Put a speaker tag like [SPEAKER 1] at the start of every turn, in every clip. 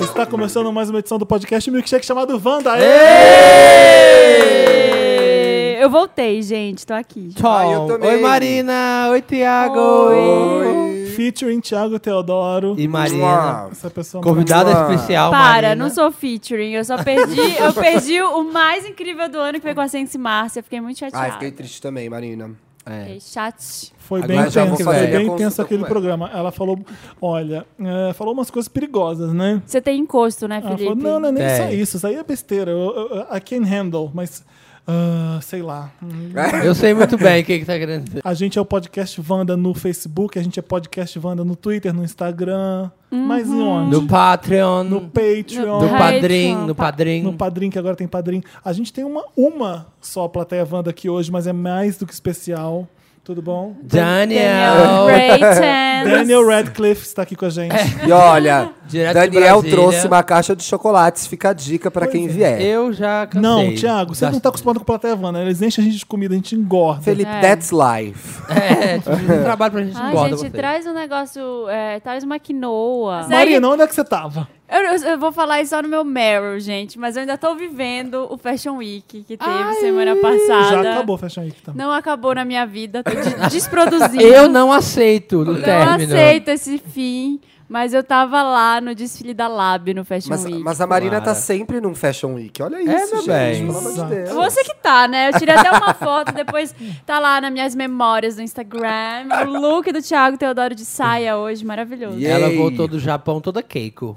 [SPEAKER 1] Está começando mais uma edição do podcast Milkshake chamado Wanda. Aê!
[SPEAKER 2] Eu voltei, gente, tô aqui.
[SPEAKER 3] Tom.
[SPEAKER 4] Ah, eu também.
[SPEAKER 3] Oi, Marina. Oi, Tiago.
[SPEAKER 1] Featuring Thiago Teodoro.
[SPEAKER 3] E Marina.
[SPEAKER 1] Essa pessoa
[SPEAKER 3] Convidada
[SPEAKER 4] Mua.
[SPEAKER 3] especial,
[SPEAKER 2] Para,
[SPEAKER 3] Marina.
[SPEAKER 2] não sou featuring, eu só perdi, eu perdi o mais incrível do ano que foi com a Sense Márcia, fiquei muito chateada.
[SPEAKER 4] Ai, Ah, fiquei triste também, Marina.
[SPEAKER 3] É.
[SPEAKER 2] Fiquei chate.
[SPEAKER 1] foi
[SPEAKER 4] Agora
[SPEAKER 1] bem
[SPEAKER 4] já vou
[SPEAKER 1] intensa,
[SPEAKER 4] fazer
[SPEAKER 1] foi
[SPEAKER 4] minha
[SPEAKER 1] bem
[SPEAKER 4] consulta
[SPEAKER 1] intenso
[SPEAKER 4] com
[SPEAKER 1] aquele
[SPEAKER 4] ela.
[SPEAKER 1] programa. Ela falou, olha, é, falou umas coisas perigosas, né?
[SPEAKER 2] Você tem encosto, né,
[SPEAKER 1] Ela
[SPEAKER 2] Felipe?
[SPEAKER 1] falou, não, não é nem
[SPEAKER 3] É.
[SPEAKER 1] só isso, isso aí é besteira. Eu, eu, eu- I can handle, mas ah, sei lá. Hum.
[SPEAKER 3] Eu sei muito bem o que, que tá querendo dizer.
[SPEAKER 1] A gente é o podcast Wanda no Facebook, a gente é podcast Wanda no Twitter, no Instagram, mas e onde?
[SPEAKER 3] No Patreon.
[SPEAKER 1] No Patreon.
[SPEAKER 3] do
[SPEAKER 2] Patreon.
[SPEAKER 3] padrinho, no
[SPEAKER 1] No
[SPEAKER 3] padrinho.
[SPEAKER 1] Padrim, que agora tem Padrim. A gente tem uma, uma só plateia Wanda aqui hoje, mas é mais do que especial. Tudo bom?
[SPEAKER 3] Daniel.
[SPEAKER 2] Daniel Brayton.
[SPEAKER 1] Daniel Radcliffe está aqui com a gente.
[SPEAKER 4] E olha,
[SPEAKER 3] Direto de
[SPEAKER 4] Daniel
[SPEAKER 3] Brasília.
[SPEAKER 4] trouxe uma caixa de chocolates. Fica a dica pra quem vier.
[SPEAKER 3] Eu já cansei.
[SPEAKER 1] Não, Thiago, você
[SPEAKER 3] das-
[SPEAKER 1] não está acostumado com plateia Wanda. né? Eles enchem a gente de comida, a gente engorda.
[SPEAKER 4] Felipe,
[SPEAKER 2] É.
[SPEAKER 4] that's life.
[SPEAKER 3] É, tipo, um trabalho pra gente
[SPEAKER 2] Ai,
[SPEAKER 3] engorda
[SPEAKER 2] gente,
[SPEAKER 3] vocês.
[SPEAKER 2] traz um negócio, é, traz uma quinoa.
[SPEAKER 1] Marina, onde é que você tava?
[SPEAKER 2] Eu, eu- eu vou falar isso só no meu Meryl, gente, mas eu ainda tô vivendo o Fashion Week que teve semana passada.
[SPEAKER 1] Já acabou, fecha aí. Tá.
[SPEAKER 2] Não acabou na minha vida, tô de- desproduzindo.
[SPEAKER 3] Eu não aceito no
[SPEAKER 2] Não
[SPEAKER 3] término.
[SPEAKER 2] aceito esse fim, mas eu tava lá no desfile da Lab no Fashion
[SPEAKER 4] Mas,
[SPEAKER 2] Week.
[SPEAKER 4] mas a Marina
[SPEAKER 3] Mara.
[SPEAKER 4] tá sempre num Fashion Week. Olha isso,
[SPEAKER 3] É, meu
[SPEAKER 4] gente.
[SPEAKER 3] bem.
[SPEAKER 4] Pelo amor de
[SPEAKER 1] Exato.
[SPEAKER 4] Deus.
[SPEAKER 2] Você que tá, né? Eu tirei até uma foto, depois tá lá nas minhas memórias do Instagram. O look do Thiago Teodoro de saia hoje, maravilhoso.
[SPEAKER 4] Yeah.
[SPEAKER 3] Ela
[SPEAKER 4] Ei.
[SPEAKER 3] voltou do Japão toda Keiko.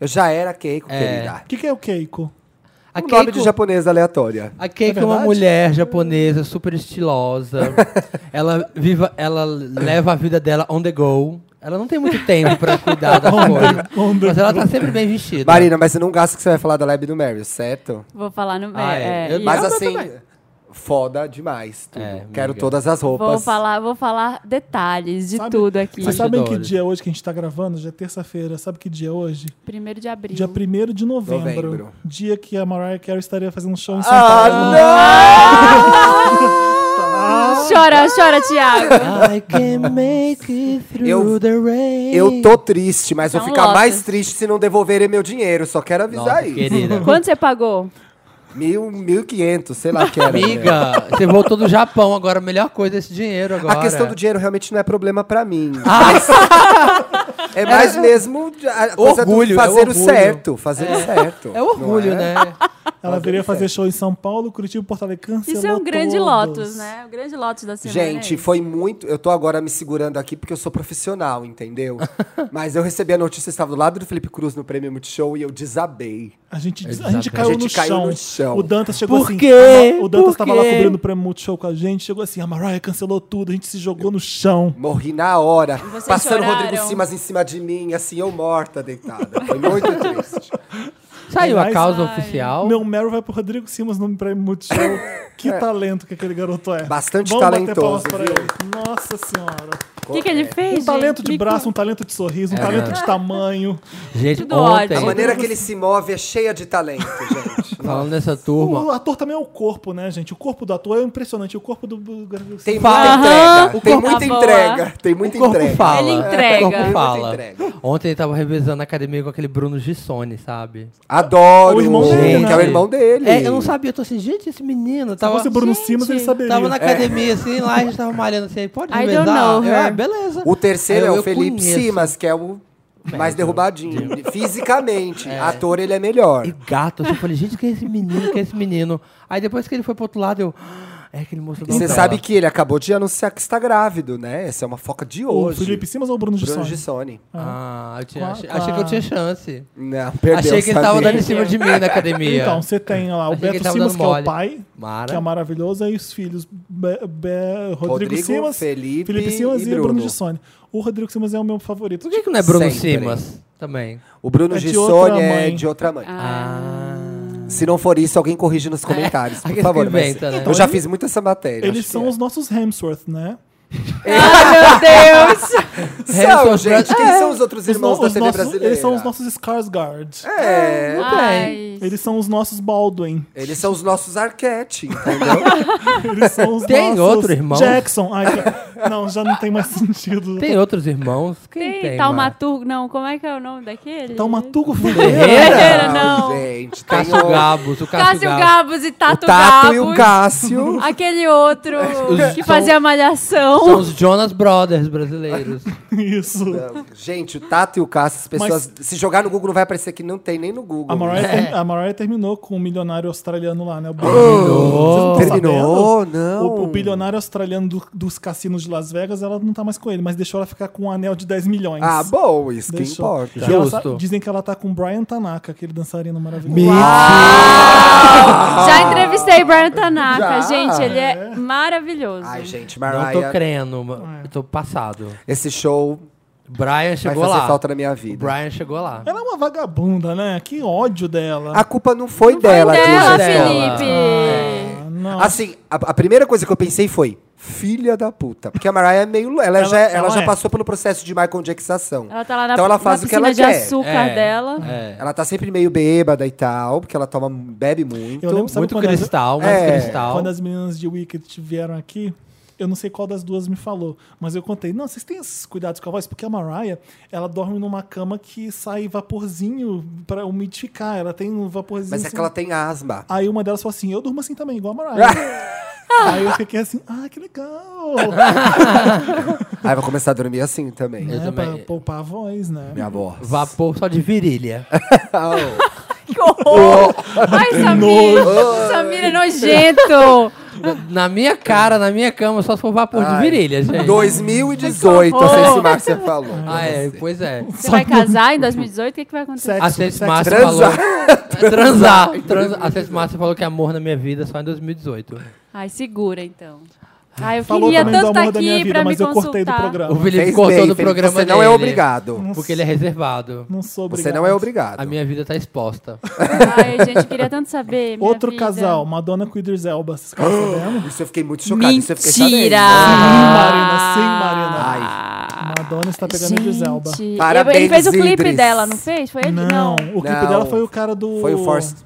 [SPEAKER 4] Eu já era Keiko,
[SPEAKER 3] É.
[SPEAKER 1] O
[SPEAKER 4] querida.
[SPEAKER 1] que, que é o Keiko?
[SPEAKER 3] A
[SPEAKER 4] Um
[SPEAKER 3] Keiko,
[SPEAKER 4] nome de japonesa aleatória.
[SPEAKER 3] a Keiko
[SPEAKER 1] É
[SPEAKER 3] é, uma
[SPEAKER 1] verdade?
[SPEAKER 3] mulher japonesa super estilosa. ela, viva, ela leva a vida dela on the go. Ela não tem muito tempo pra cuidar da coisa.
[SPEAKER 1] on the
[SPEAKER 3] Mas ela tá sempre bem vestida.
[SPEAKER 4] Marina, mas você não gasta que você vai falar da Lab do Mary, certo?
[SPEAKER 2] Vou falar no
[SPEAKER 3] Ah, é.
[SPEAKER 2] é,
[SPEAKER 3] Eu-
[SPEAKER 2] e
[SPEAKER 4] Mas
[SPEAKER 3] a-
[SPEAKER 4] assim, foda demais. tudo.
[SPEAKER 3] É,
[SPEAKER 4] Quero
[SPEAKER 3] amiga.
[SPEAKER 4] todas as roupas.
[SPEAKER 2] Vou falar, vou falar detalhes de
[SPEAKER 1] Sabe-
[SPEAKER 2] tudo aqui.
[SPEAKER 1] Vocês
[SPEAKER 3] Bastidores.
[SPEAKER 1] sabem que dia é hoje que a gente tá gravando? Já é terça-feira. Sabe que dia é hoje?
[SPEAKER 2] Primeiro de abril.
[SPEAKER 1] Dia 1 de novembro,
[SPEAKER 4] Novembro.
[SPEAKER 1] Dia que a Mariah Carey estaria fazendo um show em São
[SPEAKER 4] Ah,
[SPEAKER 1] Paulo.
[SPEAKER 2] Ah, Chora, chora, Thiago.
[SPEAKER 3] I can make it through
[SPEAKER 4] Eu-
[SPEAKER 3] the rain.
[SPEAKER 4] Eu tô triste, mas
[SPEAKER 2] Então
[SPEAKER 4] vou ficar
[SPEAKER 2] lota.
[SPEAKER 4] mais triste se não devolverem meu dinheiro. Só quero
[SPEAKER 3] tá um Nossa,
[SPEAKER 4] avisar isso.
[SPEAKER 3] querida.
[SPEAKER 2] Quanto você pagou?
[SPEAKER 4] Mil, mil quinhentos, sei lá que era. né?
[SPEAKER 3] Amiga, você voltou do Japão agora. a Melhor coisa é esse dinheiro agora. Ah.
[SPEAKER 4] A questão do dinheiro realmente não é problema pra mim. Mas é mais mesmo a coisa
[SPEAKER 3] Orgulho, é o
[SPEAKER 4] do fazer o
[SPEAKER 3] orgulho.
[SPEAKER 4] certo. Fazer o certo.
[SPEAKER 3] É orgulho,
[SPEAKER 4] não é?
[SPEAKER 3] né?
[SPEAKER 1] Ela viria
[SPEAKER 4] Fazer
[SPEAKER 1] fazer show em São Paulo, Curitiba, Porto Alegre, cancelou
[SPEAKER 2] Isso é um grande
[SPEAKER 1] todos.
[SPEAKER 2] Lotus, né? O grande Lotus da semana.
[SPEAKER 4] Gente,
[SPEAKER 2] é
[SPEAKER 4] foi muito. Eu tô agora me segurando aqui porque eu sou profissional, entendeu? Mas eu recebi a notícia, eu estava do lado do Felipe Cruz no Prêmio Multishow e eu desabei.
[SPEAKER 1] A gente, a
[SPEAKER 3] Exatamente.
[SPEAKER 1] gente, caiu,
[SPEAKER 4] A gente
[SPEAKER 1] no
[SPEAKER 4] caiu
[SPEAKER 1] chão.
[SPEAKER 4] no chão.
[SPEAKER 1] O Dantas chegou
[SPEAKER 3] Por
[SPEAKER 1] assim.
[SPEAKER 3] quê?
[SPEAKER 1] O Dantas
[SPEAKER 3] Por
[SPEAKER 1] tava lá
[SPEAKER 3] quê?
[SPEAKER 1] cobrindo o prêmio Multishow com a gente. Chegou assim, a Mariah cancelou tudo, a gente se jogou no chão.
[SPEAKER 4] Morri na hora.
[SPEAKER 2] vocês
[SPEAKER 4] passando o
[SPEAKER 2] choraram?
[SPEAKER 4] Rodrigo Simas em cima de mim, assim, eu morta, deitada. Foi muito triste.
[SPEAKER 3] Saiu a
[SPEAKER 1] Mas-
[SPEAKER 3] causa
[SPEAKER 2] Ai.
[SPEAKER 3] oficial.
[SPEAKER 1] Meu Meryl vai pro Rodrigo Simas no prêmio Multishow. que talento que aquele garoto é.
[SPEAKER 4] É. Bastante
[SPEAKER 1] Vamos bater palmas
[SPEAKER 4] talentoso,
[SPEAKER 1] pra
[SPEAKER 4] viu?
[SPEAKER 1] ele. Nossa senhora.
[SPEAKER 2] O que, que ele fez?
[SPEAKER 1] Um talento
[SPEAKER 2] gente?
[SPEAKER 1] de
[SPEAKER 2] Me
[SPEAKER 1] braço, um talento de
[SPEAKER 4] É.
[SPEAKER 1] sorriso, um talento de tamanho.
[SPEAKER 3] Gente,
[SPEAKER 2] Tudo
[SPEAKER 3] ontem,
[SPEAKER 4] A
[SPEAKER 2] ótimo.
[SPEAKER 4] maneira que ele se move é cheia de talento, gente.
[SPEAKER 3] falando nessa turma,
[SPEAKER 1] O ator também é o corpo, né, gente? O corpo do ator é impressionante. O corpo do. do-
[SPEAKER 4] Tem muita
[SPEAKER 3] Fala.
[SPEAKER 4] entrega.
[SPEAKER 3] O
[SPEAKER 4] Tem
[SPEAKER 3] corpo-
[SPEAKER 4] muita
[SPEAKER 2] Tá boa.
[SPEAKER 4] entrega. Tem muita
[SPEAKER 3] o corpo
[SPEAKER 4] entrega.
[SPEAKER 3] fala. É,
[SPEAKER 2] Ele entrega.
[SPEAKER 3] O corpo fala.
[SPEAKER 4] entrega.
[SPEAKER 3] Ontem ele tava revisando a academia com aquele Bruno Gissone, sabe?
[SPEAKER 4] Adoro.
[SPEAKER 1] O irmão dele,
[SPEAKER 4] Gente,
[SPEAKER 1] né?
[SPEAKER 4] é o irmão dele.
[SPEAKER 3] É, eu não sabia. Eu tô assim, gente, esse menino
[SPEAKER 1] Se
[SPEAKER 3] tava...
[SPEAKER 1] fosse Bruno Simas, ele saberia.
[SPEAKER 3] Tava
[SPEAKER 4] É.
[SPEAKER 3] na academia, assim, lá, a gente tava malhando assim, pode
[SPEAKER 2] I don't
[SPEAKER 3] revezar?
[SPEAKER 2] know
[SPEAKER 3] Eu,
[SPEAKER 2] her.
[SPEAKER 3] ah, beleza.
[SPEAKER 4] O terceiro
[SPEAKER 3] Aí eu-
[SPEAKER 4] é o
[SPEAKER 3] eu
[SPEAKER 4] Felipe
[SPEAKER 3] conheço.
[SPEAKER 4] Simas, que é o mais derrubadinho. Fisicamente. Ator, ele é melhor.
[SPEAKER 3] E gato, assim, eu falei, gente, quem é esse menino? Quem é esse menino? Aí depois que ele foi pro outro lado, eu. "Ah, É aquele moço
[SPEAKER 4] E
[SPEAKER 3] da
[SPEAKER 4] você
[SPEAKER 3] novela.
[SPEAKER 4] sabe que ele acabou de anunciar que está grávido, né? Essa é uma foca de
[SPEAKER 1] O
[SPEAKER 4] hoje.
[SPEAKER 1] Felipe Simas ou o Bruno
[SPEAKER 4] Bruno
[SPEAKER 1] Gissoni?
[SPEAKER 4] Gissoni.
[SPEAKER 3] Ah, eu tinha,
[SPEAKER 1] Com a-
[SPEAKER 3] achei,
[SPEAKER 1] com a-
[SPEAKER 3] achei que eu tinha chance.
[SPEAKER 4] Não, perdeu.
[SPEAKER 3] achei que ele
[SPEAKER 4] sabia?
[SPEAKER 3] tava dando em cima de mim na academia.
[SPEAKER 1] Então, você tem lá o
[SPEAKER 3] Achei que ele
[SPEAKER 1] Beto
[SPEAKER 3] tava
[SPEAKER 1] Simas,
[SPEAKER 3] dando
[SPEAKER 1] que é o
[SPEAKER 3] mole.
[SPEAKER 1] pai,
[SPEAKER 3] Mara.
[SPEAKER 1] que é maravilhoso, e os filhos Be- Be- Rodrigo,
[SPEAKER 4] Rodrigo,
[SPEAKER 1] Simas,
[SPEAKER 4] Felipe
[SPEAKER 1] Simas
[SPEAKER 4] e
[SPEAKER 1] e, o Bruno
[SPEAKER 4] Bruno.
[SPEAKER 1] Gissoni. O Rodrigo Simas é o meu favorito.
[SPEAKER 3] Por que, que não é Bruno
[SPEAKER 4] Sempre.
[SPEAKER 3] Simas também?
[SPEAKER 4] O Bruno
[SPEAKER 1] É de
[SPEAKER 4] Gissoni
[SPEAKER 1] outra
[SPEAKER 4] é
[SPEAKER 1] mãe.
[SPEAKER 4] de outra mãe.
[SPEAKER 3] Ah.
[SPEAKER 4] Se não for isso, alguém corrige nos comentários, por
[SPEAKER 3] aquele
[SPEAKER 4] favor.
[SPEAKER 3] que
[SPEAKER 4] mas
[SPEAKER 3] inventa, né?
[SPEAKER 4] Eu já
[SPEAKER 1] Então,
[SPEAKER 4] fiz muito essa matéria.
[SPEAKER 1] Eles
[SPEAKER 4] acho que
[SPEAKER 1] são
[SPEAKER 4] é.
[SPEAKER 1] os nossos Hemsworth, né?
[SPEAKER 2] Ai, Ah, meu Deus!
[SPEAKER 4] São,
[SPEAKER 3] Harrison
[SPEAKER 4] gente.
[SPEAKER 3] Ford-
[SPEAKER 4] Quem são os outros
[SPEAKER 1] É. Os
[SPEAKER 4] irmãos
[SPEAKER 1] no-
[SPEAKER 4] da
[SPEAKER 1] os
[SPEAKER 4] TV
[SPEAKER 1] nossos-
[SPEAKER 4] brasileira?
[SPEAKER 1] Eles são os nossos Skarsgård.
[SPEAKER 4] É,
[SPEAKER 2] Ai,
[SPEAKER 1] Eles são os nossos Baldwin.
[SPEAKER 4] eles são os nossos arquete, entendeu?
[SPEAKER 1] Eles são os
[SPEAKER 3] Tem
[SPEAKER 1] nossos
[SPEAKER 3] outro irmão?
[SPEAKER 1] Jackson. Ai, que- não, já não tem mais sentido.
[SPEAKER 3] Tem outros irmãos? Quem tem?
[SPEAKER 2] tem,
[SPEAKER 3] Mara?
[SPEAKER 2] Taumaturgo. Não, como é que é o nome daquele?
[SPEAKER 1] Taumatugo Tá Ferreira.
[SPEAKER 3] Ferreira?
[SPEAKER 2] Ferreira, não.
[SPEAKER 4] Gente, tem
[SPEAKER 3] Cássio
[SPEAKER 4] o,
[SPEAKER 3] Gabos, o Cássio,
[SPEAKER 2] Cássio
[SPEAKER 3] Gabos.
[SPEAKER 2] Gabos e
[SPEAKER 4] o
[SPEAKER 2] Tato,
[SPEAKER 4] Tato
[SPEAKER 2] Gabos.
[SPEAKER 4] e o Cássio.
[SPEAKER 2] Aquele outro
[SPEAKER 3] Os-
[SPEAKER 2] que
[SPEAKER 3] são-
[SPEAKER 2] fazia malhação.
[SPEAKER 3] São os Jonas Brothers brasileiros.
[SPEAKER 1] Isso.
[SPEAKER 4] Gente, o Tato e o Cássio, as pessoas. Se jogar no Google, não vai aparecer que não tem nem no Google. Né?
[SPEAKER 1] A Mariah,
[SPEAKER 4] É.
[SPEAKER 1] ter- a Mariah terminou com o milionário australiano lá, né? O
[SPEAKER 3] Terminou.
[SPEAKER 1] Vocês não estão
[SPEAKER 4] Terminou?
[SPEAKER 1] sabendo?
[SPEAKER 4] Oh! Não.
[SPEAKER 1] O, o bilionário australiano do- dos cassinos de Las Vegas, ela não tá mais com ele, mas deixou ela ficar com um anel de 10 milhões.
[SPEAKER 4] Ah, bom, isso que
[SPEAKER 1] Deixou.
[SPEAKER 4] importa.
[SPEAKER 1] E ela tá-
[SPEAKER 3] Justo.
[SPEAKER 1] dizem que ela tá com o Brian Tanaka, aquele dançarino maravilhoso.
[SPEAKER 2] Já entrevistei Brian Tanaka,
[SPEAKER 4] Ah! Já?
[SPEAKER 2] gente. Ele é maravilhoso.
[SPEAKER 4] Ai, gente,
[SPEAKER 3] Não tô
[SPEAKER 4] Mariah,
[SPEAKER 3] crendo, ma- eu tô passado.
[SPEAKER 4] esse show
[SPEAKER 3] Brian
[SPEAKER 4] vai
[SPEAKER 3] chegou
[SPEAKER 4] fazer
[SPEAKER 3] lá.
[SPEAKER 4] falta na minha
[SPEAKER 3] O
[SPEAKER 4] vida.
[SPEAKER 3] Brian chegou lá.
[SPEAKER 1] Ela é uma vagabunda, né? Que ódio dela.
[SPEAKER 4] A culpa não foi
[SPEAKER 2] Foi
[SPEAKER 4] dela,
[SPEAKER 2] dela,
[SPEAKER 4] Christian
[SPEAKER 3] dela.
[SPEAKER 2] Felipe.
[SPEAKER 1] Ah, não.
[SPEAKER 4] Assim, a, a primeira coisa que eu pensei foi filha da puta. Porque a Mariah é meio. Ela,
[SPEAKER 1] Ela-
[SPEAKER 4] já, ela,
[SPEAKER 1] ela
[SPEAKER 4] já
[SPEAKER 1] é.
[SPEAKER 4] passou pelo processo de Michael Jacksonização.
[SPEAKER 2] Ela tá lá na,
[SPEAKER 4] então ela
[SPEAKER 2] na
[SPEAKER 4] faz o que
[SPEAKER 2] piscina
[SPEAKER 4] ela
[SPEAKER 2] de
[SPEAKER 4] quer.
[SPEAKER 2] açúcar
[SPEAKER 3] É.
[SPEAKER 2] dela.
[SPEAKER 3] É.
[SPEAKER 4] Ela tá sempre meio bêbada e tal, porque ela toma, bebe muito.
[SPEAKER 1] Eu lembro, sabe
[SPEAKER 3] Muito
[SPEAKER 1] quando as-
[SPEAKER 3] cristal, muito
[SPEAKER 4] É.
[SPEAKER 3] cristal.
[SPEAKER 1] Quando as meninas de Wicked vieram aqui, eu não sei qual das duas me falou, mas eu contei, não, vocês têm esses cuidados com a voz, porque a Mariah, ela dorme numa cama que sai vaporzinho pra umidificar, ela tem um vaporzinho.
[SPEAKER 4] Mas é
[SPEAKER 1] assim.
[SPEAKER 4] que ela tem asma.
[SPEAKER 1] Aí uma delas falou assim, eu durmo assim também, igual a Mariah. Aí eu fiquei assim, ah, que legal!
[SPEAKER 4] Aí vai começar a dormir assim também.
[SPEAKER 3] Eu
[SPEAKER 1] né,
[SPEAKER 3] também.
[SPEAKER 1] Pra poupar a voz, né?
[SPEAKER 4] Minha avó.
[SPEAKER 3] Vapor só de virilha.
[SPEAKER 2] Que horror! Ai, Samir! Samir é nojento!
[SPEAKER 3] na minha cara, na minha cama, só se for vapor de virilha, gente.
[SPEAKER 2] Que
[SPEAKER 4] 2018, a
[SPEAKER 2] horror.
[SPEAKER 4] Ceci Márcia falou.
[SPEAKER 3] Ah, é, pois é.
[SPEAKER 2] Você vai casar em 2018? O que, que vai acontecer?
[SPEAKER 1] Sexo,
[SPEAKER 3] A Ceci
[SPEAKER 1] sexo.
[SPEAKER 3] Márcia falou. É,
[SPEAKER 4] Transar.
[SPEAKER 3] Transar. Transar. A Ceci Márcia falou que amor na minha vida é só em 2018.
[SPEAKER 2] Ai, segura então. Ai, eu
[SPEAKER 1] Falou
[SPEAKER 2] queria
[SPEAKER 1] também do
[SPEAKER 2] tanto estar
[SPEAKER 1] amor da minha
[SPEAKER 2] aqui
[SPEAKER 1] vida,
[SPEAKER 2] pra me
[SPEAKER 1] mas eu cortei do
[SPEAKER 2] consultar.
[SPEAKER 3] O
[SPEAKER 1] programa.
[SPEAKER 3] Felipe
[SPEAKER 4] Fez
[SPEAKER 3] cortou
[SPEAKER 4] bem,
[SPEAKER 3] do
[SPEAKER 4] Felipe,
[SPEAKER 3] programa
[SPEAKER 4] Você
[SPEAKER 3] dele.
[SPEAKER 4] não é obrigado.
[SPEAKER 3] Porque ele é reservado.
[SPEAKER 1] Não sou obrigado.
[SPEAKER 4] Você não é obrigado.
[SPEAKER 3] A minha vida tá exposta.
[SPEAKER 2] Ai, gente, eu queria tanto saber. minha
[SPEAKER 1] Outro
[SPEAKER 2] vida.
[SPEAKER 1] casal, Madonna com Idris Elba, vocês ficaram sabendo?
[SPEAKER 4] Isso eu fiquei muito chocado. Isso eu fiquei sabendo.
[SPEAKER 2] Mentira! Ah.
[SPEAKER 1] Sim, Marina, sim, Marina.
[SPEAKER 2] Ai.
[SPEAKER 1] Madonna está pegando Idris Elba.
[SPEAKER 2] Gente,
[SPEAKER 4] Parabéns,
[SPEAKER 2] ele fez o clipe
[SPEAKER 4] Idris.
[SPEAKER 2] dela, não fez? Foi ele?
[SPEAKER 1] Não, o clipe
[SPEAKER 4] Não.
[SPEAKER 1] dela foi o cara do.
[SPEAKER 4] Foi o Forrest.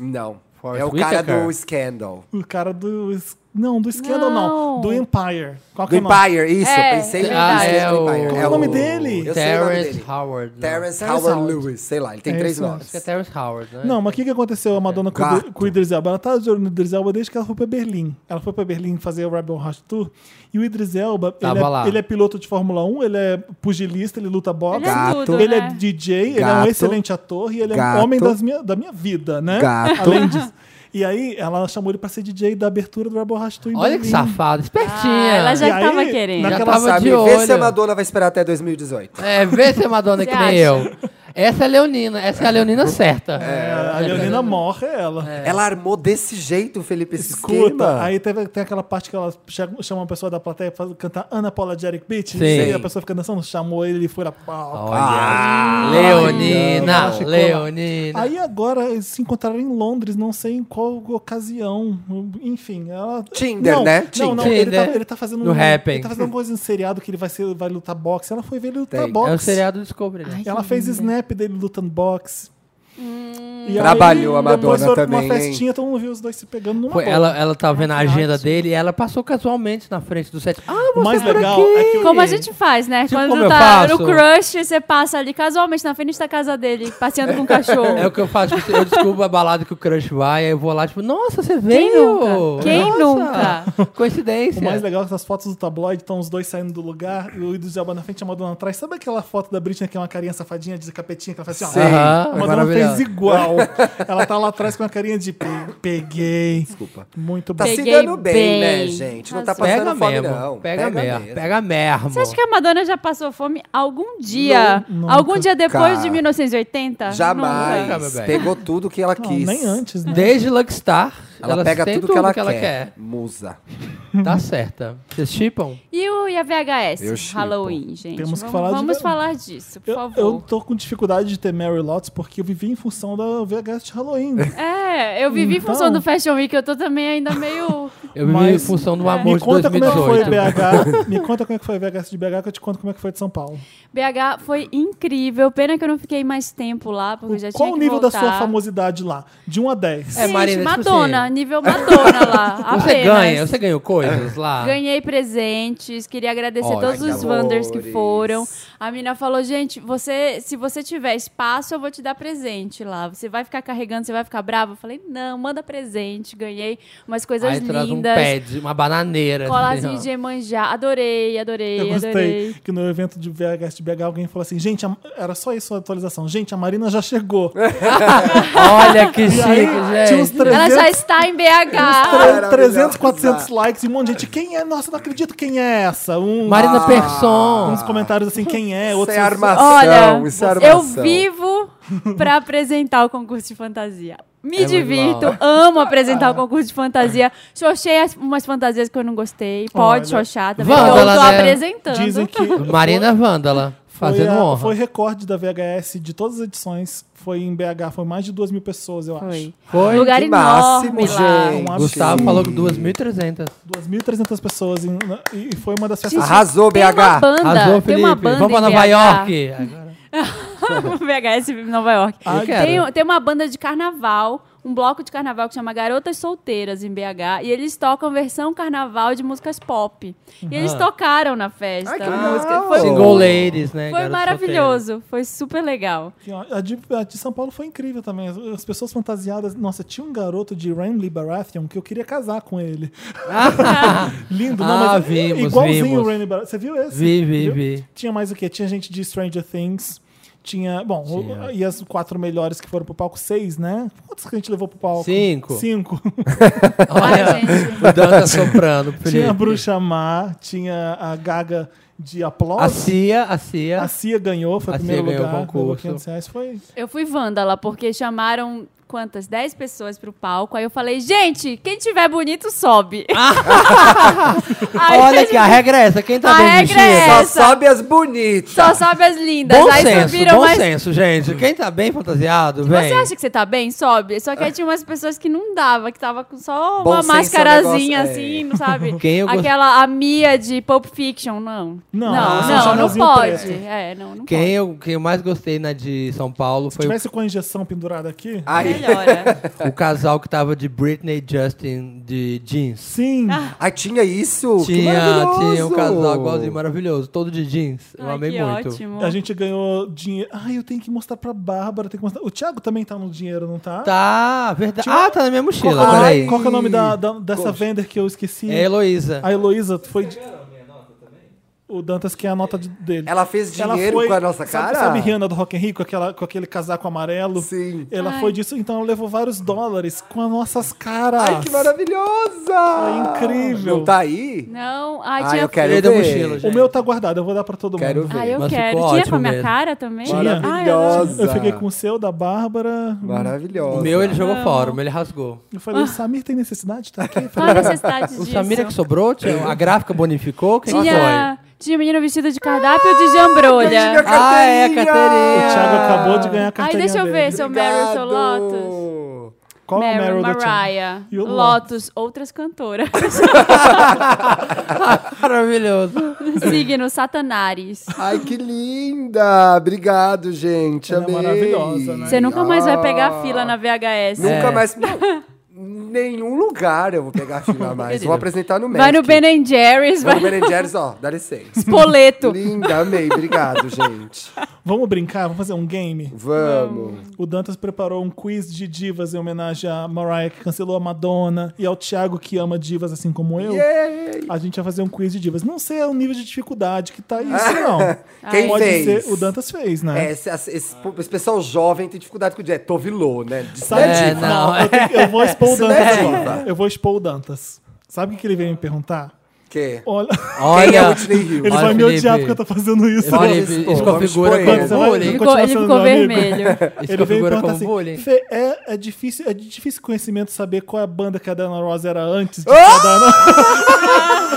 [SPEAKER 4] Não.
[SPEAKER 3] Forrest
[SPEAKER 4] é o cara
[SPEAKER 3] Whitaker.
[SPEAKER 4] do Scandal.
[SPEAKER 1] O cara do. es- Não, do Scandal não.
[SPEAKER 2] Não.
[SPEAKER 1] Do Empire. Qual que
[SPEAKER 4] Do
[SPEAKER 1] é o nome?
[SPEAKER 4] Empire, isso.
[SPEAKER 2] É.
[SPEAKER 4] Eu pensei
[SPEAKER 3] Ah,
[SPEAKER 4] isso,
[SPEAKER 3] é
[SPEAKER 4] do
[SPEAKER 3] o-
[SPEAKER 4] Empire.
[SPEAKER 3] Qual
[SPEAKER 1] é o nome dele?
[SPEAKER 4] Eu sei o nome
[SPEAKER 3] Terrence
[SPEAKER 4] dele.
[SPEAKER 3] Howard. não.
[SPEAKER 4] Terrence
[SPEAKER 1] Terrence
[SPEAKER 4] Howard
[SPEAKER 1] Howard.
[SPEAKER 4] Lewis, sei lá, ele tem
[SPEAKER 1] É
[SPEAKER 4] três
[SPEAKER 1] isso mesmo.
[SPEAKER 4] nomes.
[SPEAKER 3] Acho que é Terrence Howard, né?
[SPEAKER 1] Não, mas o que, que aconteceu a Madonna com,
[SPEAKER 4] Gato.
[SPEAKER 1] com o Idris Elba? Ela tá de olho no Idris Elba desde que ela foi pra Berlim. Ela foi pra Berlim fazer o Rebel Hot Tour. E o Idris Elba, ele
[SPEAKER 3] Tava
[SPEAKER 1] é,
[SPEAKER 3] lá.
[SPEAKER 1] ele é piloto de Fórmula 1, ele é pugilista, ele luta boxe.
[SPEAKER 2] Ele é
[SPEAKER 4] Gato.
[SPEAKER 2] tudo,
[SPEAKER 1] Ele é
[SPEAKER 2] né?
[SPEAKER 1] DJ, ele é um
[SPEAKER 4] Gato.
[SPEAKER 1] excelente ator e ele é
[SPEAKER 4] Gato.
[SPEAKER 1] um homem das minha, da minha vida, né?
[SPEAKER 4] Gato.
[SPEAKER 1] Além disso. E aí, ela chamou ele pra ser DJ da abertura do Rebel Hot Tour em
[SPEAKER 3] Olha que
[SPEAKER 1] Berlim.
[SPEAKER 3] safado, espertinha.
[SPEAKER 2] Ah, ela
[SPEAKER 1] E
[SPEAKER 2] já
[SPEAKER 1] aí,
[SPEAKER 2] tava querendo.
[SPEAKER 1] naquela-
[SPEAKER 3] Já
[SPEAKER 1] ela
[SPEAKER 3] tava
[SPEAKER 4] Sabe,
[SPEAKER 3] de
[SPEAKER 4] vê se a
[SPEAKER 3] olho.
[SPEAKER 4] Madonna vai esperar até 2018.
[SPEAKER 3] É, vê se é Madonna
[SPEAKER 2] Você
[SPEAKER 3] que nem
[SPEAKER 2] acha?
[SPEAKER 3] eu. Essa é a Leonina, essa é a Leonina certa.
[SPEAKER 1] É, a Leonina morre é ela.
[SPEAKER 3] É.
[SPEAKER 4] Ela armou desse jeito, Felipe, esse
[SPEAKER 1] Escuta,
[SPEAKER 4] esquema.
[SPEAKER 1] aí teve, tem aquela parte que ela chama- chama uma pessoa da plateia pra cantar Ana Paula Jerry Beach,
[SPEAKER 3] Sim.
[SPEAKER 1] e a pessoa fica dançando, chamou ele e foi lá. pau.
[SPEAKER 4] Ah,
[SPEAKER 3] Olha. Leonina,
[SPEAKER 1] Ela ficou lá.
[SPEAKER 3] Leonina.
[SPEAKER 1] Aí agora eles se encontraram em Londres, não sei em qual ocasião. Enfim, ela.
[SPEAKER 4] Tinder,
[SPEAKER 1] não,
[SPEAKER 4] né?
[SPEAKER 1] Não,
[SPEAKER 4] Tinder.
[SPEAKER 1] não, ele tá,
[SPEAKER 3] Tinder.
[SPEAKER 1] ele tá fazendo
[SPEAKER 3] No
[SPEAKER 1] um.
[SPEAKER 3] Happn.
[SPEAKER 1] Ele tá fazendo uma coisa em seriado que ele vai, ser, vai lutar boxe. Ela foi ver ele lutar
[SPEAKER 4] Tem.
[SPEAKER 1] boxe.
[SPEAKER 3] É o seriado Discovery.
[SPEAKER 2] tá
[SPEAKER 3] né?
[SPEAKER 1] Ela fez snap dele lutando boxe. E aí,
[SPEAKER 4] Hum. Trabalhou a
[SPEAKER 1] Depois
[SPEAKER 4] Madonna
[SPEAKER 1] foram pra
[SPEAKER 4] também,
[SPEAKER 1] uma
[SPEAKER 4] hein?
[SPEAKER 1] festinha, todo mundo viu os dois se pegando numa
[SPEAKER 3] Foi-
[SPEAKER 1] boa.
[SPEAKER 3] ela, ela tá vendo a agenda dele e ela passou casualmente na frente do set. Ah,
[SPEAKER 1] O mais legal é que o-
[SPEAKER 2] Como a gente faz, né?
[SPEAKER 3] Tipo, como
[SPEAKER 2] Quando
[SPEAKER 3] eu
[SPEAKER 2] tá
[SPEAKER 3] faço?
[SPEAKER 2] no crush, você passa ali casualmente na frente da casa dele, passeando com o cachorro.
[SPEAKER 3] É o que eu faço. tipo, Eu descubro a balada que o crush vai, aí eu vou lá, tipo, nossa, você
[SPEAKER 2] Quem
[SPEAKER 3] veio!
[SPEAKER 2] nunca? Quem
[SPEAKER 3] Nossa, Coincidência.
[SPEAKER 1] O mais legal é que essas fotos do tabloide estão os dois saindo do lugar, e o Idris Elba na frente e a Madonna atrás. Sabe aquela foto da Britney que é uma carinha safadinha de capetinha que ela faz assim, ó?
[SPEAKER 4] Sei.
[SPEAKER 3] Aham,
[SPEAKER 1] A Madonna fez faz igual. Ela tá lá atrás com a carinha de "Pe- peguei.
[SPEAKER 4] Desculpa.
[SPEAKER 1] Muito
[SPEAKER 4] Tá
[SPEAKER 1] bem.
[SPEAKER 4] se
[SPEAKER 2] Peguei
[SPEAKER 4] dando bem,
[SPEAKER 2] bem.
[SPEAKER 4] né, gente? Não tá
[SPEAKER 2] Arrasou.
[SPEAKER 4] passando
[SPEAKER 3] Assim. Pega
[SPEAKER 4] fome,
[SPEAKER 3] mesmo.
[SPEAKER 4] não.
[SPEAKER 3] Pega, mer-
[SPEAKER 4] mesmo.
[SPEAKER 3] Pega mermo.
[SPEAKER 2] Você acha que é a Madonna já passou fome algum dia?
[SPEAKER 1] Não,
[SPEAKER 2] algum
[SPEAKER 1] nunca.
[SPEAKER 2] dia depois de
[SPEAKER 4] Cara,
[SPEAKER 2] 1980?
[SPEAKER 4] Jamais.
[SPEAKER 3] Nunca, meu bem.
[SPEAKER 4] Pegou tudo que ela
[SPEAKER 1] Não,
[SPEAKER 4] quis.
[SPEAKER 1] nem antes, né?
[SPEAKER 3] Desde Luckstar,
[SPEAKER 4] Ela,
[SPEAKER 3] elas
[SPEAKER 4] pega
[SPEAKER 3] têm
[SPEAKER 4] tudo, que, ela,
[SPEAKER 3] quer.
[SPEAKER 4] quer. Musa.
[SPEAKER 3] Tá certa. Vocês chipam?
[SPEAKER 2] E, o, e a
[SPEAKER 4] Eu
[SPEAKER 2] VHS?
[SPEAKER 4] chipo.
[SPEAKER 2] Halloween, gente.
[SPEAKER 1] Temos que
[SPEAKER 2] vamos,
[SPEAKER 1] falar de-
[SPEAKER 2] Vamos falar disso, por
[SPEAKER 1] Eu,
[SPEAKER 2] favor.
[SPEAKER 1] eu tô com dificuldade de ter Mary Lots porque eu vivi em função da VHS de Halloween.
[SPEAKER 2] É, eu vivi em
[SPEAKER 1] Então-
[SPEAKER 2] função do Fashion Week, eu tô também ainda meio.
[SPEAKER 3] Eu vivi
[SPEAKER 1] Mas-
[SPEAKER 3] em função do amor
[SPEAKER 1] Me
[SPEAKER 3] de
[SPEAKER 1] conta como é que foi
[SPEAKER 3] 2018.
[SPEAKER 1] BH. Me conta como é que foi a VHS de BH que eu te conto como é que foi de São Paulo.
[SPEAKER 2] BH foi incrível. Pena que eu não fiquei mais tempo lá, porque eu já tinha
[SPEAKER 1] Qual o
[SPEAKER 2] que
[SPEAKER 1] nível da sua
[SPEAKER 2] voltar.
[SPEAKER 1] famosidade lá? De 1 a 10.
[SPEAKER 3] É,
[SPEAKER 2] Gente,
[SPEAKER 3] Marina, tipo
[SPEAKER 2] Madonna,
[SPEAKER 3] assim-
[SPEAKER 2] nível Madonna lá.
[SPEAKER 3] Você
[SPEAKER 2] apenas.
[SPEAKER 3] ganha, você ganhou coisas lá.
[SPEAKER 2] Ganhei presentes, queria agradecer
[SPEAKER 3] Olha,
[SPEAKER 2] todos
[SPEAKER 3] que
[SPEAKER 2] os Wanders que
[SPEAKER 4] amores.
[SPEAKER 2] foram. A mina falou, gente, você, se você tiver espaço, eu vou te dar presente lá. Você vai ficar carregando, você vai ficar brava? Eu falei, não, manda presente. Ganhei umas coisas
[SPEAKER 3] Aí traz um
[SPEAKER 2] lindas.
[SPEAKER 3] pad, uma bananeira.
[SPEAKER 2] Colazinho
[SPEAKER 3] assim,
[SPEAKER 2] de Emanjá. Adorei, adorei,
[SPEAKER 1] Eu gostei
[SPEAKER 2] adorei.
[SPEAKER 1] que no evento de VHS de BH alguém falou assim: gente, a- era só isso a atualização. Gente, a Marina já chegou.
[SPEAKER 3] É, Olha que
[SPEAKER 1] E aí, tinha
[SPEAKER 3] chique,
[SPEAKER 1] uns
[SPEAKER 3] gente.
[SPEAKER 1] 300,
[SPEAKER 2] Ela já está em BH.
[SPEAKER 1] tre- 300
[SPEAKER 4] Maravilhosa.
[SPEAKER 3] Tá.
[SPEAKER 1] 400 likes e um monte de gente. Quem é? Nossa, não acredito quem é essa. Um,
[SPEAKER 3] Marina Persson.
[SPEAKER 1] Uns comentários assim: quem é?
[SPEAKER 4] Isso
[SPEAKER 1] Outros.
[SPEAKER 4] é armação.
[SPEAKER 2] Olha,
[SPEAKER 4] isso é
[SPEAKER 2] eu
[SPEAKER 4] armação.
[SPEAKER 2] vivo pra apresentar o concurso de fantasia. Me
[SPEAKER 3] É muito
[SPEAKER 2] divirto,
[SPEAKER 3] bom.
[SPEAKER 2] amo apresentar o concurso de fantasia. Xoxei as- umas fantasias que eu não gostei. Pode
[SPEAKER 1] Olha.
[SPEAKER 2] xoxar também.
[SPEAKER 3] Vanda,
[SPEAKER 2] eu tô
[SPEAKER 3] ela, né?
[SPEAKER 2] apresentando.
[SPEAKER 1] Dizem que.
[SPEAKER 3] Marina Vândala,
[SPEAKER 1] Foi,
[SPEAKER 3] fazendo
[SPEAKER 1] a-
[SPEAKER 3] honra.
[SPEAKER 1] foi recorde da VHS de todas as edições. Foi em BH, foi mais de 2 mil pessoas, eu acho.
[SPEAKER 2] Foi.
[SPEAKER 3] Foi.
[SPEAKER 2] Um Lugar
[SPEAKER 4] Que
[SPEAKER 2] enorme
[SPEAKER 4] máximo,
[SPEAKER 2] lá.
[SPEAKER 4] gente.
[SPEAKER 3] Gustavo
[SPEAKER 4] Sim.
[SPEAKER 3] falou que 2.300.
[SPEAKER 1] 2.300 pessoas em- na- e e foi uma das festas.
[SPEAKER 4] Arrasou,
[SPEAKER 2] Tem uma
[SPEAKER 4] BH.
[SPEAKER 2] banda,
[SPEAKER 3] Arrasou,
[SPEAKER 2] tem
[SPEAKER 3] Felipe.
[SPEAKER 2] uma banda
[SPEAKER 3] Vamos pra
[SPEAKER 2] em
[SPEAKER 3] Nova
[SPEAKER 2] BH.
[SPEAKER 3] York. Agora.
[SPEAKER 2] VHS em Nova York.
[SPEAKER 3] Ah, Eu
[SPEAKER 2] Tem, um,
[SPEAKER 3] quero.
[SPEAKER 2] tem uma banda de carnaval, um bloco de carnaval que chama Garotas Solteiras em BH. E eles tocam versão carnaval de músicas pop. E eles tocaram na festa.
[SPEAKER 4] Ai, que
[SPEAKER 2] a
[SPEAKER 4] legal.
[SPEAKER 2] música. Foi,
[SPEAKER 3] Single Ladies, né?
[SPEAKER 2] foi
[SPEAKER 3] garoto
[SPEAKER 2] maravilhoso. Foi super legal.
[SPEAKER 1] A de, a de São Paulo foi incrível também. As, as pessoas fantasiadas. Nossa, tinha um garoto de Ramley Baratheon que eu queria casar com ele. Lindo, não,
[SPEAKER 3] Ah,
[SPEAKER 1] mas é
[SPEAKER 3] vimos,
[SPEAKER 1] igualzinho
[SPEAKER 3] vimos.
[SPEAKER 1] o Ramley Baratheon. Você viu esse?
[SPEAKER 3] Vi, vi,
[SPEAKER 1] Viu?
[SPEAKER 3] vi.
[SPEAKER 1] Tinha mais o quê? Tinha gente de Stranger Things. Tinha, bom, o-
[SPEAKER 3] Tinha.
[SPEAKER 1] e as quatro melhores que foram pro palco? Seis, né? Quantos que a gente levou pro palco?
[SPEAKER 3] Cinco.
[SPEAKER 1] Cinco.
[SPEAKER 3] Olha,
[SPEAKER 2] Ai, gente.
[SPEAKER 3] o Dan tá soprando, Felipe.
[SPEAKER 1] tinha a Bruxa Má, tinha a Gaga de
[SPEAKER 3] A
[SPEAKER 1] Aplausos.
[SPEAKER 3] Cia, a Cia.
[SPEAKER 1] A Cia ganhou, foi
[SPEAKER 3] A
[SPEAKER 1] o primeiro
[SPEAKER 3] Cia ganhou o
[SPEAKER 1] lugar. levou
[SPEAKER 3] concurso.
[SPEAKER 1] 500 reais, foi
[SPEAKER 2] Eu fui vândala, porque chamaram quantas? 10 pessoas pro palco. Aí eu falei, gente, quem tiver bonito sobe. Aí
[SPEAKER 3] Olha
[SPEAKER 2] eles-
[SPEAKER 3] aqui, a regra é essa. Quem tá
[SPEAKER 2] A
[SPEAKER 3] bem
[SPEAKER 2] regra
[SPEAKER 3] vestido?
[SPEAKER 2] é
[SPEAKER 4] Só
[SPEAKER 2] Essa.
[SPEAKER 4] sobe as bonitas.
[SPEAKER 2] Só sobe as lindas.
[SPEAKER 3] Bom
[SPEAKER 2] Aí
[SPEAKER 3] senso,
[SPEAKER 2] subiram
[SPEAKER 3] bom
[SPEAKER 2] mais
[SPEAKER 3] senso, gente. Quem tá bem fantasiado, vem.
[SPEAKER 2] Você acha que você tá bem? Sobe. Só que aí tinha umas pessoas que não dava, que tava com só
[SPEAKER 4] Bom
[SPEAKER 2] uma
[SPEAKER 4] senso é um
[SPEAKER 2] mascarazinha
[SPEAKER 4] negócio-
[SPEAKER 2] assim, não sabe?
[SPEAKER 3] É. Quem eu gost-
[SPEAKER 2] Aquela a Mia de Pulp Fiction, não.
[SPEAKER 1] Não,
[SPEAKER 2] não,
[SPEAKER 1] ah,
[SPEAKER 2] não,
[SPEAKER 1] só
[SPEAKER 2] não,
[SPEAKER 1] chapeuzinho
[SPEAKER 2] pode.
[SPEAKER 1] preto.
[SPEAKER 2] É, não, não
[SPEAKER 3] Quem eu, quem eu mais gostei na de São Paulo
[SPEAKER 1] Se
[SPEAKER 3] foi
[SPEAKER 1] tivesse com a injeção pendurada aqui.
[SPEAKER 2] pode.
[SPEAKER 4] Ai,
[SPEAKER 2] Melhora.
[SPEAKER 3] o, o casal que tava de Britney e Justin de jeans.
[SPEAKER 1] Sim.
[SPEAKER 4] ai, tinha isso? Uh, Que
[SPEAKER 3] Tinha,
[SPEAKER 4] maravilhoso.
[SPEAKER 3] tinha um casal igualzinho maravilhoso, todo de jeans. Eu
[SPEAKER 2] Ai,
[SPEAKER 3] amei
[SPEAKER 2] que
[SPEAKER 3] muito.
[SPEAKER 2] ótimo.
[SPEAKER 1] A gente ganhou dinheiro. Ai, eu tenho que mostrar pra Bárbara. Tenho que mostrar. O Thiago também tá no dinheiro, não tá?
[SPEAKER 3] Tá, verdade.
[SPEAKER 1] Tinha-
[SPEAKER 3] Ah, tá na minha
[SPEAKER 1] Qual,
[SPEAKER 3] mochila,
[SPEAKER 1] qual-
[SPEAKER 3] peraí.
[SPEAKER 1] qual que é o nome da, da- dessa vender que eu esqueci?
[SPEAKER 3] É a Heloísa.
[SPEAKER 1] A Heloísa foi. de- O Dantas que é a nota de- dele.
[SPEAKER 4] Ela fez dinheiro com a nossa
[SPEAKER 1] sabe-
[SPEAKER 4] cara?
[SPEAKER 1] Sabe Rihanna do Rock in Rio, com, aquela, com aquele casaco amarelo?
[SPEAKER 4] Sim.
[SPEAKER 1] Ela
[SPEAKER 2] Ai.
[SPEAKER 1] foi disso, então ela levou vários dólares com as nossas caras.
[SPEAKER 4] Ai, que maravilhosa!
[SPEAKER 1] Foi É incrível.
[SPEAKER 4] Não tá aí?
[SPEAKER 2] Não, ai,
[SPEAKER 4] Ai,
[SPEAKER 2] tinha.
[SPEAKER 4] eu quero
[SPEAKER 3] Ele
[SPEAKER 4] ver.
[SPEAKER 3] deu mochila, gente.
[SPEAKER 1] O meu tá guardado, eu vou dar pra todo
[SPEAKER 4] Quero
[SPEAKER 1] mundo.
[SPEAKER 4] ver.
[SPEAKER 2] Ai, eu
[SPEAKER 3] Mas
[SPEAKER 2] quero.
[SPEAKER 3] ficou
[SPEAKER 2] Tinha
[SPEAKER 3] ótimo
[SPEAKER 2] com a minha
[SPEAKER 3] mesmo.
[SPEAKER 2] cara também?
[SPEAKER 1] Tinha.
[SPEAKER 2] Ai, eu não-
[SPEAKER 4] Maravilhosa.
[SPEAKER 1] Eu fiquei com o seu, da Bárbara.
[SPEAKER 4] Maravilhosa.
[SPEAKER 3] O meu ele jogou fora, o meu ele rasgou.
[SPEAKER 1] Eu falei, o
[SPEAKER 2] Ah.
[SPEAKER 1] Samir tem necessidade? Tá aqui? Eu
[SPEAKER 2] Qual a
[SPEAKER 1] falei,
[SPEAKER 2] necessidade
[SPEAKER 3] O é
[SPEAKER 2] disso?
[SPEAKER 3] Samira que sobrou, tinha- a gráfica bonificou, quem foi?
[SPEAKER 2] Tinha, tinha menino vestido de cardápio de jambrolha.
[SPEAKER 3] Ah, é, a
[SPEAKER 1] o
[SPEAKER 3] Caterina.
[SPEAKER 1] Thiago acabou de ganhar a
[SPEAKER 2] Aí
[SPEAKER 1] carteirinha
[SPEAKER 2] deixa eu ver,
[SPEAKER 1] dele.
[SPEAKER 2] seu Meryl, seu Lotus.
[SPEAKER 1] Qual é o
[SPEAKER 2] Meryl,
[SPEAKER 1] Meryl do Thiago?
[SPEAKER 2] Mariah,
[SPEAKER 1] E o
[SPEAKER 2] Lotus, outras cantoras.
[SPEAKER 3] Maravilhoso.
[SPEAKER 2] Signo, Satanares.
[SPEAKER 4] Ai, que linda! Obrigado, gente.
[SPEAKER 1] Ela é
[SPEAKER 4] Amei. Ah,
[SPEAKER 1] maravilhosa, né?
[SPEAKER 2] Você nunca mais vai pegar a fila na VHS.
[SPEAKER 4] Nunca
[SPEAKER 3] É.
[SPEAKER 4] mais. nenhum lugar eu vou pegar fila mais. Vou apresentar no Mac.
[SPEAKER 2] Vai no Ben and Jerry's,
[SPEAKER 4] Vou
[SPEAKER 2] vai
[SPEAKER 4] no
[SPEAKER 2] no
[SPEAKER 4] Ben Jerry's, ó. Dá licença.
[SPEAKER 2] Spoleto.
[SPEAKER 4] Linda, amei. Obrigado, gente.
[SPEAKER 1] Vamos brincar? Vamos fazer um game?
[SPEAKER 4] Vamos.
[SPEAKER 1] O Dantas preparou um quiz de divas em homenagem a Mariah, que cancelou a Madonna, e ao Thiago, que ama divas assim como eu.
[SPEAKER 4] Yay!
[SPEAKER 1] A gente vai fazer um quiz de divas. Não sei o nível de dificuldade que tá isso, não.
[SPEAKER 4] Ah. Quem
[SPEAKER 1] Pode
[SPEAKER 4] fez?
[SPEAKER 1] ser, o Dantas fez,
[SPEAKER 4] É,
[SPEAKER 1] né?
[SPEAKER 4] esse, esse- esse- esse pessoal jovem tem dificuldade com o dia. Tovilô, né? De
[SPEAKER 1] Sabe?
[SPEAKER 3] É,
[SPEAKER 4] diva.
[SPEAKER 3] não.
[SPEAKER 1] Eu, tenho- eu vou expor o
[SPEAKER 4] Isso não
[SPEAKER 1] Dantas
[SPEAKER 4] é
[SPEAKER 1] agora.
[SPEAKER 4] diva.
[SPEAKER 1] Eu vou expor o Dantas. Sabe o que que ele veio me perguntar?
[SPEAKER 4] Que?
[SPEAKER 1] Olha,
[SPEAKER 4] Quem é
[SPEAKER 3] Olha,
[SPEAKER 4] o Whitney Hill?
[SPEAKER 1] ele
[SPEAKER 3] Olha,
[SPEAKER 1] vai me odiar
[SPEAKER 3] Felipe.
[SPEAKER 1] porque eu tô fazendo isso.
[SPEAKER 3] Olha,
[SPEAKER 1] agora.
[SPEAKER 4] Vamos
[SPEAKER 3] isso
[SPEAKER 4] expor,
[SPEAKER 3] configura
[SPEAKER 4] vamos
[SPEAKER 3] como
[SPEAKER 1] ele.
[SPEAKER 2] Ele
[SPEAKER 4] expor
[SPEAKER 3] bullying.
[SPEAKER 2] ficou,
[SPEAKER 1] continuar
[SPEAKER 2] ele
[SPEAKER 1] sendo
[SPEAKER 2] ficou
[SPEAKER 1] meu amigo.
[SPEAKER 2] vermelho.
[SPEAKER 3] É. Isso
[SPEAKER 1] Ele veio me
[SPEAKER 3] configura
[SPEAKER 1] perguntar
[SPEAKER 3] como
[SPEAKER 1] assim,
[SPEAKER 3] bullying.
[SPEAKER 1] Fê, é, é difícil, é de difícil conhecimento saber qual é a banda que a Diana Ross era antes
[SPEAKER 3] Ah!
[SPEAKER 1] de que a Diana...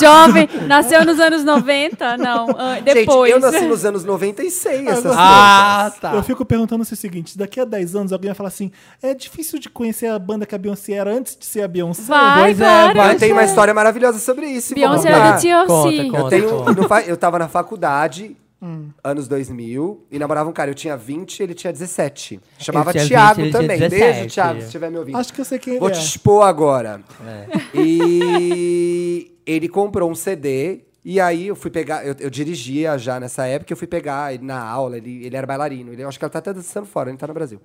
[SPEAKER 2] Jovem, nasceu nos anos 90? Não, ah, depois.
[SPEAKER 4] Gente, eu nasci nos anos 96, essas
[SPEAKER 3] Ah, tá.
[SPEAKER 1] Eu fico perguntando se é o seguinte, daqui a 10 anos alguém vai falar assim, é difícil de conhecer a banda que a Beyoncé era antes de ser a Beyoncé?
[SPEAKER 2] Vai,
[SPEAKER 3] Pois é,
[SPEAKER 2] claro.
[SPEAKER 3] vai
[SPEAKER 4] Eu tenho uma história maravilhosa sobre isso. vou
[SPEAKER 2] Beyoncé
[SPEAKER 4] contar.
[SPEAKER 2] era do TLC.
[SPEAKER 3] Conta,
[SPEAKER 4] Eu,
[SPEAKER 3] conta,
[SPEAKER 4] tenho, um
[SPEAKER 3] conta.
[SPEAKER 4] no fa- eu tava na faculdade,
[SPEAKER 1] Hum.
[SPEAKER 4] anos 2000, e namorava um cara. Eu tinha 20 ele tinha 17. Chamava
[SPEAKER 3] tinha
[SPEAKER 4] Thiago
[SPEAKER 3] 20, ele tinha
[SPEAKER 4] também.
[SPEAKER 3] 17.
[SPEAKER 4] Beijo, Thiago, se estiver me ouvindo.
[SPEAKER 1] Acho que eu sei quem
[SPEAKER 4] Vou
[SPEAKER 1] ele
[SPEAKER 4] te
[SPEAKER 1] é.
[SPEAKER 4] expor agora.
[SPEAKER 3] É.
[SPEAKER 4] E ele comprou um CD. E aí eu fui pegar, eu, eu dirigia já nessa época, eu fui pegar ele na aula, ele, ele era bailarino. Ele, eu acho que ele tá até dançando fora, ele tá no Brasil.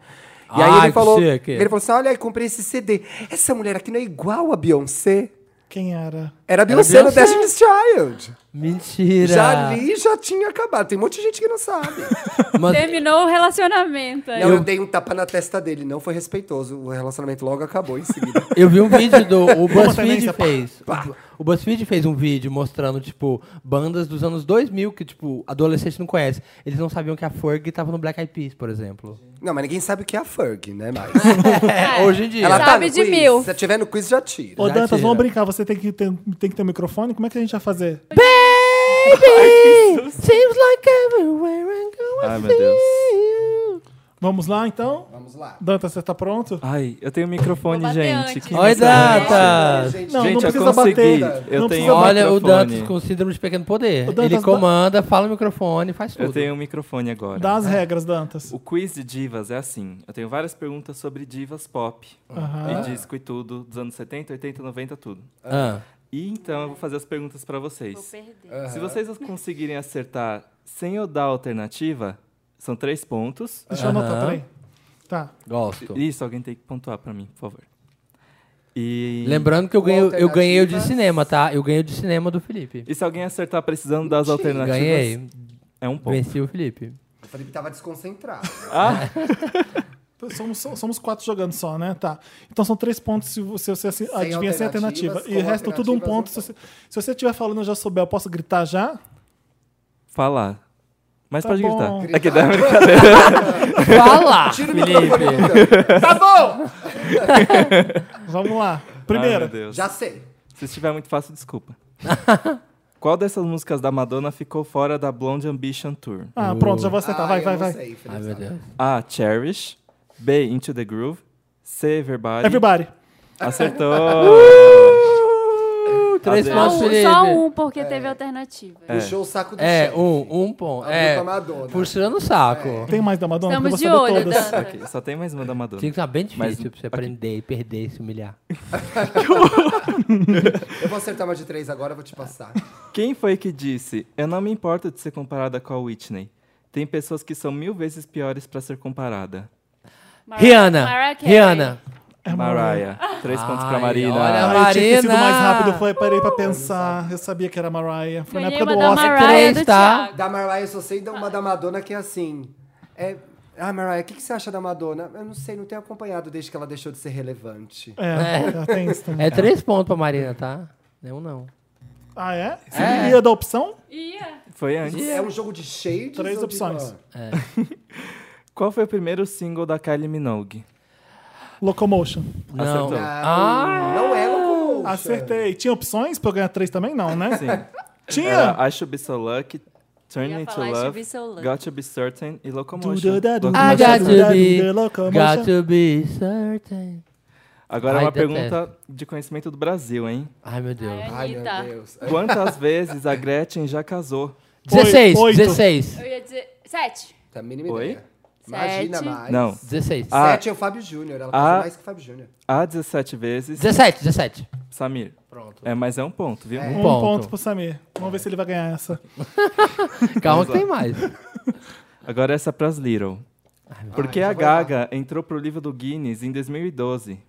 [SPEAKER 4] E
[SPEAKER 3] Ai,
[SPEAKER 4] aí ele
[SPEAKER 3] Ah, que
[SPEAKER 4] falou,
[SPEAKER 3] chique.
[SPEAKER 4] ele falou assim: olha aí, comprei esse CD. Essa mulher aqui não é igual a Beyoncé.
[SPEAKER 1] Quem era?
[SPEAKER 4] Era a Beyoncé,
[SPEAKER 3] Beyoncé.
[SPEAKER 4] no Destiny's Child.
[SPEAKER 3] Mentira.
[SPEAKER 4] Já li, já tinha acabado. Tem um monte de gente que não sabe.
[SPEAKER 3] Mas-
[SPEAKER 2] Terminou o relacionamento. aí.
[SPEAKER 4] Não, eu dei um tapa na testa dele, não foi respeitoso. O relacionamento logo acabou em seguida.
[SPEAKER 3] Eu vi um vídeo do. O
[SPEAKER 1] também,
[SPEAKER 3] BuzzFeed fez. O BuzzFeed fez um vídeo mostrando, tipo, bandas dos anos 2000 que, tipo, adolescente não conhece. Eles não sabiam que a Ferg tava no Black Eyed Peas, por exemplo.
[SPEAKER 4] Não, mas ninguém sabe o que é a Ferg, né? Mas.
[SPEAKER 2] É.
[SPEAKER 3] Hoje em dia.
[SPEAKER 4] Ela tá
[SPEAKER 2] Sabe
[SPEAKER 4] no
[SPEAKER 2] de
[SPEAKER 4] quiz.
[SPEAKER 2] mil.
[SPEAKER 4] Se tiver no quiz, já tira.
[SPEAKER 1] Ô,
[SPEAKER 3] Já
[SPEAKER 1] Dantas,
[SPEAKER 3] tira.
[SPEAKER 1] vamos brincar, você tem que, ter, tem que ter um microfone? Como é que a gente vai fazer?
[SPEAKER 3] Baby, seems like everywhere I go I
[SPEAKER 5] Ai, meu Deus.
[SPEAKER 3] feel.
[SPEAKER 1] Vamos lá, então?
[SPEAKER 4] Vamos lá.
[SPEAKER 1] Dantas, você tá pronto?
[SPEAKER 5] Ai, eu tenho um microfone,
[SPEAKER 2] Vou bater
[SPEAKER 5] gente.
[SPEAKER 2] antes.
[SPEAKER 5] que
[SPEAKER 3] Oi,
[SPEAKER 5] necessário.
[SPEAKER 3] Dantas.
[SPEAKER 1] Não,
[SPEAKER 5] gente,
[SPEAKER 1] não
[SPEAKER 5] eu
[SPEAKER 1] precisa
[SPEAKER 5] consegui.
[SPEAKER 1] bater. não
[SPEAKER 5] Eu tenho um
[SPEAKER 1] precisa bater.
[SPEAKER 3] Olha o
[SPEAKER 5] microfone.
[SPEAKER 3] Dantas com síndrome de pequeno poder.
[SPEAKER 1] O Dantas
[SPEAKER 3] Ele
[SPEAKER 1] ba-
[SPEAKER 3] comanda, fala no microfone, faz tudo.
[SPEAKER 5] Eu tenho um microfone agora.
[SPEAKER 1] Dá
[SPEAKER 3] né?
[SPEAKER 1] as regras, Dantas.
[SPEAKER 5] O quiz de divas é assim. Eu tenho várias perguntas sobre divas pop.
[SPEAKER 1] Aham.
[SPEAKER 5] E disco e tudo, dos anos 70, 80, 90, tudo.
[SPEAKER 3] Ah.
[SPEAKER 5] E então eu vou fazer as perguntas pra vocês.
[SPEAKER 2] perder.
[SPEAKER 5] Se vocês conseguirem acertar sem eu dar alternativa, são três pontos.
[SPEAKER 1] Deixa eu anotar,
[SPEAKER 3] Aham.
[SPEAKER 1] peraí. Tá.
[SPEAKER 3] Gosto.
[SPEAKER 5] Isso, alguém tem que pontuar pra mim, por favor. E,
[SPEAKER 3] Lembrando que eu ganhei, eu
[SPEAKER 4] Alternativas.
[SPEAKER 3] ganhei o de cinema, tá? Eu ganhei o de cinema do Felipe.
[SPEAKER 5] e se alguém acertar precisando das alternativas,
[SPEAKER 3] Ganhei.
[SPEAKER 5] é um ponto.
[SPEAKER 3] Venci o Felipe.
[SPEAKER 4] O Felipe tava desconcentrado.
[SPEAKER 1] Somos, so- somos quatro jogando só, né? Tá. Então são três pontos se você, se você adivinha sem
[SPEAKER 4] alternativas,
[SPEAKER 1] alternativa. E
[SPEAKER 4] com
[SPEAKER 1] resta tudo um
[SPEAKER 4] alternativas,
[SPEAKER 1] ponto. Se,
[SPEAKER 4] um
[SPEAKER 1] você, se você estiver falando e eu já souber, eu posso gritar já?
[SPEAKER 5] Falar. Mas
[SPEAKER 1] Tá
[SPEAKER 5] pode
[SPEAKER 1] bom.
[SPEAKER 5] gritar.
[SPEAKER 1] Gritar.
[SPEAKER 5] Aqui, dá
[SPEAKER 3] Fala!
[SPEAKER 4] Tira o microfone do Lucas. Tá bom!
[SPEAKER 1] Vamos lá.
[SPEAKER 5] Ai,
[SPEAKER 1] Primeira.
[SPEAKER 5] meu Deus.
[SPEAKER 4] Já sei.
[SPEAKER 5] Se estiver muito fácil, desculpa. Qual dessas músicas da Madonna ficou fora da Blonde Ambition Tour?
[SPEAKER 1] ah, pronto, já vou acertar. Vai,
[SPEAKER 4] eu
[SPEAKER 1] vai,
[SPEAKER 4] não
[SPEAKER 1] vai.
[SPEAKER 4] sei, Felipe,
[SPEAKER 3] Ai, meu
[SPEAKER 4] sabe.
[SPEAKER 3] Deus.
[SPEAKER 5] A. Cherish. B. Into the Groove. C. Everybody.
[SPEAKER 1] Everybody.
[SPEAKER 5] Acertou!
[SPEAKER 3] Uh! Três
[SPEAKER 5] Adeus.
[SPEAKER 2] Só
[SPEAKER 3] pontos,
[SPEAKER 2] um, só
[SPEAKER 3] Felipe.
[SPEAKER 2] um, porque teve alternativa.
[SPEAKER 5] É.
[SPEAKER 4] Puxou o saco do
[SPEAKER 3] É,
[SPEAKER 4] chefe.
[SPEAKER 3] um, um ponto.
[SPEAKER 4] Abriu
[SPEAKER 3] É,
[SPEAKER 4] pra Madonna.
[SPEAKER 3] puxando o saco.
[SPEAKER 1] Tem mais da Madonna?
[SPEAKER 2] Estamos
[SPEAKER 1] Porque eu
[SPEAKER 2] de
[SPEAKER 1] vou saber
[SPEAKER 2] olho,
[SPEAKER 1] todas.
[SPEAKER 2] Dan.
[SPEAKER 5] Ok, só tem mais uma da Madonna.
[SPEAKER 3] Tinha que estar bem difícil
[SPEAKER 5] Mas-
[SPEAKER 3] pra você aprender, e perder, e se humilhar.
[SPEAKER 4] Eu vou acertar uma de três agora, eu vou te passar.
[SPEAKER 5] Quem foi que disse: Eu não me importo de ser comparada com a Whitney? Tem pessoas que são mil vezes piores pra ser comparada.
[SPEAKER 2] Mar-
[SPEAKER 3] Rihanna!
[SPEAKER 2] Mariah Carey.
[SPEAKER 3] Rihanna!
[SPEAKER 1] É
[SPEAKER 5] Mariah. Três pontos pra
[SPEAKER 3] Ai,
[SPEAKER 5] Marina.
[SPEAKER 3] olha
[SPEAKER 1] Ai,
[SPEAKER 3] a
[SPEAKER 1] Ah, eu tinha que ter sido
[SPEAKER 3] Marina.
[SPEAKER 1] mais rápido. Foi, parei pra pensar. Eu sabia que era Mariah. Foi na
[SPEAKER 2] Uh! Ganhei
[SPEAKER 1] época
[SPEAKER 2] uma
[SPEAKER 1] do
[SPEAKER 2] da
[SPEAKER 1] Oscar.
[SPEAKER 2] Mariah
[SPEAKER 3] Três,
[SPEAKER 2] do
[SPEAKER 3] tá?
[SPEAKER 2] Thiago.
[SPEAKER 4] Da Mariah, eu só sei da- uma
[SPEAKER 2] Ah.
[SPEAKER 4] da Madonna que é assim. É. Ah, Mariah, o que, que você acha da Madonna? Eu não sei, não tenho acompanhado desde que ela deixou de ser relevante.
[SPEAKER 1] É, tem isso também.
[SPEAKER 3] É três pontos pra Marina, tá? Nenhum não.
[SPEAKER 1] Ah, é? Você ia da opção?
[SPEAKER 2] Ia.
[SPEAKER 5] Foi antes.
[SPEAKER 4] É um jogo de shades?
[SPEAKER 1] Três
[SPEAKER 4] ou de-
[SPEAKER 1] opções.
[SPEAKER 5] Qual foi o primeiro single da Kylie Minogue?
[SPEAKER 1] Locomotion.
[SPEAKER 3] Não.
[SPEAKER 5] Acertou.
[SPEAKER 3] Ah,
[SPEAKER 4] Não é logo.
[SPEAKER 1] Acertei. Tinha opções pra eu ganhar três também? Não, né?
[SPEAKER 5] Sim.
[SPEAKER 1] Tinha.
[SPEAKER 5] Era I Should Be So Lucky, Turn
[SPEAKER 2] Ia
[SPEAKER 5] Me To
[SPEAKER 2] falar I Should Be
[SPEAKER 5] Love,
[SPEAKER 2] So Lucky.
[SPEAKER 5] Got To Be Certain e
[SPEAKER 1] Du-
[SPEAKER 5] Locomotion.
[SPEAKER 1] du- da- du-
[SPEAKER 5] Locomotion.
[SPEAKER 3] I got
[SPEAKER 1] du- da-
[SPEAKER 3] to be-
[SPEAKER 1] du- da- Locomotion.
[SPEAKER 3] got to be certain.
[SPEAKER 5] Agora é
[SPEAKER 3] Ai,
[SPEAKER 5] uma
[SPEAKER 3] detesto.
[SPEAKER 5] pergunta de conhecimento do Brasil, hein?
[SPEAKER 3] Ai, meu Deus.
[SPEAKER 2] Ai,
[SPEAKER 4] Ai, meu
[SPEAKER 2] Anitta.
[SPEAKER 4] Deus.
[SPEAKER 5] Quantas vezes a Gretchen já casou?
[SPEAKER 1] Oito,
[SPEAKER 3] 16,
[SPEAKER 1] oito.
[SPEAKER 3] 16.
[SPEAKER 2] Eu ia dizer... Sete.
[SPEAKER 4] Tá mínima
[SPEAKER 5] Oi?
[SPEAKER 4] ideia. Imagina
[SPEAKER 2] Sete.
[SPEAKER 4] mais.
[SPEAKER 5] Não.
[SPEAKER 3] 16.
[SPEAKER 5] Ah.
[SPEAKER 4] Sete é o Fábio Júnior. Ela
[SPEAKER 5] Ah.
[SPEAKER 4] ah. mais que o Fábio Júnior.
[SPEAKER 5] Há 17 vezes.
[SPEAKER 3] 17, 17.
[SPEAKER 5] Samir.
[SPEAKER 3] Pronto.
[SPEAKER 5] É, mas é um ponto, viu?
[SPEAKER 1] Um
[SPEAKER 3] Ponto.
[SPEAKER 1] ponto pro Samir. Vamos ver se ele vai ganhar essa.
[SPEAKER 3] Calma que tem mais.
[SPEAKER 5] Agora essa é pras Little. Por que a Gaga entrou pro livro do Guinness em 2012?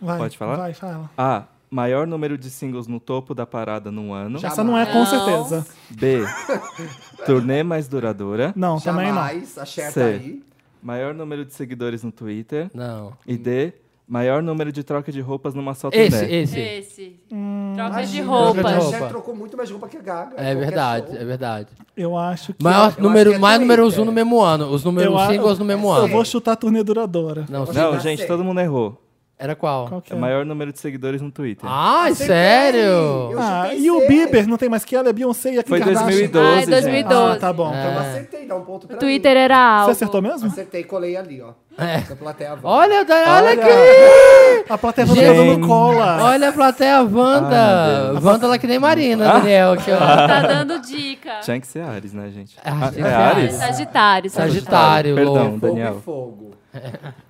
[SPEAKER 1] Vai,
[SPEAKER 5] Pode falar?
[SPEAKER 1] Vai, fala.
[SPEAKER 5] A. Maior número de singles no topo da parada num ano.
[SPEAKER 4] Já-
[SPEAKER 1] Essa não é com
[SPEAKER 2] Não.
[SPEAKER 1] certeza.
[SPEAKER 5] B. Turnê mais duradoura.
[SPEAKER 1] Não, também não.
[SPEAKER 4] Jamais. A Cher tá
[SPEAKER 5] Sei.
[SPEAKER 4] aí.
[SPEAKER 5] Maior número de seguidores no Twitter.
[SPEAKER 3] Não.
[SPEAKER 5] E D. Maior número de troca de roupas numa só turnê.
[SPEAKER 3] Esse, esse.
[SPEAKER 2] Esse.
[SPEAKER 1] Hum,
[SPEAKER 2] Troca de
[SPEAKER 3] troca de
[SPEAKER 4] Imagina,
[SPEAKER 2] roupa.
[SPEAKER 4] A
[SPEAKER 3] roupa.
[SPEAKER 4] Cher trocou muito mais roupa que a Gaga.
[SPEAKER 3] É
[SPEAKER 4] Qualquer
[SPEAKER 3] verdade,
[SPEAKER 4] show.
[SPEAKER 3] é verdade.
[SPEAKER 1] Eu acho que.
[SPEAKER 3] Maior
[SPEAKER 4] acho
[SPEAKER 3] número,
[SPEAKER 4] que é
[SPEAKER 3] mais
[SPEAKER 4] três,
[SPEAKER 3] números um
[SPEAKER 4] é.
[SPEAKER 3] no mesmo ano. Os números
[SPEAKER 1] Eu a-
[SPEAKER 3] singles no mesmo
[SPEAKER 1] Eu
[SPEAKER 3] ano.
[SPEAKER 1] vou chutar a turnê duradoura.
[SPEAKER 3] Não,
[SPEAKER 5] Não,
[SPEAKER 4] Tá
[SPEAKER 5] gente,
[SPEAKER 4] certo.
[SPEAKER 5] todo mundo errou.
[SPEAKER 3] era qual?
[SPEAKER 1] Qual que
[SPEAKER 5] É
[SPEAKER 1] é?
[SPEAKER 5] o maior número de seguidores no Twitter.
[SPEAKER 3] Ai,
[SPEAKER 4] Acertei!
[SPEAKER 3] sério?
[SPEAKER 4] Eu
[SPEAKER 1] Ah,
[SPEAKER 4] chutei
[SPEAKER 1] e o
[SPEAKER 4] C.
[SPEAKER 1] Bieber? Não tem mais que ela, é Beyoncé e a Kim
[SPEAKER 5] Foi
[SPEAKER 1] Kardashian.
[SPEAKER 5] 2012,
[SPEAKER 3] é
[SPEAKER 2] Ai, 2012.
[SPEAKER 1] Ah, tá bom.
[SPEAKER 4] Então eu acertei, dá um ponto pra
[SPEAKER 2] O Twitter é- era
[SPEAKER 1] Você
[SPEAKER 2] algo.
[SPEAKER 1] acertou mesmo?
[SPEAKER 4] mim. Acertei, colei ali, ó.
[SPEAKER 3] É.
[SPEAKER 4] Essa plateia vai.
[SPEAKER 3] Olha, olha, olha
[SPEAKER 5] Olha.
[SPEAKER 3] aqui!
[SPEAKER 1] A plateia tá dando cola.
[SPEAKER 3] Olha a plateia Wanda. Wanda lá que nem Marina, Daniel. Aqui, ó.
[SPEAKER 2] Tá dando dica.
[SPEAKER 5] Tinha que ser Ares, né, gente?
[SPEAKER 3] Ah,
[SPEAKER 5] é Ares?
[SPEAKER 2] Sagitário.
[SPEAKER 3] Sagitário,
[SPEAKER 5] Perdão,
[SPEAKER 3] louco.
[SPEAKER 4] Fogo
[SPEAKER 5] Daniel.
[SPEAKER 4] e fogo.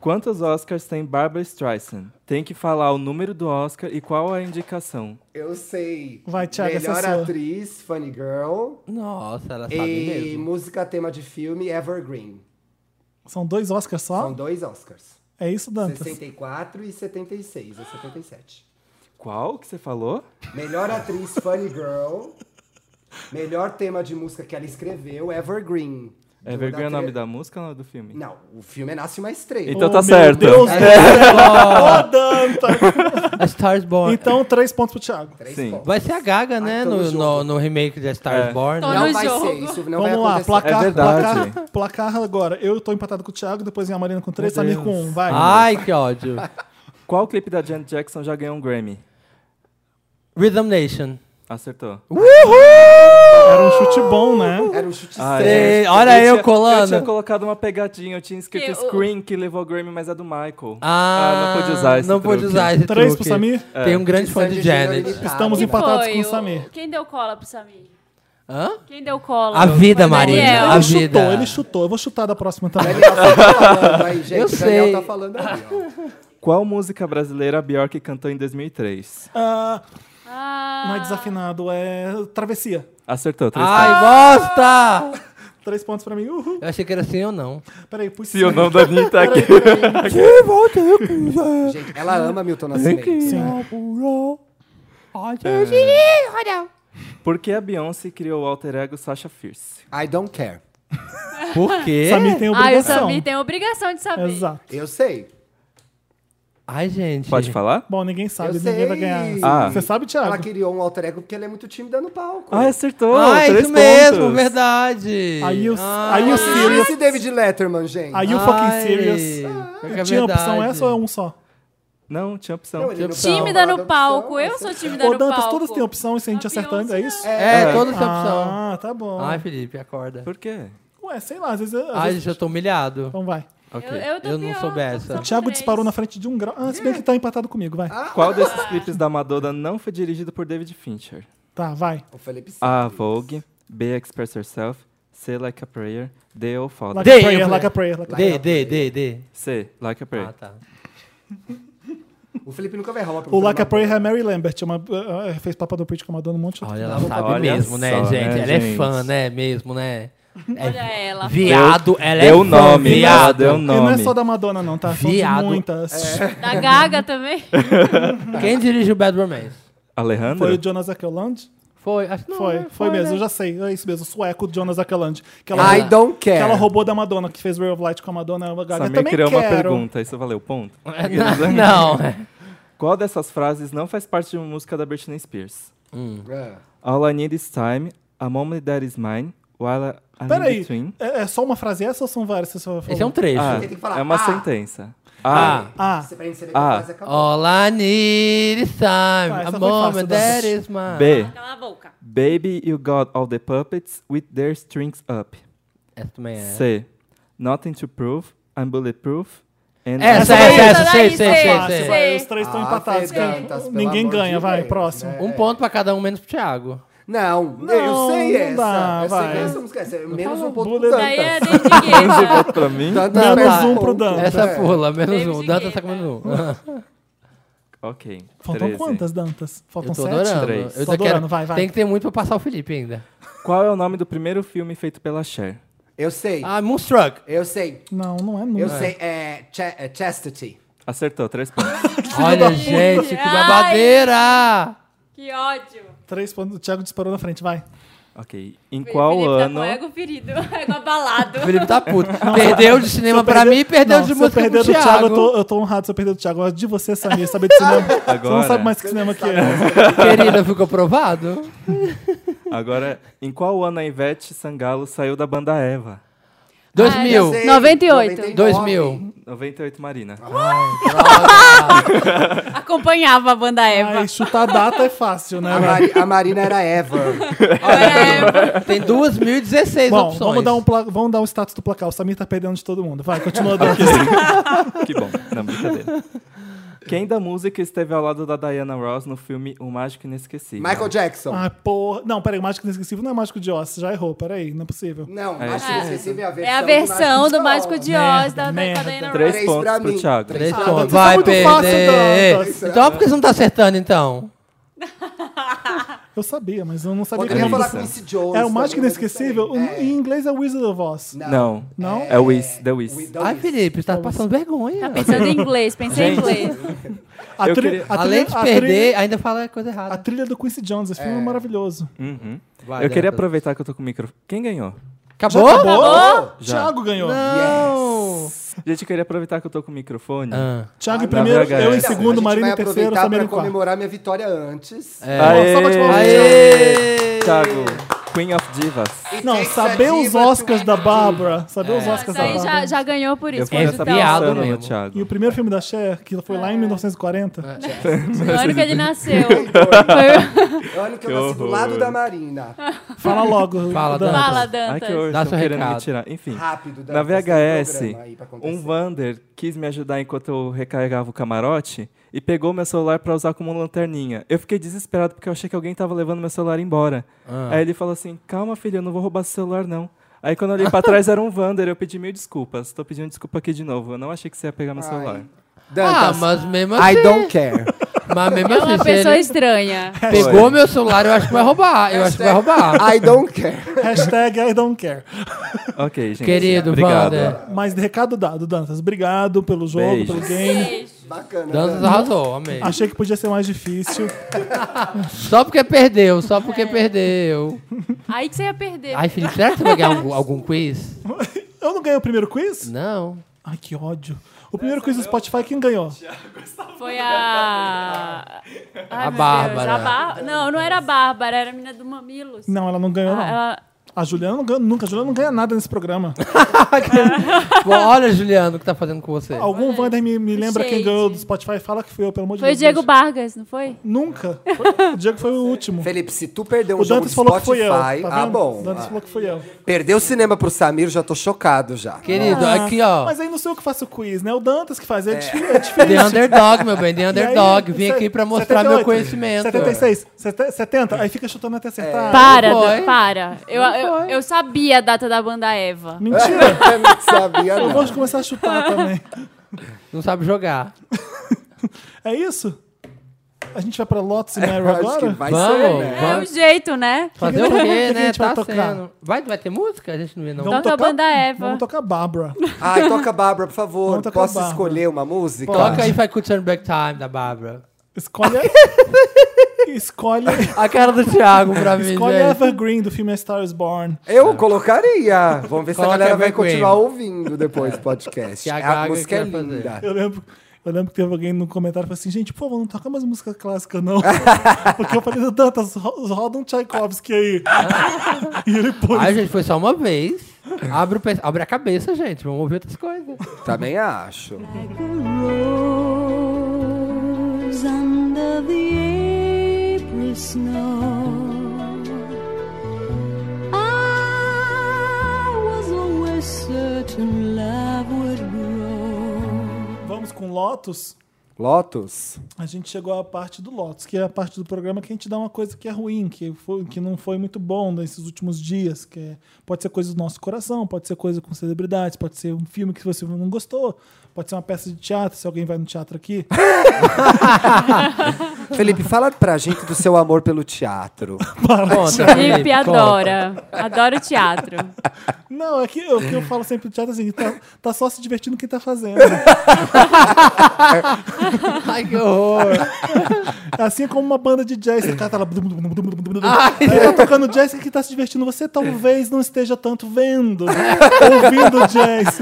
[SPEAKER 5] Quantos Oscars tem Barbara Streisand? Tem que falar o número do Oscar e qual a indicação.
[SPEAKER 4] Eu sei.
[SPEAKER 1] Vai, Thiago, essa é
[SPEAKER 4] Melhor
[SPEAKER 1] sua.
[SPEAKER 4] atriz, Funny Girl.
[SPEAKER 3] Nossa, ela sabe
[SPEAKER 4] E
[SPEAKER 3] mesmo.
[SPEAKER 4] música tema de filme, Evergreen.
[SPEAKER 1] São dois Oscars só?
[SPEAKER 4] São dois Oscars.
[SPEAKER 1] É isso, Dantas?
[SPEAKER 4] 64 e é 76, ou 77.
[SPEAKER 5] Qual que você falou?
[SPEAKER 4] Melhor atriz, Funny Girl. Melhor tema de música que ela escreveu, Evergreen.
[SPEAKER 5] É
[SPEAKER 4] Do-
[SPEAKER 5] vergonha o
[SPEAKER 4] da
[SPEAKER 5] nome
[SPEAKER 4] tre-
[SPEAKER 5] da música ou o nome do filme?
[SPEAKER 4] Não, o filme é Nasce Uma Estrela.
[SPEAKER 5] Então
[SPEAKER 1] Oh,
[SPEAKER 5] tá
[SPEAKER 1] meu
[SPEAKER 5] certo.
[SPEAKER 1] Deus do
[SPEAKER 3] É.
[SPEAKER 1] céu. Ô, Dantas.
[SPEAKER 3] A Stars Born.
[SPEAKER 1] Então, três pontos pro Thiago.
[SPEAKER 4] Três
[SPEAKER 5] sim.
[SPEAKER 4] pontos.
[SPEAKER 3] Vai ser a Gaga, né?
[SPEAKER 4] Ai, tô no
[SPEAKER 3] no,
[SPEAKER 4] jogo.
[SPEAKER 3] no, no remake de A Stars
[SPEAKER 5] É.
[SPEAKER 3] Born.
[SPEAKER 2] Tô
[SPEAKER 3] né?
[SPEAKER 2] no
[SPEAKER 4] Não vai
[SPEAKER 2] jogo.
[SPEAKER 4] ser, isso não
[SPEAKER 1] Vamos
[SPEAKER 4] vai
[SPEAKER 1] lá,
[SPEAKER 4] acontecer.
[SPEAKER 1] placar,
[SPEAKER 5] É verdade.
[SPEAKER 1] placar, placar agora. Eu tô empatado com o Thiago, depois vem a Marina com três,
[SPEAKER 3] Meu
[SPEAKER 1] Samir
[SPEAKER 3] Deus. Ah.
[SPEAKER 1] com um. Vai.
[SPEAKER 3] Ai, que ódio.
[SPEAKER 5] Qual clipe da Janet Jackson já ganhou um Grammy?
[SPEAKER 3] Rhythm Nation.
[SPEAKER 5] Acertou.
[SPEAKER 1] Era um chute bom, né?
[SPEAKER 4] Era um chute
[SPEAKER 5] Ah,
[SPEAKER 4] certo.
[SPEAKER 3] Ei,
[SPEAKER 5] gente,
[SPEAKER 3] olha eu
[SPEAKER 5] tinha-
[SPEAKER 3] colando.
[SPEAKER 5] Eu tinha colocado uma pegadinha, eu tinha escrito
[SPEAKER 2] Que o-
[SPEAKER 5] Scream que levou o Grammy, mas é do Michael.
[SPEAKER 3] Ah,
[SPEAKER 5] não pude usar esse
[SPEAKER 3] Não pôde
[SPEAKER 5] truque. É.
[SPEAKER 3] usar esse
[SPEAKER 1] Três pro
[SPEAKER 3] truque.
[SPEAKER 1] Samir?
[SPEAKER 3] Tem um grande fã de
[SPEAKER 4] Sandy Júnior
[SPEAKER 3] Janet.
[SPEAKER 4] imitado.
[SPEAKER 1] Estamos
[SPEAKER 2] Quem
[SPEAKER 1] empatados
[SPEAKER 2] foi
[SPEAKER 1] com o
[SPEAKER 2] o-
[SPEAKER 1] Samir.
[SPEAKER 2] Quem deu cola pro Samir?
[SPEAKER 3] Hã?
[SPEAKER 2] Quem deu cola?
[SPEAKER 3] A vida,
[SPEAKER 2] Foi Daniel.
[SPEAKER 3] Marina. A
[SPEAKER 1] Ele
[SPEAKER 3] vida.
[SPEAKER 1] chutou, ele chutou. Eu vou chutar da próxima também.
[SPEAKER 4] Daniel tá falando aí, gente.
[SPEAKER 3] Eu
[SPEAKER 4] O Daniel
[SPEAKER 3] sei.
[SPEAKER 4] tá falando aí, ó.
[SPEAKER 5] Qual música brasileira a Bjork cantou em 2003?
[SPEAKER 1] Ah,
[SPEAKER 2] Ah,
[SPEAKER 1] não é desafinado, é travessia.
[SPEAKER 5] Acertou, três pontos.
[SPEAKER 3] Ai, bosta!
[SPEAKER 1] Três pontos pra mim. Uhul.
[SPEAKER 3] Eu achei que era sim ou não.
[SPEAKER 1] Peraí, pus
[SPEAKER 5] Se o nome da Anitta tá aqui.
[SPEAKER 4] Gente, ela ama Milton Nascimento.
[SPEAKER 1] É.
[SPEAKER 5] Por que a Beyoncé criou o alter ego Sasha Fierce?
[SPEAKER 4] I don't care.
[SPEAKER 3] Por quê?
[SPEAKER 1] Samir tem
[SPEAKER 2] ah, o
[SPEAKER 1] é obrigação.
[SPEAKER 2] Samir tem obrigação de saber.
[SPEAKER 1] Exato.
[SPEAKER 4] Eu sei.
[SPEAKER 3] Ai, gente.
[SPEAKER 5] Pode falar?
[SPEAKER 1] Bom, ninguém sabe,
[SPEAKER 4] Eu
[SPEAKER 1] ninguém
[SPEAKER 4] sei.
[SPEAKER 1] vai ganhar.
[SPEAKER 5] Ah.
[SPEAKER 1] Você sabe, Thiago?
[SPEAKER 4] Ela criou um alter ego porque ela é muito tímida no palco.
[SPEAKER 1] é
[SPEAKER 5] Ah, acertou!
[SPEAKER 3] Ah,
[SPEAKER 5] três
[SPEAKER 3] isso mesmo,
[SPEAKER 5] pontos.
[SPEAKER 3] verdade.
[SPEAKER 1] Aí o,
[SPEAKER 3] Ah,
[SPEAKER 1] aí o
[SPEAKER 4] Por
[SPEAKER 1] Sirius.
[SPEAKER 4] esse David Letterman, gente.
[SPEAKER 1] Aí o
[SPEAKER 3] ai,
[SPEAKER 1] fucking Sirius.
[SPEAKER 3] pior que é
[SPEAKER 1] Tinha opção
[SPEAKER 3] verdade.
[SPEAKER 1] essa ou é um só?
[SPEAKER 5] Não, tinha opção.
[SPEAKER 4] Não, ele não
[SPEAKER 1] Opção.
[SPEAKER 2] Tímida
[SPEAKER 4] Não,
[SPEAKER 2] no
[SPEAKER 4] opção,
[SPEAKER 2] palco. Eu
[SPEAKER 4] opção.
[SPEAKER 2] sou tímida
[SPEAKER 1] Ô,
[SPEAKER 2] no
[SPEAKER 1] Dantas,
[SPEAKER 2] palco.
[SPEAKER 1] todas têm opção e se a gente
[SPEAKER 2] A
[SPEAKER 1] acertando, é
[SPEAKER 2] Beyoncé
[SPEAKER 1] isso?
[SPEAKER 3] É, toda essa opção.
[SPEAKER 1] Ah, tá bom.
[SPEAKER 3] Ai, Felipe, acorda.
[SPEAKER 5] Por quê?
[SPEAKER 1] Ué, sei lá, às vezes. às
[SPEAKER 3] Ai,
[SPEAKER 1] vezes-
[SPEAKER 3] gente, eu tô humilhado.
[SPEAKER 1] Então vai.
[SPEAKER 3] Ok.
[SPEAKER 2] Eu, eu, tô
[SPEAKER 3] Eu não
[SPEAKER 2] pior,
[SPEAKER 3] soube
[SPEAKER 2] tô
[SPEAKER 3] essa.
[SPEAKER 2] só com
[SPEAKER 1] Thiago
[SPEAKER 2] três.
[SPEAKER 1] disparou na frente de um grau. Ah, se bem que tá empatado comigo, vai.
[SPEAKER 3] Ah.
[SPEAKER 5] Qual desses clipes da Madonna não foi dirigido por David Fincher?
[SPEAKER 1] Tá, vai.
[SPEAKER 4] O Felipe Santos.
[SPEAKER 5] A. Vogue. B. Express Yourself. C. Like a Prayer. D. O Father.
[SPEAKER 1] Like a
[SPEAKER 3] Dei, eu
[SPEAKER 1] prayer,
[SPEAKER 3] falei.
[SPEAKER 1] like a prayer. Like a
[SPEAKER 3] Dê, dê, dê, dê.
[SPEAKER 5] C. Like a Prayer.
[SPEAKER 3] Ah, tá.
[SPEAKER 4] O Felipe nunca vai rolar pra
[SPEAKER 1] O
[SPEAKER 4] você,
[SPEAKER 1] Like a
[SPEAKER 4] não.
[SPEAKER 1] Prayer é Mary Lambert, uma, eh, eh, fez Papa do Pitch com a Madonna um monte de
[SPEAKER 3] Olha,
[SPEAKER 1] coisa.
[SPEAKER 3] ela sabe
[SPEAKER 5] Olha
[SPEAKER 3] mesmo, né,
[SPEAKER 5] só,
[SPEAKER 3] gente?
[SPEAKER 5] né,
[SPEAKER 3] ela é
[SPEAKER 5] gente?
[SPEAKER 3] fã, né, mesmo, né?
[SPEAKER 2] Olha ela.
[SPEAKER 3] Viado, ela é
[SPEAKER 5] Deu o
[SPEAKER 3] fã,
[SPEAKER 5] nome, né?
[SPEAKER 3] viado.
[SPEAKER 5] deu o
[SPEAKER 1] E não é
[SPEAKER 5] nome.
[SPEAKER 1] só da Madonna, não, tá? São de
[SPEAKER 3] Viado. É.
[SPEAKER 1] muitas.
[SPEAKER 2] Da Gaga também.
[SPEAKER 3] Quem dirige o Bad Romance?
[SPEAKER 5] Alejandro?
[SPEAKER 1] Foi o Jonas Akeland?
[SPEAKER 3] Foi, acho que não,
[SPEAKER 1] Foi,
[SPEAKER 3] né?
[SPEAKER 1] foi, mesmo,
[SPEAKER 3] né?
[SPEAKER 1] eu já sei. É isso mesmo, o sueco Jonas Akeland. Que ela,
[SPEAKER 4] I don't
[SPEAKER 1] que
[SPEAKER 4] care.
[SPEAKER 1] ela roubou da Madonna, que fez Ray of Light com a Madonna. A Gaga
[SPEAKER 5] Samir
[SPEAKER 1] também
[SPEAKER 5] criou uma
[SPEAKER 1] quero.
[SPEAKER 5] pergunta, isso valeu ponto? né?
[SPEAKER 3] Não, é. não.
[SPEAKER 5] Qual dessas frases não faz parte de uma música da Britney Spears?
[SPEAKER 4] Ah.
[SPEAKER 5] All I Need Is Time, A Moment That Is Mine, While I'm In
[SPEAKER 1] Peraí,
[SPEAKER 5] Between.
[SPEAKER 1] é, é só uma frase essa ou são várias? Você só falou?
[SPEAKER 3] Esse é um trecho.
[SPEAKER 5] Ah,
[SPEAKER 4] tem que falar,
[SPEAKER 5] é uma
[SPEAKER 4] ah.
[SPEAKER 5] sentença.
[SPEAKER 3] Ah.
[SPEAKER 5] Ah,
[SPEAKER 1] Ah,
[SPEAKER 4] Você- Pra gente saber
[SPEAKER 5] Ah.
[SPEAKER 4] ah. que acabou.
[SPEAKER 3] All I need is time,
[SPEAKER 1] Ah, essa foi fácil,
[SPEAKER 3] a moment
[SPEAKER 1] Dantas.
[SPEAKER 3] that is mine.
[SPEAKER 5] Ah, B.
[SPEAKER 2] Cala a boca.
[SPEAKER 5] Baby, you got all the puppets with their strings up.
[SPEAKER 3] Essa também é.
[SPEAKER 5] C. Nothing to prove, I'm bulletproof. And
[SPEAKER 1] Essa
[SPEAKER 3] Essa, essa,
[SPEAKER 1] daí,
[SPEAKER 3] essa,
[SPEAKER 2] essa
[SPEAKER 3] sei,
[SPEAKER 2] daí,
[SPEAKER 3] sei,
[SPEAKER 2] sei.
[SPEAKER 3] sei,
[SPEAKER 1] fácil,
[SPEAKER 3] sei.
[SPEAKER 1] vai. Os três
[SPEAKER 4] Ah,
[SPEAKER 1] estão empatados.
[SPEAKER 4] Fernandes,
[SPEAKER 1] quem-
[SPEAKER 4] pelo
[SPEAKER 1] Ninguém
[SPEAKER 4] amor de
[SPEAKER 1] ganha, vai,
[SPEAKER 4] Deus,
[SPEAKER 1] próximo.
[SPEAKER 4] né?
[SPEAKER 3] Um ponto pra cada um, menos pro Thiago.
[SPEAKER 4] Não, eu
[SPEAKER 1] Não,
[SPEAKER 4] sei
[SPEAKER 1] não
[SPEAKER 4] essa.
[SPEAKER 1] dá,
[SPEAKER 4] eu sei
[SPEAKER 1] vai.
[SPEAKER 4] que essa música é essa. Menos
[SPEAKER 1] Fala,
[SPEAKER 4] um ponto pro
[SPEAKER 1] Buda.
[SPEAKER 2] Daí é
[SPEAKER 4] Dantas.
[SPEAKER 2] David Guetta.
[SPEAKER 5] Ponto pra mim?
[SPEAKER 4] Dantas
[SPEAKER 1] Menos
[SPEAKER 4] perde
[SPEAKER 1] um pro
[SPEAKER 4] ponto.
[SPEAKER 1] Dantas.
[SPEAKER 4] É.
[SPEAKER 3] Essa pula, menos
[SPEAKER 2] David
[SPEAKER 3] um. Dantas
[SPEAKER 2] Guetta.
[SPEAKER 3] tá com menos um.
[SPEAKER 5] Ok.
[SPEAKER 1] Faltam
[SPEAKER 5] 13.
[SPEAKER 1] quantas, Dantas? Faltam
[SPEAKER 3] Eu tô
[SPEAKER 1] um sete?
[SPEAKER 3] adorando.
[SPEAKER 5] Três.
[SPEAKER 1] Tô
[SPEAKER 3] Eu só quero...
[SPEAKER 1] adorando, vai, vai.
[SPEAKER 3] Tem que ter muito pra passar o Felipe ainda.
[SPEAKER 5] Qual é o nome do primeiro filme feito pela Cher?
[SPEAKER 4] Eu sei,
[SPEAKER 3] Ah, Moonstruck.
[SPEAKER 4] eu sei,
[SPEAKER 1] Não, não é
[SPEAKER 4] eu
[SPEAKER 1] nunca.
[SPEAKER 4] sei. É, Ch é Chastity.
[SPEAKER 5] Acertou, três pontos.
[SPEAKER 3] Olha, gente, que babadeira!
[SPEAKER 2] que ódio.
[SPEAKER 1] Três pontos. O Thiago disparou na frente, vai.
[SPEAKER 5] ok. Em qual
[SPEAKER 2] Felipe
[SPEAKER 5] ano?
[SPEAKER 2] Tá com o ego ferido, ego abalado.
[SPEAKER 3] O Felipe tá puto. Perdeu de
[SPEAKER 1] Se eu
[SPEAKER 3] cinema pra
[SPEAKER 1] perder-
[SPEAKER 3] mim e perdeu
[SPEAKER 1] Não,
[SPEAKER 3] de
[SPEAKER 1] se
[SPEAKER 3] música
[SPEAKER 1] eu perder
[SPEAKER 3] pro
[SPEAKER 1] do
[SPEAKER 3] Thiago.
[SPEAKER 1] eu tô, eu tô honrado se eu perder do Thiago. Eu gosto de você, Samir, saber de cinema. Você não
[SPEAKER 5] Agora.
[SPEAKER 1] sabe mais que cinema que é.
[SPEAKER 3] Querida, ficou provado?
[SPEAKER 5] Agora, em qual ano a Ivete Sangalo saiu da banda Eva?
[SPEAKER 3] 2000.
[SPEAKER 2] sei. 98.
[SPEAKER 3] 2000.
[SPEAKER 5] 98 Marina.
[SPEAKER 2] Acompanhava a banda Eva.
[SPEAKER 1] Ai, chutar a data é fácil, né?
[SPEAKER 4] A,
[SPEAKER 1] velho?
[SPEAKER 4] Mari- a Marina era Eva.
[SPEAKER 2] é
[SPEAKER 3] Tem 2016
[SPEAKER 1] Bom,
[SPEAKER 3] opções.
[SPEAKER 1] vamos dar, um pla- vamos dar um status do placar. O Samir tá perdendo de todo mundo. Vai, continua dando.
[SPEAKER 5] Que bom. Não, brincadeira. Quem da música esteve ao lado da Diana Ross no filme O Mágico Inesquecível?
[SPEAKER 4] Michael Jackson.
[SPEAKER 1] ah, porra. Não, peraí, Mágico Inesquecível não é Mágico de Oz. Já errou, peraí, não é possível.
[SPEAKER 4] Não,
[SPEAKER 5] É
[SPEAKER 4] é. Mágico
[SPEAKER 2] isso.
[SPEAKER 4] Inesquecível é a versão,
[SPEAKER 2] É a versão do
[SPEAKER 4] Mágico
[SPEAKER 2] Mágico
[SPEAKER 4] de
[SPEAKER 2] de Oz, da, da,
[SPEAKER 1] Merda,
[SPEAKER 2] da Diana
[SPEAKER 5] Três
[SPEAKER 2] Ross.
[SPEAKER 4] Três pra
[SPEAKER 5] pontos pro
[SPEAKER 4] mim.
[SPEAKER 5] Thiago.
[SPEAKER 4] Três
[SPEAKER 3] Três
[SPEAKER 1] Ah,
[SPEAKER 3] pontos.
[SPEAKER 1] Dantas,
[SPEAKER 3] Vai
[SPEAKER 1] isso é muito fácil,
[SPEAKER 3] perder.
[SPEAKER 1] Dantas.
[SPEAKER 3] então por que você não tá acertando, então?
[SPEAKER 1] Eu sabia, mas eu não sabia que
[SPEAKER 4] Poderia
[SPEAKER 1] era
[SPEAKER 5] Olha
[SPEAKER 4] falar
[SPEAKER 1] isso.
[SPEAKER 5] isso.
[SPEAKER 4] com Missy Jones.
[SPEAKER 1] É o Mágico
[SPEAKER 4] também, mas
[SPEAKER 1] Inesquecível,
[SPEAKER 4] não sei.
[SPEAKER 1] em inglês é Wizard of Oz.
[SPEAKER 5] Não.
[SPEAKER 1] Não?
[SPEAKER 5] É Wiz, The Wiz.
[SPEAKER 4] We don't
[SPEAKER 3] Ai, Felipe, você tá passando vergonha.
[SPEAKER 2] Tá pensando em inglês, pensei em inglês.
[SPEAKER 1] A
[SPEAKER 5] Eu
[SPEAKER 1] tri-
[SPEAKER 5] queria-
[SPEAKER 1] a
[SPEAKER 3] Além de
[SPEAKER 1] trilha- a
[SPEAKER 3] perder,
[SPEAKER 1] trilha-
[SPEAKER 3] ainda fala coisa
[SPEAKER 1] A
[SPEAKER 3] errada.
[SPEAKER 1] trilha do Quincy Jones, esse filme é maravilhoso.
[SPEAKER 5] Uhum.
[SPEAKER 3] Vai,
[SPEAKER 5] Eu queria
[SPEAKER 3] Dantas.
[SPEAKER 5] aproveitar que eu tô com o microfone. Quem ganhou?
[SPEAKER 3] Acabou?
[SPEAKER 1] Acabou?
[SPEAKER 5] Já.
[SPEAKER 1] Thiago ganhou.
[SPEAKER 3] Não.
[SPEAKER 5] Gente, eu queria aproveitar que eu tô com o microfone.
[SPEAKER 3] Ah.
[SPEAKER 1] Thiago em
[SPEAKER 5] Ah, não,
[SPEAKER 1] primeiro,
[SPEAKER 5] VHS.
[SPEAKER 1] eu em
[SPEAKER 5] Então,
[SPEAKER 4] a
[SPEAKER 1] segundo,
[SPEAKER 4] gente
[SPEAKER 1] Marina
[SPEAKER 4] vai
[SPEAKER 1] em terceiro,
[SPEAKER 4] aproveitar
[SPEAKER 1] Samir em
[SPEAKER 4] pra
[SPEAKER 1] quarto.
[SPEAKER 4] comemorar minha vitória antes.
[SPEAKER 3] É.
[SPEAKER 5] Aê!
[SPEAKER 1] Salva de palmas,
[SPEAKER 3] Aê!
[SPEAKER 5] Thiago, Queen of Divas.
[SPEAKER 4] It
[SPEAKER 1] Não,
[SPEAKER 4] takes a
[SPEAKER 1] saber os
[SPEAKER 4] diva to
[SPEAKER 1] Oscars
[SPEAKER 4] act
[SPEAKER 1] da
[SPEAKER 4] two.
[SPEAKER 1] Bárbara. Saber
[SPEAKER 3] É.
[SPEAKER 1] os Oscars
[SPEAKER 2] Isso
[SPEAKER 1] da
[SPEAKER 2] aí já,
[SPEAKER 1] Bárbara.
[SPEAKER 2] já ganhou por isso.
[SPEAKER 5] Eu
[SPEAKER 2] é Então,
[SPEAKER 5] fui essa
[SPEAKER 3] viado
[SPEAKER 5] pensando no
[SPEAKER 1] E
[SPEAKER 3] mesmo.
[SPEAKER 1] o
[SPEAKER 5] Thiago.
[SPEAKER 1] primeiro filme da Cher, que foi
[SPEAKER 3] É.
[SPEAKER 1] lá em 1940.
[SPEAKER 2] O ano que ele nasceu. Foi-
[SPEAKER 4] Ano que eu nasci
[SPEAKER 5] Que
[SPEAKER 4] do
[SPEAKER 5] horror.
[SPEAKER 4] lado da Marina.
[SPEAKER 1] Fala logo.
[SPEAKER 3] Fala,
[SPEAKER 1] Dan.
[SPEAKER 3] Dan.
[SPEAKER 2] Fala,
[SPEAKER 5] Ai, que
[SPEAKER 2] Dantas.
[SPEAKER 5] horror,
[SPEAKER 3] Dá
[SPEAKER 5] estão
[SPEAKER 3] seu
[SPEAKER 5] querendo me
[SPEAKER 3] recado.
[SPEAKER 5] tirar. Enfim,
[SPEAKER 4] Rápido. Dan,
[SPEAKER 5] na
[SPEAKER 4] porque tem um
[SPEAKER 5] VHS,
[SPEAKER 4] programa aí pra acontecer.
[SPEAKER 5] um Vander quis me ajudar enquanto eu recarregava o camarote e pegou meu celular pra usar como lanterninha. Eu fiquei desesperado porque eu achei que alguém tava levando meu celular embora. Aí ele falou assim, calma filha, eu não vou roubar seu celular não. Aí quando eu olhei pra trás era um Vander, eu pedi mil desculpas. Tô pedindo desculpa aqui de novo, eu não achei que você ia pegar meu celular.
[SPEAKER 3] Ah,
[SPEAKER 4] Dantas,
[SPEAKER 3] mas mesmo assim.
[SPEAKER 4] I don't care.
[SPEAKER 3] Mas mesmo
[SPEAKER 2] É uma
[SPEAKER 3] assim, se
[SPEAKER 2] pessoa
[SPEAKER 3] ele
[SPEAKER 2] estranha.
[SPEAKER 3] pegou meu celular, eu acho que vai roubar. Eu acho
[SPEAKER 2] é.
[SPEAKER 3] que vai roubar.
[SPEAKER 4] I don't care.
[SPEAKER 1] Hashtag I don't care.
[SPEAKER 5] Ok, gente.
[SPEAKER 3] Querido,
[SPEAKER 5] obrigado.
[SPEAKER 3] Wander.
[SPEAKER 1] Mas recado dado, Dantas. Obrigado pelo jogo,
[SPEAKER 5] Beijos.
[SPEAKER 1] pelo game.
[SPEAKER 4] Bacana.
[SPEAKER 3] Dantas
[SPEAKER 4] Dan.
[SPEAKER 3] arrasou, amei.
[SPEAKER 1] Achei que podia ser mais difícil.
[SPEAKER 3] Só porque perdeu, só
[SPEAKER 2] É.
[SPEAKER 3] porque perdeu.
[SPEAKER 2] Aí que você ia perder.
[SPEAKER 3] Ai, Felipe, será que você vai ganhar algum, algum quiz?
[SPEAKER 1] Eu não ganhei o primeiro quiz?
[SPEAKER 3] Não.
[SPEAKER 1] Ai, que ódio. O primeiro quiz do Spotify, quem ganhou?
[SPEAKER 2] Foi a. Ai,
[SPEAKER 3] A
[SPEAKER 2] meu Deus,
[SPEAKER 3] Bárbara.
[SPEAKER 2] a Bár- Não, não era a Bárbara, era a menina do Mamilos.
[SPEAKER 1] Não, ela não ganhou, não.
[SPEAKER 2] Ah, ela-
[SPEAKER 1] A Juliana não ganha, nunca. A Juliana não ganha nada nesse
[SPEAKER 4] É
[SPEAKER 1] programa.
[SPEAKER 3] Bom, olha, Juliano, o que tá fazendo com você.
[SPEAKER 1] Algum Wander me, me lembra quem
[SPEAKER 2] Gente.
[SPEAKER 1] ganhou do Spotify. Fala que foi eu, pelo amor de
[SPEAKER 2] Foi o
[SPEAKER 1] Deus.
[SPEAKER 2] Diego Vargas, não foi?
[SPEAKER 1] Nunca. Foi- o Diego foi o último.
[SPEAKER 4] Felipe, se tu perdeu um
[SPEAKER 1] O
[SPEAKER 4] jogo do
[SPEAKER 1] Dantas falou que
[SPEAKER 4] Spotify...
[SPEAKER 1] foi eu. Tá
[SPEAKER 4] ah,
[SPEAKER 1] vendo?
[SPEAKER 4] bom.
[SPEAKER 1] O Dantas falou que foi eu.
[SPEAKER 4] Ah, Perdeu o cinema pro Samir, já tô chocado já.
[SPEAKER 3] Querido, aqui,
[SPEAKER 1] Ah,
[SPEAKER 3] ó.
[SPEAKER 1] Mas aí não sou eu que faço o quiz, né? O Dantas que faz. É, difí- é difícil.
[SPEAKER 3] The Underdog, meu bem, The
[SPEAKER 1] E aí,
[SPEAKER 3] Underdog. Vim
[SPEAKER 1] se-
[SPEAKER 3] aqui pra mostrar
[SPEAKER 1] 78,
[SPEAKER 3] meu conhecimento.
[SPEAKER 1] 76, sete- 70, aí fica chutando até
[SPEAKER 4] É.
[SPEAKER 1] acertar.
[SPEAKER 2] Para,
[SPEAKER 3] Não foi.
[SPEAKER 2] Dan- para. Eu, eu, eu sabia a data da banda Eva.
[SPEAKER 1] Mentira!
[SPEAKER 4] Eu não sabia,
[SPEAKER 1] Eu
[SPEAKER 4] não.
[SPEAKER 1] vou começar a chutar também.
[SPEAKER 3] Não sabe jogar.
[SPEAKER 1] É isso? A gente vai pra Lotus e Mary
[SPEAKER 4] Acho que
[SPEAKER 1] agora?
[SPEAKER 4] vai ser,
[SPEAKER 3] Vamos,
[SPEAKER 4] né?
[SPEAKER 2] É o
[SPEAKER 3] vamos.
[SPEAKER 2] jeito, né?
[SPEAKER 3] Fazer o
[SPEAKER 1] Que que
[SPEAKER 3] quê,
[SPEAKER 1] a
[SPEAKER 3] né?
[SPEAKER 1] gente vai
[SPEAKER 3] Tá
[SPEAKER 1] tocar?
[SPEAKER 3] sendo. Vai, vai ter música? A gente não vê, não.
[SPEAKER 1] Então Vamos
[SPEAKER 2] Toca a banda Eva.
[SPEAKER 1] Vamos tocar Bárbara.
[SPEAKER 4] Ai, toca Bárbara, por favor.
[SPEAKER 1] Vamos tocar
[SPEAKER 4] Posso
[SPEAKER 1] Bárbara.
[SPEAKER 4] escolher uma música?
[SPEAKER 3] Toca aí, vai Turn Back Time, da Bárbara.
[SPEAKER 1] Escolhe a... Escolhe,
[SPEAKER 3] A cara do Thiago pra mim,
[SPEAKER 1] escolhe a
[SPEAKER 3] gente.
[SPEAKER 1] Evergreen do filme A Star is Born.
[SPEAKER 4] Eu colocaria. Vamos ver se a
[SPEAKER 3] Coloca
[SPEAKER 4] galera vai
[SPEAKER 3] Evergreen.
[SPEAKER 4] continuar ouvindo depois do podcast.
[SPEAKER 3] Que a
[SPEAKER 4] A,
[SPEAKER 3] Gaga
[SPEAKER 4] música é
[SPEAKER 3] quer fazer.
[SPEAKER 4] linda.
[SPEAKER 1] Eu lembro, eu lembro que teve alguém no comentário que falou assim, gente, por favor, não toca mais música clássica, não. Porque eu falei, Dantas, ro- roda um Tchaikovsky aí. e ele pôs.
[SPEAKER 3] Ai, gente, foi só uma vez. Abre, o pe- abre a cabeça, gente. Vamos ouvir outras coisas.
[SPEAKER 4] Também acho.
[SPEAKER 6] rose under the April snow. I was always certain love would grow.
[SPEAKER 1] Vamos com Lotus?
[SPEAKER 4] Lotus?
[SPEAKER 1] A gente chegou à parte do Lotus, que é a parte do programa que a gente dá uma coisa que é ruim, que, foi, que não foi muito bom nesses últimos dias, que é- pode ser coisa do nosso coração, pode ser coisa com celebridades, pode ser um filme que você não gostou, pode ser uma peça de teatro, se alguém vai no teatro aqui.
[SPEAKER 4] Felipe, fala pra gente do seu amor pelo teatro.
[SPEAKER 3] Conta,
[SPEAKER 2] Felipe
[SPEAKER 3] conta.
[SPEAKER 2] adora. Adora o teatro.
[SPEAKER 1] Não, é que o que eu falo sempre do teatro é assim, tá, tá só se divertindo quem tá fazendo.
[SPEAKER 3] Ai, que horror.
[SPEAKER 1] Assim como uma banda de jazz, o cara tá lá. blum, blum, blum, blum, blum, blum, blum. Aí tá tocando jazz e que tá se divertindo. Você talvez não esteja tanto vendo, né? ouvindo jazz.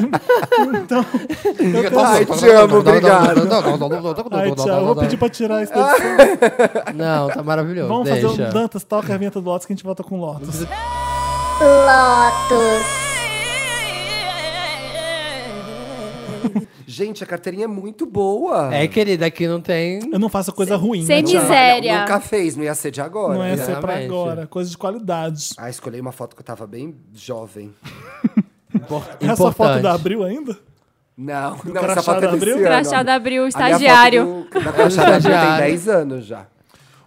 [SPEAKER 1] Então, eu tô...
[SPEAKER 4] Ai, te amo, obrigado.
[SPEAKER 1] Ai, tchau. Eu vou pedir pra tirar isso daqui.
[SPEAKER 3] Não, tá maravilhoso.
[SPEAKER 1] Vamos fazer
[SPEAKER 3] Ah,
[SPEAKER 1] um
[SPEAKER 3] deixa.
[SPEAKER 1] o Dantas toca a vinheta do Lotus que a gente volta com o Lotus.
[SPEAKER 4] Gente, a carteirinha é muito boa.
[SPEAKER 3] É, querida, aqui não tem.
[SPEAKER 1] Eu não faço coisa ruim.
[SPEAKER 2] Sem
[SPEAKER 1] né, Thiago?
[SPEAKER 2] miséria. Séria.
[SPEAKER 4] Nunca fez, não ia ser de agora.
[SPEAKER 1] Não é ser pra
[SPEAKER 3] Exatamente.
[SPEAKER 1] agora. Coisa de qualidade.
[SPEAKER 4] Ah, escolhi uma foto que eu tava bem jovem.
[SPEAKER 1] Essa foto
[SPEAKER 3] importante.
[SPEAKER 1] da Abril ainda?
[SPEAKER 4] Não, não,
[SPEAKER 1] crachá
[SPEAKER 4] essa foto
[SPEAKER 1] da
[SPEAKER 4] é desse
[SPEAKER 1] Abril?
[SPEAKER 4] ano.
[SPEAKER 2] Crachada abriu o
[SPEAKER 4] A minha
[SPEAKER 2] estagiário.
[SPEAKER 4] foto do- Da crachada abriu tem
[SPEAKER 3] Estagiário.
[SPEAKER 4] 10 anos já.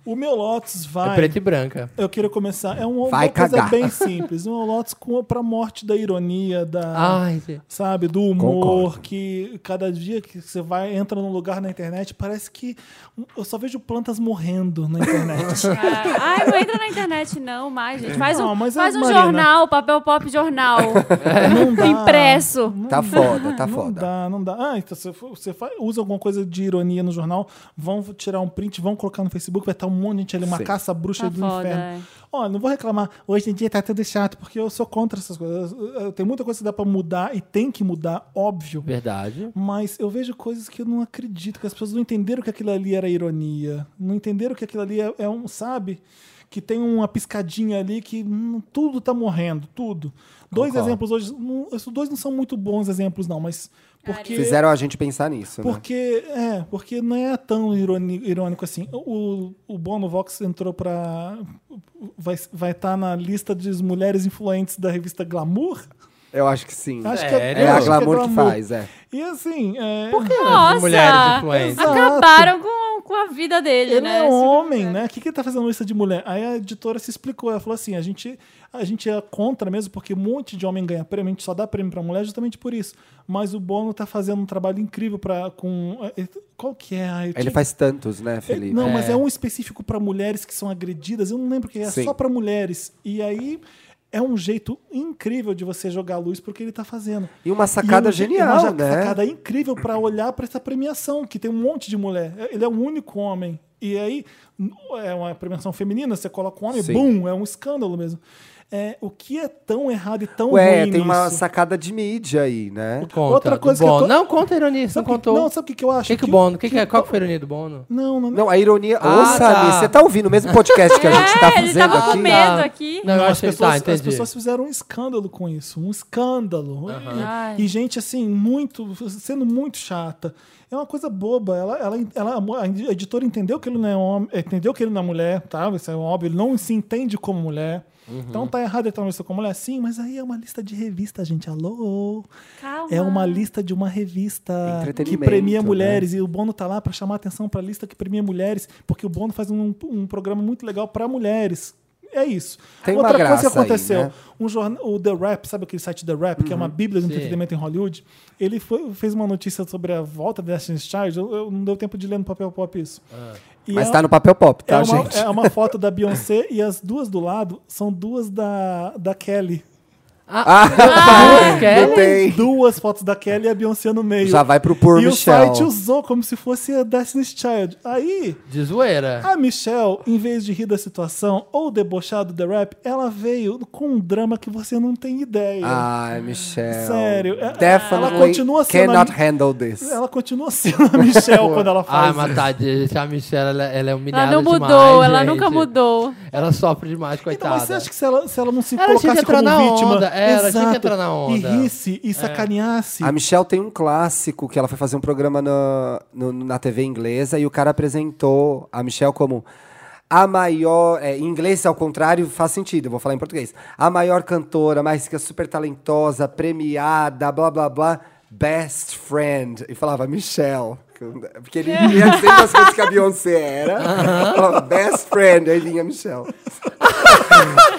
[SPEAKER 1] O meu Lotus vai.
[SPEAKER 3] É preta e branca.
[SPEAKER 1] Eu queria começar. É um- uma
[SPEAKER 4] Vai
[SPEAKER 1] coisa
[SPEAKER 4] cagar.
[SPEAKER 1] bem simples. Um Lotus com, pra morte da ironia, da.
[SPEAKER 3] Ai, gente.
[SPEAKER 1] sabe, do humor,
[SPEAKER 4] Concordo.
[SPEAKER 1] que cada dia que você vai, entra num lugar na internet, parece que um, eu só vejo plantas morrendo na internet.
[SPEAKER 2] Cara, Ah, Ai, não entra na internet, não, mais, gente. Faz
[SPEAKER 1] Não,
[SPEAKER 2] um,
[SPEAKER 1] mas
[SPEAKER 2] faz
[SPEAKER 1] a
[SPEAKER 2] um
[SPEAKER 1] Marina-
[SPEAKER 2] jornal, papel pop jornal.
[SPEAKER 4] É.
[SPEAKER 1] Não dá.
[SPEAKER 2] Impresso.
[SPEAKER 4] Tá foda, tá
[SPEAKER 1] não
[SPEAKER 4] foda.
[SPEAKER 1] dá, não dá. Ah, então você, for- você fa- usa alguma coisa de ironia no jornal, vão tirar um print, vão colocar no Facebook, vai estar um monte de gente ali, uma
[SPEAKER 4] Sim.
[SPEAKER 1] caça bruxa
[SPEAKER 2] Tá
[SPEAKER 1] do
[SPEAKER 2] foda, é.
[SPEAKER 1] inferno. Olha, não vou reclamar, hoje em dia tá tudo chato, porque eu sou contra essas coisas. Eu- eu- Tem muita coisa que dá pra mudar e tem que mudar, óbvio.
[SPEAKER 3] Verdade.
[SPEAKER 1] Mas eu vejo coisas que eu não acredito, que as pessoas não entenderam que aquilo ali era ironia. Não entenderam que aquilo ali é, é um, sabe? Que tem uma piscadinha ali que hum, tudo tá morrendo, tudo. Dois
[SPEAKER 3] Concordo.
[SPEAKER 1] exemplos hoje. não- esses dois não são muito bons exemplos, não, mas. Porque,
[SPEAKER 4] Fizeram né? a gente pensar nisso, né?
[SPEAKER 1] porque, é, porque não é tão ironi- irônico assim. O, o Bono Vox entrou pra. Vai estar vai tá na lista das mulheres influentes da revista Glamour?
[SPEAKER 4] Eu acho que sim.
[SPEAKER 1] Acho que
[SPEAKER 3] Sério?
[SPEAKER 4] É a
[SPEAKER 1] acho que é
[SPEAKER 4] glamour que faz, é.
[SPEAKER 1] E assim. É,
[SPEAKER 2] Nossa!
[SPEAKER 3] Mulheres influentes.
[SPEAKER 2] Acabaram com, com a vida dele,
[SPEAKER 1] Ele
[SPEAKER 2] né?
[SPEAKER 1] é homem, né? O que, que ele tá fazendo lista de mulher? Aí a editora se explicou. Ela falou assim: a gente, a gente é contra mesmo, porque um monte de homem ganha prêmio, a gente só dá prêmio pra mulher justamente por isso. Mas o Bono tá fazendo um trabalho incrível pra. Com, qual que é? a
[SPEAKER 4] Ele faz tantos, né, Felipe?
[SPEAKER 1] não, mas
[SPEAKER 3] É.
[SPEAKER 1] é um específico pra mulheres que são agredidas. Eu não lembro que é
[SPEAKER 4] Sim.
[SPEAKER 1] só pra mulheres. E aí é um jeito incrível de você jogar a luz porque ele tá fazendo.
[SPEAKER 4] E uma sacada
[SPEAKER 1] um je-
[SPEAKER 4] genial,
[SPEAKER 1] uma
[SPEAKER 4] né?
[SPEAKER 1] sacada incrível pra olhar pra essa premiação, que tem um monte de mulher. Ele é o único homem. E aí n- é uma premiação feminina, você coloca um homem,
[SPEAKER 4] Sim.
[SPEAKER 1] bum, é um escândalo mesmo. É, o que é tão errado e tão
[SPEAKER 4] Ué,
[SPEAKER 1] ruim
[SPEAKER 4] tem uma
[SPEAKER 1] nisso?
[SPEAKER 4] sacada de mídia aí, né?
[SPEAKER 3] Conta.
[SPEAKER 1] Outra
[SPEAKER 3] do
[SPEAKER 1] coisa que eu
[SPEAKER 3] Bono.
[SPEAKER 1] tô-
[SPEAKER 3] Não, conta a ironia, você não
[SPEAKER 1] Sabe que-
[SPEAKER 3] contou.
[SPEAKER 1] Não, sabe o que, que eu
[SPEAKER 3] o
[SPEAKER 1] acho?
[SPEAKER 3] que, que o Bono? Que que é- Qual que foi a ironia do Bono?
[SPEAKER 1] Não, é não, não.
[SPEAKER 4] Não, a ironia.
[SPEAKER 3] Ah,
[SPEAKER 4] Ô, Samir,
[SPEAKER 3] tá.
[SPEAKER 4] você tá ouvindo o mesmo podcast que a gente tá
[SPEAKER 2] É, ele
[SPEAKER 4] fazendo
[SPEAKER 2] tava com
[SPEAKER 4] aqui?
[SPEAKER 2] medo aqui.
[SPEAKER 3] Não, eu
[SPEAKER 1] as,
[SPEAKER 3] achei.
[SPEAKER 1] pessoas,
[SPEAKER 3] Tá,
[SPEAKER 1] as
[SPEAKER 3] entendi.
[SPEAKER 1] pessoas fizeram um escândalo com isso, um escândalo.
[SPEAKER 2] Ai.
[SPEAKER 1] E, e gente, assim, muito, sendo muito chata. É uma coisa boba. Ela, ela, ela- a editora entendeu que ele não é homem, entendeu que ele não é mulher, tá? Isso é óbvio, ele não se entende como mulher.
[SPEAKER 4] Uhum.
[SPEAKER 1] Então tá errado ele estar na lista como mulher, sim, mas aí é uma lista de revista, gente. Alô?
[SPEAKER 2] Calma.
[SPEAKER 1] É uma lista de uma revista que
[SPEAKER 4] Entretenimento,
[SPEAKER 1] premia
[SPEAKER 4] né?
[SPEAKER 1] mulheres. E o Bono tá lá pra chamar atenção pra lista que premia mulheres, porque o Bono faz um, um programa muito legal pra mulheres. É isso.
[SPEAKER 4] Tem uma
[SPEAKER 1] Outra coisa
[SPEAKER 4] graça
[SPEAKER 1] que aconteceu,
[SPEAKER 4] aí, né?
[SPEAKER 1] um jornal, o The Rap, sabe aquele site The Rap, que é uma bíblia de
[SPEAKER 3] Sim.
[SPEAKER 1] entretenimento em Hollywood? Ele foi- fez uma notícia sobre a volta da Destiny's Child, eu, eu não deu tempo de ler no papel pop isso. E
[SPEAKER 4] Mas
[SPEAKER 1] é-
[SPEAKER 4] tá no papel pop, tá,
[SPEAKER 1] é uma,
[SPEAKER 4] gente?
[SPEAKER 1] é uma foto da Beyoncé e as duas do lado são duas da, da Kelly.
[SPEAKER 2] Tá. É.
[SPEAKER 3] Ah,
[SPEAKER 4] Não
[SPEAKER 3] quer?
[SPEAKER 4] tem.
[SPEAKER 1] Duas fotos da Kelly e a Beyoncé no meio.
[SPEAKER 4] Já vai pro Poor
[SPEAKER 1] e o
[SPEAKER 4] Michelle.
[SPEAKER 1] site usou como se fosse a Destiny's Child. Aí,
[SPEAKER 3] De zoeira.
[SPEAKER 1] a Michelle, em vez de rir da situação ou debochar do The Rap, ela veio com um drama que você não tem ideia.
[SPEAKER 4] Ai, Michelle.
[SPEAKER 1] Sério, é-
[SPEAKER 4] Definitely
[SPEAKER 1] ela continua sendo
[SPEAKER 4] cannot
[SPEAKER 1] a-
[SPEAKER 4] handle this.
[SPEAKER 1] Ela continua sendo a Michelle quando ela Ah, faz. Então,
[SPEAKER 3] Ai, mas tá, gente, a Michelle, ela, ela é
[SPEAKER 2] Ela
[SPEAKER 3] humilhada
[SPEAKER 2] não mudou,
[SPEAKER 3] demais,
[SPEAKER 2] ela
[SPEAKER 3] gente.
[SPEAKER 2] nunca mudou.
[SPEAKER 3] Ela sofre demais,
[SPEAKER 1] Então,
[SPEAKER 3] coitada.
[SPEAKER 1] mas você acha que se ela, se ela não se
[SPEAKER 3] Ela tinha que
[SPEAKER 1] colocasse
[SPEAKER 3] entrar
[SPEAKER 1] como
[SPEAKER 3] na
[SPEAKER 1] vítima
[SPEAKER 3] onda, é, ela tinha que
[SPEAKER 1] exato,
[SPEAKER 3] entrar na onda. É.
[SPEAKER 1] e risse e sacaneasse,
[SPEAKER 4] A Michelle tem um clássico que ela foi fazer um programa na, no- na TV inglesa e o cara apresentou a Michelle como a maior. é, em inglês, ao contrário, faz sentido, eu vou falar em português. A maior cantora, mais que é super talentosa, premiada, blá blá blá, best friend. E falava Michelle. que eu- Porque ele ia sempre as coisas que a Beyoncé era. Falava, Best friend, aí vinha a Michelle.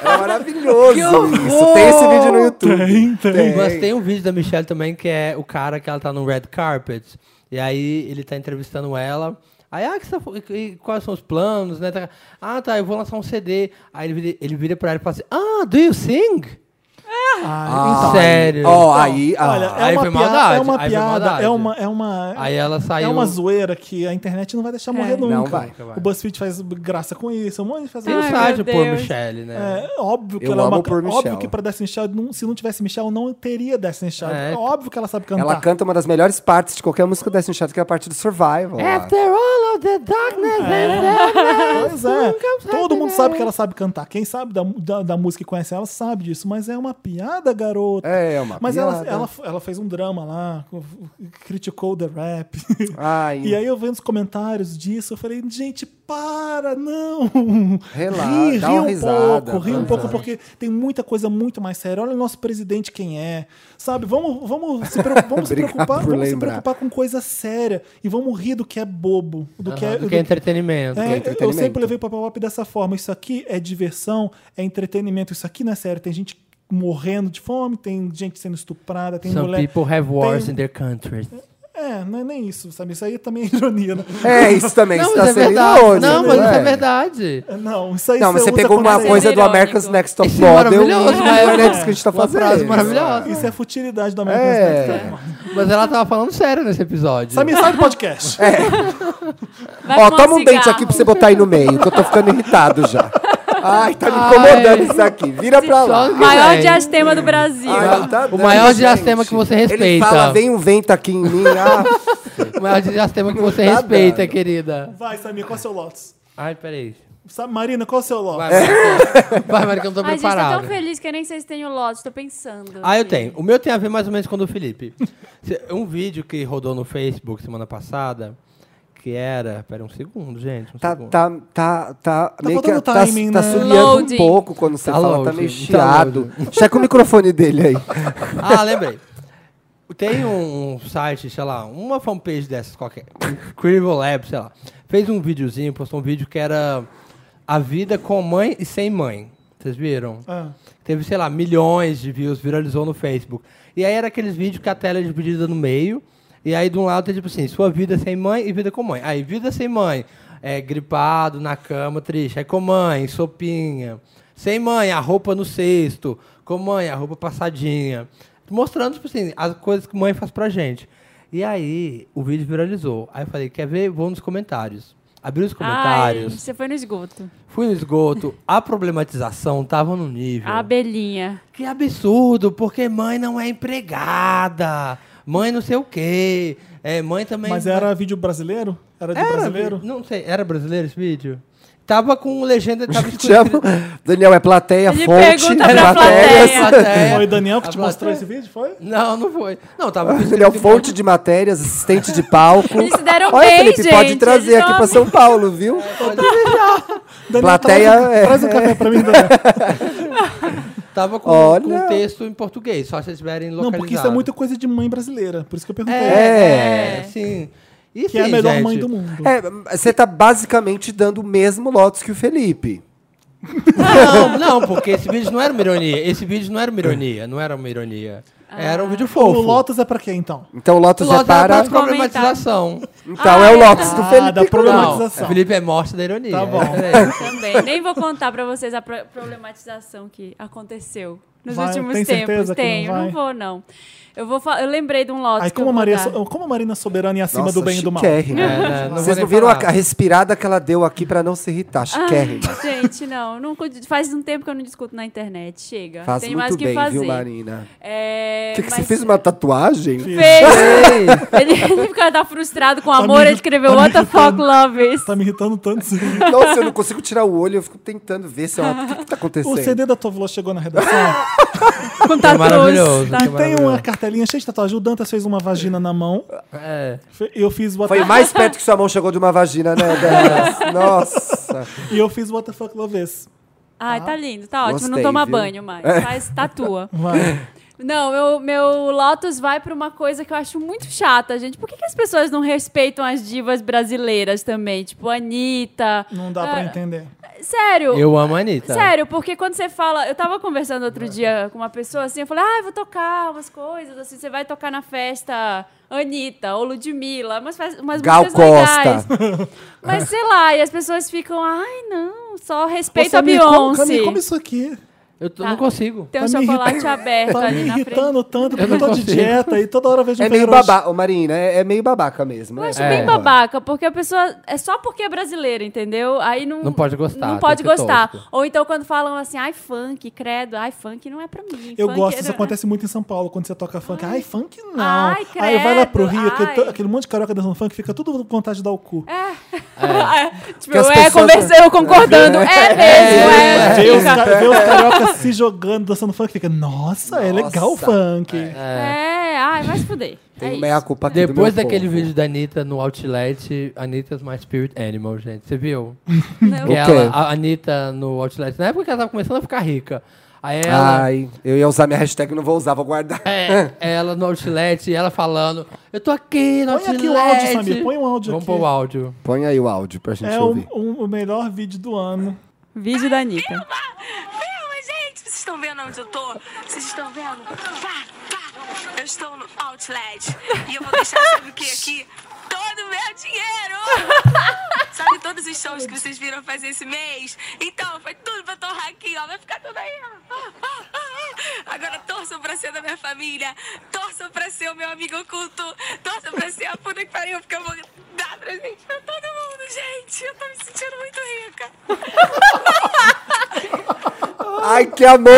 [SPEAKER 4] é maravilhoso isso. Tem esse vídeo no
[SPEAKER 3] é
[SPEAKER 4] YouTube.
[SPEAKER 1] Tem, tem.
[SPEAKER 3] Mas tem um vídeo da Michelle também que é o cara que ela tá no red carpet. E aí ele tá entrevistando ela. Aí, ah, que você tá fo- e- e quais são os planos, né? Tá- Ah, tá, eu vou lançar um CD. Aí ele vira, ele vira pra ela e fala assim: Ah, do you sing?
[SPEAKER 1] Ah,
[SPEAKER 3] Sério.
[SPEAKER 4] Ó, aí. ah,
[SPEAKER 1] Olha, é
[SPEAKER 3] aí
[SPEAKER 1] uma
[SPEAKER 3] foi
[SPEAKER 1] piada,
[SPEAKER 3] maldade,
[SPEAKER 1] é uma
[SPEAKER 3] aí foi
[SPEAKER 1] piada,
[SPEAKER 3] maldade.
[SPEAKER 1] é uma, é uma,
[SPEAKER 3] Aí ela saiu.
[SPEAKER 1] é uma zoeira que a internet não vai
[SPEAKER 3] É.
[SPEAKER 1] deixar morrer nunca.
[SPEAKER 4] Não vai.
[SPEAKER 3] Nunca vai.
[SPEAKER 1] O BuzzFeed faz graça com isso, um monte de fazer
[SPEAKER 3] Tem um
[SPEAKER 2] Ai,
[SPEAKER 3] site
[SPEAKER 2] meu
[SPEAKER 3] por
[SPEAKER 2] Deus.
[SPEAKER 3] Michelle, né?
[SPEAKER 1] É, óbvio que
[SPEAKER 4] Eu
[SPEAKER 1] ela é
[SPEAKER 4] amo
[SPEAKER 1] uma
[SPEAKER 4] por Michelle.
[SPEAKER 1] Óbvio que pra Destiny Child, não- se não tivesse Michelle, não teria Destiny Child.
[SPEAKER 3] É.
[SPEAKER 1] É óbvio que ela sabe cantar.
[SPEAKER 4] Ela canta uma das melhores partes de qualquer música da Destiny Child, que é a parte do Survival. lá.
[SPEAKER 3] all of the darkness and
[SPEAKER 1] Pois é. Todo mundo sabe que ela sabe cantar. Quem sabe da, da, da música e conhece ela sabe disso. Mas é uma piada, garota.
[SPEAKER 4] É, é uma
[SPEAKER 1] Mas ela,
[SPEAKER 4] piada.
[SPEAKER 1] ela, ela fez um drama lá, co- criticou The Rap.
[SPEAKER 4] Ai.
[SPEAKER 1] E aí eu vendo os comentários disso, eu falei, gente, para, não!
[SPEAKER 4] Relaxa,
[SPEAKER 1] ri,
[SPEAKER 4] dá
[SPEAKER 1] ri
[SPEAKER 4] uma
[SPEAKER 1] um
[SPEAKER 4] risada,
[SPEAKER 1] pouco, ri
[SPEAKER 4] dá
[SPEAKER 1] um
[SPEAKER 4] uma
[SPEAKER 1] pouco,
[SPEAKER 4] risada.
[SPEAKER 1] porque tem muita coisa muito mais séria. Olha o nosso presidente quem é, sabe? Vamos, vamos, se, pre- vamos se
[SPEAKER 4] Obrigado
[SPEAKER 1] preocupar,
[SPEAKER 4] por
[SPEAKER 1] vamos se
[SPEAKER 4] lembrar.
[SPEAKER 1] preocupar com coisa séria e vamos rir do que é bobo, do que é,
[SPEAKER 3] Aham, do que é
[SPEAKER 1] do-
[SPEAKER 3] entretenimento.
[SPEAKER 1] é, eu
[SPEAKER 4] entretenimento.
[SPEAKER 1] sempre levei o Papel Pop dessa forma. Isso aqui é diversão, é entretenimento. Isso aqui não é sério. Tem gente morrendo de fome, tem gente sendo estuprada, tem
[SPEAKER 3] Some
[SPEAKER 1] mulher.
[SPEAKER 3] people have wars
[SPEAKER 1] tem-
[SPEAKER 3] in their countries.
[SPEAKER 1] É, não é nem isso, sabe? Isso aí também é ironia. Né?
[SPEAKER 4] É, isso também.
[SPEAKER 3] Não,
[SPEAKER 4] isso
[SPEAKER 3] mas
[SPEAKER 4] tá
[SPEAKER 3] é
[SPEAKER 4] sendo
[SPEAKER 3] verdade.
[SPEAKER 4] irônico,
[SPEAKER 3] não, mas isso
[SPEAKER 4] né?
[SPEAKER 3] é verdade. é um
[SPEAKER 1] Não, isso aí
[SPEAKER 4] Não, mas você
[SPEAKER 1] usa
[SPEAKER 4] pegou
[SPEAKER 1] como
[SPEAKER 4] uma
[SPEAKER 1] ser-
[SPEAKER 4] coisa do
[SPEAKER 2] irônico.
[SPEAKER 4] American's Next Top
[SPEAKER 3] Isso é
[SPEAKER 4] Model
[SPEAKER 3] maravilhoso,
[SPEAKER 4] e
[SPEAKER 3] mas-
[SPEAKER 4] não é isso que a gente tá
[SPEAKER 3] Uma
[SPEAKER 4] fazendo.
[SPEAKER 3] frase maravilhosa.
[SPEAKER 1] Isso é futilidade do American
[SPEAKER 4] É.
[SPEAKER 1] Sniper.
[SPEAKER 3] Mas ela tava falando sério nesse episódio.
[SPEAKER 1] né? Samir, sai do podcast.
[SPEAKER 4] É.
[SPEAKER 2] Vai
[SPEAKER 4] Ó,
[SPEAKER 3] É
[SPEAKER 2] fumar
[SPEAKER 4] toma um
[SPEAKER 2] cigarro.
[SPEAKER 4] dente aqui pra você botar aí no meio, que eu tô ficando irritado já. Ai, tá me
[SPEAKER 3] Ai.
[SPEAKER 4] incomodando isso aqui. Vira pra lá.
[SPEAKER 3] Só-
[SPEAKER 2] Maior
[SPEAKER 3] Ai.
[SPEAKER 2] diastema do Brasil.
[SPEAKER 4] Ai, não tá
[SPEAKER 3] O
[SPEAKER 4] dando,
[SPEAKER 3] maior
[SPEAKER 4] gente.
[SPEAKER 3] diastema que você
[SPEAKER 4] Ele
[SPEAKER 3] respeita.
[SPEAKER 4] fala, vem um vento aqui em mim. Ah,
[SPEAKER 3] Mas já tema que você
[SPEAKER 4] Não tá
[SPEAKER 3] respeita,
[SPEAKER 4] dando.
[SPEAKER 3] querida.
[SPEAKER 1] Vai, Samir, qual é o seu Lotus?
[SPEAKER 3] Ai, peraí.
[SPEAKER 1] Sa- Marina, qual é o seu Lotus?
[SPEAKER 3] Vai, Maricão. Vai, Maricão, eu não tô
[SPEAKER 2] Ai, gente, tô
[SPEAKER 3] preparado.
[SPEAKER 2] tão feliz que eu nem sei se tenho lote, tô pensando.
[SPEAKER 3] Ah, eu
[SPEAKER 2] aqui.
[SPEAKER 3] tenho. O meu tem a ver mais ou menos com o do Felipe. Se- Um vídeo que rodou no Facebook semana passada, que era... Pera um segundo, gente. Um
[SPEAKER 4] tá,
[SPEAKER 3] segundo.
[SPEAKER 4] tá, tá, tá, meio que
[SPEAKER 1] faltando
[SPEAKER 4] tá,
[SPEAKER 1] timing,
[SPEAKER 4] tá
[SPEAKER 1] né?
[SPEAKER 4] subiando um
[SPEAKER 2] Loading.
[SPEAKER 4] pouco quando você
[SPEAKER 3] Tá
[SPEAKER 4] fala, tá
[SPEAKER 3] loading,
[SPEAKER 4] meio
[SPEAKER 3] tá
[SPEAKER 4] chiado. Checa o microfone dele aí.
[SPEAKER 3] Ah, lembrei. Tem um site, sei lá, uma fanpage dessas qualquer. Incredible Lab, sei lá. Fez um videozinho, postou um vídeo que era a vida com mãe e sem mãe. Vocês viram?
[SPEAKER 1] Ah,
[SPEAKER 3] Teve, sei lá, milhões de views, viralizou no Facebook. E aí era aqueles vídeos que a tela é dividida no meio. E aí de um lado tem tipo assim, sua vida sem mãe e vida com mãe. Aí vida sem mãe, é gripado, na cama, triste. Aí com mãe, sopinha. Sem mãe, a roupa no cesto. Com mãe, a roupa passadinha. Mostrando, tipo assim, as coisas que mãe faz pra gente. E aí o vídeo viralizou. Aí eu falei, quer ver? Vou nos comentários. Abri os
[SPEAKER 2] Ai,
[SPEAKER 3] comentários,
[SPEAKER 2] você foi no esgoto.
[SPEAKER 3] fui no esgoto. A problematização tava no nível.
[SPEAKER 2] A abelhinha.
[SPEAKER 3] Que absurdo, porque mãe não é empregada, mãe não sei o quê, é, mãe também... é-
[SPEAKER 1] mas era vídeo brasileiro? Era de
[SPEAKER 3] Era,
[SPEAKER 1] brasileiro?
[SPEAKER 3] Não sei, era brasileiro esse vídeo? Tava com legenda... Tava
[SPEAKER 4] Te amo. Daniel, é plateia,
[SPEAKER 2] Ele
[SPEAKER 4] fonte,
[SPEAKER 2] pergunta pra
[SPEAKER 4] matérias.
[SPEAKER 2] plateia.
[SPEAKER 4] É.
[SPEAKER 1] Foi o Daniel que te
[SPEAKER 3] A plateia-
[SPEAKER 1] mostrou esse vídeo, foi?
[SPEAKER 3] Não, não foi. Não, tava... com
[SPEAKER 1] é
[SPEAKER 4] Daniel, é fonte de matérias, assistente de palco.
[SPEAKER 2] Eles se deram
[SPEAKER 4] Olha,
[SPEAKER 2] bem,
[SPEAKER 4] Felipe, pode
[SPEAKER 2] gente,
[SPEAKER 4] trazer
[SPEAKER 2] eles
[SPEAKER 4] aqui
[SPEAKER 2] são
[SPEAKER 4] pra São Paulo, viu?
[SPEAKER 1] Daniel,
[SPEAKER 4] Plateia
[SPEAKER 1] traz, um-
[SPEAKER 4] é-
[SPEAKER 1] traz um café pra mim, Daniel.
[SPEAKER 3] Tava com,
[SPEAKER 4] Olha.
[SPEAKER 3] com texto em português, só se vocês tiverem
[SPEAKER 1] Não,
[SPEAKER 3] localizado.
[SPEAKER 1] porque isso é muita coisa de mãe brasileira. Por isso que eu perguntei.
[SPEAKER 3] É, é, sim. E,
[SPEAKER 1] Que é a
[SPEAKER 3] sim,
[SPEAKER 1] melhor
[SPEAKER 3] gente,
[SPEAKER 1] mãe do mundo.
[SPEAKER 4] É, você tá basicamente dando o mesmo lotus que o Felipe.
[SPEAKER 3] Não, não, porque esse vídeo não era uma ironia. Esse vídeo não era uma ironia, não era uma ironia. Era um vídeo fofo.
[SPEAKER 1] O Lotus é pra quê, então?
[SPEAKER 4] Então Ah. o lotus,
[SPEAKER 3] Lotus
[SPEAKER 4] é para...
[SPEAKER 3] era pra problematização.
[SPEAKER 4] Então é o lotus do
[SPEAKER 1] Ah,
[SPEAKER 4] Felipe.
[SPEAKER 1] da
[SPEAKER 3] Não,
[SPEAKER 1] problematização.
[SPEAKER 3] Felipe é morte da ironia.
[SPEAKER 1] Tá bom.
[SPEAKER 3] É.
[SPEAKER 2] Também. Nem vou contar pra vocês a pro- problematização que aconteceu nos
[SPEAKER 1] Vai,
[SPEAKER 2] últimos
[SPEAKER 1] tem certeza
[SPEAKER 2] tempos.
[SPEAKER 1] que não
[SPEAKER 2] Tenho,
[SPEAKER 1] vai?
[SPEAKER 2] vou, não. Eu, vou fa- eu lembrei de um lote.
[SPEAKER 1] Aí,
[SPEAKER 2] que eu
[SPEAKER 1] como a,
[SPEAKER 2] vou
[SPEAKER 1] Maria,
[SPEAKER 2] dar.
[SPEAKER 1] so- como a Marina Soberana é acima
[SPEAKER 4] Nossa,
[SPEAKER 1] do bem e do mal.
[SPEAKER 4] chiquérrima.
[SPEAKER 3] É, né, não vou
[SPEAKER 4] Vocês
[SPEAKER 3] nem
[SPEAKER 4] não viram a,
[SPEAKER 3] falar.
[SPEAKER 4] a respirada que ela deu aqui pra não se
[SPEAKER 2] Ah,
[SPEAKER 4] irritar, chiquérrima.
[SPEAKER 2] Gente, não, não. cu- Faz um tempo que eu não discuto na internet. Chega.
[SPEAKER 4] Faz
[SPEAKER 2] Tem mais
[SPEAKER 4] muito
[SPEAKER 2] o que
[SPEAKER 4] bem,
[SPEAKER 2] fazer.
[SPEAKER 4] viu, Marina?
[SPEAKER 2] É,
[SPEAKER 4] O que, que você
[SPEAKER 2] mas-
[SPEAKER 4] fez? Uma tatuagem?
[SPEAKER 2] Fez! ele, ele fica tá frustrado com o amor,
[SPEAKER 1] me
[SPEAKER 2] ele escreveu
[SPEAKER 1] irri- tá me
[SPEAKER 2] What the fuck
[SPEAKER 1] irritando.
[SPEAKER 2] love is.
[SPEAKER 1] Tá me irritando tanto. isso.
[SPEAKER 4] Nossa, eu não consigo tirar o olho, eu fico tentando ver se é uma... O que, que tá
[SPEAKER 1] O
[SPEAKER 4] acontecendo?
[SPEAKER 1] CD da Tovlo chegou na redação.
[SPEAKER 2] Com tatus.
[SPEAKER 3] maravilhoso.
[SPEAKER 1] e
[SPEAKER 2] Tá-
[SPEAKER 1] tem uma cartelinha cheia de tatuagem. O Dantas fez uma vagina na mão.
[SPEAKER 3] É.
[SPEAKER 1] Fe- Eu fiz o
[SPEAKER 4] Foi o mais perto que sua mão chegou de uma vagina, né? Daniel? Nossa.
[SPEAKER 1] E eu fiz What the Fuck Love Is.
[SPEAKER 2] Ai, tá lindo, tá ótimo.
[SPEAKER 4] Gostei,
[SPEAKER 2] não toma
[SPEAKER 1] É.
[SPEAKER 4] viu?
[SPEAKER 2] banho mais. Faz tatua.
[SPEAKER 1] Vai.
[SPEAKER 2] Não, meu, meu Lotus vai pra uma coisa que eu acho muito chata, gente. Por que, que as pessoas não respeitam as divas brasileiras também? Tipo, Anitta.
[SPEAKER 1] Não dá pra
[SPEAKER 2] Ah,
[SPEAKER 1] entender.
[SPEAKER 2] Sério.
[SPEAKER 3] Eu amo a
[SPEAKER 1] Tá.
[SPEAKER 3] Anitta.
[SPEAKER 2] Sério, porque quando você fala. Eu tava conversando outro dia com uma pessoa assim, eu falei, ah, eu vou tocar umas coisas, assim, você vai tocar na festa Anitta ou Ludmilla, umas, fes- umas
[SPEAKER 4] Gal
[SPEAKER 2] músicas legais. Mas sei lá, e as pessoas ficam, ai, não, só respeito a
[SPEAKER 1] me come,
[SPEAKER 2] Beyoncé.
[SPEAKER 1] come, come isso aqui.
[SPEAKER 3] Eu t-
[SPEAKER 2] Tá.
[SPEAKER 3] não consigo.
[SPEAKER 2] Tem um
[SPEAKER 1] Tá me
[SPEAKER 2] chocolate
[SPEAKER 1] irritando.
[SPEAKER 2] aberto
[SPEAKER 1] Tá me
[SPEAKER 2] ali na frente.
[SPEAKER 1] irritando tanto porque
[SPEAKER 3] não
[SPEAKER 1] eu tô de
[SPEAKER 3] consigo.
[SPEAKER 1] dieta e toda hora eu vejo um
[SPEAKER 4] É meio
[SPEAKER 1] Ferrero
[SPEAKER 4] babaca, ô Marina, é, é meio babaca mesmo.
[SPEAKER 2] Eu
[SPEAKER 4] né?
[SPEAKER 2] acho
[SPEAKER 3] É.
[SPEAKER 2] bem babaca, porque a pessoa. É só porque é brasileira, entendeu? Aí não.
[SPEAKER 3] Não pode gostar,
[SPEAKER 2] Não
[SPEAKER 3] tem
[SPEAKER 2] pode
[SPEAKER 3] que
[SPEAKER 2] gostar.
[SPEAKER 3] tosco.
[SPEAKER 2] Ou então quando falam assim, ai, funk, credo, ai, funk não é pra mim.
[SPEAKER 1] Eu
[SPEAKER 2] funk
[SPEAKER 1] gosto,
[SPEAKER 2] é-
[SPEAKER 1] isso acontece muito em São Paulo, quando você toca funk. Ai, funk não.
[SPEAKER 2] Ai,
[SPEAKER 1] Aí vai lá pro
[SPEAKER 2] credo,
[SPEAKER 1] Rio, que
[SPEAKER 2] ai.
[SPEAKER 1] to- aquele monte de carioca dançando funk, fica tudo com vontade de dar o cu.
[SPEAKER 2] É, tipo,
[SPEAKER 4] Que as
[SPEAKER 2] eu, é,
[SPEAKER 4] pessoas-
[SPEAKER 2] conversei, eu concordando. É mesmo, é.
[SPEAKER 1] Vê os, ca- vê os cariocas se jogando, dançando funk, fica, nossa, é legal o
[SPEAKER 4] Nossa.
[SPEAKER 1] funk.
[SPEAKER 2] É, ai, vai se fuder.
[SPEAKER 4] Tem um
[SPEAKER 2] é
[SPEAKER 4] meia
[SPEAKER 2] isso.
[SPEAKER 4] culpa aqui do
[SPEAKER 3] Depois
[SPEAKER 4] meu
[SPEAKER 3] daquele
[SPEAKER 4] povo.
[SPEAKER 3] vídeo da Anitta no Outlet, Anitta's My Spirit Animal, gente. Você viu?
[SPEAKER 2] Não.
[SPEAKER 3] Que
[SPEAKER 4] O
[SPEAKER 3] ela,
[SPEAKER 4] quê?
[SPEAKER 3] a Anitta no Outlet, na época que ela tava começando a ficar rica. Aí ela,
[SPEAKER 4] Ai, eu ia usar minha hashtag, não vou usar, vou guardar.
[SPEAKER 3] é, ela no Outlet, e ela falando, eu tô aqui no
[SPEAKER 1] Põe
[SPEAKER 3] Outlet.
[SPEAKER 1] aqui o áudio, Samir, põe o áudio
[SPEAKER 3] Vamos
[SPEAKER 1] aqui.
[SPEAKER 3] pôr o um áudio.
[SPEAKER 4] Põe aí o áudio pra gente
[SPEAKER 1] É o,
[SPEAKER 4] ouvir.
[SPEAKER 1] um- o melhor vídeo do ano.
[SPEAKER 2] Vídeo da Anitta.
[SPEAKER 7] Calma, gente. Vocês estão vendo onde eu tô? Vocês estão vendo? Pá, pá. Eu estou no Outlet. E eu vou deixar, sabe o que aqui? Todo o meu dinheiro! Sabe todos os shows que vocês viram fazer esse mês? Então, foi tudo pra torrar aqui, ó. Vai ficar tudo aí, ó. Agora torçam pra ser da minha família. Torçam pra ser o meu amigo oculto. Torçam pra ser a puta que pariu, porque eu vou dar presente pra todo mundo, gente. Eu tô me sentindo muito rica.
[SPEAKER 4] Ai, que amor!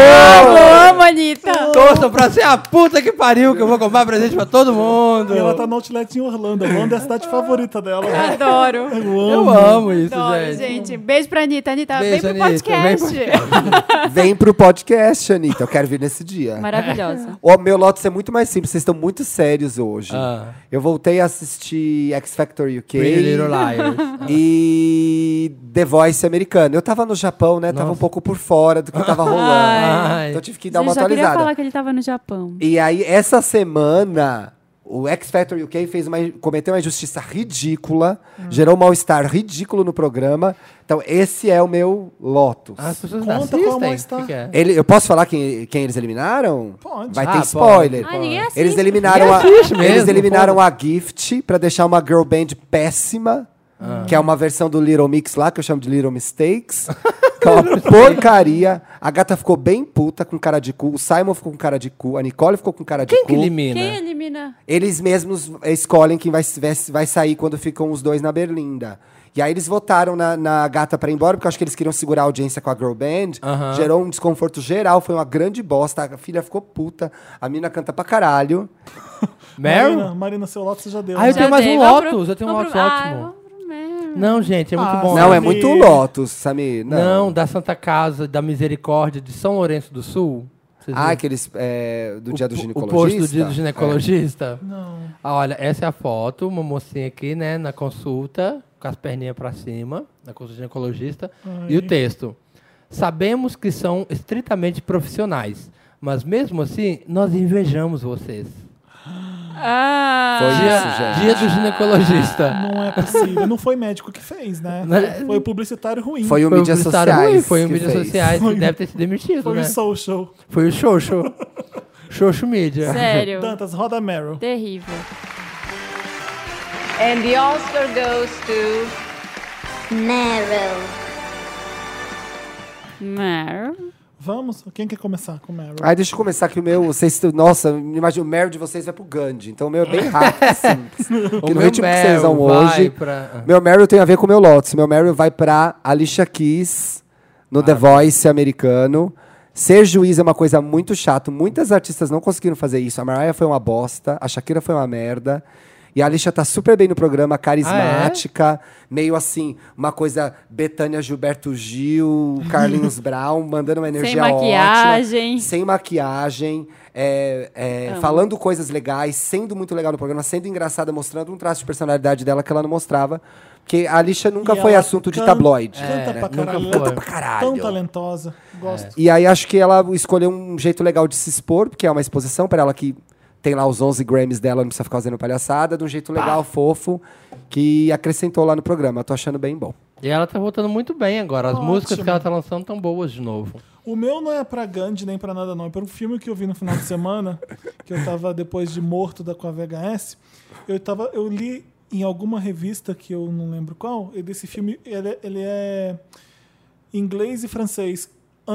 [SPEAKER 2] Amo, Anitta.
[SPEAKER 3] Torça pra ser a puta que pariu, que eu vou comprar presente pra todo mundo.
[SPEAKER 1] E ela tá no Outlet em Orlando. Orlando é a cidade favorita dela.
[SPEAKER 2] Adoro.
[SPEAKER 1] Eu
[SPEAKER 3] Eu
[SPEAKER 1] amo.
[SPEAKER 3] amo isso,
[SPEAKER 2] Adoro,
[SPEAKER 3] gente.
[SPEAKER 2] gente. Beijo pra Anitta. Anitta,
[SPEAKER 3] Beijo,
[SPEAKER 2] vem pro
[SPEAKER 3] Anitta, vem pro
[SPEAKER 2] podcast.
[SPEAKER 4] Vem pro podcast, Anitta. Eu quero vir nesse dia.
[SPEAKER 2] Maravilhosa.
[SPEAKER 4] O meu Lotus é muito mais simples, vocês estão muito sérios hoje.
[SPEAKER 3] Ah.
[SPEAKER 4] Eu voltei a assistir X Factor UK
[SPEAKER 3] Pretty Little Liars.
[SPEAKER 4] e The Voice americano. Eu tava no Japão, né? Tava um pouco por fora do que tava rolando.
[SPEAKER 3] Ai.
[SPEAKER 4] Então eu tive que dar uma
[SPEAKER 2] Eu já queria
[SPEAKER 4] atualizada.
[SPEAKER 2] falar que ele tava no Japão.
[SPEAKER 4] E aí, essa semana, o X Factor UK fez uma, cometeu uma injustiça ridícula,
[SPEAKER 2] Hum.
[SPEAKER 4] gerou um mal-estar ridículo no programa. Então, esse é o meu Lotus.
[SPEAKER 3] As pessoas
[SPEAKER 1] Conta
[SPEAKER 3] não assistem.
[SPEAKER 1] como está.
[SPEAKER 3] O que que é?
[SPEAKER 4] Ele, eu posso falar quem, quem eles eliminaram?
[SPEAKER 1] Pode.
[SPEAKER 4] Vai
[SPEAKER 3] Ah,
[SPEAKER 4] ter
[SPEAKER 3] pode,
[SPEAKER 4] spoiler.
[SPEAKER 2] pode. Ah, ninguém assiste.
[SPEAKER 4] Eles eliminaram, a,
[SPEAKER 3] Ninguém assiste mesmo,
[SPEAKER 4] eles eliminaram a Gift pra deixar uma girl band péssima,
[SPEAKER 3] Ah.
[SPEAKER 4] que é uma versão do Little Mix lá, que eu chamo de Little Mistakes. que é uma porcaria. A gata ficou bem puta com cara de cu, o Simon ficou com cara de cu, a Nicole ficou com cara de
[SPEAKER 3] Quem
[SPEAKER 4] cu.
[SPEAKER 3] que elimina?
[SPEAKER 2] Quem elimina?
[SPEAKER 4] Eles mesmos escolhem quem vai, vai, vai sair quando ficam os dois na Berlinda. E aí eles votaram na, na gata pra ir embora, porque eu acho que eles queriam segurar a audiência com a girl band.
[SPEAKER 3] Aham.
[SPEAKER 4] Gerou um desconforto geral, foi uma grande bosta. A filha ficou puta, a mina canta pra caralho.
[SPEAKER 1] Marina,
[SPEAKER 3] Meryl?
[SPEAKER 1] Marina, seu Lotus você já deu.
[SPEAKER 3] Ah, eu
[SPEAKER 1] né?
[SPEAKER 3] tenho mais
[SPEAKER 2] dei.
[SPEAKER 3] um
[SPEAKER 2] Vamos pro-
[SPEAKER 3] Lotus, eu tenho um
[SPEAKER 2] vamos
[SPEAKER 3] Lotus
[SPEAKER 2] pro- Ah,
[SPEAKER 3] ótimo.
[SPEAKER 2] vamos pro Meryl.
[SPEAKER 3] Não, gente, é muito
[SPEAKER 1] Ah,
[SPEAKER 3] bom.
[SPEAKER 4] Não, é
[SPEAKER 1] Samir.
[SPEAKER 4] muito Lotus, Samir. Não.
[SPEAKER 3] Não, da Santa Casa da Misericórdia de São Lourenço do Sul. Vocês
[SPEAKER 4] Ah,
[SPEAKER 3] viram?
[SPEAKER 4] aqueles. é, do dia do
[SPEAKER 3] po-
[SPEAKER 4] ginecologista. É.
[SPEAKER 3] O posto do dia do ginecologista? Não. Ah, olha, essa é a foto, uma mocinha aqui, né, na consulta, com as perninhas pra cima, na consulta do ginecologista. E o texto. Sabemos que são estritamente profissionais, mas mesmo assim, nós invejamos vocês.
[SPEAKER 2] Ah.
[SPEAKER 4] Foi
[SPEAKER 3] dia,
[SPEAKER 4] isso, gente. Ah.
[SPEAKER 3] dia do ginecologista.
[SPEAKER 1] Não é possível. Não foi médico que fez, né?
[SPEAKER 3] Né?
[SPEAKER 1] Foi publicitário ruim.
[SPEAKER 4] Foi o
[SPEAKER 3] Foi um
[SPEAKER 4] mídias
[SPEAKER 3] publicitário
[SPEAKER 4] sociais.
[SPEAKER 3] ruim, Foi o
[SPEAKER 4] que
[SPEAKER 3] mídias
[SPEAKER 4] fez.
[SPEAKER 3] sociais
[SPEAKER 1] Foi-
[SPEAKER 3] que deve ter se demitido,
[SPEAKER 1] Foi um
[SPEAKER 2] É.
[SPEAKER 3] né?
[SPEAKER 1] o social.
[SPEAKER 3] Foi o Xoxo. Xoxo Mídia.
[SPEAKER 2] Sério.
[SPEAKER 1] Dantas, roda Meryl.
[SPEAKER 2] Terrível.
[SPEAKER 8] And the Oscar goes to.
[SPEAKER 6] Meryl.
[SPEAKER 2] Meryl.
[SPEAKER 1] Vamos? Quem quer começar com Meryl?
[SPEAKER 4] Ai, deixa eu começar que o meu. Vocês, nossa, imagina, o Meryl de vocês vai pro Gandhi. Então o meu é bem rápido, assim.
[SPEAKER 3] O
[SPEAKER 4] Que no
[SPEAKER 3] meu
[SPEAKER 4] ritmo que vocês
[SPEAKER 3] Mel
[SPEAKER 4] usam
[SPEAKER 3] vai
[SPEAKER 4] hoje.
[SPEAKER 3] pra-
[SPEAKER 4] Meu Meryl tem a ver com o meu Lotus. Meu Meryl vai pra Alicia Keys no The Voice americano. Ser juiz é uma coisa muito chata. Muitas artistas não conseguiram fazer isso. A Mariah foi uma bosta, a Shakira foi uma merda. E a Alicia tá super bem no programa, carismática, meio assim, uma coisa Betânia Gilberto Gil, Carlinhos Brown, mandando uma energia
[SPEAKER 2] maquiagem.
[SPEAKER 4] ótima. Sem maquiagem. é, é, falando coisas legais, sendo muito legal no programa, sendo engraçada, mostrando um traço de personalidade dela que ela não mostrava. Porque a Alicia nunca
[SPEAKER 1] E
[SPEAKER 4] foi
[SPEAKER 1] ela
[SPEAKER 4] assunto de
[SPEAKER 1] can-
[SPEAKER 4] tabloide.
[SPEAKER 1] Canta É.
[SPEAKER 4] né?
[SPEAKER 1] pra
[SPEAKER 3] nunca
[SPEAKER 1] caralho.
[SPEAKER 3] foi.
[SPEAKER 1] Canta
[SPEAKER 4] pra caralho.
[SPEAKER 1] Tão talentosa.
[SPEAKER 3] É.
[SPEAKER 1] Gosto.
[SPEAKER 4] E aí acho que ela escolheu um jeito legal de se expor, porque é uma exposição para ela que tem lá os 11 Grammys dela, não precisa ficar fazendo palhaçada, de um jeito legal, fofo, que acrescentou lá no programa. Tô achando bem bom.
[SPEAKER 3] E ela tá voltando muito bem agora. As
[SPEAKER 1] Ótimo.
[SPEAKER 3] músicas que ela tá lançando tão boas de novo.
[SPEAKER 1] O meu não é pra Gandhi nem pra nada, não. É para um filme que eu vi no final de semana, que eu tava depois de morto da, com a VHS. Eu, tava, eu li em alguma revista, que eu não lembro qual, e desse filme, ele, é- ele é inglês e francês.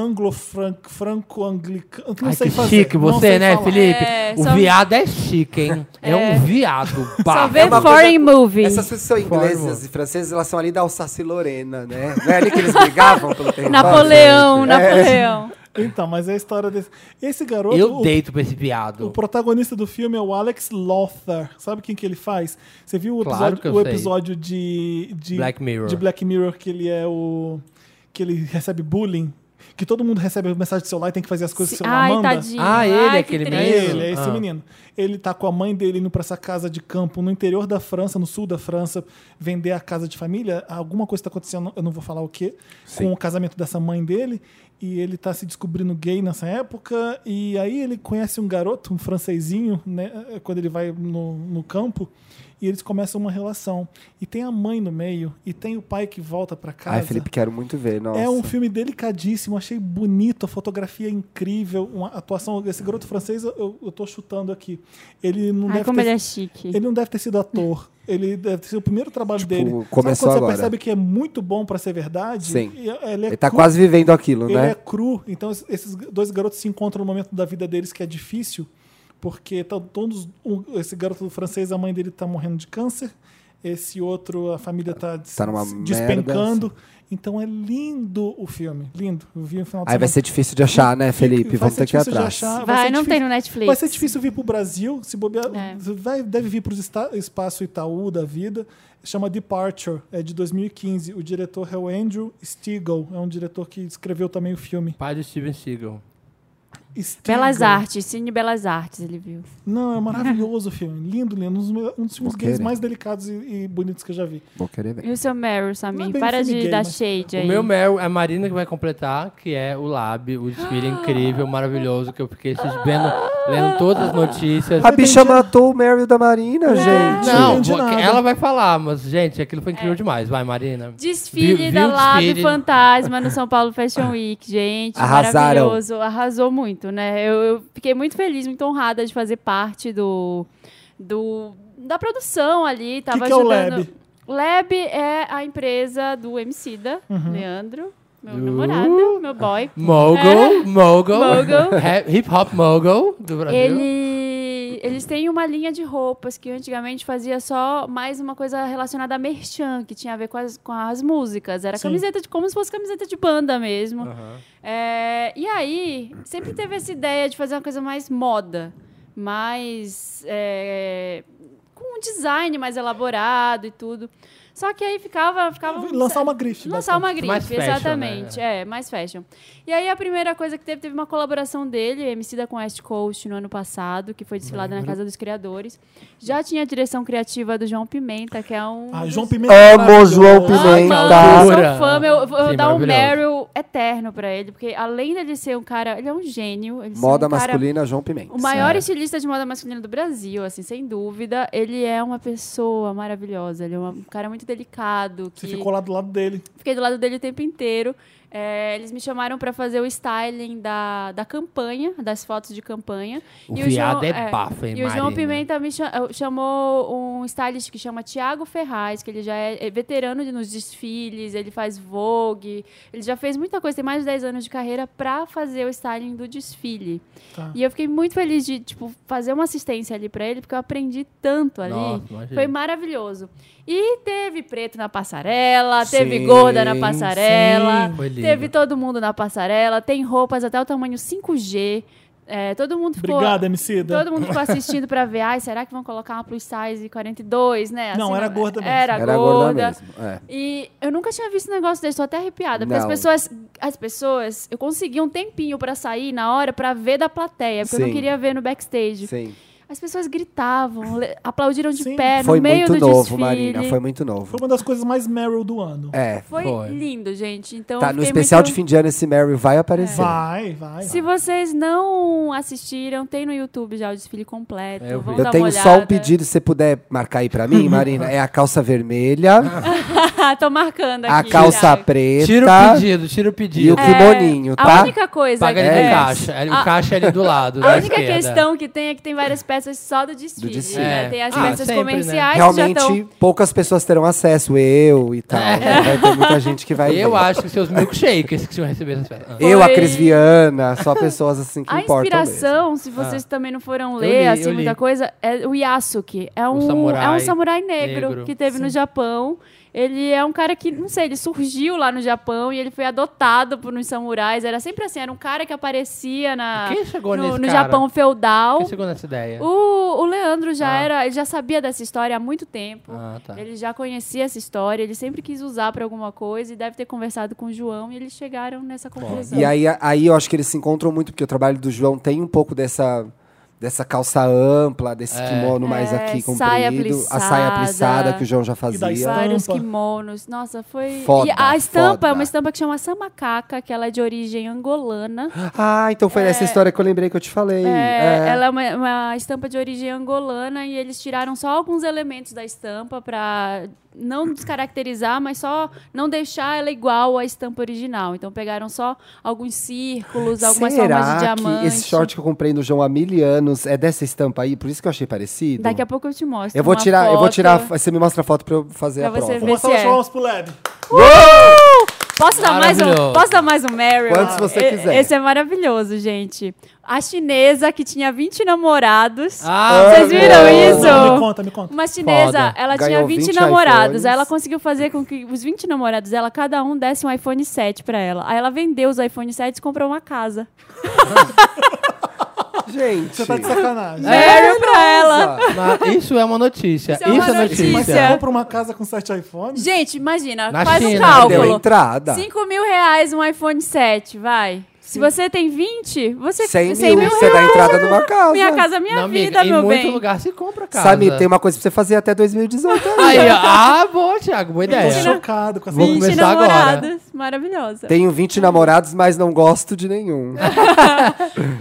[SPEAKER 1] Anglo-franco, franco-anglicano. Não
[SPEAKER 3] Ai,
[SPEAKER 1] sei
[SPEAKER 3] que
[SPEAKER 1] fazer.
[SPEAKER 3] chique
[SPEAKER 1] não
[SPEAKER 3] você,
[SPEAKER 1] sei
[SPEAKER 3] né,
[SPEAKER 1] falar.
[SPEAKER 3] Felipe?
[SPEAKER 2] É,
[SPEAKER 3] o
[SPEAKER 2] só-
[SPEAKER 3] viado é chique, hein? É, um viado.
[SPEAKER 2] Só
[SPEAKER 3] Pá.
[SPEAKER 2] vê
[SPEAKER 4] É uma coisa-
[SPEAKER 2] foreign movie.
[SPEAKER 4] Essas pessoas são inglesas
[SPEAKER 3] Formal.
[SPEAKER 4] e francesas, elas são ali da Alsácia e Lorena, né? Não é ali que eles brigavam pelo território?
[SPEAKER 2] Napoleão, Napoleão.
[SPEAKER 1] Então, mas é a história desse. Esse garoto.
[SPEAKER 3] Eu
[SPEAKER 1] o-
[SPEAKER 3] deito pra esse
[SPEAKER 1] O
[SPEAKER 3] viado.
[SPEAKER 1] protagonista do filme é o Alex Lothar. Sabe quem que ele faz? Você viu o
[SPEAKER 3] Claro
[SPEAKER 1] episódio,
[SPEAKER 3] que eu
[SPEAKER 1] o
[SPEAKER 3] sei.
[SPEAKER 1] episódio de, de,
[SPEAKER 3] Black Mirror.
[SPEAKER 1] de Black Mirror que ele é o. que ele recebe bullying? Que todo mundo recebe mensagem do celular e tem que fazer as coisas que o celular
[SPEAKER 2] Ai,
[SPEAKER 1] manda.
[SPEAKER 2] tadinho.
[SPEAKER 3] Ah, ele,
[SPEAKER 2] Ai,
[SPEAKER 3] aquele
[SPEAKER 2] que
[SPEAKER 1] É
[SPEAKER 2] triste.
[SPEAKER 3] mesmo?
[SPEAKER 1] ele, é esse
[SPEAKER 3] Ah.
[SPEAKER 1] menino. Ele tá com a mãe dele indo pra essa casa de campo no interior da França, no sul da França, vender a casa de família. Alguma coisa tá acontecendo, eu não vou falar o quê, com o casamento dessa mãe dele. E ele tá se descobrindo gay nessa época. E aí ele conhece um garoto, um francesinho, né? Quando ele vai no, no campo. E eles começam uma relação. E tem a mãe no meio, e tem o pai que volta pra casa.
[SPEAKER 4] Ai, Felipe, quero muito ver, nossa.
[SPEAKER 1] É um filme delicadíssimo, achei bonito, a fotografia é incrível, uma atuação. Esse garoto francês, eu, eu tô chutando aqui. Ele não,
[SPEAKER 2] Ai,
[SPEAKER 1] deve
[SPEAKER 2] como
[SPEAKER 1] ter,
[SPEAKER 2] ele é chique.
[SPEAKER 1] ele não deve ter sido ator. Ele deve ter sido o primeiro trabalho dele.
[SPEAKER 4] Tipo,
[SPEAKER 1] Sabe
[SPEAKER 4] começou
[SPEAKER 1] quando
[SPEAKER 4] agora.
[SPEAKER 1] você percebe que é muito bom pra ser verdade?
[SPEAKER 4] Sim.
[SPEAKER 1] E Ele, é
[SPEAKER 4] Ele tá
[SPEAKER 1] cru-
[SPEAKER 4] quase vivendo aquilo,
[SPEAKER 1] ele
[SPEAKER 4] né?
[SPEAKER 1] é cru, então es- esses dois garotos se encontram no momento da vida deles que é difícil, porque tão todos um- esse garoto do francês, a mãe dele tá morrendo de câncer, esse outro, a família tá, des-
[SPEAKER 4] Tá numa assim.
[SPEAKER 1] despencando. então é lindo o filme, lindo. Eu vi no final de
[SPEAKER 4] Aí vai
[SPEAKER 1] semana.
[SPEAKER 4] ser difícil de achar, né, Felipe?
[SPEAKER 1] Vai
[SPEAKER 4] Vamos
[SPEAKER 1] ser
[SPEAKER 4] ter que ir
[SPEAKER 1] difícil de
[SPEAKER 4] atrás.
[SPEAKER 1] achar,
[SPEAKER 2] Vai,
[SPEAKER 1] ser
[SPEAKER 2] não
[SPEAKER 1] difícil-
[SPEAKER 2] tem no Netflix.
[SPEAKER 1] Vai ser difícil vir pro Brasil, se bobear,
[SPEAKER 2] É.
[SPEAKER 1] vai, deve vir pro esta- espaço Itaú da vida. Chama Departure, é de 2015. O diretor é o Andrew Stegall, é um diretor que escreveu também o filme.
[SPEAKER 3] Pai de Steven Seagal.
[SPEAKER 1] Stegall.
[SPEAKER 2] Belas Artes, Cine Belas Artes, ele viu.
[SPEAKER 1] Não, é maravilhoso o filme. Lindo, lindo. Um dos, me- um dos filmes
[SPEAKER 4] Vou
[SPEAKER 1] gays
[SPEAKER 4] querer.
[SPEAKER 1] mais delicados e, e bonitos que eu já vi.
[SPEAKER 4] Vou querer ver.
[SPEAKER 2] E o seu Meryl,
[SPEAKER 1] Não é
[SPEAKER 2] Samir?
[SPEAKER 1] bem
[SPEAKER 2] Para
[SPEAKER 1] filme
[SPEAKER 2] de
[SPEAKER 1] gay,
[SPEAKER 2] dar
[SPEAKER 1] mas-
[SPEAKER 2] shade
[SPEAKER 3] O
[SPEAKER 2] aí.
[SPEAKER 3] meu Meryl é a Marina que vai completar, que é o Lab, o desfile incrível, maravilhoso, que eu fiquei esses vendo, lendo todas as notícias.
[SPEAKER 4] A bicha
[SPEAKER 1] entendi.
[SPEAKER 4] matou o Meryl da Marina, gente.
[SPEAKER 3] Não,
[SPEAKER 1] entendi
[SPEAKER 3] vou-
[SPEAKER 1] nada.
[SPEAKER 3] ela vai falar, mas, gente, aquilo foi
[SPEAKER 2] É.
[SPEAKER 3] incrível demais. Vai, Marina.
[SPEAKER 2] Desfile
[SPEAKER 3] Viu-
[SPEAKER 2] da
[SPEAKER 3] viu o
[SPEAKER 2] Lab
[SPEAKER 3] desfile?
[SPEAKER 2] Fantasma no São Paulo Fashion Week, gente.
[SPEAKER 4] Arrasaram.
[SPEAKER 2] Maravilhoso. Arrasou muito, né? Eu, eu fiquei muito feliz, muito honrada de fazer parte do. do da produção ali. Tava
[SPEAKER 1] que é o
[SPEAKER 2] ajudando.
[SPEAKER 1] Lab?
[SPEAKER 2] Lab é a empresa do MC da,
[SPEAKER 1] Uhum.
[SPEAKER 2] Leandro,
[SPEAKER 3] Uh.
[SPEAKER 2] meu namorado, meu boy.
[SPEAKER 3] Mogul, Mogul,
[SPEAKER 2] Mogul.
[SPEAKER 3] He- Hip Hop Mogul do Brasil.
[SPEAKER 2] Ele, eles têm uma linha de roupas que antigamente fazia só mais uma coisa relacionada a merchan, que tinha a ver com as, com as músicas. Era
[SPEAKER 1] Sim.
[SPEAKER 2] camiseta de como se fosse camiseta de banda mesmo. É, e aí, sempre teve essa ideia de fazer uma coisa mais moda, mais. é, com um design mais elaborado e tudo. Só que aí ficava. ficava
[SPEAKER 1] Tá
[SPEAKER 2] um
[SPEAKER 1] Lançar uma grife.
[SPEAKER 2] Lançar uma gripe,
[SPEAKER 3] Mais fashion,
[SPEAKER 2] exatamente. É, mais fashion. E aí a primeira coisa que teve, teve uma colaboração dele, Emicida com West Coast, no ano passado, que foi desfilada na Casa dos Criadores. Já tinha a direção criativa do João Pimenta, que é um...
[SPEAKER 1] Ah,
[SPEAKER 2] dos-
[SPEAKER 1] João Pimenta. é
[SPEAKER 4] Amo
[SPEAKER 1] maravilhoso.
[SPEAKER 4] João Pimenta.
[SPEAKER 2] Ai, mano, eu
[SPEAKER 3] Pura.
[SPEAKER 2] sou fã, eu vou
[SPEAKER 3] Sim,
[SPEAKER 2] dar um
[SPEAKER 3] maravilhoso.
[SPEAKER 2] Meryl eterno pra ele, porque além dele ser um cara, ele é um gênio. Ele ser
[SPEAKER 4] Moda
[SPEAKER 2] um cara
[SPEAKER 4] masculina, João Pimenta.
[SPEAKER 2] o maior estilista de moda masculina do Brasil, assim, sem dúvida. Ele é uma pessoa maravilhosa. Ele é uma- um cara muito delicado.
[SPEAKER 1] Você
[SPEAKER 2] que-
[SPEAKER 1] ficou lá do lado dele.
[SPEAKER 2] Fiquei do lado dele o tempo inteiro. É, eles me chamaram pra fazer o styling da, da campanha, das fotos de campanha.
[SPEAKER 3] O viado é
[SPEAKER 2] é,
[SPEAKER 3] bafo, hein,
[SPEAKER 2] E o João
[SPEAKER 3] Marina?
[SPEAKER 2] Pimenta me cha- eh, chamou um stylist que chama Tiago Ferraz, que ele já é é veterano de- nos desfiles, ele faz Vogue, ele já fez muita coisa, tem mais de 10 anos de carreira pra fazer o styling do desfile.
[SPEAKER 1] Tá.
[SPEAKER 2] E eu fiquei muito feliz de, tipo, fazer uma assistência ali pra ele, porque eu aprendi tanto ali.
[SPEAKER 3] Nossa, imagina.
[SPEAKER 2] Foi maravilhoso. E teve preto na passarela, teve
[SPEAKER 4] Sim,
[SPEAKER 2] gorda na passarela,
[SPEAKER 3] sim. Foi lindo.
[SPEAKER 2] teve todo mundo na passarela, tem roupas até o tamanho 5G. é, todo mundo ficou.
[SPEAKER 1] Obrigado, MC.
[SPEAKER 2] Todo mundo ficou assistindo pra ver, ai, será que vão colocar uma plus size 42, né?
[SPEAKER 1] Não, era gorda mesmo.
[SPEAKER 2] Era,
[SPEAKER 4] Era
[SPEAKER 2] gorda.
[SPEAKER 4] gorda mesmo, é.
[SPEAKER 2] E eu nunca tinha visto um negócio desse, tô até arrepiada. Porque as
[SPEAKER 4] Não.
[SPEAKER 2] pessoas, as pessoas, eu consegui um tempinho pra sair na hora pra ver da plateia, porque eu não
[SPEAKER 4] Sim.
[SPEAKER 2] queria ver É, no backstage.
[SPEAKER 4] Sim.
[SPEAKER 2] As pessoas gritavam, le- aplaudiram de
[SPEAKER 1] Sim.
[SPEAKER 2] pé
[SPEAKER 4] Foi
[SPEAKER 2] no meio
[SPEAKER 4] muito
[SPEAKER 2] do
[SPEAKER 4] novo,
[SPEAKER 2] desfile.
[SPEAKER 4] Marina. Foi muito novo.
[SPEAKER 1] Foi uma das coisas mais Meryl do ano.
[SPEAKER 4] É.
[SPEAKER 2] Foi
[SPEAKER 3] Foi.
[SPEAKER 2] lindo, gente. Então, eu
[SPEAKER 4] Tá, no
[SPEAKER 2] fiquei
[SPEAKER 4] especial
[SPEAKER 2] muito-
[SPEAKER 4] de fim de ano esse Mary vai aparecer.
[SPEAKER 1] Vai, vai.
[SPEAKER 2] Se vocês não assistiram, tem no YouTube já o desfile completo.
[SPEAKER 3] É, eu vi.
[SPEAKER 2] Vão
[SPEAKER 4] Eu
[SPEAKER 2] dar
[SPEAKER 4] tenho
[SPEAKER 2] uma
[SPEAKER 4] só um
[SPEAKER 2] olhada.
[SPEAKER 4] pedido, se você puder marcar aí pra mim, Marina. É a calça vermelha,
[SPEAKER 2] Ah, Tô marcando
[SPEAKER 4] a
[SPEAKER 2] aqui.
[SPEAKER 4] calça
[SPEAKER 2] Thiago.
[SPEAKER 4] preta.
[SPEAKER 3] Ah, Tira o pedido, tira o
[SPEAKER 4] E o
[SPEAKER 3] pedido.
[SPEAKER 2] É,
[SPEAKER 4] que- kimoninho, tá?
[SPEAKER 2] A única coisa
[SPEAKER 3] Paga ele
[SPEAKER 2] que-
[SPEAKER 4] É.
[SPEAKER 3] no caixa. é,
[SPEAKER 2] A-
[SPEAKER 3] O caixa é ali do lado.
[SPEAKER 2] A
[SPEAKER 3] da
[SPEAKER 2] única
[SPEAKER 3] esquerda.
[SPEAKER 2] questão que tem é que tem várias peças só do desfile.
[SPEAKER 4] Do desfile.
[SPEAKER 2] né?
[SPEAKER 3] É.
[SPEAKER 2] Tem as
[SPEAKER 3] Ah,
[SPEAKER 2] peças
[SPEAKER 3] sempre, né?
[SPEAKER 2] comerciais que já
[SPEAKER 4] Realmente,
[SPEAKER 2] estão.
[SPEAKER 4] poucas pessoas terão acesso, eu e tal.
[SPEAKER 2] É.
[SPEAKER 4] Vai ter muita gente que vai.
[SPEAKER 3] Eu
[SPEAKER 4] ver.
[SPEAKER 3] acho que seus milkshakers que iam receber essas ah, peças.
[SPEAKER 4] Eu, a
[SPEAKER 2] Foi-
[SPEAKER 4] Cris Viana, só pessoas assim que
[SPEAKER 2] A
[SPEAKER 4] importam. mesmo. Ah.
[SPEAKER 2] inspiração, se vocês também não foram
[SPEAKER 3] Eu
[SPEAKER 2] ler
[SPEAKER 3] li,
[SPEAKER 2] assim,
[SPEAKER 3] eu li.
[SPEAKER 2] muita coisa, é o Yasuke. É um,
[SPEAKER 3] samurai
[SPEAKER 2] é um samurai negro,
[SPEAKER 3] negro.
[SPEAKER 2] que teve no Japão. Ele é um cara que, não sei, ele surgiu lá no Japão e ele foi adotado por uns samurais. Era sempre assim, era um cara que aparecia na,
[SPEAKER 3] Quem chegou
[SPEAKER 2] Ah, no,
[SPEAKER 3] nesse
[SPEAKER 2] no
[SPEAKER 3] cara?
[SPEAKER 2] Japão feudal.
[SPEAKER 3] Quem chegou nessa ideia?
[SPEAKER 2] O, o Leandro já
[SPEAKER 3] Ah.
[SPEAKER 2] era, ele já sabia dessa história há muito tempo.
[SPEAKER 3] Ah, tá.
[SPEAKER 2] Ele já conhecia essa história, ele sempre quis usar pra alguma coisa e deve ter conversado com o João e eles chegaram nessa conclusão.
[SPEAKER 4] E aí, aí eu acho que eles se encontram muito, porque o trabalho do João tem um pouco dessa. Dessa calça ampla, desse kimono mais
[SPEAKER 2] É,
[SPEAKER 4] aqui comprido,
[SPEAKER 2] saia
[SPEAKER 4] a saia
[SPEAKER 2] plissada.
[SPEAKER 4] plissada que o João já fazia.
[SPEAKER 2] Vários
[SPEAKER 1] Estampa.
[SPEAKER 2] kimonos. Nossa, foi.
[SPEAKER 4] Foda,
[SPEAKER 2] e a estampa é
[SPEAKER 4] foda.
[SPEAKER 2] uma estampa que chama Samacaca, que ela é de origem angolana.
[SPEAKER 4] Ah, então foi nessa história que eu lembrei que eu te falei.
[SPEAKER 2] É,
[SPEAKER 4] É.
[SPEAKER 2] Ela é uma, uma estampa de origem angolana e eles tiraram só alguns elementos da estampa pra não descaracterizar, mas só não deixar ela igual à estampa original. Então pegaram só alguns círculos, algumas
[SPEAKER 4] Será
[SPEAKER 2] formas de diamante.
[SPEAKER 4] que esse short que eu comprei no João há mil anos é dessa estampa aí? Por isso que eu achei parecido?
[SPEAKER 2] Daqui a pouco eu te mostro.
[SPEAKER 4] eu vou
[SPEAKER 2] uma
[SPEAKER 4] tirar, eu vou
[SPEAKER 2] foto.
[SPEAKER 4] tirar, a fo- você me mostra a foto pra eu fazer
[SPEAKER 2] Pra
[SPEAKER 4] a
[SPEAKER 2] você
[SPEAKER 4] prova.
[SPEAKER 1] Vou
[SPEAKER 2] ver.
[SPEAKER 1] mostrar
[SPEAKER 2] Esse
[SPEAKER 1] os
[SPEAKER 2] é.
[SPEAKER 1] jogos pro Leb.
[SPEAKER 2] Posso dar mais um?
[SPEAKER 3] Maravilhoso.
[SPEAKER 2] Posso dar mais um Meryl?
[SPEAKER 4] Uh! Quantos você
[SPEAKER 2] E-
[SPEAKER 4] quiser.
[SPEAKER 2] Esse é maravilhoso, gente. A chinesa que tinha 20 namorados.
[SPEAKER 3] Ah,
[SPEAKER 2] Vocês viram isso?
[SPEAKER 1] Me conta, me conta.
[SPEAKER 2] Uma chinesa,
[SPEAKER 3] Foda.
[SPEAKER 2] ela
[SPEAKER 4] Ganhou
[SPEAKER 2] tinha 20,
[SPEAKER 4] 20
[SPEAKER 2] namorados.
[SPEAKER 4] iPhones.
[SPEAKER 2] Aí ela conseguiu fazer com que os 20 namorados dela, cada um desse um iPhone 7 pra ela. Aí ela vendeu os iPhone 7 e comprou uma casa.
[SPEAKER 4] Gente,
[SPEAKER 1] Você tá de
[SPEAKER 3] É,
[SPEAKER 1] sacanagem.
[SPEAKER 2] Sério pra ela.
[SPEAKER 3] Mas isso é uma notícia. Isso
[SPEAKER 2] é uma
[SPEAKER 1] Mas
[SPEAKER 2] notícia.
[SPEAKER 1] você compra uma casa com sete iPhones?
[SPEAKER 2] Gente, imagina,
[SPEAKER 3] Na
[SPEAKER 2] faz um
[SPEAKER 3] China,
[SPEAKER 4] deu
[SPEAKER 2] cálculo.
[SPEAKER 4] entrada.
[SPEAKER 2] 5 mil reais um iPhone 7, vai. Se você tem 20, você
[SPEAKER 4] 100
[SPEAKER 2] 100
[SPEAKER 4] mil, você dá entrada numa casa.
[SPEAKER 2] Minha casa, minha
[SPEAKER 3] Não,
[SPEAKER 2] vida,
[SPEAKER 3] amiga, em
[SPEAKER 2] meu
[SPEAKER 3] muito
[SPEAKER 2] bem.
[SPEAKER 3] lugar se compra casa.
[SPEAKER 4] Sabe, tem uma coisa pra você fazer até 2018 aí.
[SPEAKER 3] Aí, ó. ah, boa, Thiago, boa
[SPEAKER 1] Tô
[SPEAKER 2] é.
[SPEAKER 3] ideia.
[SPEAKER 1] chocado com essa
[SPEAKER 3] Vou
[SPEAKER 1] notícia.
[SPEAKER 2] 20
[SPEAKER 3] começar agora.
[SPEAKER 2] namoradas. Maravilhosa.
[SPEAKER 4] Tenho 20 namorados, mas não gosto de nenhum.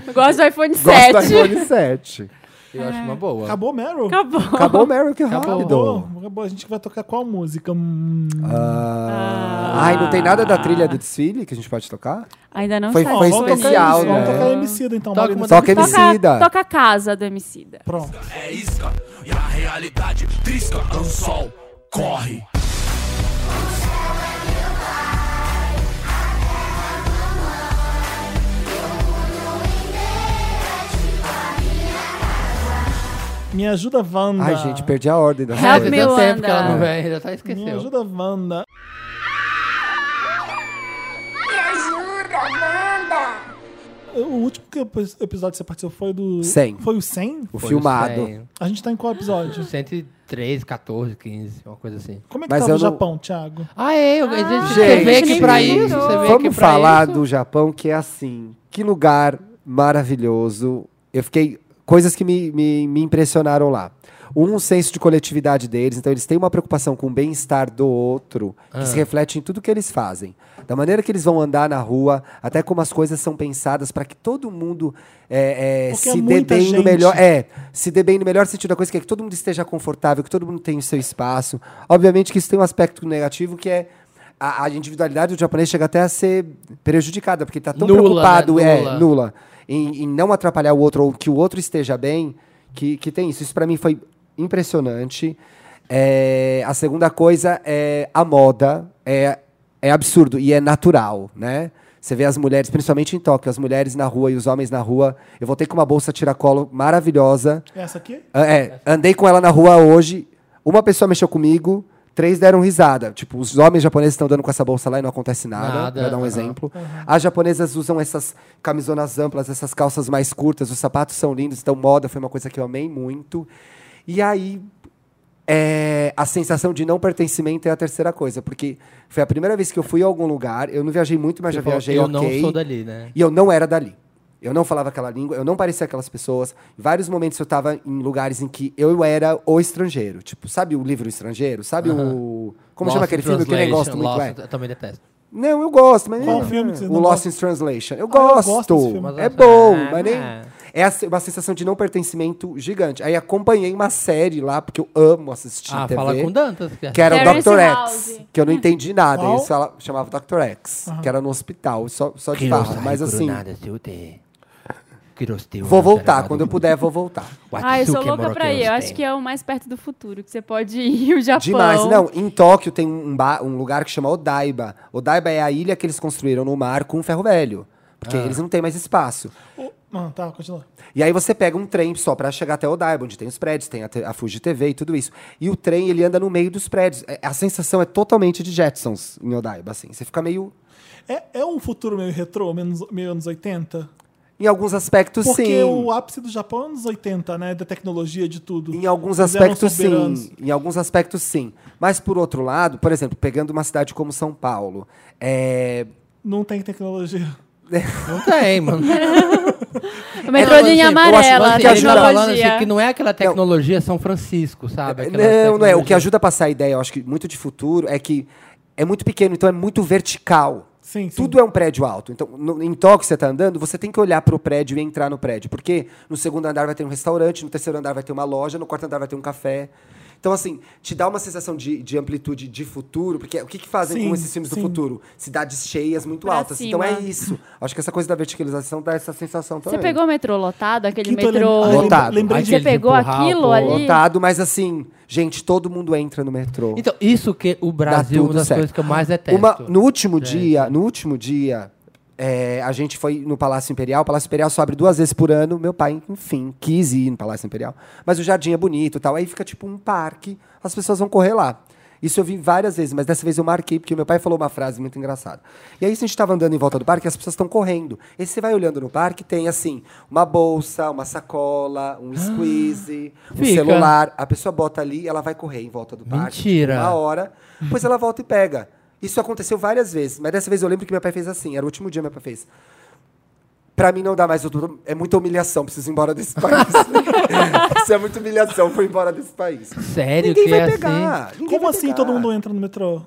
[SPEAKER 2] Eu Gosto do iPhone
[SPEAKER 4] gosto do
[SPEAKER 2] 7.
[SPEAKER 4] iPhone 7.
[SPEAKER 3] Eu acho uma boa.
[SPEAKER 1] Acabou Meryl?
[SPEAKER 2] Acabou.
[SPEAKER 4] Acabou o Meryl, que
[SPEAKER 3] Acabou.
[SPEAKER 4] rápido.
[SPEAKER 1] Acabou. Acabou. A gente vai tocar qual música? Hum,
[SPEAKER 4] Ah. Ai, não tem nada da trilha do desfile que a gente pode tocar?
[SPEAKER 2] Ainda não
[SPEAKER 4] Foi-
[SPEAKER 2] está
[SPEAKER 4] foi
[SPEAKER 1] vamos
[SPEAKER 2] disponível.
[SPEAKER 4] especial,
[SPEAKER 1] tocar,
[SPEAKER 4] né?
[SPEAKER 1] Vamos tocar MC então,
[SPEAKER 3] Toca
[SPEAKER 1] Marina.
[SPEAKER 3] uma
[SPEAKER 4] Só que
[SPEAKER 2] Toca,
[SPEAKER 4] Emicida.
[SPEAKER 2] toca a casa do Emicida.
[SPEAKER 1] Pronto.
[SPEAKER 9] é isca e a realidade trisca. Anzol, corre.
[SPEAKER 1] Me ajuda, Wanda.
[SPEAKER 4] Ai, gente, perdi a ordem da
[SPEAKER 2] Help
[SPEAKER 3] Faz
[SPEAKER 2] me,
[SPEAKER 3] tanto tempo
[SPEAKER 2] Wanda.
[SPEAKER 3] que ela não vem, já tá
[SPEAKER 1] Me
[SPEAKER 3] esqueceu.
[SPEAKER 1] ajuda, Wanda.
[SPEAKER 6] Me ajuda, Wanda!
[SPEAKER 1] O último que o episódio que você participou foi do...
[SPEAKER 4] 100.
[SPEAKER 1] Foi o 100?
[SPEAKER 4] O
[SPEAKER 3] Foi
[SPEAKER 4] filmado.
[SPEAKER 3] isso
[SPEAKER 1] A gente tá em qual
[SPEAKER 3] aí.
[SPEAKER 1] episódio?
[SPEAKER 3] 113, 14, 15, uma coisa assim.
[SPEAKER 1] Como é que
[SPEAKER 4] Mas
[SPEAKER 1] tava
[SPEAKER 4] eu
[SPEAKER 1] o
[SPEAKER 4] não-
[SPEAKER 1] Japão, Thiago?
[SPEAKER 3] Ah, é, eu, gente,
[SPEAKER 4] gente,
[SPEAKER 3] você vê que
[SPEAKER 4] nem
[SPEAKER 3] pra
[SPEAKER 4] perguntou.
[SPEAKER 3] isso, você vê que
[SPEAKER 4] Vamos
[SPEAKER 3] pra
[SPEAKER 4] falar
[SPEAKER 3] isso...
[SPEAKER 4] do Japão, que é assim. Que lugar maravilhoso. Eu fiquei. Coisas que me, me, me impressionaram lá. Um o senso de coletividade deles, então eles têm uma preocupação com o bem-estar do outro, que se reflete em tudo que eles fazem. Da maneira que eles vão andar na rua, até como as coisas são pensadas para que todo mundo é, é,
[SPEAKER 1] Porque é
[SPEAKER 4] se dê
[SPEAKER 1] muita
[SPEAKER 4] bem no
[SPEAKER 1] gente.
[SPEAKER 4] melhor. É, se dê bem no melhor sentido da coisa, que é que todo mundo esteja confortável, que todo mundo tenha o seu espaço. Obviamente que isso tem um aspecto negativo que é a, a individualidade do japonês chega até a ser prejudicada, porque tá está tão
[SPEAKER 3] Nula,
[SPEAKER 4] preocupado,
[SPEAKER 3] né?
[SPEAKER 4] é,
[SPEAKER 3] Nula.
[SPEAKER 4] nula, em, em não atrapalhar o outro ou que o outro esteja bem, que, que tem isso. Isso para mim foi impressionante. É, a segunda coisa é a moda. É, é absurdo e é natural, né? Você vê as mulheres, principalmente em Tóquio, as mulheres na rua e os homens na rua. Eu voltei com uma bolsa tiracolo maravilhosa. Ah,
[SPEAKER 1] Essa aqui?
[SPEAKER 4] É, andei com ela na rua hoje, uma pessoa mexeu comigo, Três deram risada. Tipo, os homens japoneses estão dando com essa bolsa lá e não acontece nada.
[SPEAKER 3] Nada,
[SPEAKER 4] pra dar um
[SPEAKER 3] aham.
[SPEAKER 4] exemplo. As japonesas usam essas camisonas amplas, essas calças mais curtas. Os sapatos são lindos, então moda foi uma coisa que eu amei muito. E aí, é, a sensação de não pertencimento é a terceira coisa. Porque foi a primeira vez que eu fui a algum lugar. Eu não viajei muito, mas já viajei
[SPEAKER 3] eu
[SPEAKER 4] ok.
[SPEAKER 3] não sou dali, né?
[SPEAKER 4] E eu não era dali. Eu não falava aquela língua, eu não parecia aquelas pessoas. Em vários momentos eu estava em lugares em que eu era o estrangeiro. Tipo, sabe o livro estrangeiro? Sabe o. Como
[SPEAKER 3] Lost
[SPEAKER 4] chama
[SPEAKER 3] in
[SPEAKER 4] aquele filme que eu nem
[SPEAKER 3] Translation,
[SPEAKER 4] gosto muito?
[SPEAKER 3] Lost-
[SPEAKER 4] é?
[SPEAKER 3] Eu também detesto.
[SPEAKER 4] Não, eu gosto, mas
[SPEAKER 1] Qual
[SPEAKER 4] não.
[SPEAKER 1] filme que você
[SPEAKER 4] o
[SPEAKER 1] não
[SPEAKER 4] Lost in Translation.
[SPEAKER 1] Ah,
[SPEAKER 4] Eu
[SPEAKER 1] eu gosto
[SPEAKER 4] gosto.
[SPEAKER 1] desse filme.
[SPEAKER 4] é bom,
[SPEAKER 3] Ah,
[SPEAKER 4] mas nem.
[SPEAKER 3] ah.
[SPEAKER 4] É a se- uma sensação de não pertencimento gigante. Aí acompanhei uma série lá, porque eu amo assistir
[SPEAKER 3] Ah,
[SPEAKER 4] TV.
[SPEAKER 3] fala com Dantas. é cara.
[SPEAKER 4] Que era o
[SPEAKER 2] Terrace
[SPEAKER 4] Dr.
[SPEAKER 2] House.
[SPEAKER 4] X, que eu não entendi nada.
[SPEAKER 1] Qual?
[SPEAKER 4] Isso ela chamava Dr. X, que era no hospital, só, só de
[SPEAKER 3] Que não
[SPEAKER 4] farra.
[SPEAKER 3] sai
[SPEAKER 4] Mas assim,
[SPEAKER 3] coronada, seu te. Quirosteu,
[SPEAKER 4] vou
[SPEAKER 1] Tá
[SPEAKER 4] voltar.
[SPEAKER 3] alterado.
[SPEAKER 4] Quando eu puder, vou voltar.
[SPEAKER 2] Ah, eu sou
[SPEAKER 3] Watsuke
[SPEAKER 2] louca pra ir. Eu
[SPEAKER 3] Moroqueus
[SPEAKER 2] acho
[SPEAKER 3] tem.
[SPEAKER 2] que é o mais perto do futuro que você pode ir, o Japão.
[SPEAKER 4] Demais. Não, em Tóquio tem um, ba- um lugar que chama Odaiba. Odaiba é a ilha que eles construíram no mar com ferro velho. Porque
[SPEAKER 1] Ah.
[SPEAKER 4] eles não têm mais espaço.
[SPEAKER 1] Oh, ah, tá, continua.
[SPEAKER 4] E aí você pega um trem só pra chegar até Odaiba, onde tem os prédios, tem a, te- a Fuji TV e tudo isso. E o trem, ele anda no meio dos prédios. É- A sensação é totalmente de Jetsons em Odaiba, assim. Você fica meio...
[SPEAKER 1] É, é um futuro meio retrô, menos- meio anos 80?
[SPEAKER 4] Em alguns aspectos,
[SPEAKER 1] Porque
[SPEAKER 4] sim.
[SPEAKER 1] o ápice do Japão é anos 80, né? Da tecnologia, de tudo.
[SPEAKER 4] Em alguns
[SPEAKER 1] Eles eram
[SPEAKER 4] aspectos,
[SPEAKER 1] soberanos.
[SPEAKER 4] sim. Em alguns aspectos, sim. Mas, por outro lado, por exemplo, pegando uma cidade como São Paulo, é...
[SPEAKER 1] Não tem tecnologia.
[SPEAKER 3] Não tem, mano.
[SPEAKER 2] O metrô de linha
[SPEAKER 3] é- Eu acho-
[SPEAKER 2] É amarela,
[SPEAKER 3] assim,
[SPEAKER 2] a
[SPEAKER 3] ele tá falando assim,
[SPEAKER 2] tecnologia.
[SPEAKER 3] que não é aquela tecnologia São Francisco, sabe? Aquela
[SPEAKER 4] não, não é. O que
[SPEAKER 3] tecnologia-
[SPEAKER 4] ajuda a passar a ideia, eu acho que muito de futuro, é que é muito pequeno, então é muito vertical.
[SPEAKER 1] Sim, sim.
[SPEAKER 4] Tudo é um prédio alto. Então, no- em Tóquio, você está andando, você tem que olhar para o prédio e entrar no prédio. Porque no segundo andar vai ter um restaurante, no terceiro andar vai ter uma loja, no quarto andar vai ter um café. Então, assim, te dá uma sensação de, de amplitude de futuro. Porque o que, que fazem
[SPEAKER 1] Sim,
[SPEAKER 4] com esses filmes
[SPEAKER 1] sim.
[SPEAKER 4] do futuro? Cidades cheias, muito
[SPEAKER 2] Pra
[SPEAKER 4] altas. Então, é
[SPEAKER 2] cima.
[SPEAKER 4] isso. Acho que essa coisa da verticalização dá essa sensação
[SPEAKER 2] Você
[SPEAKER 4] também.
[SPEAKER 2] pegou o metrô lotado, aquele
[SPEAKER 1] Quinto
[SPEAKER 2] metrô.
[SPEAKER 1] elemento.
[SPEAKER 4] Lotado.
[SPEAKER 1] Lembrei de
[SPEAKER 2] Você
[SPEAKER 3] Aquele de
[SPEAKER 2] pegou
[SPEAKER 3] empurrar o
[SPEAKER 2] aquilo
[SPEAKER 3] povo.
[SPEAKER 2] ali?
[SPEAKER 4] Lotado, mas assim, gente, todo mundo entra no metrô.
[SPEAKER 3] Então, isso que o Brasil é uma
[SPEAKER 4] tudo
[SPEAKER 3] das
[SPEAKER 4] certo.
[SPEAKER 3] coisas que eu mais detesto.
[SPEAKER 4] Uma- no último dia, no último dia, é, a gente foi no Palácio Imperial. O Palácio Imperial só abre duas vezes por ano. Meu pai, enfim, quis ir no Palácio Imperial. Mas o jardim é bonito e tal. Aí fica tipo um parque, as pessoas vão correr lá. Isso eu vi várias vezes, mas dessa vez eu marquei, porque meu pai falou uma frase muito engraçada. E aí, se a gente estava andando em volta do parque, as pessoas estão correndo. E você vai olhando no parque, tem assim, uma bolsa, uma sacola, um squeeze, um
[SPEAKER 3] Fica.
[SPEAKER 4] celular. A pessoa bota ali, ela vai correr em volta do parque.
[SPEAKER 3] Mentira.
[SPEAKER 4] tipo, Uma hora, depois ela volta e pega. Isso aconteceu várias vezes, mas dessa vez eu lembro que meu pai fez assim, era o último dia meu pai fez. Pra mim não dá mais outro. É muita humilhação, preciso ir embora desse país. Isso é muita humilhação, fui embora desse país.
[SPEAKER 3] Sério
[SPEAKER 4] ninguém
[SPEAKER 3] que
[SPEAKER 4] vai
[SPEAKER 3] é assim?
[SPEAKER 4] pegar. ninguém
[SPEAKER 1] Como
[SPEAKER 4] vai
[SPEAKER 1] assim
[SPEAKER 4] pegar.
[SPEAKER 1] todo mundo entra no metrô?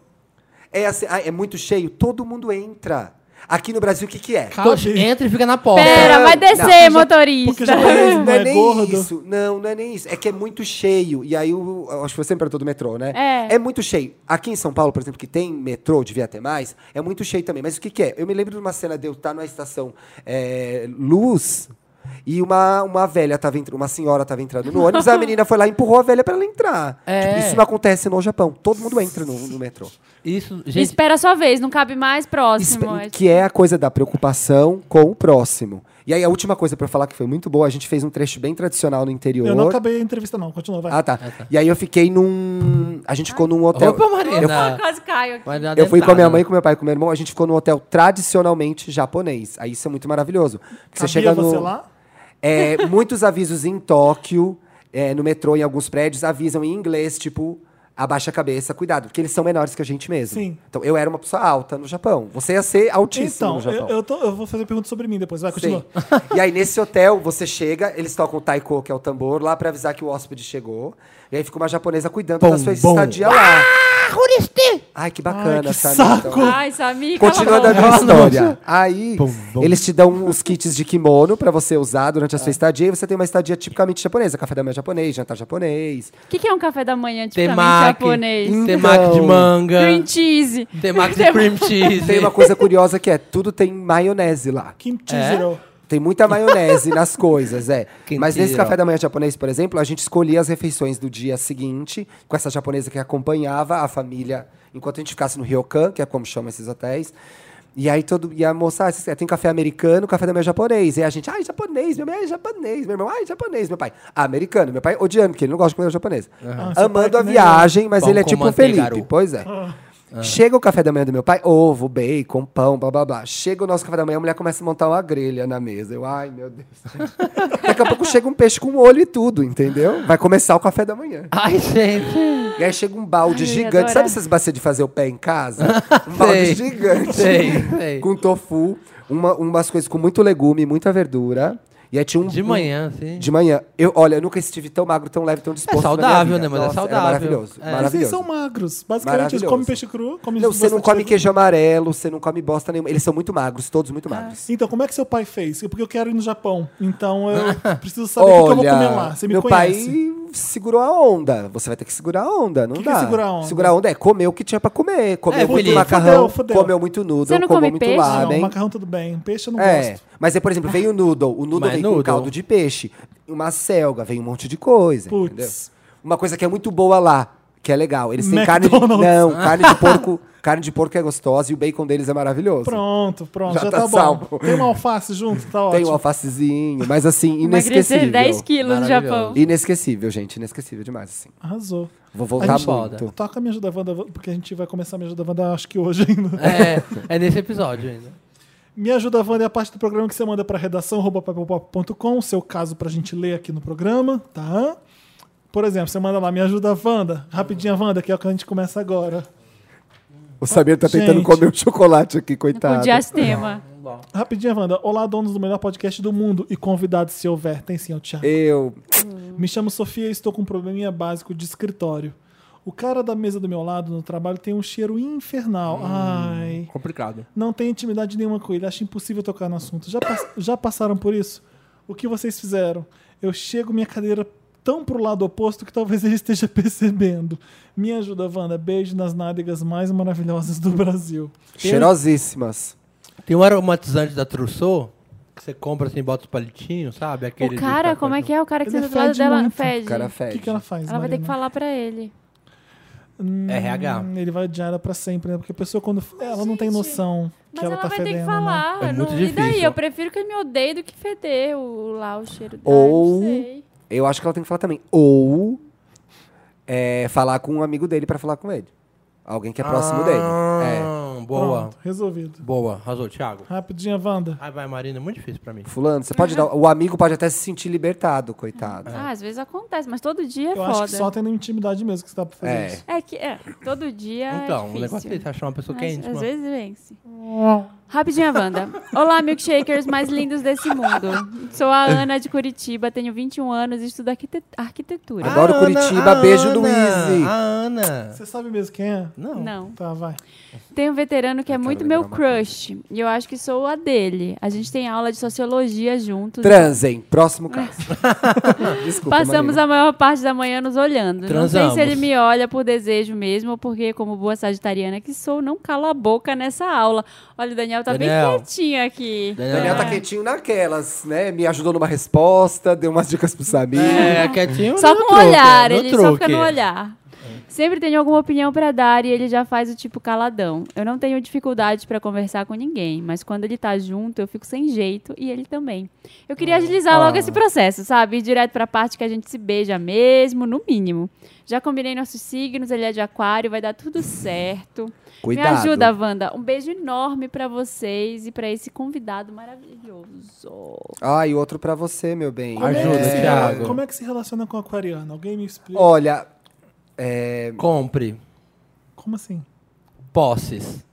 [SPEAKER 4] É, assim, ah, é muito cheio, todo mundo entra. Aqui no Brasil, o que, que é?
[SPEAKER 3] Caos, assim? entra e fica na porta.
[SPEAKER 2] Pera, vai
[SPEAKER 4] Não,
[SPEAKER 2] descer,
[SPEAKER 1] porque já-
[SPEAKER 2] motorista.
[SPEAKER 1] porque já- É,
[SPEAKER 4] não é,
[SPEAKER 1] é
[SPEAKER 4] nem
[SPEAKER 1] gordo.
[SPEAKER 4] isso. Não, não é nem isso. É que é muito cheio. E aí, o, eu acho que você me perguntou do metrô, né?
[SPEAKER 2] É.
[SPEAKER 4] muito cheio. Aqui em São Paulo, por exemplo, que tem metrô, devia ter mais, é muito cheio também. Mas o que, que é? Eu me lembro de uma cena de eu estar numa estação é, Luz... E uma, uma velha tava entrando, uma senhora tava entrando no ônibus, a menina foi lá e empurrou a velha pra ela entrar.
[SPEAKER 3] É.
[SPEAKER 4] Tipo, isso não acontece no Japão. Todo mundo entra no, no metrô.
[SPEAKER 3] Isso, gente,
[SPEAKER 2] Espera a sua vez, não cabe mais próximo.
[SPEAKER 4] Espe-
[SPEAKER 2] é
[SPEAKER 4] Que é a coisa da preocupação com o próximo. E aí, a última coisa pra falar que foi muito boa, a gente fez um trecho bem tradicional no interior.
[SPEAKER 1] Eu não acabei a entrevista, não. Continua, vai.
[SPEAKER 4] Ah, tá. E aí eu fiquei num. A gente ficou num hotel.
[SPEAKER 3] Opa, Marina.
[SPEAKER 2] Quase caio aqui.
[SPEAKER 3] Vai dar
[SPEAKER 4] Eu fui com a minha
[SPEAKER 3] dentada.
[SPEAKER 4] mãe, com meu pai, com meu irmão. A gente ficou num hotel tradicionalmente japonês. Aí isso é muito maravilhoso.
[SPEAKER 1] Cabia
[SPEAKER 4] Porque você chega no.
[SPEAKER 1] você lá?
[SPEAKER 4] É, muitos avisos em Tóquio, é, no metrô, em alguns prédios, avisam em inglês, tipo, abaixa a cabeça, cuidado, porque eles são menores que a gente mesmo.
[SPEAKER 1] Sim.
[SPEAKER 4] Então eu era uma pessoa alta no Japão. Você ia ser altíssimo
[SPEAKER 1] Então, eu,
[SPEAKER 4] no Japão.
[SPEAKER 1] eu, tô- eu vou fazer pergunta sobre mim depois. Vai, continua.
[SPEAKER 4] Sim. e aí, nesse hotel, você chega, eles tocam o taiko, que é o tambor, lá pra avisar que o hóspede chegou. E aí fica uma japonesa cuidando da sua estadia lá. Ai, que bacana,
[SPEAKER 1] Ai, que
[SPEAKER 4] sabe?
[SPEAKER 1] saco!
[SPEAKER 4] Então,
[SPEAKER 2] Ai, Samir, cala a
[SPEAKER 4] Continuando a
[SPEAKER 2] boca.
[SPEAKER 4] minha história. Aí, eles te dão os kits de kimono pra você usar durante a sua estadia. E você tem uma estadia tipicamente japonesa. Café da manhã japonês, jantar japonês.
[SPEAKER 2] O que, que é um café da manhã tipicamente
[SPEAKER 3] Temaki.
[SPEAKER 2] japonês?
[SPEAKER 3] Temaki de
[SPEAKER 4] Então.
[SPEAKER 3] manga.
[SPEAKER 2] Green cheese.
[SPEAKER 3] Temaki de cream cheese.
[SPEAKER 4] Tem uma coisa curiosa que é, tudo tem maionese lá.
[SPEAKER 1] Kimchi
[SPEAKER 4] É?
[SPEAKER 1] Zero.
[SPEAKER 4] Tem muita maionese nas coisas, é. Mas nesse
[SPEAKER 3] Quinteiro.
[SPEAKER 4] café da manhã japonês, por exemplo, a gente escolhia as refeições do dia seguinte, com essa japonesa que acompanhava a família enquanto a gente ficasse no Ryokan, que é como chama esses hotéis. E aí todo, e a moça, ah, você tem café americano, café da manhã é japonês. E a gente, ai, japonês, minha mãe é japonês, meu irmão, ai, japonês, meu pai. Ah, americano, meu pai odiando, porque ele não gosta de comer japonês.
[SPEAKER 1] Ah, seu pai
[SPEAKER 4] Amando
[SPEAKER 1] que
[SPEAKER 4] a
[SPEAKER 1] nem
[SPEAKER 4] viagem, mas
[SPEAKER 3] Pão
[SPEAKER 4] ele é
[SPEAKER 3] com
[SPEAKER 4] tipo um
[SPEAKER 3] manteiga,
[SPEAKER 4] Felipe.
[SPEAKER 3] garoto. Ah.
[SPEAKER 4] Pois é. Chega o café da manhã do meu pai, ovo, bacon, pão, blá blá blá. Chega o nosso café da manhã, a mulher começa a montar uma grelha na mesa. Eu, ai meu Deus. Daqui a pouco chega um peixe com olho e tudo, entendeu? Vai começar o café da manhã.
[SPEAKER 3] Ai, gente.
[SPEAKER 4] E aí chega um balde
[SPEAKER 2] Ai, eu ia
[SPEAKER 4] gigante. Sabe
[SPEAKER 2] adorar.
[SPEAKER 4] essas bacias de fazer o pé em casa? Um balde
[SPEAKER 3] Sei.
[SPEAKER 4] gigante.
[SPEAKER 3] Sei, sei.
[SPEAKER 4] Com tofu, uma- umas coisas com muito legume, muita verdura. E aí tinha um.
[SPEAKER 3] De manhã, assim. sim.
[SPEAKER 4] De manhã. Eu, olha, eu nunca estive tão magro, tão leve, tão disposto. na minha
[SPEAKER 3] saudável,
[SPEAKER 4] vida.
[SPEAKER 3] né? Mas é
[SPEAKER 4] Nossa, era
[SPEAKER 3] saudável.
[SPEAKER 4] maravilhoso.
[SPEAKER 3] É.
[SPEAKER 1] Mas eles
[SPEAKER 4] Maravilhoso.
[SPEAKER 1] são magros. Basicamente, eles
[SPEAKER 4] Maravilhoso.
[SPEAKER 1] comem peixe cru, comem
[SPEAKER 4] Não, você não
[SPEAKER 1] bastante
[SPEAKER 4] come
[SPEAKER 1] legume.
[SPEAKER 4] queijo amarelo, você não come bosta nenhuma. Eles são muito magros, todos muito magros.
[SPEAKER 1] Então, como é que seu pai fez? Eu- Porque eu quero ir no Japão. Então, eu preciso saber o que que eu vou comer lá. Você me
[SPEAKER 4] meu
[SPEAKER 1] conhece.
[SPEAKER 4] pai segurou a onda. Você vai ter que segurar a onda, não
[SPEAKER 1] Que que
[SPEAKER 4] dá.
[SPEAKER 1] é segurar a onda?
[SPEAKER 4] Segurar a onda é comer o que tinha pra comer. Comeu
[SPEAKER 3] É,
[SPEAKER 4] muito
[SPEAKER 3] Felipe.
[SPEAKER 1] Fudeu,
[SPEAKER 4] macarrão,
[SPEAKER 1] fudeu.
[SPEAKER 4] comeu muito
[SPEAKER 2] Você
[SPEAKER 4] noodle,
[SPEAKER 2] não
[SPEAKER 4] comeu
[SPEAKER 2] come
[SPEAKER 4] muito
[SPEAKER 2] peixe?
[SPEAKER 1] Ah, não,
[SPEAKER 4] lamen.
[SPEAKER 1] macarrão tudo bem. Peixe eu não
[SPEAKER 4] É,
[SPEAKER 1] gosto.
[SPEAKER 4] mas aí, por exemplo, vem o noodle. O noodle
[SPEAKER 3] Mas
[SPEAKER 4] vem
[SPEAKER 3] noodle.
[SPEAKER 4] com caldo de peixe, uma selga, vem um monte de coisa,
[SPEAKER 1] Putz.
[SPEAKER 4] entendeu? Uma coisa que é muito boa lá, que é legal. Eles têm carne de...
[SPEAKER 1] McDonald's.
[SPEAKER 4] Não, carne de porco... Carne de porco é gostosa e o bacon deles é maravilhoso.
[SPEAKER 1] Pronto, pronto. Já,
[SPEAKER 4] Já
[SPEAKER 1] tá,
[SPEAKER 4] tá
[SPEAKER 1] bom.
[SPEAKER 4] salvo.
[SPEAKER 1] Tem uma alface junto, tá
[SPEAKER 4] Tem
[SPEAKER 1] ótimo.
[SPEAKER 4] um alfacezinho, mas assim,
[SPEAKER 2] Emagrecer
[SPEAKER 4] inesquecível.
[SPEAKER 2] 10 quilos no Japão.
[SPEAKER 4] Inesquecível, gente. Inesquecível demais, assim.
[SPEAKER 1] Arrasou.
[SPEAKER 4] Vou
[SPEAKER 1] A
[SPEAKER 4] voltar
[SPEAKER 1] gente-
[SPEAKER 4] muito.
[SPEAKER 1] Toca Me Ajuda Wanda, porque a gente vai começar a Me Ajuda Wanda acho que hoje ainda.
[SPEAKER 3] É, é nesse episódio ainda.
[SPEAKER 1] Me Ajuda Wanda é a parte do programa que você manda pra redação arroba papelpop.com, o seu caso pra gente ler aqui no programa, tá? Por exemplo, você manda lá, Me Ajuda Wanda, rapidinha Wanda, que é o que a gente começa agora.
[SPEAKER 4] O Samir tá tentando
[SPEAKER 1] Gente.
[SPEAKER 4] comer um chocolate aqui,
[SPEAKER 2] Com
[SPEAKER 4] coitado.
[SPEAKER 2] diastema.
[SPEAKER 1] Rapidinha Wanda, olá donos do melhor podcast do mundo e convidados se houver, tem sim, é o Thiago.
[SPEAKER 4] Eu.
[SPEAKER 1] Me chamo Sofia e estou com um probleminha básico de escritório. O cara da mesa do meu lado no trabalho tem um cheiro infernal. Ai.
[SPEAKER 3] Complicado.
[SPEAKER 1] Não tem intimidade nenhuma com ele, acho impossível tocar no assunto. Já, pass- já passaram por isso? O que vocês fizeram? Eu chego minha cadeira tão pro lado oposto que talvez ele esteja percebendo. Me ajuda, Wanda. Beijo nas nádegas mais maravilhosas do Brasil.
[SPEAKER 4] Cheirosíssimas.
[SPEAKER 3] Tem um aromatizante da Trousseau que você compra assim, bota os palitinhos, sabe? Aquele
[SPEAKER 2] O cara, como é que é? O cara que
[SPEAKER 1] Ele
[SPEAKER 2] senta do lado
[SPEAKER 1] fede
[SPEAKER 2] dela
[SPEAKER 1] muito.
[SPEAKER 2] fede.
[SPEAKER 4] O cara
[SPEAKER 1] O
[SPEAKER 4] fede.
[SPEAKER 1] que, que ela faz?
[SPEAKER 2] Ela vai ter que
[SPEAKER 1] Marina?
[SPEAKER 2] falar pra ele. é?
[SPEAKER 3] É RH.
[SPEAKER 1] Hum, Ele vai odiar ela pra sempre, né? Porque a pessoa, quando. Ela não tem noção
[SPEAKER 2] Mas
[SPEAKER 1] que ela,
[SPEAKER 2] ela,
[SPEAKER 1] tá
[SPEAKER 2] vai
[SPEAKER 1] fedendo.
[SPEAKER 2] ter que
[SPEAKER 1] né?
[SPEAKER 2] falar.
[SPEAKER 3] É
[SPEAKER 2] não-
[SPEAKER 3] muito
[SPEAKER 2] E daí?
[SPEAKER 3] difícil.
[SPEAKER 2] Eu prefiro que ele me odeie do que feder o, lá o cheiro dela.
[SPEAKER 4] Ou-
[SPEAKER 2] Não sei.
[SPEAKER 4] Eu acho que ela tem que falar também. Ou é, falar com um amigo dele pra falar com ele. Alguém que é
[SPEAKER 3] Ah.
[SPEAKER 4] próximo dele. É.
[SPEAKER 3] É. Boa.
[SPEAKER 1] Pronto, resolvido.
[SPEAKER 3] Boa. Arrasou, Thiago.
[SPEAKER 1] Rapidinha, Wanda.
[SPEAKER 3] Ai, vai, Marina, é muito difícil pra mim.
[SPEAKER 4] Fulano, você
[SPEAKER 1] Ah.
[SPEAKER 4] pode dar. O amigo pode até se sentir libertado, coitado.
[SPEAKER 2] Ah, às vezes acontece, mas todo dia é
[SPEAKER 1] Eu
[SPEAKER 2] foda.
[SPEAKER 1] acho que só tendo intimidade mesmo que você dá pra fazer
[SPEAKER 4] É.
[SPEAKER 1] isso.
[SPEAKER 2] É que é, todo dia é
[SPEAKER 3] então,
[SPEAKER 2] difícil.
[SPEAKER 3] o negócio é esse, achar uma pessoa
[SPEAKER 2] Mas,
[SPEAKER 3] quente.
[SPEAKER 2] Às vezes vence. Rapidinha, Wanda. Olá, milkshakers mais lindos desse mundo. Sou a Ana de Curitiba, tenho 21 anos e estudo arquite- arquitetura.
[SPEAKER 3] Ah,
[SPEAKER 4] Adoro Curitiba, beijo, Luíse.
[SPEAKER 3] A Ana.
[SPEAKER 1] Você sabe mesmo quem é?
[SPEAKER 3] Não.
[SPEAKER 2] Não.
[SPEAKER 1] Tá, vai.
[SPEAKER 2] Tem um veterano que é muito meu crush. E eu acho que sou a dele. A gente tem aula de sociologia juntos.
[SPEAKER 4] Transem. Próximo caso. Desculpa,
[SPEAKER 2] Passamos
[SPEAKER 4] Marina.
[SPEAKER 2] a maior parte da manhã nos olhando. Não
[SPEAKER 3] Transamos.
[SPEAKER 2] sei se ele me olha por desejo mesmo ou porque, como boa sagitariana que sou, não calo a boca nessa aula. Olha, o Daniel tá
[SPEAKER 3] Daniel.
[SPEAKER 2] bem quietinho aqui.
[SPEAKER 3] Daniel.
[SPEAKER 4] Daniel tá quietinho naquelas, né? Me ajudou numa resposta, deu umas dicas pro Samir.
[SPEAKER 3] É, quietinho.
[SPEAKER 2] Só
[SPEAKER 3] no
[SPEAKER 2] com o
[SPEAKER 3] truque,
[SPEAKER 2] olhar,
[SPEAKER 3] no
[SPEAKER 2] ele só fica
[SPEAKER 3] truque.
[SPEAKER 2] no olhar. Sempre tenho alguma opinião pra dar e ele já faz o tipo caladão. Eu não tenho dificuldade pra conversar com ninguém, mas quando ele tá junto, eu fico sem jeito e ele também. Eu queria agilizar logo esse processo, sabe? Ir direto pra parte que a gente se beija mesmo, no mínimo. Já combinei nossos signos, ele é de aquário, vai dar tudo certo.
[SPEAKER 4] Cuidado.
[SPEAKER 2] Me ajuda, Wanda. Um beijo enorme pra vocês e pra esse convidado maravilhoso.
[SPEAKER 4] Ah, e outro pra você, meu bem.
[SPEAKER 1] Como é que
[SPEAKER 3] Ajuda,
[SPEAKER 1] se
[SPEAKER 4] É,
[SPEAKER 1] rela-
[SPEAKER 3] Thiago.
[SPEAKER 1] Como é que se relaciona com aquariano? Alguém me explica.
[SPEAKER 4] Olha, é,
[SPEAKER 3] Compre
[SPEAKER 1] Como assim?
[SPEAKER 3] posses.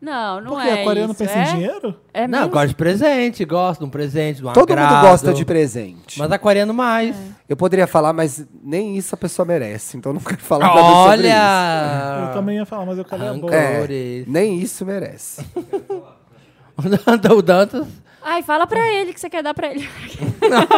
[SPEAKER 2] Não, não
[SPEAKER 1] Porque
[SPEAKER 2] é
[SPEAKER 1] aquariano
[SPEAKER 2] isso.
[SPEAKER 1] pensa
[SPEAKER 2] é?
[SPEAKER 1] em dinheiro?
[SPEAKER 2] É
[SPEAKER 3] não,
[SPEAKER 2] mesmo?
[SPEAKER 3] gosta de presente, gosta de um presente, de um
[SPEAKER 4] todo
[SPEAKER 3] agrado.
[SPEAKER 4] mundo gosta de presente.
[SPEAKER 3] Mas aquariano mais.
[SPEAKER 2] É.
[SPEAKER 4] Eu poderia falar, mas nem isso a pessoa merece. Então não quero falar nada sobre isso.
[SPEAKER 3] Olha!
[SPEAKER 1] Eu também ia falar, mas eu calei a boca.
[SPEAKER 3] Arrancou.
[SPEAKER 4] Ah. É,
[SPEAKER 3] Flores.
[SPEAKER 4] nem isso merece.
[SPEAKER 3] o Dantas.
[SPEAKER 2] Ai, fala pra ele que você quer dar pra ele.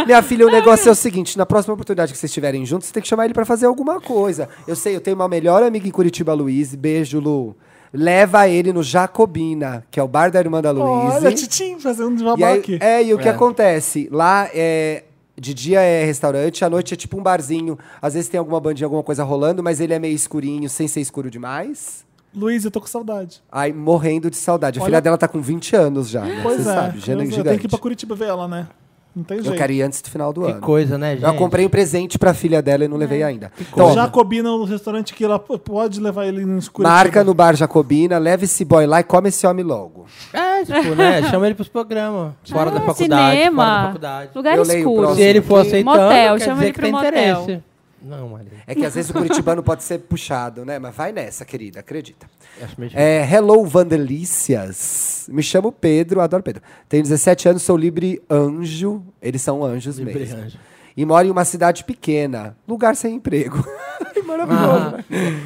[SPEAKER 4] Minha filha, o negócio é o seguinte: na próxima oportunidade que vocês estiverem juntos, você tem que chamar ele pra fazer alguma coisa. Eu sei, eu tenho uma melhor amiga em Curitiba, Luiz. Beijo, Lu. Leva ele no Jacobina, que é o bar da irmã da Luiz.
[SPEAKER 1] Olha, Titim fazendo de
[SPEAKER 4] E
[SPEAKER 1] babá
[SPEAKER 4] aí-
[SPEAKER 1] Tá aqui.
[SPEAKER 4] é, e o que acontece? Lá é. De dia é restaurante, à noite é tipo um barzinho. Às vezes tem alguma bandinha, alguma coisa rolando, mas ele é meio escurinho, sem ser escuro demais.
[SPEAKER 1] Luiz, eu tô com saudade.
[SPEAKER 4] Ai, morrendo de saudade. A
[SPEAKER 1] Olha-
[SPEAKER 4] filha dela tá com 20 anos já, né?
[SPEAKER 1] Pois
[SPEAKER 4] Você
[SPEAKER 1] é.
[SPEAKER 4] sabe,
[SPEAKER 1] eu,
[SPEAKER 4] gene-
[SPEAKER 1] eu tenho que
[SPEAKER 4] gigante.
[SPEAKER 1] ir pra Curitiba ver ela, né? Não tem
[SPEAKER 4] Eu
[SPEAKER 1] jeito.
[SPEAKER 4] quero ir antes do final do
[SPEAKER 3] Que
[SPEAKER 4] ano.
[SPEAKER 3] coisa, né, gente?
[SPEAKER 4] Eu comprei um presente pra filha dela e não levei ainda. Então,
[SPEAKER 1] Então,
[SPEAKER 4] ó,
[SPEAKER 1] já combina o restaurante que ela p- pode levar ele nos Curitiba.
[SPEAKER 4] marca no bar Jacobina, leva esse boy lá e come esse homem logo.
[SPEAKER 3] É, tipo, né? Chama ele pros programas. Fora da
[SPEAKER 2] Ah,
[SPEAKER 3] faculdade.
[SPEAKER 2] cinema.
[SPEAKER 3] Fora da faculdade.
[SPEAKER 2] Lugar
[SPEAKER 4] Eu leio o
[SPEAKER 2] escuro.
[SPEAKER 3] Se
[SPEAKER 4] próximo.
[SPEAKER 3] ele for aceitando,
[SPEAKER 2] Motel,
[SPEAKER 3] quer
[SPEAKER 2] chama
[SPEAKER 3] dizer
[SPEAKER 2] ele
[SPEAKER 3] que
[SPEAKER 2] pro
[SPEAKER 3] tem
[SPEAKER 2] motel.
[SPEAKER 3] interesse. Não, Maria.
[SPEAKER 4] É que às vezes o curitibano pode ser puxado, né? Mas vai nessa, querida, acredita.
[SPEAKER 3] Acho meio difícil.
[SPEAKER 4] É, hello, Vandelícias. Me chamo Pedro, adoro Pedro. Tenho 17 anos, sou livre anjo. Eles são anjos
[SPEAKER 3] Livre
[SPEAKER 4] mesmo.
[SPEAKER 3] anjo.
[SPEAKER 4] E moro em uma cidade pequena, lugar sem emprego.
[SPEAKER 3] Ah,
[SPEAKER 4] Maravilhoso, né?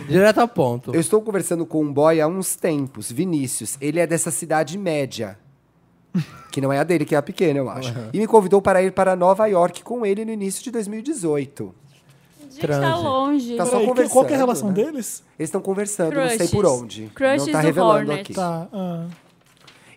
[SPEAKER 3] Direto ao ponto.
[SPEAKER 4] Eu estou conversando com um boy há uns tempos, Vinícius. Ele é dessa cidade média. Que não é a dele, que é a pequena, eu acho. E me convidou para ir para Nova York com ele no início de 2018.
[SPEAKER 2] Gente, tá
[SPEAKER 3] Transe.
[SPEAKER 2] longe.
[SPEAKER 4] Tá só
[SPEAKER 1] Peraí, que- qual que é a
[SPEAKER 4] conversando,
[SPEAKER 1] relação
[SPEAKER 4] né?
[SPEAKER 1] deles?
[SPEAKER 4] Eles estão conversando, não sei
[SPEAKER 2] Crushes.
[SPEAKER 4] por onde.
[SPEAKER 2] Crushes
[SPEAKER 4] não tá
[SPEAKER 2] do
[SPEAKER 4] revelando
[SPEAKER 2] Hornet.
[SPEAKER 4] aqui.
[SPEAKER 1] Tá. ah.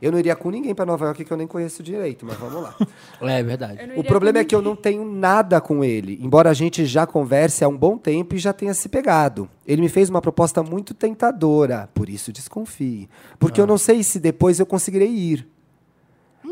[SPEAKER 4] Eu não iria com ninguém para Nova York que eu nem conheço direito, mas vamos lá.
[SPEAKER 3] É verdade.
[SPEAKER 4] o problema é que eu não tenho nada com ele, embora a gente já converse há um bom tempo e já tenha se pegado. Ele me fez uma proposta muito tentadora, por isso desconfie. Porque eu não sei se depois eu conseguirei ir.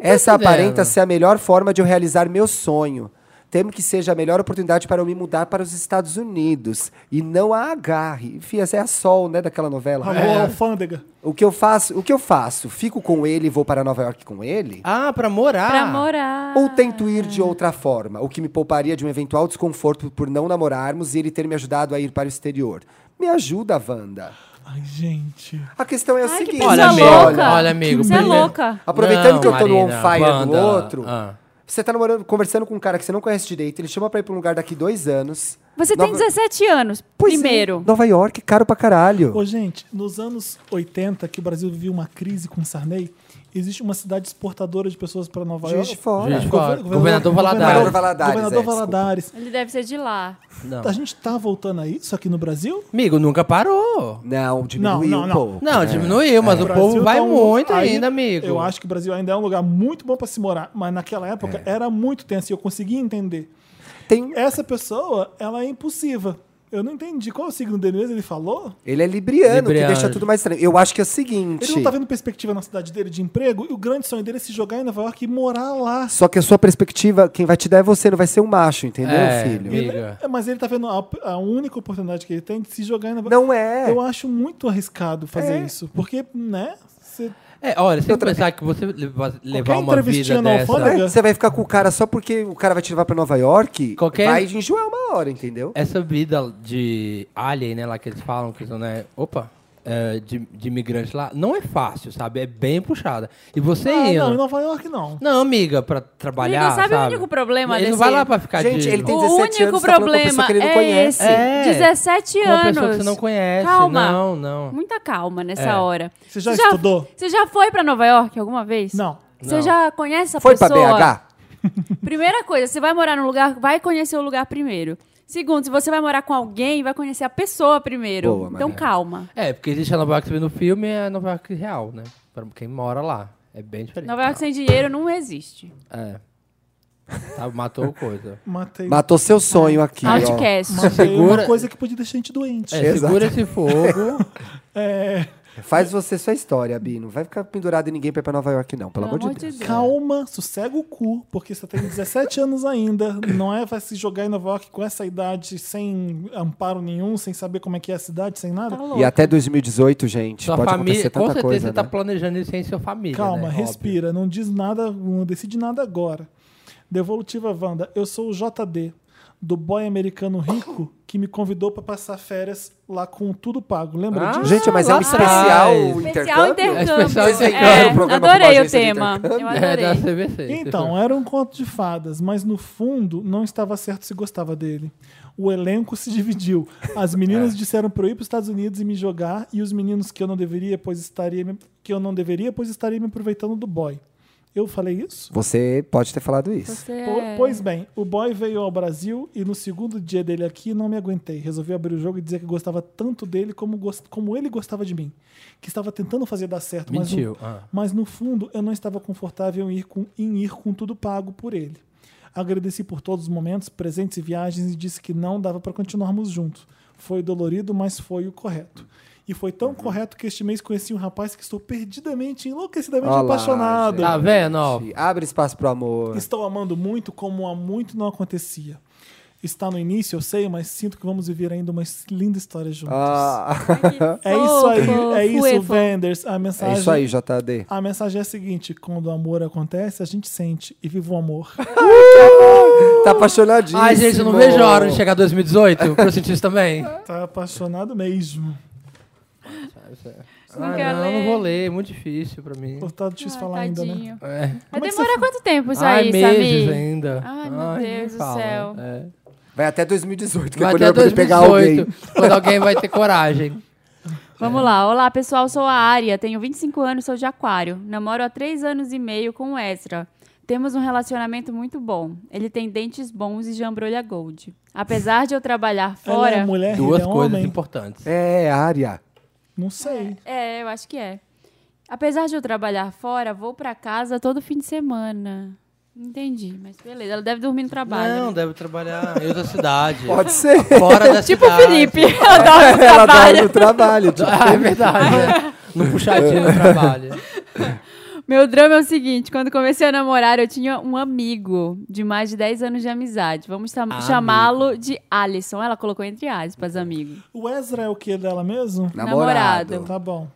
[SPEAKER 4] Essa
[SPEAKER 3] entendendo.
[SPEAKER 4] aparenta ser a melhor forma de eu realizar meu sonho. Temo que seja a melhor oportunidade para eu me mudar para os Estados Unidos. E não a agarre. Enfim, essa é a Sol, né, daquela novela.
[SPEAKER 1] Alô, alfândega.
[SPEAKER 4] O que eu faço? O que eu faço? Fico com ele e vou para Nova York com ele?
[SPEAKER 3] Ah, pra morar.
[SPEAKER 2] Pra morar.
[SPEAKER 4] Ou tento ir de outra forma, o que me pouparia de um eventual desconforto por não namorarmos e ele ter me ajudado a ir para o exterior. Me ajuda, Wanda.
[SPEAKER 1] Ai, gente.
[SPEAKER 4] A questão é o
[SPEAKER 2] Ai, que
[SPEAKER 4] seguinte,
[SPEAKER 3] Olha, amigo.
[SPEAKER 2] Você é louca.
[SPEAKER 3] Olha, amigo.
[SPEAKER 2] Você é
[SPEAKER 3] primeiro-
[SPEAKER 2] louca.
[SPEAKER 4] Aproveitando
[SPEAKER 3] Não,
[SPEAKER 4] que eu tô no on
[SPEAKER 3] Marina,
[SPEAKER 4] fire do
[SPEAKER 3] Wanda,
[SPEAKER 4] outro,
[SPEAKER 3] ah.
[SPEAKER 4] você tá namorando, conversando com um cara que você não conhece direito, ele chama pra ir pra um lugar daqui dois anos.
[SPEAKER 2] Você tem
[SPEAKER 4] Nova-
[SPEAKER 2] 17 anos,
[SPEAKER 4] Pois é,
[SPEAKER 2] primeiro.
[SPEAKER 4] Nova York, caro pra caralho.
[SPEAKER 1] Ô, gente, nos anos 80, que o Brasil vivia uma crise com o Sarney, existe uma cidade exportadora de pessoas para Nova
[SPEAKER 4] Juiz de
[SPEAKER 1] York.
[SPEAKER 4] fora.
[SPEAKER 3] Juiz de fora. Governador Valadares.
[SPEAKER 4] Governador Valadares,
[SPEAKER 1] Governador
[SPEAKER 4] é, desculpa.
[SPEAKER 1] Valadares.
[SPEAKER 2] Ele deve ser de lá.
[SPEAKER 3] Não.
[SPEAKER 1] A gente tá voltando a isso aqui no Brasil?
[SPEAKER 3] Amigo, nunca parou.
[SPEAKER 4] Não,
[SPEAKER 1] Não,
[SPEAKER 4] diminuiu
[SPEAKER 1] não,
[SPEAKER 4] um
[SPEAKER 1] não.
[SPEAKER 4] pouco.
[SPEAKER 3] Não, diminuiu,
[SPEAKER 4] É.
[SPEAKER 3] mas o povo
[SPEAKER 1] Brasil
[SPEAKER 3] vai
[SPEAKER 1] tá um-
[SPEAKER 3] muito
[SPEAKER 1] aí-
[SPEAKER 3] ainda, amigo.
[SPEAKER 1] Eu acho que o Brasil ainda é um lugar muito bom para se morar, mas naquela
[SPEAKER 4] É.
[SPEAKER 1] época era muito tenso e eu conseguia entender.
[SPEAKER 4] Tem, um,
[SPEAKER 1] Essa pessoa, ela é impulsiva. Eu não entendi qual é o signo dele mesmo, ele falou.
[SPEAKER 4] Ele é libriano,
[SPEAKER 3] Libriano.
[SPEAKER 4] que deixa tudo mais estranho. Eu acho que é o
[SPEAKER 1] Ele
[SPEAKER 4] seguinte.
[SPEAKER 1] não tá vendo perspectiva na cidade dele de emprego e o grande sonho dele é se jogar em Nova York e morar lá.
[SPEAKER 4] Só que a sua perspectiva, quem vai te dar é você, não vai ser um macho, entendeu,
[SPEAKER 3] É,
[SPEAKER 4] filho?
[SPEAKER 3] amigo.
[SPEAKER 1] É, mas ele tá vendo a, a única oportunidade que ele tem de se jogar em Nova
[SPEAKER 4] Não é.
[SPEAKER 1] Eu acho muito arriscado fazer isso. Porque, né? Você
[SPEAKER 3] É, olha, você pensar que você leva- levar uma vida
[SPEAKER 1] entrevistinha na
[SPEAKER 3] dessa...
[SPEAKER 1] alfândega-
[SPEAKER 4] É, Você vai ficar com o cara só porque o cara vai te levar pra Nova York,
[SPEAKER 3] Qualquer- É.
[SPEAKER 4] vai enjoar uma hora, entendeu?
[SPEAKER 3] Essa vida de alien, né, lá que eles falam, que são, né, opa, é, de, de imigrante lá, não é fácil, sabe? É bem puxada. E você
[SPEAKER 1] ah,
[SPEAKER 3] indo...
[SPEAKER 1] não, em
[SPEAKER 3] Não,
[SPEAKER 1] Nova York não.
[SPEAKER 3] amiga, pra trabalhar,
[SPEAKER 2] Amigo, sabe o único problema
[SPEAKER 3] Ele não
[SPEAKER 2] desse-
[SPEAKER 3] vai lá pra ficar
[SPEAKER 4] Gente,
[SPEAKER 3] de...
[SPEAKER 4] ele tem
[SPEAKER 2] O
[SPEAKER 4] 17
[SPEAKER 2] único
[SPEAKER 4] anos, tá falando com uma
[SPEAKER 2] problema
[SPEAKER 4] pessoa que ele não
[SPEAKER 2] é
[SPEAKER 4] conhece.
[SPEAKER 2] esse.
[SPEAKER 3] É.
[SPEAKER 2] 17
[SPEAKER 3] Com uma
[SPEAKER 2] anos.
[SPEAKER 3] pessoa que você não conhece.
[SPEAKER 2] Calma.
[SPEAKER 3] Não, não. É.
[SPEAKER 2] Muita calma nessa hora.
[SPEAKER 1] Você já estudou?
[SPEAKER 2] Você já foi pra Nova York alguma vez?
[SPEAKER 1] Não.
[SPEAKER 2] Você
[SPEAKER 3] Não.
[SPEAKER 2] já conhece a
[SPEAKER 4] Foi pra
[SPEAKER 2] pessoa?
[SPEAKER 4] BH?
[SPEAKER 2] Primeira coisa, você vai morar num lugar, vai conhecer o lugar primeiro. Segundo, se você vai morar com alguém, vai conhecer a pessoa primeiro.
[SPEAKER 4] Boa,
[SPEAKER 2] então
[SPEAKER 4] Maria.
[SPEAKER 2] calma.
[SPEAKER 3] É, porque existe a Nova York que você vê no filme e a Nova York real, né? Pra quem mora lá. É bem diferente.
[SPEAKER 2] Nova York sem dinheiro não existe.
[SPEAKER 3] É. Tá, matou coisa.
[SPEAKER 1] Matei.
[SPEAKER 4] Matou seu sonho aqui. ó.
[SPEAKER 2] Outcast.
[SPEAKER 1] Matei
[SPEAKER 3] Segura-
[SPEAKER 1] uma coisa que podia deixar a gente doente.
[SPEAKER 3] É, segura esse fogo.
[SPEAKER 1] É,
[SPEAKER 4] Faz você sua história, Bi. Não vai ficar pendurado em ninguém pra ir pra Nova York, não, pelo, amor de Deus.
[SPEAKER 1] É. calma, sossega o cu, porque você tem 17 anos ainda. Não é vai se jogar em Nova York com essa idade, sem amparo nenhum, sem saber como é que é a cidade, sem nada.
[SPEAKER 2] Tá louco.
[SPEAKER 4] E até 2018, gente,
[SPEAKER 3] Sua
[SPEAKER 4] pode
[SPEAKER 3] família,
[SPEAKER 4] acontecer
[SPEAKER 3] com
[SPEAKER 4] tanta
[SPEAKER 3] certeza
[SPEAKER 4] coisa,
[SPEAKER 3] você tá
[SPEAKER 4] né?
[SPEAKER 3] planejando isso em sua família.
[SPEAKER 1] Calma,
[SPEAKER 3] né? Óbvio.
[SPEAKER 1] respira, não diz nada, não decide nada agora. Devolutiva Wanda, eu sou o JD, do boy americano rico que me convidou pra passar férias lá com tudo pago. Lembra
[SPEAKER 3] Ah,
[SPEAKER 1] disso?
[SPEAKER 4] Gente, mas é um
[SPEAKER 3] lá
[SPEAKER 4] especial
[SPEAKER 3] atrás.
[SPEAKER 2] Especial
[SPEAKER 4] intercâmbio.
[SPEAKER 2] intercâmbio.
[SPEAKER 3] Especial
[SPEAKER 2] É,
[SPEAKER 3] intercâmbio,
[SPEAKER 4] um programa com uma
[SPEAKER 2] adorei o
[SPEAKER 4] agência de
[SPEAKER 2] tema. Eu
[SPEAKER 3] É da
[SPEAKER 2] adorei.
[SPEAKER 3] CVC.
[SPEAKER 1] Então, era um conto de fadas, mas no fundo não estava certo se gostava dele. O elenco se dividiu. As meninas disseram para eu ir para os Estados Unidos e me jogar, e os meninos que eu não deveria, pois estaria me- que eu não deveria, pois estaria me aproveitando do boy. Eu falei isso?
[SPEAKER 4] Você pode ter falado isso.
[SPEAKER 2] Você
[SPEAKER 1] Po-
[SPEAKER 2] é-
[SPEAKER 1] Pois bem, o boy veio ao Brasil e no segundo dia dele aqui não me aguentei. Resolvi abrir o jogo e dizer que gostava tanto dele como, gos- como ele gostava de mim. Que estava tentando fazer dar certo, mas
[SPEAKER 3] Mentiu,
[SPEAKER 1] no,
[SPEAKER 3] ah.
[SPEAKER 1] mas no fundo eu não estava confortável em ir, com, em ir com tudo pago por ele. Agradeci por todos os momentos, presentes e viagens e disse que não dava para continuarmos juntos. Foi dolorido, mas foi o correto. E foi
[SPEAKER 4] Uhum.
[SPEAKER 1] tão correto que este mês conheci um rapaz que estou perdidamente, enlouquecidamente
[SPEAKER 4] Olha lá,
[SPEAKER 1] apaixonado.
[SPEAKER 4] gente.
[SPEAKER 3] Tá vendo, ó?
[SPEAKER 4] Abre espaço pro amor.
[SPEAKER 1] Estou amando muito como há muito não acontecia. Está no início, eu sei, mas sinto que vamos viver ainda uma linda história juntos.
[SPEAKER 4] Ah,
[SPEAKER 1] é isso aí,
[SPEAKER 2] Fofo,
[SPEAKER 1] é isso,
[SPEAKER 2] fuefo.
[SPEAKER 1] Venders. A mensagem
[SPEAKER 4] é isso aí, JD.
[SPEAKER 1] A mensagem é a seguinte: quando o amor acontece, a gente sente e vive o amor.
[SPEAKER 4] Tá apaixonadíssimo.
[SPEAKER 3] Ai, gente, eu não vejo a hora de chegar 2018 pra eu sentir isso também.
[SPEAKER 1] tá apaixonado mesmo.
[SPEAKER 2] Não
[SPEAKER 3] Ah,
[SPEAKER 2] quero
[SPEAKER 3] não,
[SPEAKER 2] ler.
[SPEAKER 3] não vou ler, é muito difícil pra mim.
[SPEAKER 1] Cortado X
[SPEAKER 2] Ai,
[SPEAKER 1] falar ainda, né?
[SPEAKER 2] Ah, tadinho.
[SPEAKER 3] É.
[SPEAKER 2] Vai
[SPEAKER 1] Como é que
[SPEAKER 2] demorar
[SPEAKER 1] você-
[SPEAKER 2] quanto tempo isso
[SPEAKER 3] Ai,
[SPEAKER 2] aí,
[SPEAKER 3] meses
[SPEAKER 2] Samir?
[SPEAKER 3] ainda.
[SPEAKER 2] Ai, meu Deus
[SPEAKER 3] nem
[SPEAKER 2] do
[SPEAKER 3] fala.
[SPEAKER 2] céu.
[SPEAKER 3] É.
[SPEAKER 4] Vai até 2018, que é
[SPEAKER 3] Vai
[SPEAKER 4] quando
[SPEAKER 3] até
[SPEAKER 4] eu vou pegar
[SPEAKER 3] 2018,
[SPEAKER 4] alguém.
[SPEAKER 3] quando alguém vai ter coragem.
[SPEAKER 1] É.
[SPEAKER 2] Vamos lá. Olá, pessoal. Sou a Ária, tenho 25 anos, sou de Aquário. Namoro há 3 anos e meio com o Ezra. Temos um relacionamento muito bom. Ele tem dentes bons e jambrolha gold. Apesar de eu trabalhar
[SPEAKER 1] Ela é
[SPEAKER 2] fora.
[SPEAKER 1] mulher,
[SPEAKER 3] Duas
[SPEAKER 1] ele é
[SPEAKER 3] coisas
[SPEAKER 1] homem.
[SPEAKER 3] importantes.
[SPEAKER 4] É, área.
[SPEAKER 1] Não sei.
[SPEAKER 2] É, eu acho que é. Apesar de eu trabalhar fora, vou pra casa todo fim de semana. Entendi, mas beleza. Ela deve dormir no trabalho.
[SPEAKER 3] Não,
[SPEAKER 2] né?
[SPEAKER 3] deve trabalhar em outra cidade.
[SPEAKER 4] Pode ser.
[SPEAKER 3] Fora da
[SPEAKER 2] Tipo o
[SPEAKER 3] cidade.
[SPEAKER 2] Felipe. Ela dorme no
[SPEAKER 4] Ela
[SPEAKER 2] trabalho.
[SPEAKER 4] dá no trabalho. Tipo,
[SPEAKER 3] Ah, é verdade. né? No puxadinho do trabalho.
[SPEAKER 2] Meu drama é o seguinte: quando comecei a namorar, eu tinha um amigo de mais de 10 anos de amizade. Vamos cham-
[SPEAKER 3] Amigo.
[SPEAKER 2] chamá-lo de Alisson. Ela colocou entre aspas, amigo.
[SPEAKER 1] O Ezra é o que dela mesmo?
[SPEAKER 4] namorado.
[SPEAKER 2] Namorado.
[SPEAKER 1] Tá bom.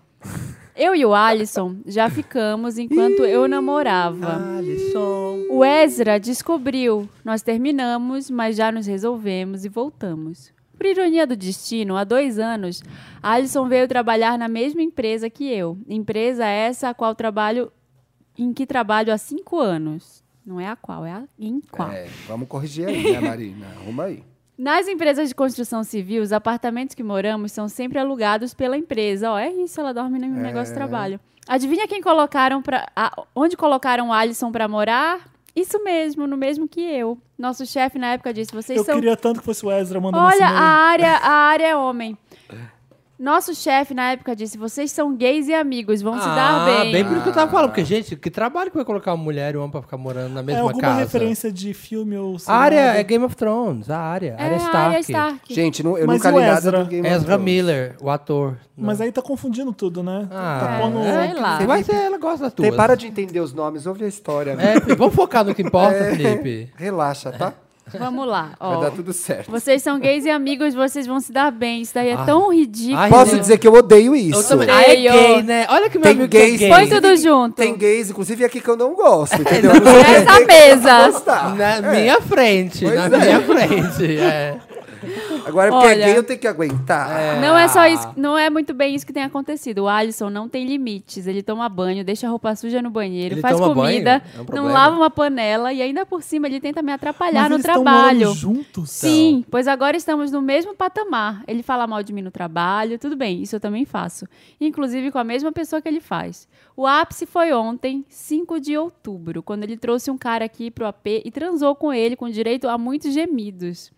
[SPEAKER 2] Eu e o Alisson já ficamos enquanto eu namorava.
[SPEAKER 3] Alisson.
[SPEAKER 2] O Ezra descobriu. Nós terminamos, mas já nos resolvemos e voltamos. Por ironia do destino, há dois anos, Alisson veio trabalhar na mesma empresa que eu. Empresa essa a qual trabalho, em que trabalho há cinco anos. Não é a qual, é a em qual.
[SPEAKER 4] É, vamos corrigir aí, né, Marina? Arruma aí.
[SPEAKER 2] Nas empresas de construção civil, os apartamentos que moramos são sempre alugados pela empresa. Ó, é isso, ela dorme no negócio de trabalho. Adivinha quem colocaram para onde colocaram o Alisson para morar? Isso mesmo, no mesmo que eu. Nosso chefe na época disse: "Vocês
[SPEAKER 1] eu
[SPEAKER 2] são
[SPEAKER 1] queria um assim, tanto que fosse o Ezra mandando esse
[SPEAKER 2] Olha,
[SPEAKER 1] e-mail.
[SPEAKER 2] a área, a área é homem. Nosso chefe na época disse: "Vocês são gays e amigos, vão se dar bem".
[SPEAKER 3] Ah, bem por isso que eu tava falando. Porque, gente, que trabalho que vai colocar uma mulher e um homem pra ficar morando na
[SPEAKER 1] É
[SPEAKER 3] mesma
[SPEAKER 1] alguma
[SPEAKER 3] casa?
[SPEAKER 1] referência de filme ou
[SPEAKER 3] A
[SPEAKER 1] seriado?
[SPEAKER 3] área
[SPEAKER 4] né?
[SPEAKER 3] é Game of Thrones, a área.
[SPEAKER 2] É,
[SPEAKER 3] área
[SPEAKER 2] a área
[SPEAKER 3] Stark. É
[SPEAKER 2] Stark.
[SPEAKER 4] Gente, não- eu
[SPEAKER 1] Mas
[SPEAKER 4] nunca
[SPEAKER 1] e
[SPEAKER 4] li
[SPEAKER 1] o
[SPEAKER 4] nada
[SPEAKER 1] Ezra?
[SPEAKER 4] do Game of
[SPEAKER 3] Ezra
[SPEAKER 4] Thrones.
[SPEAKER 3] Miller, o ator. Não.
[SPEAKER 1] Mas aí tá confundindo tudo, né?
[SPEAKER 3] Ah,
[SPEAKER 1] tá pondo
[SPEAKER 2] sei É, lá.
[SPEAKER 3] Vai ser, ela gosta das tuas.
[SPEAKER 4] Tem, para de entender os nomes, ouve a história. né?
[SPEAKER 3] É, Felipe, vamos focar no que importa,
[SPEAKER 4] É.
[SPEAKER 3] Felipe.
[SPEAKER 4] Relaxa, tá?
[SPEAKER 2] Vamos lá,
[SPEAKER 3] É.
[SPEAKER 2] ó.
[SPEAKER 4] Vai dar tudo certo.
[SPEAKER 2] Vocês são gays e amigos, vocês vão se dar bem. Isso daí é tão ridículo.
[SPEAKER 3] Ai,
[SPEAKER 4] Posso
[SPEAKER 3] meu.
[SPEAKER 4] dizer que eu odeio
[SPEAKER 3] tá
[SPEAKER 4] isso.
[SPEAKER 3] Eu também. Ah, é
[SPEAKER 2] Odeio.
[SPEAKER 3] gay, né? Olha que meu
[SPEAKER 4] Tem
[SPEAKER 3] amigo
[SPEAKER 4] gays.
[SPEAKER 3] que é
[SPEAKER 2] Põe
[SPEAKER 3] gay.
[SPEAKER 2] tudo junto.
[SPEAKER 4] Tem gays, inclusive aqui que eu não gosto, entendeu?
[SPEAKER 2] Nessa mesa.
[SPEAKER 4] Tá.
[SPEAKER 3] Na minha frente,
[SPEAKER 4] é.
[SPEAKER 3] na minha frente. É.
[SPEAKER 4] Agora, porque
[SPEAKER 2] Olha.
[SPEAKER 4] é gay, eu tenho que aguentar.
[SPEAKER 2] Não é só isso, não é muito bem isso que tem acontecido. O Alisson não tem limites. Ele toma banho, deixa a roupa suja no banheiro,
[SPEAKER 3] Ele
[SPEAKER 2] faz
[SPEAKER 3] toma
[SPEAKER 2] comida,
[SPEAKER 3] banho? É um
[SPEAKER 2] não
[SPEAKER 3] problema.
[SPEAKER 2] lava uma panela e ainda por cima ele tenta me
[SPEAKER 1] Mas
[SPEAKER 2] atrapalhar no
[SPEAKER 1] eles tão
[SPEAKER 2] trabalho.
[SPEAKER 1] morando juntos?
[SPEAKER 2] Sim, pois agora estamos no mesmo patamar. Ele fala mal de mim no trabalho, tudo bem, isso eu também faço. Inclusive com a mesma pessoa que ele faz. O ápice foi ontem, 5 de outubro, quando ele trouxe um cara aqui pro AP e transou com ele com direito a muitos gemidos.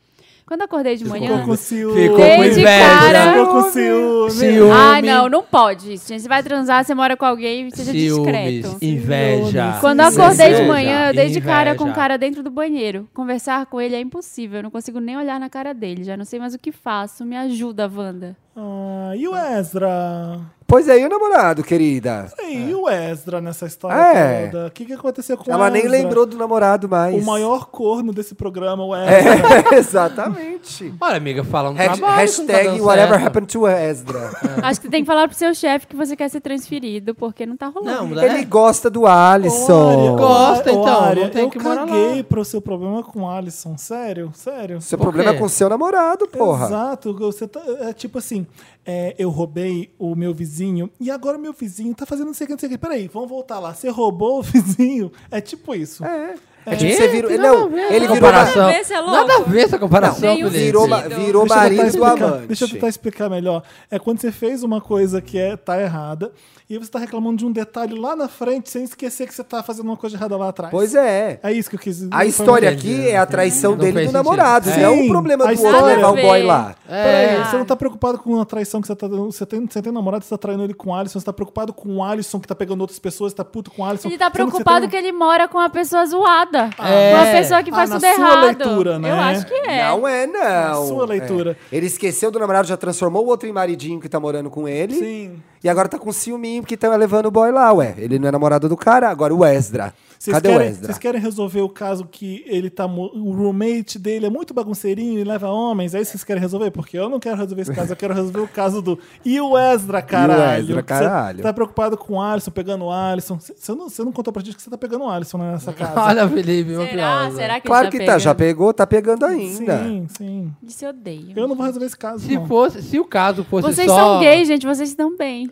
[SPEAKER 2] Quando acordei de
[SPEAKER 1] Ficou
[SPEAKER 2] manhã.
[SPEAKER 1] com ciúme.
[SPEAKER 3] Ficou com
[SPEAKER 2] Desde
[SPEAKER 3] inveja.
[SPEAKER 2] cara- é
[SPEAKER 1] Ficou com ciúme.
[SPEAKER 3] Ciúme.
[SPEAKER 2] Ai, não, não pode isso, gente. Você vai transar, você mora com alguém, seja
[SPEAKER 3] Ciúmes,
[SPEAKER 2] discreto.
[SPEAKER 3] inveja.
[SPEAKER 2] Quando eu acordei de
[SPEAKER 3] inveja,
[SPEAKER 2] manhã, eu dei de cara com o
[SPEAKER 3] inveja.
[SPEAKER 2] cara dentro do banheiro. Conversar com ele é impossível, eu não consigo nem olhar na cara dele. Já não sei mais o que faço. Me ajuda, Wanda.
[SPEAKER 1] Ah, e o Ezra?
[SPEAKER 4] Pois é, e o namorado, querida?
[SPEAKER 1] E o Ezra nessa história
[SPEAKER 4] É.
[SPEAKER 1] toda? O que, que aconteceu com o
[SPEAKER 4] Ela nem
[SPEAKER 1] Ezra?
[SPEAKER 4] lembrou do namorado mais.
[SPEAKER 1] O maior corno desse programa, o Ezra.
[SPEAKER 4] É, exatamente.
[SPEAKER 3] Olha, amiga, fala no
[SPEAKER 1] Um
[SPEAKER 4] Hasht-
[SPEAKER 3] trabalho. tá
[SPEAKER 4] hashtag whatever happened to Ezra.
[SPEAKER 2] Acho que você tem que falar pro seu chefe que você quer ser transferido, porque não tá rolando.
[SPEAKER 3] Não, né?
[SPEAKER 4] Ele gosta do Alisson.
[SPEAKER 1] é? Olha,
[SPEAKER 3] Gosta,
[SPEAKER 1] olha,
[SPEAKER 3] então,
[SPEAKER 1] olha,
[SPEAKER 3] não tem
[SPEAKER 1] eu
[SPEAKER 3] que morar lá.
[SPEAKER 1] caguei pro seu problema com o Alisson. Sério, sério.
[SPEAKER 4] Seu
[SPEAKER 3] Por
[SPEAKER 4] problema
[SPEAKER 3] quê?
[SPEAKER 4] é com seu namorado, porra.
[SPEAKER 1] Exato. Você tá, é tipo assim, é, eu roubei o meu vizinho e agora o meu vizinho tá fazendo não sei o que, não sei o que. Peraí, vamos voltar lá. Você roubou o vizinho? É tipo isso.
[SPEAKER 4] É. É
[SPEAKER 3] Quê?
[SPEAKER 4] tipo, você virou.
[SPEAKER 3] Tem nada a
[SPEAKER 4] Não,
[SPEAKER 3] ver,
[SPEAKER 4] ele
[SPEAKER 3] nada
[SPEAKER 4] virou.
[SPEAKER 3] a ver,
[SPEAKER 4] ma-
[SPEAKER 2] Vê se é louco.
[SPEAKER 3] Nada a ver essa comparação,
[SPEAKER 2] Não,
[SPEAKER 3] Felipe.
[SPEAKER 4] Virou, ma- virou
[SPEAKER 1] Deixa eu tentar
[SPEAKER 4] marido do
[SPEAKER 1] explicar.
[SPEAKER 4] amante.
[SPEAKER 1] Deixa eu tentar explicar melhor. É quando você fez uma coisa que é, tá errada e aí você tá reclamando de um detalhe lá na frente sem esquecer que você tá fazendo uma coisa errada lá atrás.
[SPEAKER 4] Pois é.
[SPEAKER 1] É isso que eu quis dizer.
[SPEAKER 4] A história
[SPEAKER 3] entendi,
[SPEAKER 4] aqui
[SPEAKER 1] né?
[SPEAKER 4] é a traição
[SPEAKER 3] Não
[SPEAKER 4] dele
[SPEAKER 3] fez
[SPEAKER 4] do
[SPEAKER 3] sentido.
[SPEAKER 4] namorado.
[SPEAKER 1] É.
[SPEAKER 4] Não é
[SPEAKER 1] Sim,
[SPEAKER 4] o problema
[SPEAKER 1] a
[SPEAKER 4] do outro
[SPEAKER 1] história-
[SPEAKER 4] levar o
[SPEAKER 2] Nada
[SPEAKER 4] boy
[SPEAKER 2] a
[SPEAKER 4] lá.
[SPEAKER 2] ver.
[SPEAKER 1] Peraí,
[SPEAKER 3] É.
[SPEAKER 1] você não tá preocupado com a traição que você tá dando. Você tem, você tem namorado, você tá traindo ele com o Alisson, você tá preocupado com o Alisson que tá pegando outras pessoas, você tá puto com o Alisson.
[SPEAKER 2] Ele tá
[SPEAKER 1] sendo que você
[SPEAKER 2] preocupado que
[SPEAKER 1] tem um-
[SPEAKER 2] ele mora com uma pessoa zoada. errada.
[SPEAKER 3] É.
[SPEAKER 2] Uma pessoa que
[SPEAKER 1] Ah,
[SPEAKER 2] faz
[SPEAKER 1] na
[SPEAKER 2] tudo
[SPEAKER 1] sua
[SPEAKER 2] errado.
[SPEAKER 1] leitura, né?
[SPEAKER 2] Eu acho que é.
[SPEAKER 4] Não é, não.
[SPEAKER 1] Sua leitura.
[SPEAKER 4] É. Ele esqueceu do namorado, já transformou o outro em maridinho que tá morando com ele.
[SPEAKER 1] Sim.
[SPEAKER 4] E agora tá com ciúminho porque tá levando o boy lá, ué. Ele não é namorado do cara, agora o Ezra.
[SPEAKER 1] Vocês
[SPEAKER 4] Cadê
[SPEAKER 1] querem,
[SPEAKER 4] o Ezra?
[SPEAKER 1] Vocês querem resolver o caso que ele tá. mo- O roommate dele é muito bagunceirinho e leva homens. É isso que vocês querem resolver? Porque eu não quero resolver esse caso, eu quero resolver o caso do. E o Ezra, caralho?
[SPEAKER 4] Ezra, caralho.
[SPEAKER 1] Você tá preocupado com o Alisson, pegando o Alisson. C- Você não, você não contou pra gente que você tá pegando o Alisson né, nessa casa.
[SPEAKER 3] Olha, Felipe,
[SPEAKER 1] é
[SPEAKER 3] uma
[SPEAKER 2] Será?
[SPEAKER 3] piada.
[SPEAKER 2] Será que
[SPEAKER 4] Claro
[SPEAKER 2] ele
[SPEAKER 4] que tá, já
[SPEAKER 2] pegando?
[SPEAKER 4] pegou, tá pegando ainda.
[SPEAKER 1] Sim, sim.
[SPEAKER 2] Disse odeio.
[SPEAKER 1] Eu não vou resolver esse caso.
[SPEAKER 3] Se,
[SPEAKER 2] Tipo,
[SPEAKER 1] não.
[SPEAKER 3] fosse, se o caso fosse
[SPEAKER 2] Vocês
[SPEAKER 3] só...
[SPEAKER 2] são gays, gente. Vocês estão bem.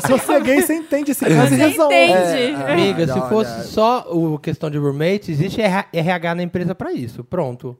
[SPEAKER 1] Se você é gay, você entende esse caso e
[SPEAKER 2] Você
[SPEAKER 1] resolve.
[SPEAKER 2] entende.
[SPEAKER 1] É.
[SPEAKER 3] Amiga,
[SPEAKER 4] Ah,
[SPEAKER 3] se
[SPEAKER 4] não,
[SPEAKER 3] fosse
[SPEAKER 4] não.
[SPEAKER 3] só o questão de roommate, existe RH na empresa pra isso. Pronto.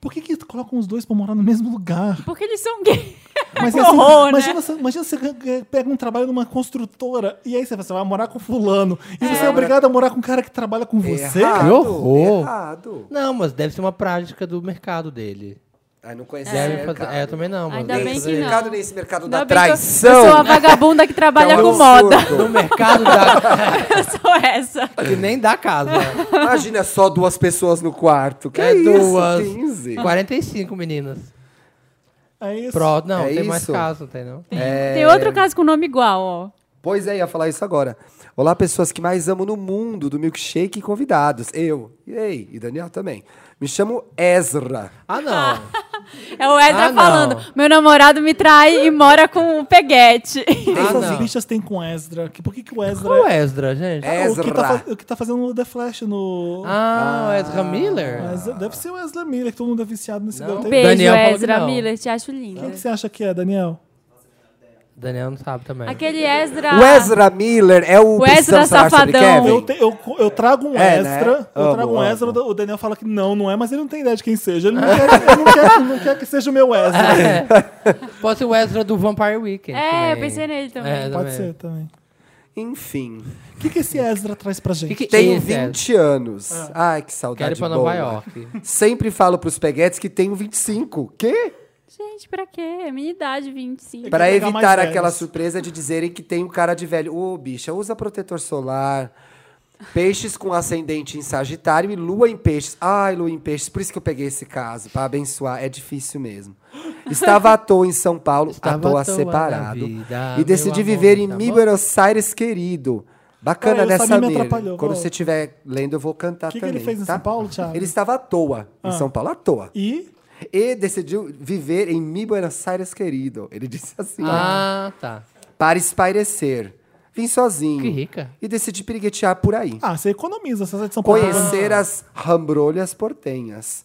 [SPEAKER 1] Por que, que colocam os dois pra morar no mesmo lugar?
[SPEAKER 2] Porque eles são gays.
[SPEAKER 1] Mas é assim, imagina, você- imagina você eh, pega um trabalho numa construtora e aí você vai, você vai morar com fulano. E você é obrigado a morar com um cara que trabalha com você?
[SPEAKER 4] Errado,
[SPEAKER 3] Que horror.
[SPEAKER 4] Errado.
[SPEAKER 3] Não, mas deve ser uma prática do mercado dele.
[SPEAKER 4] Ai, não conhece
[SPEAKER 3] Deve
[SPEAKER 4] esse
[SPEAKER 3] fazer-
[SPEAKER 4] mercado.
[SPEAKER 3] É, eu também não. mas
[SPEAKER 2] Ainda
[SPEAKER 3] deve
[SPEAKER 2] bem
[SPEAKER 3] fazer-
[SPEAKER 2] que não.
[SPEAKER 4] mercado, nem esse mercado da
[SPEAKER 2] Ainda bem que eu-
[SPEAKER 4] traição.
[SPEAKER 2] Eu, sou a vagabunda que
[SPEAKER 4] que é
[SPEAKER 2] trabalha
[SPEAKER 4] um
[SPEAKER 2] com moda.
[SPEAKER 4] absurdo.
[SPEAKER 3] No mercado da...
[SPEAKER 2] Eu sou essa.
[SPEAKER 3] que nem dá casa.
[SPEAKER 4] É Imagina só duas pessoas no quarto. Que
[SPEAKER 3] É
[SPEAKER 4] isso?
[SPEAKER 3] duas.
[SPEAKER 4] 15.
[SPEAKER 3] 45 meninas.
[SPEAKER 1] É isso.
[SPEAKER 3] Pronto, não,
[SPEAKER 4] É
[SPEAKER 3] tem mais
[SPEAKER 4] isso?
[SPEAKER 3] caso, não tem não.
[SPEAKER 2] Tem outro caso com nome igual, ó.
[SPEAKER 4] Pois é, ia falar isso agora. Olá, pessoas que mais amo no mundo do milkshake e convidados. Eu, ei, e Daniel também. Me chamo Ezra.
[SPEAKER 3] Ah, não.
[SPEAKER 2] É o Ezra
[SPEAKER 3] Ah, não.
[SPEAKER 2] falando. Meu namorado me trai e mora com o Peguete.
[SPEAKER 1] Essas
[SPEAKER 3] Ah, não.
[SPEAKER 1] bichas tem com Ezra. Que- Por que, que o Ezra.
[SPEAKER 3] Qual é o Ezra, gente?
[SPEAKER 4] É.
[SPEAKER 1] O, que tá,
[SPEAKER 4] Ezra.
[SPEAKER 1] fa- o que tá fazendo o The Flash no.
[SPEAKER 3] Ah, o Ezra Miller?
[SPEAKER 1] Mas deve ser o Ezra Miller, que todo mundo é viciado nesse
[SPEAKER 3] Não.
[SPEAKER 1] gato.
[SPEAKER 2] Um
[SPEAKER 1] aí.
[SPEAKER 2] beijo,
[SPEAKER 3] Daniel falou que
[SPEAKER 2] Ezra
[SPEAKER 3] não.
[SPEAKER 2] Miller. Te acho
[SPEAKER 1] Quem
[SPEAKER 2] linda.
[SPEAKER 1] que você acha que é, Daniel?
[SPEAKER 3] Daniel não sabe também.
[SPEAKER 2] Aquele Ezra.
[SPEAKER 4] O Ezra Miller é o,
[SPEAKER 2] Tá. O Ezra
[SPEAKER 4] Precisamos Falar Sobre
[SPEAKER 2] Safadão.
[SPEAKER 4] Kevin?
[SPEAKER 1] Eu, te- eu, co- eu trago um
[SPEAKER 4] É, né?
[SPEAKER 1] Ezra, eu
[SPEAKER 4] Amo,
[SPEAKER 1] trago um
[SPEAKER 4] amo.
[SPEAKER 1] Ezra, o Daniel fala que não, não é, mas ele não tem ideia de quem seja. Ele não quer, ele não quer- não quer que seja o meu Ezra.
[SPEAKER 3] Pode ser o Ezra do Vampire Weekend.
[SPEAKER 2] É, eu
[SPEAKER 3] também.
[SPEAKER 2] pensei nele também.
[SPEAKER 3] É,
[SPEAKER 1] Pode
[SPEAKER 3] também.
[SPEAKER 1] ser também.
[SPEAKER 4] Enfim,
[SPEAKER 1] O que, que esse Ezra traz pra gente?
[SPEAKER 3] Que que
[SPEAKER 4] tenho
[SPEAKER 3] esse Ezra?
[SPEAKER 4] 20 anos.
[SPEAKER 1] Ah.
[SPEAKER 4] Ai, que saudade
[SPEAKER 3] Quero ir pra Nova
[SPEAKER 4] boa.
[SPEAKER 3] York.
[SPEAKER 4] Sempre falo pros peguetes que tenho 25. Quê?
[SPEAKER 2] Gente, pra quê? É minha idade, 25.
[SPEAKER 4] Pra
[SPEAKER 1] pegar mais
[SPEAKER 4] evitar
[SPEAKER 1] velhos.
[SPEAKER 4] aquela surpresa de dizerem que tem um cara de velho. Ô, bicha, usa protetor solar. Peixes com ascendente em Sagitário e lua em peixes. Ai, lua em peixes. Por isso que eu peguei esse caso, pra abençoar. É difícil mesmo. Estava à toa em São Paulo,
[SPEAKER 3] Estava
[SPEAKER 4] à toa,
[SPEAKER 3] à toa né,
[SPEAKER 4] separado.
[SPEAKER 3] da vida,
[SPEAKER 4] e decidi
[SPEAKER 3] Ah, meu amor,
[SPEAKER 4] viver em
[SPEAKER 3] tá
[SPEAKER 4] Mil
[SPEAKER 3] bom?
[SPEAKER 4] Buenos Aires, querido. Bacana,
[SPEAKER 1] Olha, É, eu
[SPEAKER 4] né,
[SPEAKER 1] sabia, me
[SPEAKER 4] Samir?
[SPEAKER 1] atrapalhou.
[SPEAKER 4] Quando
[SPEAKER 1] Qual?
[SPEAKER 4] você estiver lendo, eu vou cantar
[SPEAKER 1] O que que ele
[SPEAKER 4] também.
[SPEAKER 1] fez em
[SPEAKER 4] tá?
[SPEAKER 1] São Paulo, Thiago? Ah.
[SPEAKER 4] Ele estava à toa em São Paulo, à toa
[SPEAKER 1] E
[SPEAKER 4] e decidiu viver em Mi Buenos Aires, querido. Ele disse assim:
[SPEAKER 3] ah, tá.
[SPEAKER 4] para espairecer. Vim sozinho.
[SPEAKER 3] Que rica.
[SPEAKER 4] E decidi piriguetear por aí.
[SPEAKER 1] Ah, você economiza, você sai de São Paulo.
[SPEAKER 4] Conhecer as rambrolhas portenhas.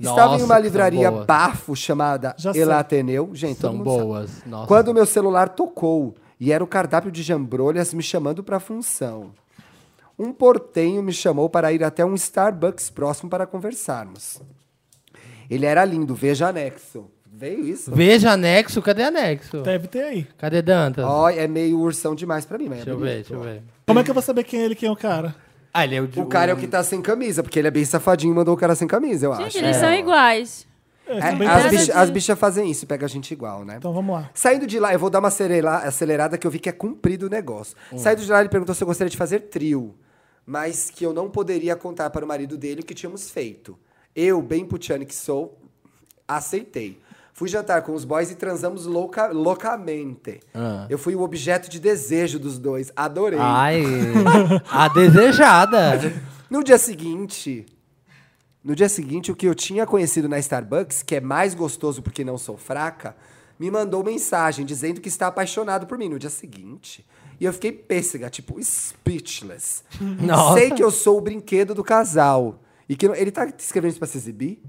[SPEAKER 3] Nossa,
[SPEAKER 4] Estava em uma
[SPEAKER 3] que são
[SPEAKER 4] livraria
[SPEAKER 3] boas.
[SPEAKER 4] bafo chamada
[SPEAKER 1] Já sei.
[SPEAKER 4] El Ateneu. Gente, todo
[SPEAKER 3] São
[SPEAKER 4] mundo sabe.
[SPEAKER 3] boas. Nossa.
[SPEAKER 4] Quando meu celular tocou e era o cardápio de jambrolhas me chamando para função. Um portenho me chamou para ir até um Starbucks próximo para conversarmos. Ele era lindo, veja anexo. Veio isso?
[SPEAKER 3] Veja anexo, cadê anexo?
[SPEAKER 1] Deve ter aí.
[SPEAKER 3] Cadê Dantas?
[SPEAKER 4] Ó, é meio ursão demais pra mim, mas é
[SPEAKER 3] deixa eu ver,
[SPEAKER 4] bonito.
[SPEAKER 3] deixa eu ver.
[SPEAKER 1] Como é que eu vou saber quem é ele e quem é o cara?
[SPEAKER 3] Ah, ele é o,
[SPEAKER 4] O cara é o que tá sem camisa, porque ele é bem safadinho e mandou o cara sem camisa, eu acho.
[SPEAKER 2] Gente, eles são iguais.
[SPEAKER 1] É,
[SPEAKER 4] É,
[SPEAKER 1] também
[SPEAKER 4] as,
[SPEAKER 1] tem-
[SPEAKER 4] bicha- as bichas fazem isso, pega a gente igual, né?
[SPEAKER 1] Então vamos lá.
[SPEAKER 4] Saindo de lá, eu vou dar uma acelera- acelerada que eu vi que é cumprido o negócio. Saindo de lá, ele perguntou se eu gostaria de fazer trio, mas que eu não poderia contar para o marido dele o que tínhamos feito. Eu, bem putiane que sou, aceitei. Fui jantar com os boys e transamos louca- loucamente.
[SPEAKER 3] Ah.
[SPEAKER 4] Eu fui o objeto de desejo dos dois. Adorei.
[SPEAKER 3] Ai, a desejada.
[SPEAKER 4] No dia seguinte. No dia seguinte, o que eu tinha conhecido na Starbucks, que é mais gostoso porque não sou fraca, me mandou mensagem dizendo que está apaixonado por mim no dia seguinte. E eu fiquei pêssega, tipo, speechless.
[SPEAKER 3] Nossa.
[SPEAKER 4] Sei que eu sou o brinquedo do casal. E que não- ele tá escrevendo isso pra se exibir?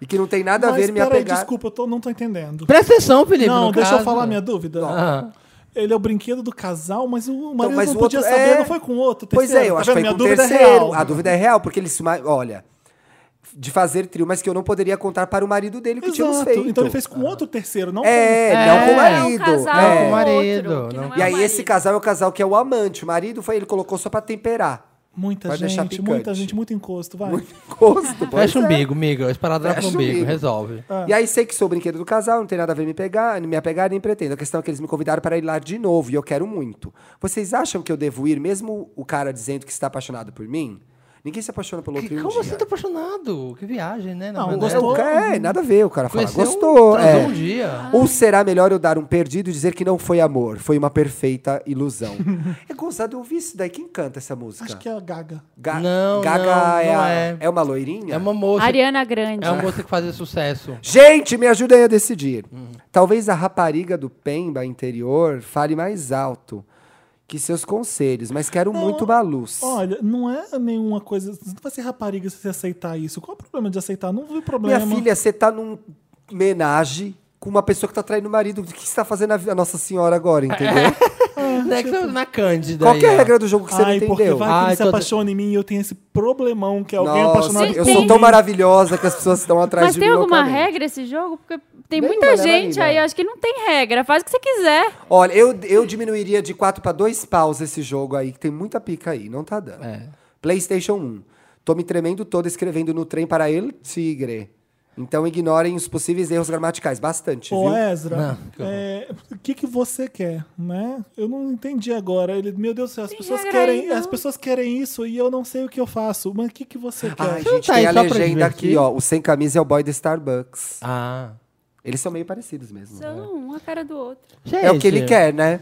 [SPEAKER 4] E que não tem nada a
[SPEAKER 1] Mas
[SPEAKER 4] ver me
[SPEAKER 1] peraí,
[SPEAKER 4] apegar.
[SPEAKER 1] desculpa, eu tô- não tô entendendo.
[SPEAKER 3] Presta atenção, Felipe.
[SPEAKER 1] Não,
[SPEAKER 3] no
[SPEAKER 1] deixa eu
[SPEAKER 3] caso.
[SPEAKER 1] falar minha dúvida.
[SPEAKER 3] Ah.
[SPEAKER 1] Ele é o brinquedo do casal, mas o marido
[SPEAKER 4] Então, mas
[SPEAKER 1] não
[SPEAKER 4] o
[SPEAKER 1] podia
[SPEAKER 4] outro-
[SPEAKER 1] saber,
[SPEAKER 4] é.
[SPEAKER 1] não foi com outro.
[SPEAKER 4] Pois
[SPEAKER 1] terceiro,
[SPEAKER 4] é, eu
[SPEAKER 1] tá
[SPEAKER 4] acho que
[SPEAKER 1] vendo?
[SPEAKER 4] foi
[SPEAKER 1] Minha
[SPEAKER 4] com o
[SPEAKER 1] dúvida é
[SPEAKER 4] terceiro.
[SPEAKER 1] real.
[SPEAKER 4] A dúvida é real, porque ele se. ma- Olha. De fazer trio, mas que eu não poderia contar para o marido dele o é que tínhamos
[SPEAKER 1] Exato.
[SPEAKER 4] feito.
[SPEAKER 1] Então ele fez com outro terceiro, não
[SPEAKER 4] É, não com o marido.
[SPEAKER 2] É um casal
[SPEAKER 4] é.
[SPEAKER 2] com
[SPEAKER 3] marido,
[SPEAKER 2] outro, que
[SPEAKER 3] não.
[SPEAKER 2] não é
[SPEAKER 4] E
[SPEAKER 2] o
[SPEAKER 4] aí, esse
[SPEAKER 2] marido.
[SPEAKER 4] casal é o casal que é o amante. O marido foi, ele colocou só pra temperar.
[SPEAKER 1] Muita
[SPEAKER 4] Vai deixar
[SPEAKER 1] gente,
[SPEAKER 4] picante.
[SPEAKER 1] muita gente, muito encosto, vai.
[SPEAKER 4] Muito gosto, pois
[SPEAKER 3] Fecha um
[SPEAKER 4] é.
[SPEAKER 3] bigo, miga. Esparadrapa
[SPEAKER 4] Fecha
[SPEAKER 3] no
[SPEAKER 4] um
[SPEAKER 3] bigo,
[SPEAKER 4] bigo.
[SPEAKER 3] resolve.
[SPEAKER 4] E aí sei que sou o brinquedo do casal, não tem nada a ver me pegar, me apegar nem pretendo. A questão é que eles me convidaram para ir lá de novo e eu quero muito. Vocês acham que eu devo ir, mesmo o cara dizendo que está apaixonado por mim? Ninguém se apaixona pelo outro
[SPEAKER 3] Que-
[SPEAKER 4] em um
[SPEAKER 3] como
[SPEAKER 4] dia.
[SPEAKER 3] você tá apaixonado? Que viagem, né? na
[SPEAKER 1] Não,
[SPEAKER 3] verdade.
[SPEAKER 1] gostou?
[SPEAKER 4] É, nada a ver, o cara fala,
[SPEAKER 3] Conheceu um-
[SPEAKER 4] gostou.
[SPEAKER 3] transou
[SPEAKER 4] é.
[SPEAKER 3] um dia.
[SPEAKER 4] Ou será melhor eu dar um perdido e dizer que não foi amor, foi uma perfeita ilusão? é gozado eu ouvir isso daí. Quem canta essa música?
[SPEAKER 1] Acho que é a Gaga.
[SPEAKER 4] Ga-
[SPEAKER 3] Não,
[SPEAKER 4] Gaga
[SPEAKER 3] não,
[SPEAKER 4] é,
[SPEAKER 3] não
[SPEAKER 4] a-
[SPEAKER 3] é.
[SPEAKER 4] é uma loirinha?
[SPEAKER 3] É uma moça.
[SPEAKER 2] Ariana Grande.
[SPEAKER 3] É uma moça que fazia sucesso.
[SPEAKER 4] Gente, me ajudem a decidir.
[SPEAKER 1] Uhum.
[SPEAKER 4] Talvez a rapariga do Pemba interior fale mais alto que seus conselhos, mas quero muito uma luz.
[SPEAKER 1] Olha, não é nenhuma coisa. Você não vai ser rapariga se você aceitar isso. Qual é o problema de aceitar? Não vi
[SPEAKER 4] Minha
[SPEAKER 1] problema.
[SPEAKER 4] filha, você tá num homenagem com uma pessoa que tá traindo o marido. O que você tá fazendo a vi- a Nossa Senhora agora,
[SPEAKER 1] É,
[SPEAKER 4] entendeu?
[SPEAKER 3] Né,
[SPEAKER 1] tipo,
[SPEAKER 3] que tá na Cândida.
[SPEAKER 4] Qual
[SPEAKER 3] aí,
[SPEAKER 4] que é a
[SPEAKER 3] ó.
[SPEAKER 4] regra do jogo que você não
[SPEAKER 1] Ai, porque
[SPEAKER 4] entendeu?
[SPEAKER 1] vai que
[SPEAKER 3] Ai,
[SPEAKER 1] ele se
[SPEAKER 3] tô-
[SPEAKER 1] apaixona em mim e eu tenho esse problemão que alguém
[SPEAKER 4] Nossa,
[SPEAKER 1] apaixonado
[SPEAKER 2] Vocês
[SPEAKER 4] eu
[SPEAKER 1] por
[SPEAKER 4] sou
[SPEAKER 1] mim.
[SPEAKER 4] tão maravilhosa que as pessoas estão atrás
[SPEAKER 2] Mas
[SPEAKER 4] de mim
[SPEAKER 2] tem alguma
[SPEAKER 4] loucamente.
[SPEAKER 2] regra esse jogo? Porque tem
[SPEAKER 4] Nenhuma,
[SPEAKER 2] muita
[SPEAKER 4] né,
[SPEAKER 2] gente
[SPEAKER 4] Marília?
[SPEAKER 2] aí, eu acho que não tem regra. Faz o que você quiser.
[SPEAKER 4] Olha, eu, eu diminuiria de 4 para 2 paus esse jogo aí, que tem muita pica aí, não tá dando. PlayStation 1. Tô me tremendo todo escrevendo no trem para El Tigre. Então ignorem os possíveis erros gramaticais, bastante,
[SPEAKER 1] Ô,
[SPEAKER 4] viu?
[SPEAKER 1] Ezra,
[SPEAKER 3] Não, que horror.
[SPEAKER 1] é, o que, que você quer, né? Eu não entendi agora. Ele, meu Deus do céu, as pessoas
[SPEAKER 4] é
[SPEAKER 2] regra aí,
[SPEAKER 1] querem,
[SPEAKER 2] não.
[SPEAKER 1] as pessoas querem isso e eu não sei o que eu faço. Mas o que, que você quer?
[SPEAKER 4] Ai,
[SPEAKER 3] Você não
[SPEAKER 4] gente,
[SPEAKER 3] tá aí
[SPEAKER 4] tem a
[SPEAKER 3] só pra
[SPEAKER 4] legenda aqui,
[SPEAKER 3] divertir?
[SPEAKER 4] ó. O sem camisa é o boy do Starbucks.
[SPEAKER 3] Ah.
[SPEAKER 4] Eles são meio parecidos mesmo.
[SPEAKER 2] São um a cara do outro.
[SPEAKER 3] Gente,
[SPEAKER 4] É o que ele quer, né?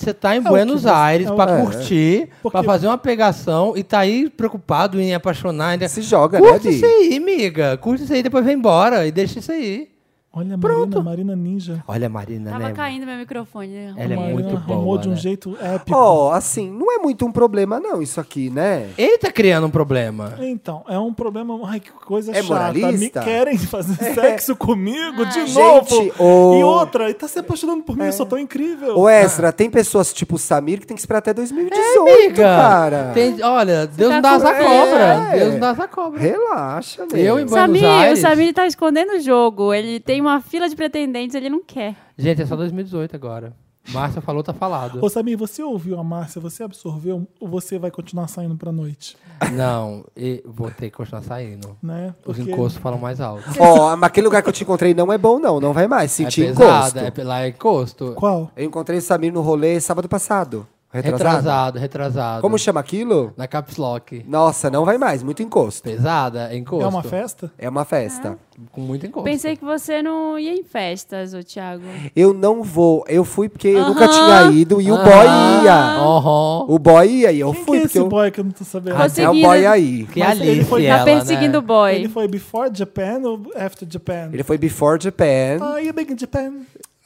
[SPEAKER 3] Você tá em
[SPEAKER 1] que
[SPEAKER 3] Buenos
[SPEAKER 1] você-
[SPEAKER 3] Aires
[SPEAKER 1] é o-
[SPEAKER 3] pra
[SPEAKER 1] é.
[SPEAKER 3] curtir,
[SPEAKER 1] Porque-
[SPEAKER 3] pra fazer uma pegação e tá aí preocupado em apaixonar. Ainda...
[SPEAKER 4] Se
[SPEAKER 1] é
[SPEAKER 4] joga, né,
[SPEAKER 3] Curte
[SPEAKER 4] Bi?
[SPEAKER 3] isso aí, miga. Curte isso aí, depois vem embora e deixa isso aí.
[SPEAKER 1] Olha, a
[SPEAKER 3] Pronto.
[SPEAKER 1] Marina, Marina Ninja.
[SPEAKER 3] Olha a Marina,
[SPEAKER 2] Tava
[SPEAKER 3] né?
[SPEAKER 2] caindo meu microfone. né?
[SPEAKER 3] Ela é
[SPEAKER 1] Marina
[SPEAKER 3] muito
[SPEAKER 1] arrumou
[SPEAKER 3] boa,
[SPEAKER 1] de um
[SPEAKER 3] né?
[SPEAKER 1] jeito épico.
[SPEAKER 4] Ó, assim, não é muito um problema não isso aqui, né?
[SPEAKER 3] Ele tá criando um problema.
[SPEAKER 1] Então, é um problema. Ai, que coisa
[SPEAKER 4] É
[SPEAKER 1] chata. Me
[SPEAKER 4] moralista? É.
[SPEAKER 1] querem fazer sexo comigo de
[SPEAKER 4] Gente,
[SPEAKER 1] novo.
[SPEAKER 4] ô- É.
[SPEAKER 1] E outra, ele tá se apaixonando por mim, eu sou tão incrível.
[SPEAKER 4] Ô, Ezra, tem pessoas tipo o Samir que tem que esperar até 2018, É, cara.
[SPEAKER 3] Tem- olha, Deus
[SPEAKER 2] tá
[SPEAKER 3] não dá essa
[SPEAKER 4] com-
[SPEAKER 3] cobra.
[SPEAKER 4] É.
[SPEAKER 3] Deus não dá essa cobra.
[SPEAKER 4] Relaxa, meu.
[SPEAKER 3] Eu em Buenos
[SPEAKER 2] Samir, o
[SPEAKER 3] Aires.
[SPEAKER 2] Samir tá escondendo o jogo. Ele tem uma fila de pretendentes, ele não quer.
[SPEAKER 3] Gente, é só 2018 agora. Márcia falou, tá falado.
[SPEAKER 1] Ô, Samir, você ouviu a Márcia, você absorveu ou você vai continuar saindo pra noite?
[SPEAKER 3] Não, e vou ter que continuar saindo.
[SPEAKER 1] Né?
[SPEAKER 3] Os
[SPEAKER 1] Porque-
[SPEAKER 3] encostos falam mais alto.
[SPEAKER 4] Ó, mas aquele lugar que eu te encontrei não é bom, não. Não vai mais.
[SPEAKER 3] É
[SPEAKER 4] Senti encosto.
[SPEAKER 3] pesado, é, pe- lá é encosto.
[SPEAKER 1] Qual?
[SPEAKER 4] Eu encontrei o Samir no rolê sábado passado. é? Retrasado.
[SPEAKER 3] Retrasado, retrasado.
[SPEAKER 4] Como chama aquilo?
[SPEAKER 3] Na caps lock.
[SPEAKER 4] Nossa, não vai mais. Muito encosto.
[SPEAKER 3] Pesada, é encosto.
[SPEAKER 1] É uma festa?
[SPEAKER 4] É uma festa.
[SPEAKER 3] Com muito encosto.
[SPEAKER 2] Pensei que você não ia em festas, ô Thiago.
[SPEAKER 4] Eu não vou. Eu fui porque eu nunca tinha ido e o boy ia.
[SPEAKER 3] Ah, Aham.
[SPEAKER 4] O boy ia e eu
[SPEAKER 1] Quem que
[SPEAKER 4] fui
[SPEAKER 1] é
[SPEAKER 4] porque
[SPEAKER 1] esse
[SPEAKER 4] eu...
[SPEAKER 1] boy que eu não tô sabendo?
[SPEAKER 2] Ah,
[SPEAKER 4] É o
[SPEAKER 2] Seguindo-
[SPEAKER 4] boy aí.
[SPEAKER 3] Que
[SPEAKER 1] Mas ele
[SPEAKER 3] Alice
[SPEAKER 1] foi-
[SPEAKER 2] Tá
[SPEAKER 3] ela,
[SPEAKER 2] perseguindo o
[SPEAKER 3] né?
[SPEAKER 2] boy.
[SPEAKER 1] Ele foi before Japan ou after Japan?
[SPEAKER 4] Ele foi before Japan.
[SPEAKER 1] Ah, e Big Japan?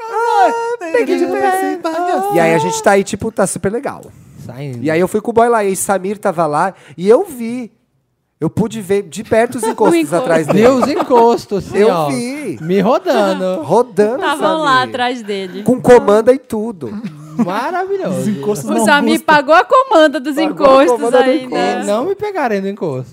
[SPEAKER 1] Ah, Big Japan.
[SPEAKER 4] E aí a gente tá aí, tipo, tá super legal.
[SPEAKER 3] Saindo.
[SPEAKER 4] E aí eu fui com o boy lá. E aí Samir tava lá e eu vi. Eu pude ver de perto os encostos
[SPEAKER 2] encosto.
[SPEAKER 4] atrás dele.
[SPEAKER 3] Deus encosto, assim,
[SPEAKER 4] Eu
[SPEAKER 3] ó.
[SPEAKER 4] vi.
[SPEAKER 3] Me rodando.
[SPEAKER 4] Rodando,
[SPEAKER 2] Estavam lá
[SPEAKER 4] Samir.
[SPEAKER 2] atrás dele.
[SPEAKER 4] Com comanda e tudo.
[SPEAKER 1] Os
[SPEAKER 3] Maravilhoso.
[SPEAKER 1] encostos
[SPEAKER 2] O
[SPEAKER 1] não
[SPEAKER 2] Samir
[SPEAKER 1] gustam.
[SPEAKER 2] pagou a comanda dos
[SPEAKER 4] Pagou a
[SPEAKER 2] encostos
[SPEAKER 4] comanda do
[SPEAKER 2] ainda.
[SPEAKER 4] encosto.
[SPEAKER 3] Não me pegarem no encosto.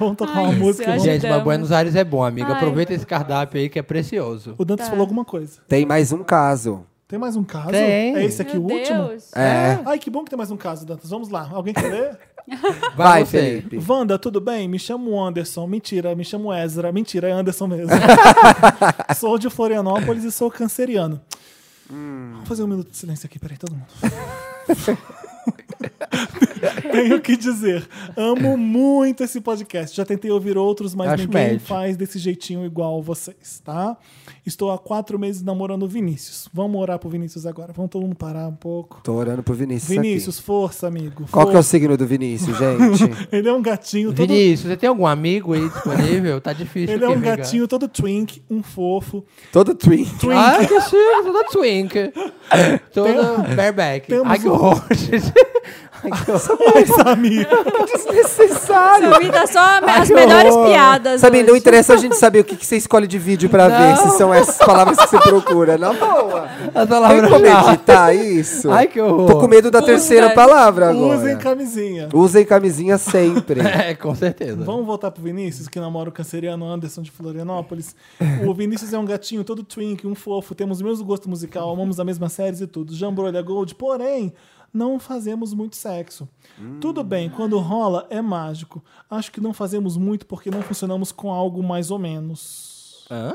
[SPEAKER 1] Vamos tocar
[SPEAKER 2] Ai,
[SPEAKER 1] uma
[SPEAKER 2] isso,
[SPEAKER 1] música.
[SPEAKER 2] eu
[SPEAKER 1] vamos-
[SPEAKER 2] acho-
[SPEAKER 3] Gente, mas
[SPEAKER 2] Ajudamos.
[SPEAKER 3] Buenos Aires é bom, amiga.
[SPEAKER 2] Então. Ai.
[SPEAKER 3] Aproveita esse cardápio aí que é precioso.
[SPEAKER 1] O Dantas falou
[SPEAKER 2] tá.
[SPEAKER 1] alguma coisa.
[SPEAKER 4] Tem mais um caso.
[SPEAKER 1] Tem mais um caso?
[SPEAKER 3] Tem.
[SPEAKER 1] É esse aqui
[SPEAKER 2] Meu
[SPEAKER 1] o último?
[SPEAKER 2] Deus.
[SPEAKER 4] É.
[SPEAKER 1] Ai, que bom que tem mais um caso, Dantas. Vamos lá. Alguém quer ler?
[SPEAKER 4] Vai,
[SPEAKER 3] você.
[SPEAKER 4] Felipe.
[SPEAKER 1] Wanda, tudo bem? Me chamo Anderson. Mentira, me chamo Ezra. Mentira, é Anderson mesmo. sou de Florianópolis e sou canceriano.
[SPEAKER 4] Hum.
[SPEAKER 1] Vou fazer um minuto de silêncio aqui, peraí, todo mundo. Tenho que dizer, amo muito esse podcast. Já tentei ouvir outros, mas
[SPEAKER 3] Acho
[SPEAKER 1] ninguém
[SPEAKER 3] médio.
[SPEAKER 1] faz desse jeitinho igual vocês, tá? Estou há quatro meses namorando o Vinícius. Vamos orar pro Vinícius agora. Vamos todo mundo parar um pouco.
[SPEAKER 4] Tô orando pro Vinícius.
[SPEAKER 1] Vinícius,
[SPEAKER 4] aqui.
[SPEAKER 1] força, amigo.
[SPEAKER 4] Qual que é o
[SPEAKER 1] força.
[SPEAKER 4] signo do Vinícius, gente?
[SPEAKER 1] Ele é um gatinho todo
[SPEAKER 3] Vinícius, você tem algum amigo aí disponível? Tá difícil.
[SPEAKER 1] Ele é
[SPEAKER 3] aqui,
[SPEAKER 1] um
[SPEAKER 3] amiga.
[SPEAKER 1] gatinho todo twink, um fofo.
[SPEAKER 4] Todo twin.
[SPEAKER 3] Ah, que chique, toda twink. Toda bareback.
[SPEAKER 1] temos
[SPEAKER 3] Ai, que
[SPEAKER 1] um-
[SPEAKER 3] horror, gente. Ai, que horror.
[SPEAKER 1] Ai, Samir.
[SPEAKER 4] Desnecessário.
[SPEAKER 2] Samir tá só as melhores piadas.
[SPEAKER 4] Sabe, não
[SPEAKER 2] hoje.
[SPEAKER 4] interessa a gente saber o que, que você escolhe de vídeo pra
[SPEAKER 3] Não.
[SPEAKER 4] ver, se são essas palavras que você procura. Na boa.
[SPEAKER 3] As
[SPEAKER 4] Tem como
[SPEAKER 3] palavras
[SPEAKER 4] editar isso?
[SPEAKER 3] Ai, que horror.
[SPEAKER 4] Tô com medo da terceira palavra agora.
[SPEAKER 1] Usem camisinha.
[SPEAKER 4] Usem camisinha sempre.
[SPEAKER 3] É, com certeza.
[SPEAKER 1] Vamos voltar pro Vinícius, que namora o canceriano Anderson de Florianópolis. O Vinícius é um gatinho todo twink, um fofo, temos o mesmo gosto musical, amamos a mesma série e tudo. Jambrolha Gold, porém, não fazemos muito sexo.
[SPEAKER 3] Hum.
[SPEAKER 1] Tudo bem, quando rola é mágico. Acho que não fazemos muito porque não funcionamos com algo mais ou menos.
[SPEAKER 3] Hã?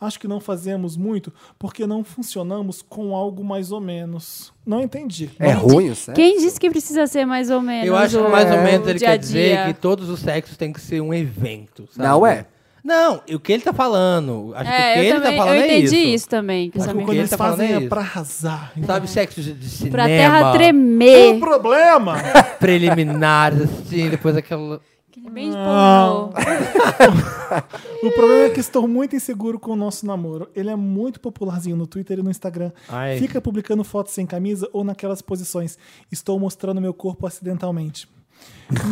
[SPEAKER 1] Acho que não fazemos muito porque não funcionamos com algo mais ou menos. Não entendi.
[SPEAKER 4] É ruim, certo?
[SPEAKER 2] Quem disse que precisa ser mais ou menos?
[SPEAKER 3] Eu acho que
[SPEAKER 2] o-
[SPEAKER 3] mais ou menos
[SPEAKER 2] o
[SPEAKER 3] ele
[SPEAKER 2] dia a
[SPEAKER 3] quer dizer
[SPEAKER 2] dia?
[SPEAKER 3] que tá todos os sexos tem que ser um evento. sabe?
[SPEAKER 4] Não é.
[SPEAKER 3] Não, e o que ele tá falando? Acho
[SPEAKER 2] É,
[SPEAKER 3] que o que
[SPEAKER 2] eu,
[SPEAKER 3] ele
[SPEAKER 2] também,
[SPEAKER 3] tá falando
[SPEAKER 2] eu entendi
[SPEAKER 3] é
[SPEAKER 2] isso,
[SPEAKER 3] isso.
[SPEAKER 2] também. Que o
[SPEAKER 1] Mas
[SPEAKER 2] Samir
[SPEAKER 1] quando
[SPEAKER 3] ele
[SPEAKER 1] eles
[SPEAKER 3] tá falando
[SPEAKER 1] fazem
[SPEAKER 3] é
[SPEAKER 1] é
[SPEAKER 3] isso.
[SPEAKER 1] pra arrasar.
[SPEAKER 3] Sabe, sexo de, de cinema.
[SPEAKER 2] Pra terra tremer.
[SPEAKER 1] O problema
[SPEAKER 3] Preliminares, assim, depois aquela...
[SPEAKER 2] Bem de pornô.
[SPEAKER 1] O problema é que estou muito inseguro com o nosso namoro. Ele é muito popularzinho no Twitter e no Instagram.
[SPEAKER 3] Ai.
[SPEAKER 1] Fica publicando fotos sem camisa ou naquelas posições. Estou mostrando meu corpo acidentalmente.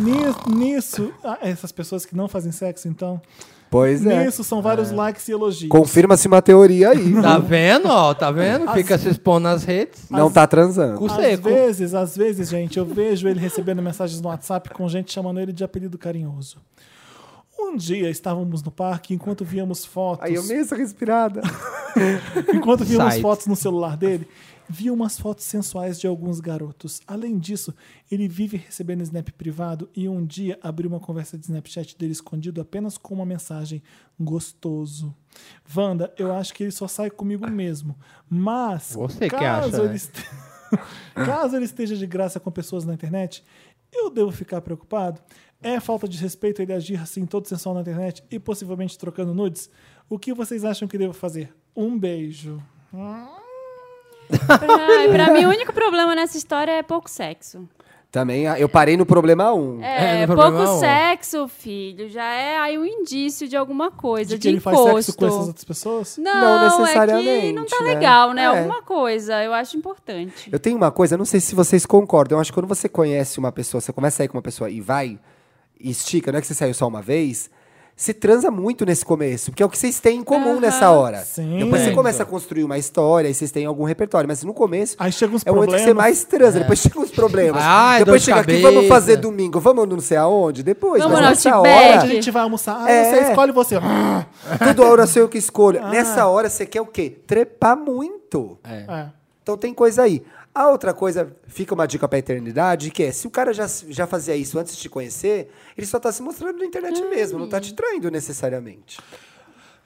[SPEAKER 1] Ni- Nisso, ah, essas pessoas que não fazem sexo, então.
[SPEAKER 4] Pois é.
[SPEAKER 1] Nisso são vários likes e elogios.
[SPEAKER 4] Confirma-se uma teoria aí.
[SPEAKER 3] Tá vendo, ó? Tá vendo? Fica se expondo nas redes.
[SPEAKER 4] Não tá transando.
[SPEAKER 3] Com
[SPEAKER 1] Às
[SPEAKER 3] seco.
[SPEAKER 1] vezes, às vezes, gente, eu vejo ele recebendo mensagens no WhatsApp com gente chamando ele de apelido carinhoso. Um dia estávamos no parque enquanto víamos fotos.
[SPEAKER 4] Aí eu mesmo respirada.
[SPEAKER 1] Enquanto via umas
[SPEAKER 3] Sites.
[SPEAKER 1] fotos no celular dele, via umas fotos sensuais de alguns garotos. Além disso, ele vive recebendo snap privado e um dia abriu uma conversa de Snapchat dele escondido apenas com uma mensagem gostoso. Wanda, eu acho que ele só sai comigo mesmo. Mas,
[SPEAKER 3] Você que
[SPEAKER 1] caso,
[SPEAKER 3] acha,
[SPEAKER 1] ele
[SPEAKER 3] né?
[SPEAKER 1] este- caso ele esteja de graça com pessoas na internet, eu devo ficar preocupado? É falta de respeito ele agir assim todo sensual na internet e possivelmente trocando nudes? O que vocês acham que devo fazer? Um beijo.
[SPEAKER 2] Ai, pra mim, o único problema nessa história é pouco sexo.
[SPEAKER 4] Também, ah, eu parei no problema 1.
[SPEAKER 2] É,
[SPEAKER 3] É, meu
[SPEAKER 2] pouco
[SPEAKER 3] problema é o-
[SPEAKER 2] sexo, filho, já é aí um indício de alguma coisa,
[SPEAKER 1] De
[SPEAKER 2] de,
[SPEAKER 1] que ele faz
[SPEAKER 2] encosto.
[SPEAKER 1] sexo com essas outras pessoas?
[SPEAKER 2] Não, é que não
[SPEAKER 4] necessariamente,
[SPEAKER 2] tá
[SPEAKER 4] né?
[SPEAKER 2] legal, né?
[SPEAKER 4] É.
[SPEAKER 2] Alguma coisa, eu acho importante.
[SPEAKER 4] Eu tenho uma coisa, eu não sei se vocês concordam. Eu acho que quando você conhece uma pessoa, você começa a sair com uma pessoa e vai, e estica, não é que você saiu só uma vez. Se transa muito nesse começo, porque é o que vocês têm em comum nessa hora.
[SPEAKER 1] Sim.
[SPEAKER 4] Depois você
[SPEAKER 1] Sim.
[SPEAKER 4] começa a construir uma história e vocês têm algum repertório, mas no começo
[SPEAKER 1] Aí chega uns
[SPEAKER 4] é o momento que
[SPEAKER 1] problemas. É.
[SPEAKER 4] você mais transa, depois chega uns problemas.
[SPEAKER 3] Ai,
[SPEAKER 4] depois
[SPEAKER 3] dor
[SPEAKER 4] chega
[SPEAKER 3] de
[SPEAKER 4] aqui,
[SPEAKER 3] cabeça.
[SPEAKER 4] vamos fazer domingo, vamos não sei aonde, depois,
[SPEAKER 2] Vamos no
[SPEAKER 4] mas nessa
[SPEAKER 2] Outback.
[SPEAKER 1] Hoje
[SPEAKER 4] hora,
[SPEAKER 1] a gente vai almoçar. Ah,
[SPEAKER 4] É.
[SPEAKER 1] você escolhe você.
[SPEAKER 4] tudo a hora sou eu que escolho.
[SPEAKER 1] Ah.
[SPEAKER 4] Nessa hora você quer o quê? Trepar muito.
[SPEAKER 1] É.
[SPEAKER 4] Então tem coisa aí. A outra coisa, fica uma dica pra eternidade, que é, se o cara já, já fazia isso antes de te conhecer, ele só tá se mostrando na internet
[SPEAKER 1] Hum.
[SPEAKER 4] mesmo, não tá te traindo necessariamente.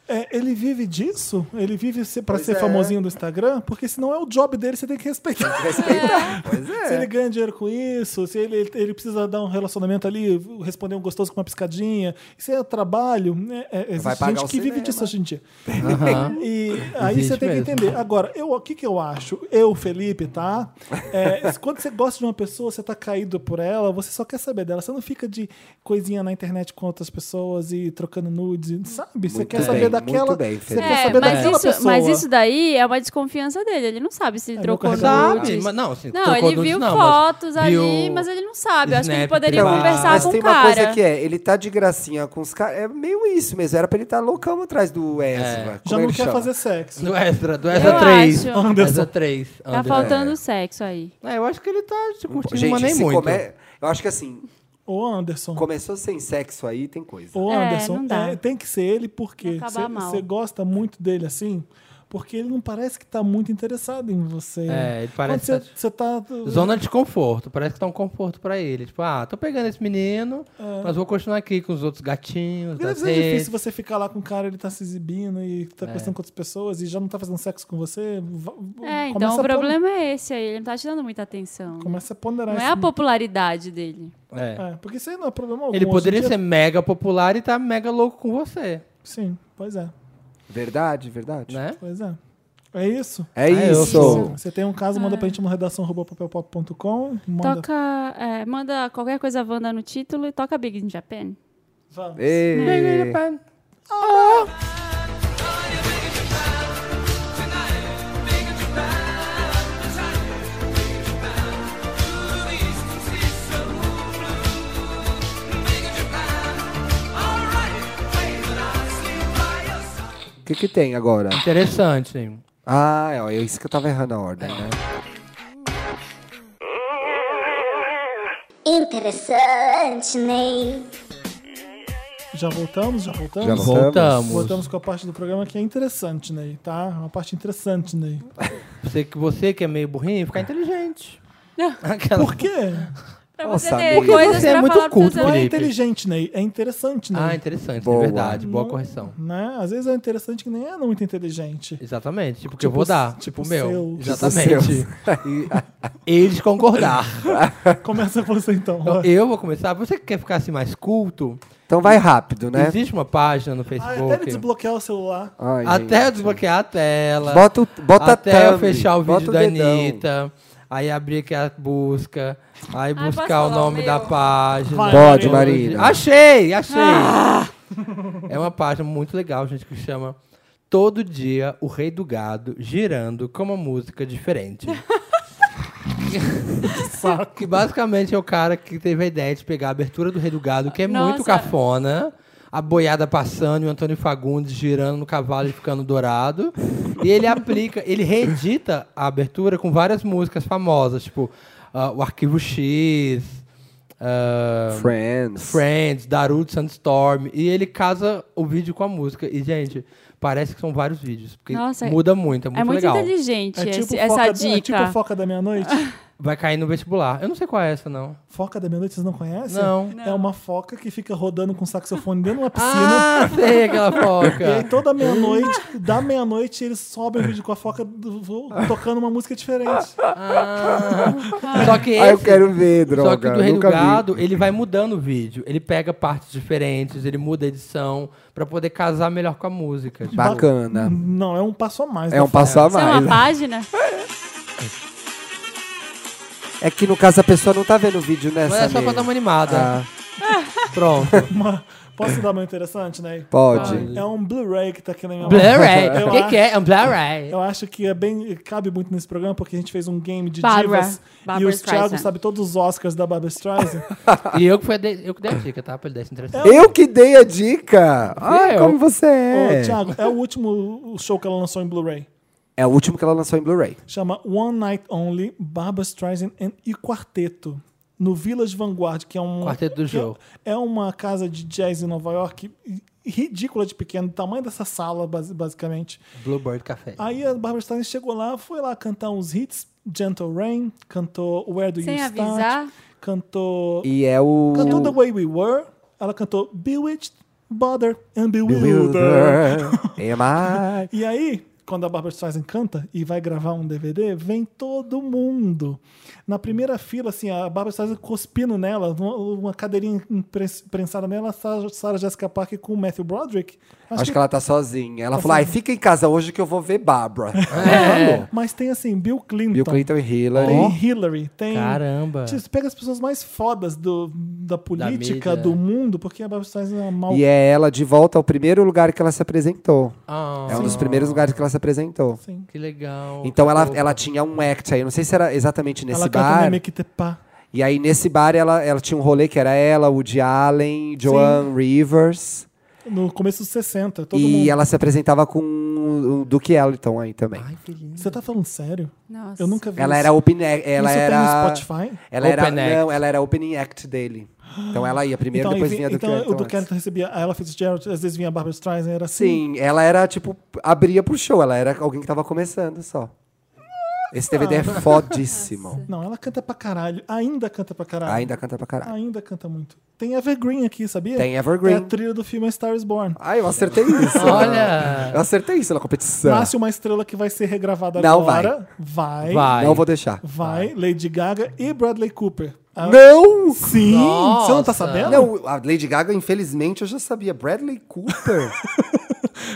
[SPEAKER 1] É, ele vive disso? Ele vive se- pra
[SPEAKER 4] Pois
[SPEAKER 1] ser
[SPEAKER 4] é.
[SPEAKER 1] famosinho do Instagram? Porque se não é o job dele, você tem que respeitar.
[SPEAKER 4] Respeitar. Pois
[SPEAKER 1] Se ele
[SPEAKER 4] é.
[SPEAKER 1] ganha dinheiro com isso, se ele, ele precisa dar um relacionamento ali, responder um gostoso com uma piscadinha, isso é trabalho, né? É, existe
[SPEAKER 4] Vai pagar
[SPEAKER 1] gente
[SPEAKER 4] o
[SPEAKER 1] que vive
[SPEAKER 4] cinema.
[SPEAKER 1] disso hoje em dia.
[SPEAKER 3] Aham.
[SPEAKER 1] E aí
[SPEAKER 3] Existe
[SPEAKER 1] você tem
[SPEAKER 3] mesmo.
[SPEAKER 1] que entender. Agora, eu- o que, que eu acho? Eu, Felipe, tá? É, quando você gosta de uma pessoa, você tá caído por ela, você só quer saber dela. Você não fica de coisinha na internet com outras pessoas e trocando nudes, sabe? você
[SPEAKER 4] Muito
[SPEAKER 1] quer saber
[SPEAKER 4] bem,
[SPEAKER 1] daquela.
[SPEAKER 4] muito bem,
[SPEAKER 1] você
[SPEAKER 4] Felipe.
[SPEAKER 1] quer
[SPEAKER 2] É,
[SPEAKER 1] saber
[SPEAKER 2] mas
[SPEAKER 1] daquela
[SPEAKER 2] isso,
[SPEAKER 1] pessoa.
[SPEAKER 2] mas isso daí é uma desconfiança dele, ele não sabe se ele
[SPEAKER 1] É,
[SPEAKER 2] trocou
[SPEAKER 1] nunca reparou.
[SPEAKER 2] nudes.
[SPEAKER 3] Sabe, mas não, assim,
[SPEAKER 2] Não,
[SPEAKER 3] trocou
[SPEAKER 2] ele
[SPEAKER 3] nudes
[SPEAKER 2] viu
[SPEAKER 3] não, mas
[SPEAKER 2] fotos ali,
[SPEAKER 3] viu
[SPEAKER 2] mas ele não sabe. Eu acho que ele
[SPEAKER 3] snap
[SPEAKER 2] poderia
[SPEAKER 3] privado.
[SPEAKER 2] conversar
[SPEAKER 4] mas
[SPEAKER 2] com
[SPEAKER 4] tem
[SPEAKER 2] o
[SPEAKER 4] uma
[SPEAKER 2] cara.
[SPEAKER 4] coisa que é, ele tá de gracinha com os caras. É meio isso mesmo. Era pra ele estar tá loucão atrás do
[SPEAKER 3] É.
[SPEAKER 4] Ezra. como
[SPEAKER 1] Já não
[SPEAKER 4] ele
[SPEAKER 1] quer
[SPEAKER 4] chama?
[SPEAKER 1] fazer sexo.
[SPEAKER 3] Do extra, do extra
[SPEAKER 2] Eu
[SPEAKER 3] 3.
[SPEAKER 2] acho.
[SPEAKER 3] Extra 3.
[SPEAKER 2] Tá faltando sexo aí.
[SPEAKER 3] É, eu acho que ele tá se curtindo,
[SPEAKER 4] Gente,
[SPEAKER 3] mas nem
[SPEAKER 4] se
[SPEAKER 3] muito. É,
[SPEAKER 4] come- Eu acho que assim,
[SPEAKER 1] Ô, Anderson.
[SPEAKER 4] começou sem sexo aí, tem coisa.
[SPEAKER 1] Ô,
[SPEAKER 2] É,
[SPEAKER 1] Anderson,
[SPEAKER 2] não dá.
[SPEAKER 1] é, tem que ser ele porque
[SPEAKER 2] Vai acabar mal.
[SPEAKER 1] você gosta muito dele assim, porque ele não parece que tá muito interessado em você.
[SPEAKER 3] É, ele parece
[SPEAKER 1] Quando
[SPEAKER 3] que tá-
[SPEAKER 1] você tá.
[SPEAKER 3] Zona de conforto. Parece que tá um conforto pra ele. Tipo, ah, tô pegando esse menino,
[SPEAKER 1] É.
[SPEAKER 3] mas vou continuar aqui com os outros gatinhos.
[SPEAKER 1] Deve
[SPEAKER 3] Das
[SPEAKER 1] ser
[SPEAKER 3] redes.
[SPEAKER 1] é
[SPEAKER 3] É.
[SPEAKER 1] difícil você ficar lá com o cara, ele tá se exibindo e tá conversando com outras pessoas e já não tá fazendo sexo com você. va-
[SPEAKER 2] É, então
[SPEAKER 1] começa
[SPEAKER 2] o
[SPEAKER 1] a pon-
[SPEAKER 2] problema é esse aí, ele não tá te dando muita atenção.
[SPEAKER 1] Começa a ponderar
[SPEAKER 2] Não é
[SPEAKER 1] isso.
[SPEAKER 2] a popularidade dele.
[SPEAKER 3] É.
[SPEAKER 1] É, porque isso aí não é problema algum.
[SPEAKER 3] Ele
[SPEAKER 1] Hoje em
[SPEAKER 3] poderia
[SPEAKER 1] dia-
[SPEAKER 3] ser mega popular e tá mega louco com você,
[SPEAKER 1] Sim, pois é.
[SPEAKER 4] Verdade, verdade.
[SPEAKER 3] né?
[SPEAKER 1] Pois é. É isso.
[SPEAKER 4] É
[SPEAKER 3] É, eu
[SPEAKER 4] isso.
[SPEAKER 3] sou-
[SPEAKER 1] Você tem um caso, manda pra gente no redação.papelpop.com. Manda.
[SPEAKER 2] Toca. é, manda qualquer coisa Wanda no título e toca Big in Japan.
[SPEAKER 1] Vamos.
[SPEAKER 4] Ei. O que, que tem agora?
[SPEAKER 3] Interessante. hein?
[SPEAKER 4] Ah, é ó, é isso que eu tava errando a ordem, né?
[SPEAKER 6] Interessante, Ney.
[SPEAKER 1] Já voltamos? Já voltamos?
[SPEAKER 4] Já
[SPEAKER 3] Voltamos.
[SPEAKER 1] Voltamos com a parte do programa que é interessante, Ney, tá? Uma parte interessante, Ney.
[SPEAKER 3] Você que, você que é meio burrinho, ficar inteligente. Aquela...
[SPEAKER 1] Por quê?
[SPEAKER 2] Pra
[SPEAKER 4] Nossa,
[SPEAKER 2] você ter
[SPEAKER 4] amiga.
[SPEAKER 2] coisas
[SPEAKER 3] Você é
[SPEAKER 2] pra
[SPEAKER 3] muito
[SPEAKER 2] falar
[SPEAKER 3] culto,
[SPEAKER 2] pros seus
[SPEAKER 1] Não é
[SPEAKER 3] Felipe.
[SPEAKER 1] inteligente, Ney. É interessante, Ney.
[SPEAKER 3] Ah, interessante,
[SPEAKER 4] Boa.
[SPEAKER 3] é verdade. Boa
[SPEAKER 1] Não-
[SPEAKER 3] correção.
[SPEAKER 1] Né? Às vezes é interessante que nem é muito inteligente.
[SPEAKER 3] Exatamente. Tipo, que
[SPEAKER 1] Tipo
[SPEAKER 3] eu vou
[SPEAKER 1] o-
[SPEAKER 3] dar. Tipo,
[SPEAKER 1] tipo
[SPEAKER 3] o meu.
[SPEAKER 1] seu.
[SPEAKER 3] Exatamente. E- Eles concordar.
[SPEAKER 1] Começa você então.
[SPEAKER 3] Então,
[SPEAKER 1] vai.
[SPEAKER 3] eu vou começar. Você que quer ficar assim mais culto,
[SPEAKER 4] Então vai rápido, né?
[SPEAKER 3] existe uma página no
[SPEAKER 1] Ah, até ele
[SPEAKER 3] Facebook.
[SPEAKER 1] desbloquear o celular.
[SPEAKER 4] Ai,
[SPEAKER 3] Até eu
[SPEAKER 4] gente.
[SPEAKER 3] desbloquear a tela.
[SPEAKER 4] Bota, o- bota
[SPEAKER 3] até eu
[SPEAKER 4] thumb,
[SPEAKER 3] fechar o
[SPEAKER 4] bota
[SPEAKER 3] vídeo da
[SPEAKER 4] dedão.
[SPEAKER 3] Anitta. Aí abrir aqui a busca. Aí
[SPEAKER 2] posso
[SPEAKER 3] buscar o
[SPEAKER 2] falar o
[SPEAKER 3] nome
[SPEAKER 2] meu?
[SPEAKER 3] da página.
[SPEAKER 1] Vai,
[SPEAKER 4] Pode,
[SPEAKER 1] Maria.
[SPEAKER 4] Marina.
[SPEAKER 3] Achei, achei.
[SPEAKER 2] Ah!
[SPEAKER 3] É uma página muito legal, gente, que chama Todo Dia o Rei do Gado girando com uma música diferente. Que basicamente é o cara que teve a ideia de pegar a abertura do Rei do Gado, que é
[SPEAKER 2] Nossa.
[SPEAKER 3] muito cafona, a boiada passando e o Antônio Fagundes girando no cavalo e ficando dourado. E ele aplica, ele reedita a abertura com várias músicas famosas, tipo ah, o Arquivo X, ah,
[SPEAKER 4] Friends.
[SPEAKER 3] Friends, Darude Sandstorm. E ele casa o vídeo com a música. E, gente, parece que são vários vídeos. Porque
[SPEAKER 2] Nossa,
[SPEAKER 3] muda muito, é muito,
[SPEAKER 2] É muito
[SPEAKER 3] legal.
[SPEAKER 2] inteligente
[SPEAKER 1] É tipo,
[SPEAKER 2] esse-
[SPEAKER 1] foca,
[SPEAKER 2] essa
[SPEAKER 1] é
[SPEAKER 2] dica.
[SPEAKER 1] tipo Foca da Meia-Noite?
[SPEAKER 3] Vai cair no vestibular. Eu não sei qual é essa, não.
[SPEAKER 1] Foca da Meia-Noite, vocês não conhecem?
[SPEAKER 3] Não.
[SPEAKER 1] É uma foca que fica rodando com saxofone dentro de uma piscina.
[SPEAKER 3] Ah, sei aquela
[SPEAKER 1] E aí
[SPEAKER 3] foca.
[SPEAKER 1] toda meia-noite, da meia-noite, eles sobem o vídeo com a foca do- do- tocando uma música diferente.
[SPEAKER 3] Ah. Só que
[SPEAKER 4] Ah, eu
[SPEAKER 3] esse,
[SPEAKER 4] quero ver, droga.
[SPEAKER 3] só que do Rei do
[SPEAKER 4] Nunca vi.
[SPEAKER 3] Gado, ele vai mudando o vídeo. Ele pega partes diferentes, ele muda a edição pra poder casar melhor com a música. Tipo,
[SPEAKER 4] Bacana.
[SPEAKER 1] Não, é um passo a mais.
[SPEAKER 4] É
[SPEAKER 1] da
[SPEAKER 4] um passo a
[SPEAKER 3] assim.
[SPEAKER 2] Isso é uma
[SPEAKER 4] mais.
[SPEAKER 2] página?
[SPEAKER 4] É que no caso a pessoa não tá vendo o vídeo
[SPEAKER 3] mas
[SPEAKER 4] nessa.
[SPEAKER 3] é só pra
[SPEAKER 4] mesmo.
[SPEAKER 3] dar uma animada.
[SPEAKER 4] Ah,
[SPEAKER 3] Pronto.
[SPEAKER 1] Uma- Posso dar uma interessante, né?
[SPEAKER 4] pode.
[SPEAKER 1] É um Blu-ray que tá aqui na minha
[SPEAKER 3] Blu-ray.
[SPEAKER 1] Eu
[SPEAKER 3] O que,
[SPEAKER 1] acho-
[SPEAKER 3] que é? É um Blu-ray.
[SPEAKER 1] Eu acho que é bem, cabe muito nesse programa, porque a gente fez um game de
[SPEAKER 2] Barbara.
[SPEAKER 1] divas. e
[SPEAKER 2] Barbara
[SPEAKER 1] o Thiago
[SPEAKER 2] Streisand.
[SPEAKER 1] sabe todos os Oscars da Barbara Streisand.
[SPEAKER 3] E eu que, fui a de- eu que dei a dica, tá? Pra ele dar esse interessante.
[SPEAKER 4] Eu que dei a dica. Ai,
[SPEAKER 3] eu.
[SPEAKER 4] como você
[SPEAKER 1] Ô,
[SPEAKER 4] é.
[SPEAKER 1] Thiago, é o último show que ela lançou em Blu-ray.
[SPEAKER 4] é o último que ela lançou em Blu-ray.
[SPEAKER 1] Chama One Night Only, Barbara Streisand and- e Quarteto. No Village Vanguard, que é um.
[SPEAKER 3] Quarteto do
[SPEAKER 1] que
[SPEAKER 3] Joe.
[SPEAKER 1] É uma casa de jazz em Nova York e- e ridícula de pequeno, do tamanho dessa sala, basi- basicamente.
[SPEAKER 3] Bluebird Café.
[SPEAKER 1] Aí a Barbara Streisand chegou lá, foi lá cantar uns hits. Gentle Rain, cantou Where Do
[SPEAKER 2] Sem
[SPEAKER 1] You Start.
[SPEAKER 2] avisar.
[SPEAKER 1] Cantou.
[SPEAKER 4] E é o.
[SPEAKER 1] Cantou The Way We Were. Ela cantou Bewitched, Bother and Bewildered.
[SPEAKER 4] Wilder. Emma.
[SPEAKER 1] E aí, quando a Barbara Streisand canta e vai gravar um DVD, vem todo mundo. Na primeira fila, assim, a Barbara Streisand cuspindo nela, uma- uma cadeirinha impres- prensada nela, a Sarah Sarah Jessica Parker com o Matthew Broderick.
[SPEAKER 4] Acho, que ela tá sozinha. Ela falou: ai, fica em casa hoje que eu vou ver Bárbara.
[SPEAKER 1] é. Mas tem, assim, Bill Clinton.
[SPEAKER 3] Então.
[SPEAKER 4] Bill Clinton né? e Hillary.
[SPEAKER 1] Tem Hillary, tem.
[SPEAKER 3] Caramba.
[SPEAKER 1] Você pega as pessoas mais fodas do, da política,
[SPEAKER 3] mídia.
[SPEAKER 1] do mundo, porque a Barbara Streisand é mal
[SPEAKER 4] E é ela de volta ao primeiro lugar que ela se apresentou.
[SPEAKER 3] Ah,
[SPEAKER 4] É um dos primeiros lugares que ela se apresentou.
[SPEAKER 1] assim.
[SPEAKER 3] Que legal.
[SPEAKER 4] Então ela,
[SPEAKER 3] Opa.
[SPEAKER 4] ela tinha um act aí, não sei se era exatamente nesse
[SPEAKER 1] Ela canta
[SPEAKER 4] bar.
[SPEAKER 1] Nemequitepá.
[SPEAKER 4] E aí nesse bar ela, ela tinha um rolê que era ela, Woody Allen, Joan Rivers.
[SPEAKER 1] No começo dos 60, todo
[SPEAKER 4] e
[SPEAKER 1] mundo.
[SPEAKER 4] ela se apresentava com o Duke Ellington aí também.
[SPEAKER 3] Ai, que lindo.
[SPEAKER 1] Você tá falando sério?
[SPEAKER 2] Nossa.
[SPEAKER 1] Eu nunca vi
[SPEAKER 4] ela
[SPEAKER 1] isso.
[SPEAKER 4] era open act, ela
[SPEAKER 1] Isso
[SPEAKER 4] era
[SPEAKER 1] tem no Spotify?
[SPEAKER 4] ela era
[SPEAKER 3] Open act.
[SPEAKER 4] não, ela era opening act dele. Então ela ia primeiro,
[SPEAKER 1] então,
[SPEAKER 4] depois
[SPEAKER 1] aí vi-
[SPEAKER 4] vinha Duke
[SPEAKER 1] então
[SPEAKER 4] Ellington.
[SPEAKER 1] o do
[SPEAKER 4] antes.
[SPEAKER 1] Kenneth recebia a Ella Fitzgerald, às vezes vinha a Barbara Streisand, era assim.
[SPEAKER 4] Sim, ela era tipo abria pro show, ela era alguém que tava começando só. Esse DVD é fodíssimo.
[SPEAKER 1] Não, ela canta pra caralho. Ainda canta pra caralho.
[SPEAKER 4] Ainda canta pra caralho.
[SPEAKER 1] Ainda canta muito. Tem Evergreen aqui, sabia?
[SPEAKER 4] Tem Evergreen.
[SPEAKER 1] É a trilha do filme A Star is Born.
[SPEAKER 4] Ai, eu acertei isso.
[SPEAKER 3] Olha.
[SPEAKER 4] Eu acertei isso na competição.
[SPEAKER 1] Nasce uma estrela que vai ser regravada
[SPEAKER 4] Não
[SPEAKER 1] agora. Vai.
[SPEAKER 3] Vai.
[SPEAKER 4] Não vou deixar.
[SPEAKER 1] Vai. Lady Gaga e Bradley Cooper. A-
[SPEAKER 4] Não!
[SPEAKER 1] Sim! Você não tá
[SPEAKER 3] Nossa.
[SPEAKER 1] sabendo?
[SPEAKER 4] Não, a Lady Gaga, infelizmente, eu já sabia. Bradley Cooper.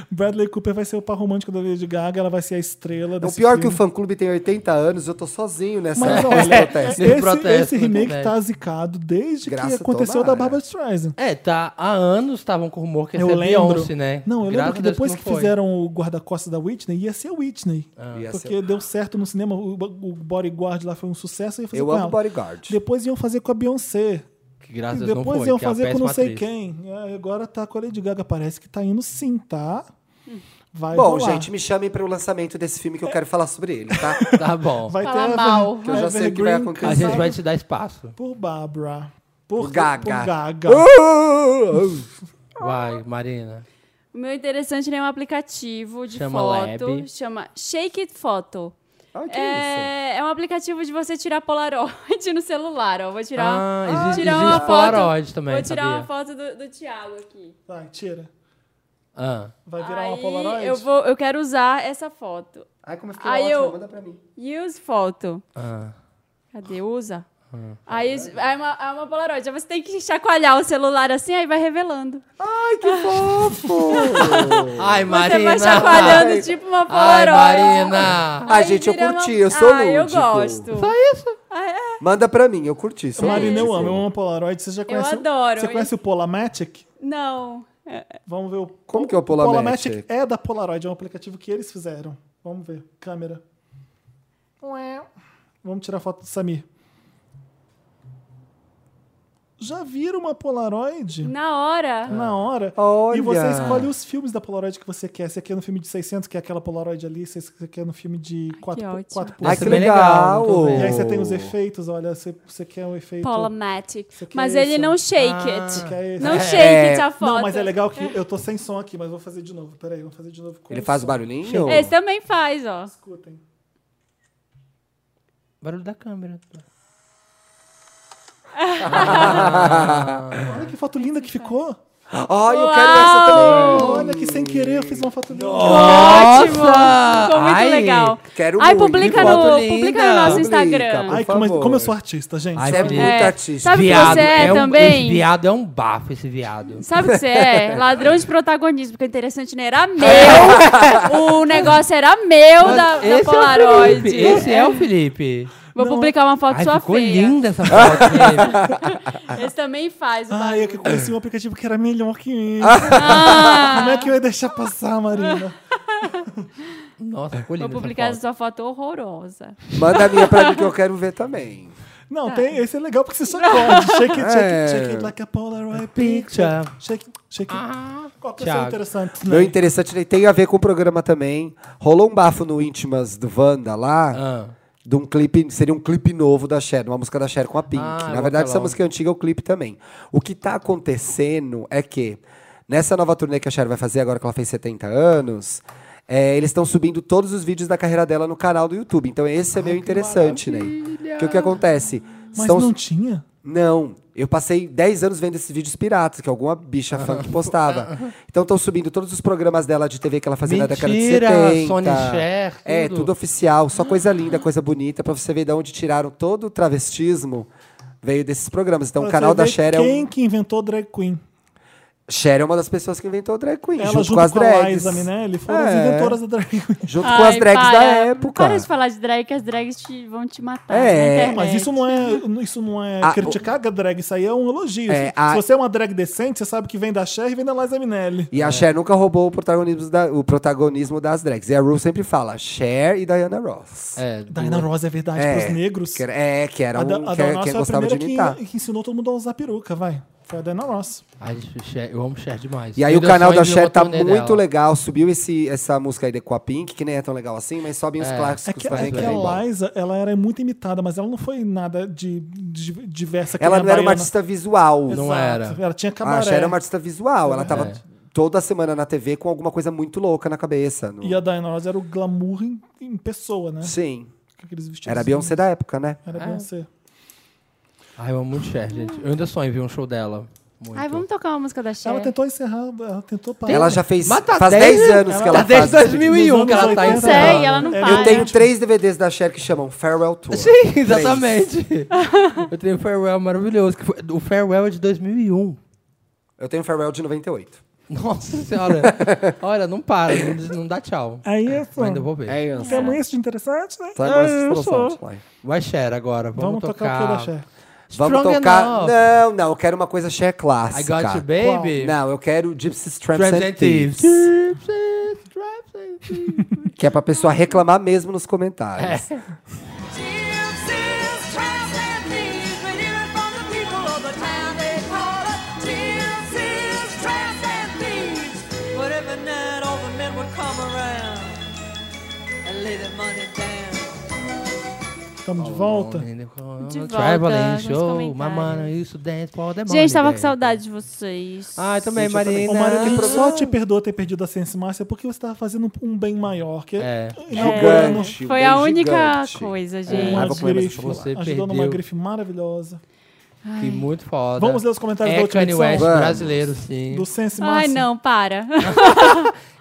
[SPEAKER 1] Bradley Cooper vai ser o par romântico da Lady Gaga, ela vai ser a estrela
[SPEAKER 4] o
[SPEAKER 1] desse
[SPEAKER 4] pior é que o
[SPEAKER 1] filme.
[SPEAKER 4] fã-clube tem 80 anos, eu tô sozinho nessa
[SPEAKER 1] Mas
[SPEAKER 4] nesse
[SPEAKER 1] olha,
[SPEAKER 4] protesto.
[SPEAKER 3] Nesse
[SPEAKER 1] esse,
[SPEAKER 3] protesto,
[SPEAKER 1] esse remake
[SPEAKER 3] muito bem.
[SPEAKER 1] tá zicado desde
[SPEAKER 4] Graças
[SPEAKER 1] que aconteceu
[SPEAKER 4] tomara.
[SPEAKER 1] da Barbara Streisand.
[SPEAKER 3] É, tá. Há anos estavam com rumor que ia
[SPEAKER 1] Eu
[SPEAKER 3] ser
[SPEAKER 1] lembro.
[SPEAKER 3] Beyoncé, né?
[SPEAKER 1] Não, eu
[SPEAKER 3] Graças
[SPEAKER 1] lembro que
[SPEAKER 3] a Deus
[SPEAKER 1] depois
[SPEAKER 3] não
[SPEAKER 1] que,
[SPEAKER 3] foi. Ah.
[SPEAKER 1] fizeram o guarda-costas da Whitney, ia ser a Whitney.
[SPEAKER 4] Ia
[SPEAKER 1] porque
[SPEAKER 4] ser-
[SPEAKER 1] deu certo no cinema, o, o Bodyguard lá foi um sucesso, ia fazer
[SPEAKER 4] Eu
[SPEAKER 1] com
[SPEAKER 4] amo
[SPEAKER 1] ela.
[SPEAKER 4] Bodyguard.
[SPEAKER 1] Depois iam fazer com a Beyoncé.
[SPEAKER 3] Que graças a
[SPEAKER 1] e
[SPEAKER 3] Deus não
[SPEAKER 1] depois
[SPEAKER 3] foi.
[SPEAKER 1] iam
[SPEAKER 3] que é uma
[SPEAKER 1] fazer com não
[SPEAKER 3] péssima
[SPEAKER 1] sei
[SPEAKER 3] atriz.
[SPEAKER 1] quem. É, Agora tá com a Lady Gaga, parece que tá indo sim, tá? Vai
[SPEAKER 4] Bom,
[SPEAKER 1] rolar.
[SPEAKER 4] gente, me chamem para o lançamento desse filme que eu quero falar sobre ele, tá?
[SPEAKER 3] Tá bom.
[SPEAKER 1] vai
[SPEAKER 2] Fala
[SPEAKER 1] ter
[SPEAKER 2] mal.
[SPEAKER 4] Que eu já sei o que vai
[SPEAKER 1] Evergreen
[SPEAKER 4] acontecer.
[SPEAKER 3] A gente
[SPEAKER 1] cansado
[SPEAKER 3] vai te dar espaço.
[SPEAKER 1] Por Barbara. Por,
[SPEAKER 4] Por Gaga.
[SPEAKER 1] Por
[SPEAKER 4] Uh!
[SPEAKER 1] Gaga.
[SPEAKER 3] Vai, Marina.
[SPEAKER 2] O meu interessante ele é um aplicativo de
[SPEAKER 3] Chama
[SPEAKER 2] foto.
[SPEAKER 3] Lab.
[SPEAKER 2] Chama Shake It Photo.
[SPEAKER 4] Ai, que isso?
[SPEAKER 2] É, é um aplicativo de você tirar Polaroid no celular, ó. Vou tirar,
[SPEAKER 3] Ah,
[SPEAKER 2] vou
[SPEAKER 3] exi-
[SPEAKER 2] tirar
[SPEAKER 3] existe
[SPEAKER 2] uma foto.
[SPEAKER 3] Polaroid também,
[SPEAKER 2] Vou tirar
[SPEAKER 3] sabia?
[SPEAKER 2] uma foto do, do Thiago aqui.
[SPEAKER 1] Vai, tira.
[SPEAKER 3] Ah.
[SPEAKER 1] Vai virar
[SPEAKER 2] Aí
[SPEAKER 1] uma Polaroid?
[SPEAKER 2] Eu, vou, eu quero usar essa foto.
[SPEAKER 4] Ai, como eu fiquei
[SPEAKER 2] Aí
[SPEAKER 4] ótima,
[SPEAKER 2] eu-
[SPEAKER 4] manda pra mim.
[SPEAKER 2] Use foto.
[SPEAKER 3] Ah.
[SPEAKER 2] Cadê? Usa.
[SPEAKER 1] Ah.
[SPEAKER 2] Aí isso- é uma, é uma Polaroid. Aí você tem que chacoalhar o celular assim, aí vai revelando.
[SPEAKER 4] Ai, que fofo!
[SPEAKER 3] Ai,
[SPEAKER 2] Você
[SPEAKER 3] Marina.
[SPEAKER 2] vai chacoalhando tipo uma
[SPEAKER 3] Ai,
[SPEAKER 2] Polaroid.
[SPEAKER 3] Marina.
[SPEAKER 4] Ai,
[SPEAKER 2] Aí
[SPEAKER 4] gente, eu
[SPEAKER 2] vira
[SPEAKER 4] curti, eu sou
[SPEAKER 2] ah, eu
[SPEAKER 4] lúdico.
[SPEAKER 2] gosto. Só isso? é.
[SPEAKER 4] Manda pra mim, eu curti. sou
[SPEAKER 1] Marina, eu
[SPEAKER 4] lúdico.
[SPEAKER 1] amo. Eu amo Polaroid. Você já conhece o-
[SPEAKER 2] adoro.
[SPEAKER 1] Você conhece o Polamatic?
[SPEAKER 2] Não. É,
[SPEAKER 1] Vamos ver o...
[SPEAKER 4] Como que é o Polamatic?
[SPEAKER 1] O Polamatic é da Polaroid. É um aplicativo que eles fizeram. Vamos ver. Câmera. Vamos tirar foto do Samir. Já viram uma Polaroid?
[SPEAKER 2] Na hora.
[SPEAKER 1] na hora.
[SPEAKER 4] Olha!
[SPEAKER 1] E você escolhe os filmes da Polaroid que você quer. Você quer no filme de 600, que é aquela Polaroid ali. Você você quer é no filme de
[SPEAKER 2] ótimo.
[SPEAKER 1] 4
[SPEAKER 4] Ai,
[SPEAKER 3] Nossa,
[SPEAKER 2] é
[SPEAKER 4] que
[SPEAKER 3] bem
[SPEAKER 4] legal!
[SPEAKER 3] legal, não tô
[SPEAKER 1] E
[SPEAKER 3] vendo.
[SPEAKER 1] aí você tem os efeitos, olha, você, você quer um efeito...
[SPEAKER 2] Polamatic.
[SPEAKER 1] Isso aqui
[SPEAKER 2] Mas
[SPEAKER 1] é
[SPEAKER 2] ele
[SPEAKER 1] isso.
[SPEAKER 2] não shake
[SPEAKER 1] Você quer
[SPEAKER 2] it.
[SPEAKER 1] esse?
[SPEAKER 2] Não
[SPEAKER 1] É.
[SPEAKER 2] shake it a foto.
[SPEAKER 1] Não, mas é legal que eu tô sem som aqui, mas vou fazer de novo. Peraí, vou fazer de novo. com
[SPEAKER 4] Ele faz
[SPEAKER 1] som.
[SPEAKER 4] barulhinho?
[SPEAKER 2] Esse é também faz, ó.
[SPEAKER 1] Escutem.
[SPEAKER 3] Barulho da câmera.
[SPEAKER 1] Olha que foto linda que ficou.
[SPEAKER 4] Ai, eu quero essa também!
[SPEAKER 1] Olha que sem querer eu fiz uma foto linda.
[SPEAKER 2] Ótimo!
[SPEAKER 3] Nossa!
[SPEAKER 2] Ficou muito
[SPEAKER 3] Ai,
[SPEAKER 2] legal.
[SPEAKER 4] quero
[SPEAKER 2] Ai,
[SPEAKER 4] muito.
[SPEAKER 2] publica
[SPEAKER 3] Que foto
[SPEAKER 2] no,
[SPEAKER 3] linda.
[SPEAKER 2] publica no nosso
[SPEAKER 4] Publica,
[SPEAKER 2] Instagram.
[SPEAKER 4] por
[SPEAKER 1] Ai, como,
[SPEAKER 4] favor.
[SPEAKER 1] como eu sou artista, gente.
[SPEAKER 3] Ai,
[SPEAKER 4] Você é
[SPEAKER 3] Felipe.
[SPEAKER 4] muito
[SPEAKER 2] É.
[SPEAKER 4] artista.
[SPEAKER 2] Sabe o que você é,
[SPEAKER 3] é um,
[SPEAKER 2] também?
[SPEAKER 3] Esse viado é um bafo, esse viado.
[SPEAKER 2] Sabe o que você é? Ladrão de protagonismo, que o interessante não era meu. o negócio era meu da, da
[SPEAKER 3] esse É o
[SPEAKER 2] Polaroid.
[SPEAKER 3] Felipe. Esse é o Felipe.
[SPEAKER 2] Vou publicar uma foto
[SPEAKER 3] Ai,
[SPEAKER 2] sua
[SPEAKER 3] ficou
[SPEAKER 2] feia.
[SPEAKER 3] linda essa foto dele.
[SPEAKER 2] Esse também faz. O
[SPEAKER 1] Ai,
[SPEAKER 2] barulho.
[SPEAKER 1] eu que conheci um aplicativo que era melhor que esse.
[SPEAKER 2] Ah,
[SPEAKER 1] Como é que eu ia deixar passar, Marina?
[SPEAKER 3] Nossa, ficou linda
[SPEAKER 2] Vou
[SPEAKER 3] essa
[SPEAKER 2] publicar
[SPEAKER 3] foto.
[SPEAKER 2] essa foto horrorosa.
[SPEAKER 4] Manda a minha pra mim que eu quero ver também.
[SPEAKER 1] Não, tem, esse é legal porque você só pode. Shake it, shake
[SPEAKER 4] Tá. É.
[SPEAKER 1] it, shake it like a Polaroid picture.
[SPEAKER 3] Picture.
[SPEAKER 1] Shake it, shake it.
[SPEAKER 4] Ah.
[SPEAKER 1] Qual que é o
[SPEAKER 3] Thiago.
[SPEAKER 1] seu interessante?
[SPEAKER 4] Meu interessante né, tem a ver com o programa também. Rolou um bafo no Íntimas do Wanda lá,
[SPEAKER 3] Ah,
[SPEAKER 4] de um clipe, seria um clipe novo da Cher, uma música da Cher com a Pink.
[SPEAKER 3] Ah,
[SPEAKER 4] Na
[SPEAKER 3] Walk
[SPEAKER 4] verdade, essa
[SPEAKER 3] Along.
[SPEAKER 4] música é antiga, o clipe também. O que tá acontecendo é que nessa nova turnê que a Cher vai fazer agora que ela fez 70 anos, é, eles estão subindo todos os vídeos da carreira dela no canal do YouTube. Então esse é meio interessante, né? Que o que acontece?
[SPEAKER 1] Mas
[SPEAKER 4] São-
[SPEAKER 1] não tinha?
[SPEAKER 4] Não, eu passei 10 anos vendo esses vídeos piratas que alguma
[SPEAKER 3] Ah.
[SPEAKER 4] bicha funk postava. Então estão subindo todos os programas dela de TV que ela fazia na década de
[SPEAKER 3] Mentira,
[SPEAKER 4] 70.
[SPEAKER 3] Sony Cher,
[SPEAKER 4] É,
[SPEAKER 3] tudo.
[SPEAKER 4] tudo oficial, só coisa linda, coisa bonita, pra você ver de onde tiraram todo o travestismo veio desses programas. Então
[SPEAKER 1] Pra
[SPEAKER 4] o canal
[SPEAKER 1] você
[SPEAKER 4] da
[SPEAKER 1] ver
[SPEAKER 4] Cher é
[SPEAKER 1] Quem
[SPEAKER 4] um...
[SPEAKER 1] que inventou drag queen?
[SPEAKER 4] Cher é uma das pessoas que inventou o drag queen,
[SPEAKER 1] Ela
[SPEAKER 4] junto, com as
[SPEAKER 1] a
[SPEAKER 4] drags.
[SPEAKER 1] Liza né? Minelli foram as
[SPEAKER 4] É.
[SPEAKER 1] inventoras da drag queen.
[SPEAKER 4] Junto com
[SPEAKER 2] Ai,
[SPEAKER 4] as drags
[SPEAKER 2] para.
[SPEAKER 4] da época.
[SPEAKER 2] Para de falar de drag, que as drags te- vão te matar.
[SPEAKER 4] É,
[SPEAKER 2] na internet.
[SPEAKER 1] Mas isso não é, isso não é
[SPEAKER 4] Ah, o-
[SPEAKER 1] criticar a drag, isso aí é um elogio.
[SPEAKER 4] É,
[SPEAKER 1] Se-
[SPEAKER 4] a-
[SPEAKER 1] Se você é uma drag decente, você sabe que vem da Cher e vem da Liza Minelli.
[SPEAKER 4] E a Cher nunca roubou o protagonismo, da- o protagonismo das drags. E a Ru sempre fala, Cher e Diana Ross.
[SPEAKER 3] é, do-
[SPEAKER 1] Diana Ross é verdade pros negros.
[SPEAKER 4] Que era, é, que era
[SPEAKER 1] a
[SPEAKER 4] um,
[SPEAKER 1] da, a
[SPEAKER 4] que,
[SPEAKER 1] da
[SPEAKER 4] era-
[SPEAKER 1] nossa
[SPEAKER 4] quem
[SPEAKER 1] é a
[SPEAKER 4] gostava de
[SPEAKER 1] primeira
[SPEAKER 4] imitar.
[SPEAKER 1] que, que ensinou todo mundo a usar peruca, vai. Foi a Diana Ross.
[SPEAKER 3] Ai, gente, Cher- eu amo Cher demais.
[SPEAKER 4] E aí
[SPEAKER 3] Eu
[SPEAKER 4] o
[SPEAKER 3] dei um
[SPEAKER 4] canal
[SPEAKER 3] sonho
[SPEAKER 4] da
[SPEAKER 3] de
[SPEAKER 4] Cher
[SPEAKER 3] uma
[SPEAKER 4] tá
[SPEAKER 3] turnê
[SPEAKER 4] muito
[SPEAKER 3] dela.
[SPEAKER 4] legal. Subiu esse, essa música aí de- com a Pink, que nem é tão legal assim, mas sobem os
[SPEAKER 3] É.
[SPEAKER 4] clássicos
[SPEAKER 1] É que,
[SPEAKER 4] também.
[SPEAKER 1] é
[SPEAKER 4] que
[SPEAKER 1] que
[SPEAKER 4] é bem bom.
[SPEAKER 1] a Liza, ela era muito imitada, mas ela não foi nada de, de- de diversa. que
[SPEAKER 4] Ela
[SPEAKER 1] nem
[SPEAKER 4] não
[SPEAKER 1] a
[SPEAKER 4] era uma
[SPEAKER 1] Baiana.
[SPEAKER 4] artista visual.
[SPEAKER 3] Não
[SPEAKER 1] Exato.
[SPEAKER 3] era.
[SPEAKER 1] Ela tinha
[SPEAKER 4] A
[SPEAKER 1] cabaré.
[SPEAKER 4] Cher era uma artista visual. Ela tava
[SPEAKER 3] É.
[SPEAKER 4] toda semana na TV com alguma coisa muito louca na cabeça. no-
[SPEAKER 1] E a Diana Ross era o glamour em, em pessoa, né?
[SPEAKER 4] Sim.
[SPEAKER 1] Com aqueles vestidos. assim.
[SPEAKER 4] Era a Beyoncé da época, né?
[SPEAKER 1] Era Beyoncé.
[SPEAKER 3] Ai, eu amo muito Cher, gente. Eu ainda sonho em ver um show dela. Muito.
[SPEAKER 2] Ai, vamos tocar uma música da Cher.
[SPEAKER 1] Ela tentou encerrar, ela tentou parar.
[SPEAKER 4] Ela já fez.
[SPEAKER 3] Mas tá
[SPEAKER 4] faz 10
[SPEAKER 3] 10
[SPEAKER 4] anos que ela
[SPEAKER 3] tá desde
[SPEAKER 4] faz. esse tipo de-
[SPEAKER 3] 2001 que
[SPEAKER 1] Nos
[SPEAKER 3] ela
[SPEAKER 1] anos
[SPEAKER 3] tá
[SPEAKER 1] 80,
[SPEAKER 3] encerrando.
[SPEAKER 2] Consegue, ela não
[SPEAKER 1] É,
[SPEAKER 2] para.
[SPEAKER 4] Eu tenho três DVDs da Cher que chamam Farewell Tour.
[SPEAKER 3] Sim, exatamente. eu tenho um farewell maravilhoso. Que foi, o farewell é de 2001.
[SPEAKER 4] Eu tenho Farewell de 98.
[SPEAKER 3] Nossa senhora. Olha, não para, não, não dá tchau.
[SPEAKER 1] É isso.
[SPEAKER 3] Eu ainda vou ver.
[SPEAKER 4] isso.
[SPEAKER 1] Temos isso de interessante, né?
[SPEAKER 4] Sai mais
[SPEAKER 3] É
[SPEAKER 4] essa
[SPEAKER 3] isso.
[SPEAKER 4] solução, vai.
[SPEAKER 3] Vai Cher agora.
[SPEAKER 1] Vamos,
[SPEAKER 3] Vamos,
[SPEAKER 1] tocar o que da Cher?
[SPEAKER 4] Vamos
[SPEAKER 3] Strong
[SPEAKER 4] tocar.
[SPEAKER 3] Enough.
[SPEAKER 4] Não, não, eu quero uma coisa Cher
[SPEAKER 3] I
[SPEAKER 4] clássica.
[SPEAKER 3] Got You Baby.
[SPEAKER 4] Não, eu quero Gypsy Tramps
[SPEAKER 3] Traps
[SPEAKER 4] and
[SPEAKER 3] and
[SPEAKER 4] Thieves,
[SPEAKER 3] Thieves. Traps and- Traps and Thieves.
[SPEAKER 4] Que é pra pessoa reclamar mesmo nos comentários.
[SPEAKER 3] É.
[SPEAKER 7] Gypsies, tramps, and thieves. We hear it from the people of the town they call us. Gypsies, tramps, and thieves. But every night all the men would come around and lay their money down.
[SPEAKER 1] Estamos de volta.
[SPEAKER 2] De volta,
[SPEAKER 3] Traveling
[SPEAKER 2] nos
[SPEAKER 3] show,
[SPEAKER 2] comentários.
[SPEAKER 3] mamana, isso, dance, for the money,
[SPEAKER 2] Gente, tava com
[SPEAKER 3] baby.
[SPEAKER 2] saudade de vocês.
[SPEAKER 3] Ai, também,
[SPEAKER 4] Gente, eu também.
[SPEAKER 1] Ô,
[SPEAKER 3] Marina.
[SPEAKER 1] Mário, a gente
[SPEAKER 4] Não.
[SPEAKER 1] só te perdoa ter perdido a Sense Márcia porque você tava fazendo um bem maior. Que
[SPEAKER 3] É.
[SPEAKER 1] inaugurando-
[SPEAKER 4] Gigante.
[SPEAKER 2] Foi a
[SPEAKER 4] bem
[SPEAKER 2] única
[SPEAKER 4] gigante.
[SPEAKER 2] coisa,
[SPEAKER 4] É. Ah,
[SPEAKER 2] gente.
[SPEAKER 4] vou comer mais
[SPEAKER 1] grife,
[SPEAKER 3] pra você,
[SPEAKER 1] ajudando
[SPEAKER 3] perdeu.
[SPEAKER 1] uma grife maravilhosa.
[SPEAKER 3] Que muito foda.
[SPEAKER 1] Vamos ler os comentários
[SPEAKER 3] é
[SPEAKER 1] da última
[SPEAKER 3] Kanye
[SPEAKER 1] edição?
[SPEAKER 3] West
[SPEAKER 4] Vamos.
[SPEAKER 3] brasileiro, sim.
[SPEAKER 1] Do Sense
[SPEAKER 2] Ai,
[SPEAKER 1] Márcia.
[SPEAKER 2] não, para.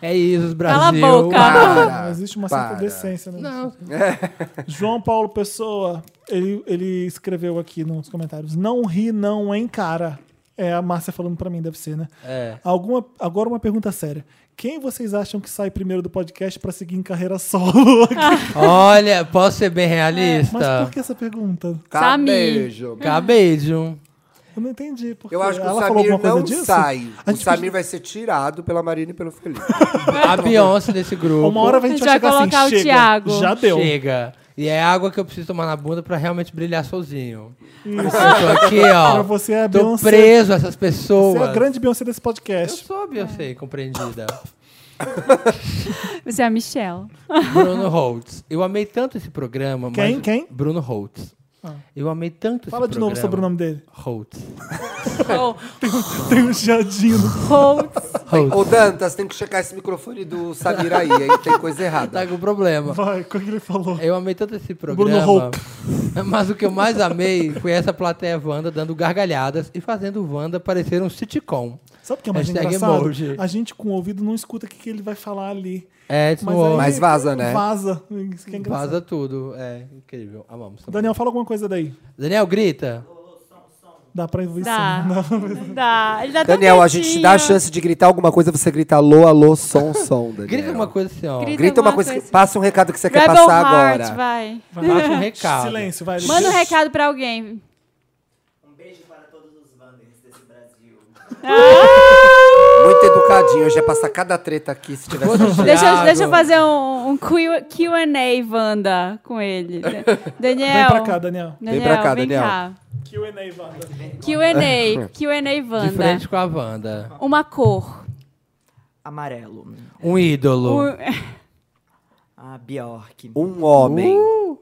[SPEAKER 3] É isso,
[SPEAKER 2] Cala a
[SPEAKER 3] Brasil.
[SPEAKER 2] boca.
[SPEAKER 1] Não existe uma
[SPEAKER 4] Para. É.
[SPEAKER 1] certa decência, né?
[SPEAKER 3] Não.
[SPEAKER 1] João Paulo Pessoa, ele, ele escreveu aqui nos comentários: Não ri, não, hein, cara? É a Márcia falando pra mim, deve ser, né?
[SPEAKER 3] É.
[SPEAKER 1] Alguma, agora uma pergunta séria. Quem vocês acham que sai primeiro do podcast pra seguir em carreira solo?
[SPEAKER 3] Olha, posso ser
[SPEAKER 2] É,
[SPEAKER 3] bem
[SPEAKER 1] Mas
[SPEAKER 3] realista?
[SPEAKER 4] Tá.
[SPEAKER 1] por que essa pergunta?
[SPEAKER 2] Samir.
[SPEAKER 4] Cabejo.
[SPEAKER 3] Cabejo.
[SPEAKER 1] Eu não entendi. Porque
[SPEAKER 4] Eu acho que
[SPEAKER 1] ela
[SPEAKER 4] o
[SPEAKER 1] falou alguma
[SPEAKER 4] Samir
[SPEAKER 1] coisa
[SPEAKER 4] não
[SPEAKER 1] disso?
[SPEAKER 4] sai.
[SPEAKER 1] A
[SPEAKER 4] O
[SPEAKER 1] gente
[SPEAKER 4] Samir vai ser tirado pela Marina e pelo Felipe.
[SPEAKER 3] A Beyoncé desse grupo.
[SPEAKER 1] Uma hora a gente vai, chegar
[SPEAKER 2] colocar
[SPEAKER 1] assim,
[SPEAKER 2] o
[SPEAKER 1] chega,
[SPEAKER 2] Thiago.
[SPEAKER 1] Já deu.
[SPEAKER 3] Chega. E é água que eu preciso tomar na bunda pra realmente brilhar sozinho. Eu tô aqui, ó.
[SPEAKER 1] Pra você é a
[SPEAKER 3] tô
[SPEAKER 1] Beyoncé.
[SPEAKER 3] preso a essas pessoas.
[SPEAKER 1] Você é a grande Beyoncé desse
[SPEAKER 3] Eu
[SPEAKER 1] podcast.
[SPEAKER 3] sou a Beyoncé, compreendida.
[SPEAKER 2] Você é a Michelle.
[SPEAKER 3] Bruno Holtz. Eu amei tanto esse programa.
[SPEAKER 1] Quem?
[SPEAKER 3] mas-
[SPEAKER 1] Quem? Ah.
[SPEAKER 3] Bruno Holtz. Eu amei tanto
[SPEAKER 1] Fala
[SPEAKER 3] esse
[SPEAKER 1] de
[SPEAKER 3] programa.
[SPEAKER 1] novo sobre o nome dele.
[SPEAKER 3] Holtz.
[SPEAKER 1] Tem um jadinho. no-
[SPEAKER 3] Holtz.
[SPEAKER 4] Ô, Dantas, tem que checar esse microfone do Samir aí, hein? Tem coisa
[SPEAKER 3] Tá
[SPEAKER 4] errada.
[SPEAKER 3] com problema.
[SPEAKER 1] Vai, o que ele falou?
[SPEAKER 3] Eu amei tanto esse
[SPEAKER 1] Bruno
[SPEAKER 3] programa. Mas o que eu mais amei foi essa plateia Wanda dando gargalhadas e fazendo Wanda parecer um sitcom.
[SPEAKER 1] Sabe o que é mais
[SPEAKER 3] Hashtag
[SPEAKER 1] engraçado?
[SPEAKER 3] emoji.
[SPEAKER 1] A gente com o ouvido não escuta o que, que ele vai falar ali.
[SPEAKER 3] É, isso
[SPEAKER 1] Mas,
[SPEAKER 3] não-
[SPEAKER 1] aí-
[SPEAKER 4] Mas vaza, né?
[SPEAKER 1] Vaza. Isso que é engraçado.
[SPEAKER 3] vaza tudo. É incrível. Amamos. também.
[SPEAKER 1] Daniel, fala alguma coisa daí.
[SPEAKER 3] Daniel, grita.
[SPEAKER 1] Dá pra ouvir
[SPEAKER 2] Dá.
[SPEAKER 1] sim. Dá.
[SPEAKER 2] Dá. Ele
[SPEAKER 3] tá
[SPEAKER 2] dá tão
[SPEAKER 4] Daniel, a gente te dá a
[SPEAKER 2] quietinho.
[SPEAKER 4] chance de gritar alguma coisa, você grita alô, alô, som, som, Daniel.
[SPEAKER 3] Grita uma coisa assim, ó.
[SPEAKER 2] Grita.
[SPEAKER 4] Grita uma
[SPEAKER 2] alguma
[SPEAKER 4] coisa, que-
[SPEAKER 2] coisa.
[SPEAKER 4] passa um recado que você quer
[SPEAKER 2] Rebel
[SPEAKER 4] passar
[SPEAKER 2] Heart,
[SPEAKER 4] agora.
[SPEAKER 2] vai.
[SPEAKER 3] Baixa um recado.
[SPEAKER 1] Silêncio, vai.
[SPEAKER 2] Manda um recado pra alguém.
[SPEAKER 3] Um
[SPEAKER 2] Ah,
[SPEAKER 4] Muito educadinho, hoje ia passar cada treta aqui se tivesse.
[SPEAKER 2] Deixa, eu-
[SPEAKER 3] Thiago.
[SPEAKER 2] deixa eu fazer um, um Q- Q&A, Wanda, com ele.
[SPEAKER 1] Vem
[SPEAKER 2] Daniel.
[SPEAKER 1] pra cá, Daniel.
[SPEAKER 2] Daniel,
[SPEAKER 4] Vem pra cá,
[SPEAKER 2] vem
[SPEAKER 4] Daniel.
[SPEAKER 2] cá.
[SPEAKER 1] Q&A, Wanda.
[SPEAKER 2] Q&A, Q&A,
[SPEAKER 3] De
[SPEAKER 2] Wanda.
[SPEAKER 3] frente com a Wanda.
[SPEAKER 2] Uma cor.
[SPEAKER 10] Amarelo.
[SPEAKER 3] Um ídolo.
[SPEAKER 2] Um-
[SPEAKER 10] A Bjork.
[SPEAKER 4] Um homem.
[SPEAKER 1] Uh.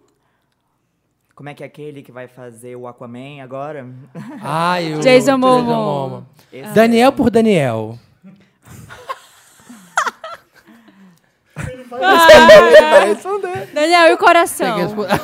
[SPEAKER 10] Como é que é aquele que vai fazer o Aquaman agora?
[SPEAKER 3] Ai, o
[SPEAKER 2] Jason Momoa. é
[SPEAKER 10] Esse
[SPEAKER 3] Daniel por Daniel.
[SPEAKER 2] Daniel, e o
[SPEAKER 3] Tem
[SPEAKER 2] coração?
[SPEAKER 3] que responder.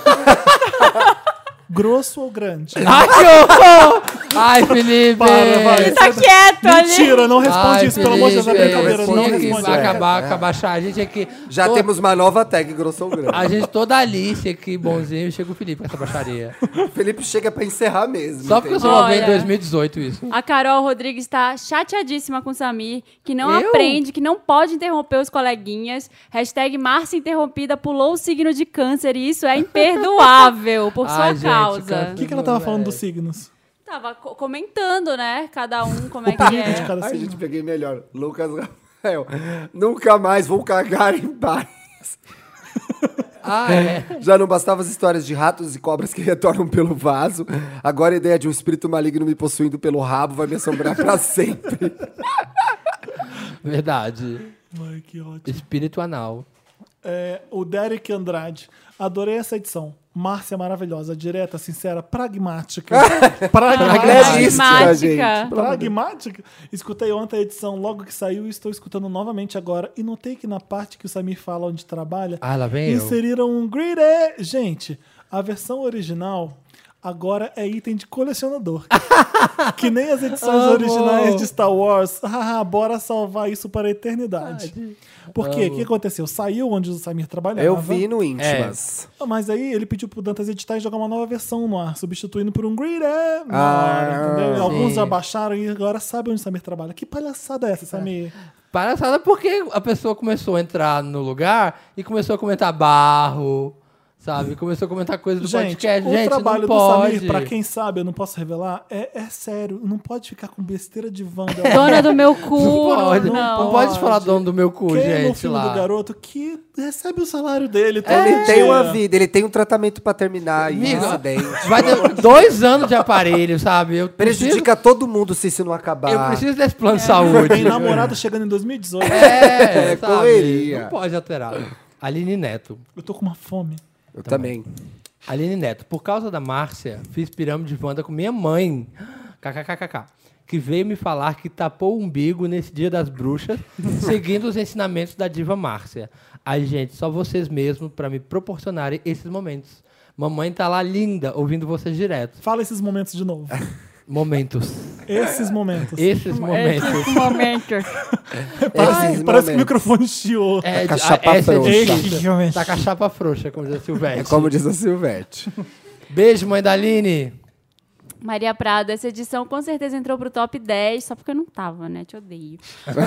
[SPEAKER 1] Grosso ou grande?
[SPEAKER 3] Ai, que horror! Ai, Felipe!
[SPEAKER 1] Para, vai.
[SPEAKER 2] Ele tá quieto ali.
[SPEAKER 1] Mentira, não responde
[SPEAKER 3] Ai,
[SPEAKER 1] isso, pelo amor de Deus, é
[SPEAKER 3] Felipe,
[SPEAKER 1] brincadeira. Não
[SPEAKER 3] tinha que
[SPEAKER 1] responde.
[SPEAKER 3] acabar, acabar, achar. A gente aqui.
[SPEAKER 4] É. Já
[SPEAKER 3] to-
[SPEAKER 4] temos uma nova tag, grosso ou grande.
[SPEAKER 3] A gente toda Alice aqui, bonzinho, e chega o Felipe com essa baixaria.
[SPEAKER 4] O Felipe chega pra encerrar mesmo.
[SPEAKER 3] Só porque eu
[SPEAKER 4] entende?
[SPEAKER 3] sou uma vez em
[SPEAKER 2] Olha.
[SPEAKER 3] 2018 isso.
[SPEAKER 2] A Carol Rodrigues está chateadíssima com o Samir, que não
[SPEAKER 3] Eu?
[SPEAKER 2] aprende, que não pode interromper os coleguinhas. Hashtag Márcia Interrompida pulou o signo de câncer e isso é imperdoável por sua
[SPEAKER 3] Ai, gente,
[SPEAKER 2] causa.
[SPEAKER 1] O
[SPEAKER 3] câncer.
[SPEAKER 1] que, que ela tava falando dos signos?
[SPEAKER 2] Tava co- comentando, né? Cada um como é
[SPEAKER 1] O
[SPEAKER 2] que
[SPEAKER 1] perigo de assim,
[SPEAKER 2] é.
[SPEAKER 1] cada
[SPEAKER 4] Ai, assim, gente,
[SPEAKER 1] signo.
[SPEAKER 4] peguei melhor. Lucas Rafael. Nunca mais vou cagar em paz.
[SPEAKER 3] Ah, é.
[SPEAKER 4] Já não bastavam as histórias de ratos e cobras que retornam pelo vaso. Agora a ideia de um espírito maligno me possuindo pelo rabo vai me assombrar pra sempre.
[SPEAKER 3] Verdade.
[SPEAKER 1] Ai, que ótimo.
[SPEAKER 3] Espírito anal.
[SPEAKER 1] É, o Derek Andrade. Adorei essa edição. Márcia é maravilhosa, direta, sincera, pragmática. pragmática.
[SPEAKER 4] Pragmática, gente.
[SPEAKER 1] Pragmática? Escutei ontem a edição logo que saiu e estou escutando novamente agora. E notei que na parte que o Samir fala onde trabalha,
[SPEAKER 3] Ah, lá vem eu.
[SPEAKER 1] inseriram um greeter. Gente, a versão original agora é item de colecionador. que nem as edições
[SPEAKER 3] Amo.
[SPEAKER 1] originais de Star Wars. Haha, bora salvar isso para a eternidade. Por quê? O que aconteceu? Saiu onde o Samir trabalhava.
[SPEAKER 4] Eu vi no Íntimas.
[SPEAKER 1] Ah, Mas aí ele pediu pro Dantas editar e jogar uma nova versão no ar, substituindo por um Greeter. na
[SPEAKER 4] Ah,
[SPEAKER 1] hora, entendeu? Alguns
[SPEAKER 3] sim.
[SPEAKER 1] já baixaram e agora sabe onde o Samir trabalha. Que palhaçada é essa, Samir?
[SPEAKER 3] Palhaçada porque a pessoa começou a entrar no lugar e começou a comentar barro, sabe? Começou a comentar coisa do
[SPEAKER 1] Gente,
[SPEAKER 3] podcast.
[SPEAKER 1] o
[SPEAKER 3] gente,
[SPEAKER 1] trabalho
[SPEAKER 3] não
[SPEAKER 1] do
[SPEAKER 3] pode.
[SPEAKER 1] Samir, pra quem sabe, eu não posso revelar, é, é sério. Não pode ficar com besteira de Wanda.
[SPEAKER 2] Dona do meu cu.
[SPEAKER 3] Não pode,
[SPEAKER 2] não.
[SPEAKER 3] não,
[SPEAKER 1] não
[SPEAKER 3] pode
[SPEAKER 1] pode.
[SPEAKER 3] falar dono do meu cu,
[SPEAKER 1] Queima o
[SPEAKER 3] gente,
[SPEAKER 1] filho
[SPEAKER 3] lá.
[SPEAKER 1] do garoto que recebe o salário dele. tá? todo
[SPEAKER 4] Ele
[SPEAKER 1] dia.
[SPEAKER 4] tem uma vida, ele tem um tratamento pra terminar e um
[SPEAKER 3] Amigo,
[SPEAKER 4] acidente.
[SPEAKER 3] Vai ter dois anos de aparelho, sabe? Eu preciso,
[SPEAKER 4] Prejudica todo mundo se isso não acabar.
[SPEAKER 3] eu preciso desse plano de saúde.
[SPEAKER 1] Tem namorado chegando em 2018.
[SPEAKER 3] É, sabe?
[SPEAKER 4] correria.
[SPEAKER 3] Não pode alterar. Aline Neto.
[SPEAKER 1] Eu tô com uma fome.
[SPEAKER 4] Eu também.
[SPEAKER 3] Aline Neto, por causa da Márcia, fiz pirâmide de Wanda com minha mãe. KKKKK. Que veio me falar que tapou o umbigo nesse dia das bruxas, seguindo os ensinamentos da diva Márcia. Ai, gente, só vocês mesmos para me proporcionarem esses momentos. Mamãe tá lá linda, ouvindo vocês direto.
[SPEAKER 1] Fala esses momentos de novo.
[SPEAKER 3] Momentos.
[SPEAKER 1] Esses momentos.
[SPEAKER 3] Esses momentos.
[SPEAKER 2] Esses momentos.
[SPEAKER 1] Parece, parece que
[SPEAKER 4] Esses
[SPEAKER 1] o
[SPEAKER 4] momentos.
[SPEAKER 1] microfone chiou.
[SPEAKER 3] É,
[SPEAKER 4] Tá com a
[SPEAKER 3] a-
[SPEAKER 4] chapa
[SPEAKER 3] essa é
[SPEAKER 4] frouxa.
[SPEAKER 3] difícil.
[SPEAKER 1] Efetivamente.
[SPEAKER 3] Tá com a chapa frouxa, como diz a Silvestre.
[SPEAKER 4] É como diz a Silvete.
[SPEAKER 3] Beijo, mãe da Aline.
[SPEAKER 2] Maria Prado, essa edição com certeza entrou pro top 10, só porque eu não tava, né? Te odeio.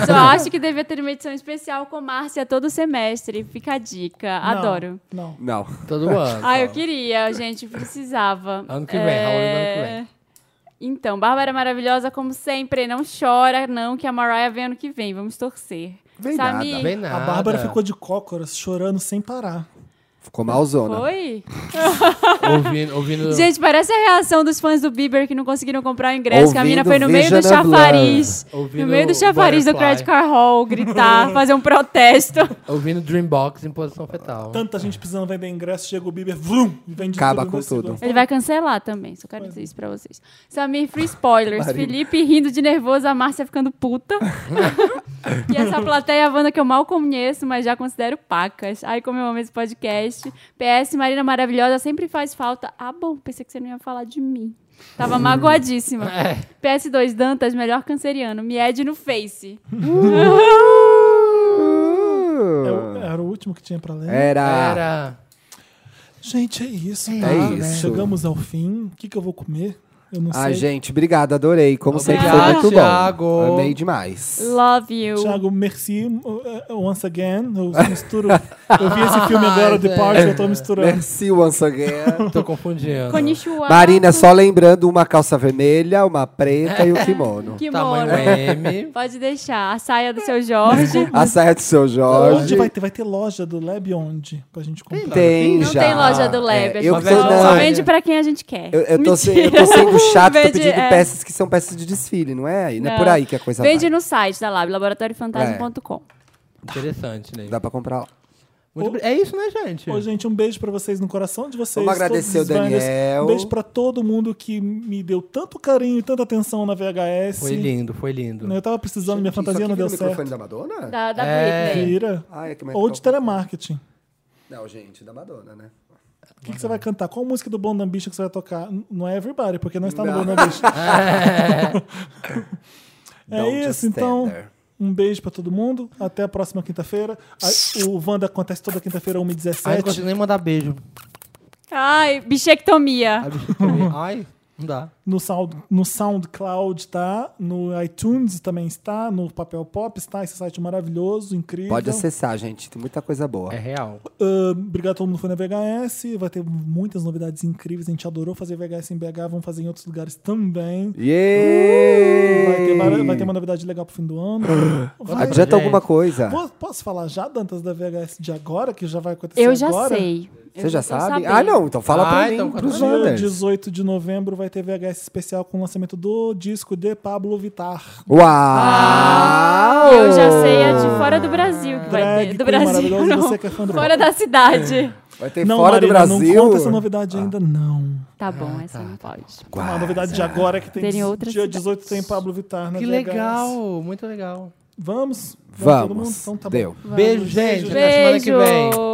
[SPEAKER 2] Só acho que devia ter uma edição especial com Márcia todo semestre. Fica a dica.
[SPEAKER 1] Não,
[SPEAKER 2] Adoro.
[SPEAKER 1] Não.
[SPEAKER 4] Não.
[SPEAKER 3] Todo ano.
[SPEAKER 2] Ah, eu queria, gente, precisava. É,
[SPEAKER 3] Ano que vem, Halloween do ano que vem.
[SPEAKER 2] Então, Bárbara Maravilhosa, como sempre, não chora, não, que a Mariah vem ano que vem. Vamos torcer.
[SPEAKER 4] Vem
[SPEAKER 2] Samir,
[SPEAKER 4] nada,
[SPEAKER 3] Tá Bem nada.
[SPEAKER 1] A Bárbara ficou de cócoras, chorando sem parar.
[SPEAKER 4] Ficou malzona.
[SPEAKER 2] Foi?
[SPEAKER 3] ouvindo, ouvindo
[SPEAKER 2] Gente, parece a reação dos fãs do Bieber que não conseguiram comprar o ingresso, que a mina
[SPEAKER 4] Ouvindo
[SPEAKER 2] foi no meio do
[SPEAKER 4] Vision of
[SPEAKER 2] chafariz.
[SPEAKER 3] Love. Ouvindo
[SPEAKER 2] No meio do chafariz do
[SPEAKER 3] Butterfly.
[SPEAKER 2] Credit Card Hall, gritar, fazer um protesto.
[SPEAKER 3] ouvindo Dreambox em posição fetal.
[SPEAKER 1] Tanta gente precisando vender ingresso, chega o Bieber, vrum, e vende
[SPEAKER 4] Acaba
[SPEAKER 1] tudo. em dois
[SPEAKER 4] com tudo.
[SPEAKER 1] segundos.
[SPEAKER 2] Ele vai cancelar também, só quero dizer isso pra vocês. Samir, free spoilers. Felipe rindo de nervoso, a Márcia ficando puta. e essa plateia Wanda que eu mal conheço, mas já considero pacas. Ai, como eu amo esse podcast. PS, Marina Maravilhosa sempre faz falta. Ah, bom, pensei que você não ia falar de mim. Tava
[SPEAKER 3] Hum.
[SPEAKER 2] magoadíssima.
[SPEAKER 3] É,
[SPEAKER 2] PS2 Dantas, melhor canceriano. Mied no Face.
[SPEAKER 4] Uh. Ah.
[SPEAKER 1] É o- Era o último que tinha pra ler.
[SPEAKER 4] Era.
[SPEAKER 3] Era.
[SPEAKER 1] Gente, é isso.
[SPEAKER 4] É
[SPEAKER 1] tá?
[SPEAKER 4] isso.
[SPEAKER 1] Chegamos ao fim. O que, que eu vou comer? Eu não
[SPEAKER 4] Ah,
[SPEAKER 1] sei.
[SPEAKER 4] gente, obrigado, adorei. Como sempre, foi
[SPEAKER 3] Obrigado,
[SPEAKER 4] muito bom.
[SPEAKER 3] Thiago.
[SPEAKER 4] Amei demais.
[SPEAKER 2] Love you.
[SPEAKER 1] Thiago, merci uh, uh, once again. Eu misturo. eu vi esse filme agora,
[SPEAKER 3] Ai,
[SPEAKER 1] The Party, eu tô
[SPEAKER 3] velho.
[SPEAKER 1] misturando.
[SPEAKER 4] Merci once again.
[SPEAKER 3] Tô confundindo.
[SPEAKER 2] Konnichiwa.
[SPEAKER 4] Marina, só lembrando, uma calça vermelha, uma preta e o kimono.
[SPEAKER 2] Kimono.
[SPEAKER 3] Tamanho M.
[SPEAKER 2] Pode deixar. A saia do seu Jorge.
[SPEAKER 4] A saia do seu
[SPEAKER 1] Onde
[SPEAKER 4] Jorge.
[SPEAKER 1] vai ter? Vai ter loja do Lab onde? Pra gente comprar.
[SPEAKER 4] Tem
[SPEAKER 2] Não
[SPEAKER 4] já.
[SPEAKER 2] tem loja do Lab.
[SPEAKER 4] É,
[SPEAKER 2] a
[SPEAKER 4] eu,
[SPEAKER 2] gente
[SPEAKER 4] tô,
[SPEAKER 3] vai
[SPEAKER 2] só
[SPEAKER 3] na-
[SPEAKER 2] só
[SPEAKER 4] não,
[SPEAKER 2] vende pra quem a gente quer.
[SPEAKER 4] eu, eu tô se- eu
[SPEAKER 2] Mentira.
[SPEAKER 4] tô sendo chato, tô
[SPEAKER 2] Vende-
[SPEAKER 4] pedindo
[SPEAKER 2] é.
[SPEAKER 4] peças que são peças de desfile, não é? E Não, é por
[SPEAKER 2] Não.
[SPEAKER 4] aí que a coisa
[SPEAKER 2] Vende
[SPEAKER 4] vai.
[SPEAKER 2] no site da Lab, laboratoriofantasma.com.
[SPEAKER 3] Interessante, né?
[SPEAKER 4] Dá pra comprar lá.
[SPEAKER 3] Muito bri- É isso, né, gente?
[SPEAKER 1] Ô, gente, um beijo pra vocês no coração de vocês.
[SPEAKER 4] Vamos agradecer
[SPEAKER 1] todos os
[SPEAKER 4] o Daniel.
[SPEAKER 1] bangers. Um beijo pra todo mundo que me deu tanto carinho e tanta atenção na VHS.
[SPEAKER 3] Foi lindo, foi lindo.
[SPEAKER 1] Eu tava precisando, minha fantasia não deu certo.
[SPEAKER 4] da Madonna?
[SPEAKER 2] Da, da
[SPEAKER 3] É.
[SPEAKER 2] Britney.
[SPEAKER 1] Vira.
[SPEAKER 4] Ai, como é que
[SPEAKER 1] Ou
[SPEAKER 4] tá
[SPEAKER 1] de
[SPEAKER 4] o-
[SPEAKER 1] telemarketing.
[SPEAKER 4] Não, gente, da Madonna, né?
[SPEAKER 1] O que, que você vai cantar? Qual música do Blondie Ambition que você vai tocar? N- Não é Everybody, porque não está no Blondie Ambition.
[SPEAKER 4] Don't
[SPEAKER 1] é
[SPEAKER 4] just
[SPEAKER 1] isso,
[SPEAKER 4] stand
[SPEAKER 1] então.
[SPEAKER 4] there.
[SPEAKER 1] Um beijo pra todo mundo. Até a próxima quinta-feira. A- O Wanda acontece toda quinta-feira,
[SPEAKER 3] Ai, não consigo
[SPEAKER 1] 1h17.
[SPEAKER 3] nem mandar beijo.
[SPEAKER 2] Ai, bichectomia.
[SPEAKER 3] Ai, bicho, pra mim. Ai, não dá.
[SPEAKER 1] No, Sound, no SoundCloud tá. No iTunes também está. No Papel Pop está. Esse site maravilhoso, incrível.
[SPEAKER 4] Pode acessar, gente. Tem muita coisa boa.
[SPEAKER 3] É real.
[SPEAKER 1] Ah, obrigado a todo mundo que foi na VHS. Vai ter muitas novidades incríveis. A gente adorou fazer VHS em BH. Vamos fazer em outros lugares também.
[SPEAKER 4] Yeah!
[SPEAKER 1] Uh, Vai ter, várias- vai ter uma novidade legal pro fim do ano. Vai.
[SPEAKER 4] Adianta
[SPEAKER 3] Gente.
[SPEAKER 4] alguma coisa.
[SPEAKER 1] Po- Posso falar já, Dantas, da VHS de agora, que já vai acontecer
[SPEAKER 2] Eu já
[SPEAKER 1] agora?
[SPEAKER 2] sei.
[SPEAKER 4] Você
[SPEAKER 2] Eu
[SPEAKER 4] já
[SPEAKER 2] tô
[SPEAKER 4] sabe?
[SPEAKER 2] sabendo.
[SPEAKER 4] Ah, não. Então fala pra
[SPEAKER 3] Ah,
[SPEAKER 4] mim,
[SPEAKER 3] então
[SPEAKER 4] pros
[SPEAKER 3] conta pra
[SPEAKER 1] Dia
[SPEAKER 4] others.
[SPEAKER 1] 18 de novembro vai ter VHS especial com o lançamento do disco de Pablo Vittar.
[SPEAKER 4] Uau!
[SPEAKER 1] Ah!
[SPEAKER 2] E Eu já sei a de fora do Brasil que vai
[SPEAKER 1] Drag
[SPEAKER 2] ter. Do
[SPEAKER 1] queen
[SPEAKER 2] Brasil.
[SPEAKER 1] maravilhosa,
[SPEAKER 2] não.
[SPEAKER 1] você que é fã do
[SPEAKER 2] Fora da cidade.
[SPEAKER 4] Vai ter fora do
[SPEAKER 1] Marina,
[SPEAKER 4] Brasil. Ah.
[SPEAKER 1] não conta essa novidade ainda, não.
[SPEAKER 2] Tá bom, essa não pode.
[SPEAKER 1] A novidade de agora é que tem
[SPEAKER 2] Terem
[SPEAKER 1] dia
[SPEAKER 2] outras
[SPEAKER 1] 18 tem Pablo Vittar na
[SPEAKER 3] Que
[SPEAKER 1] VHS.
[SPEAKER 3] legal, muito legal.
[SPEAKER 1] Vamos? todo mundo?
[SPEAKER 4] Vamos.
[SPEAKER 1] Então tá bom.
[SPEAKER 4] Deu.
[SPEAKER 3] Beijo, gente. Até semana que
[SPEAKER 2] Beijo.
[SPEAKER 3] vem.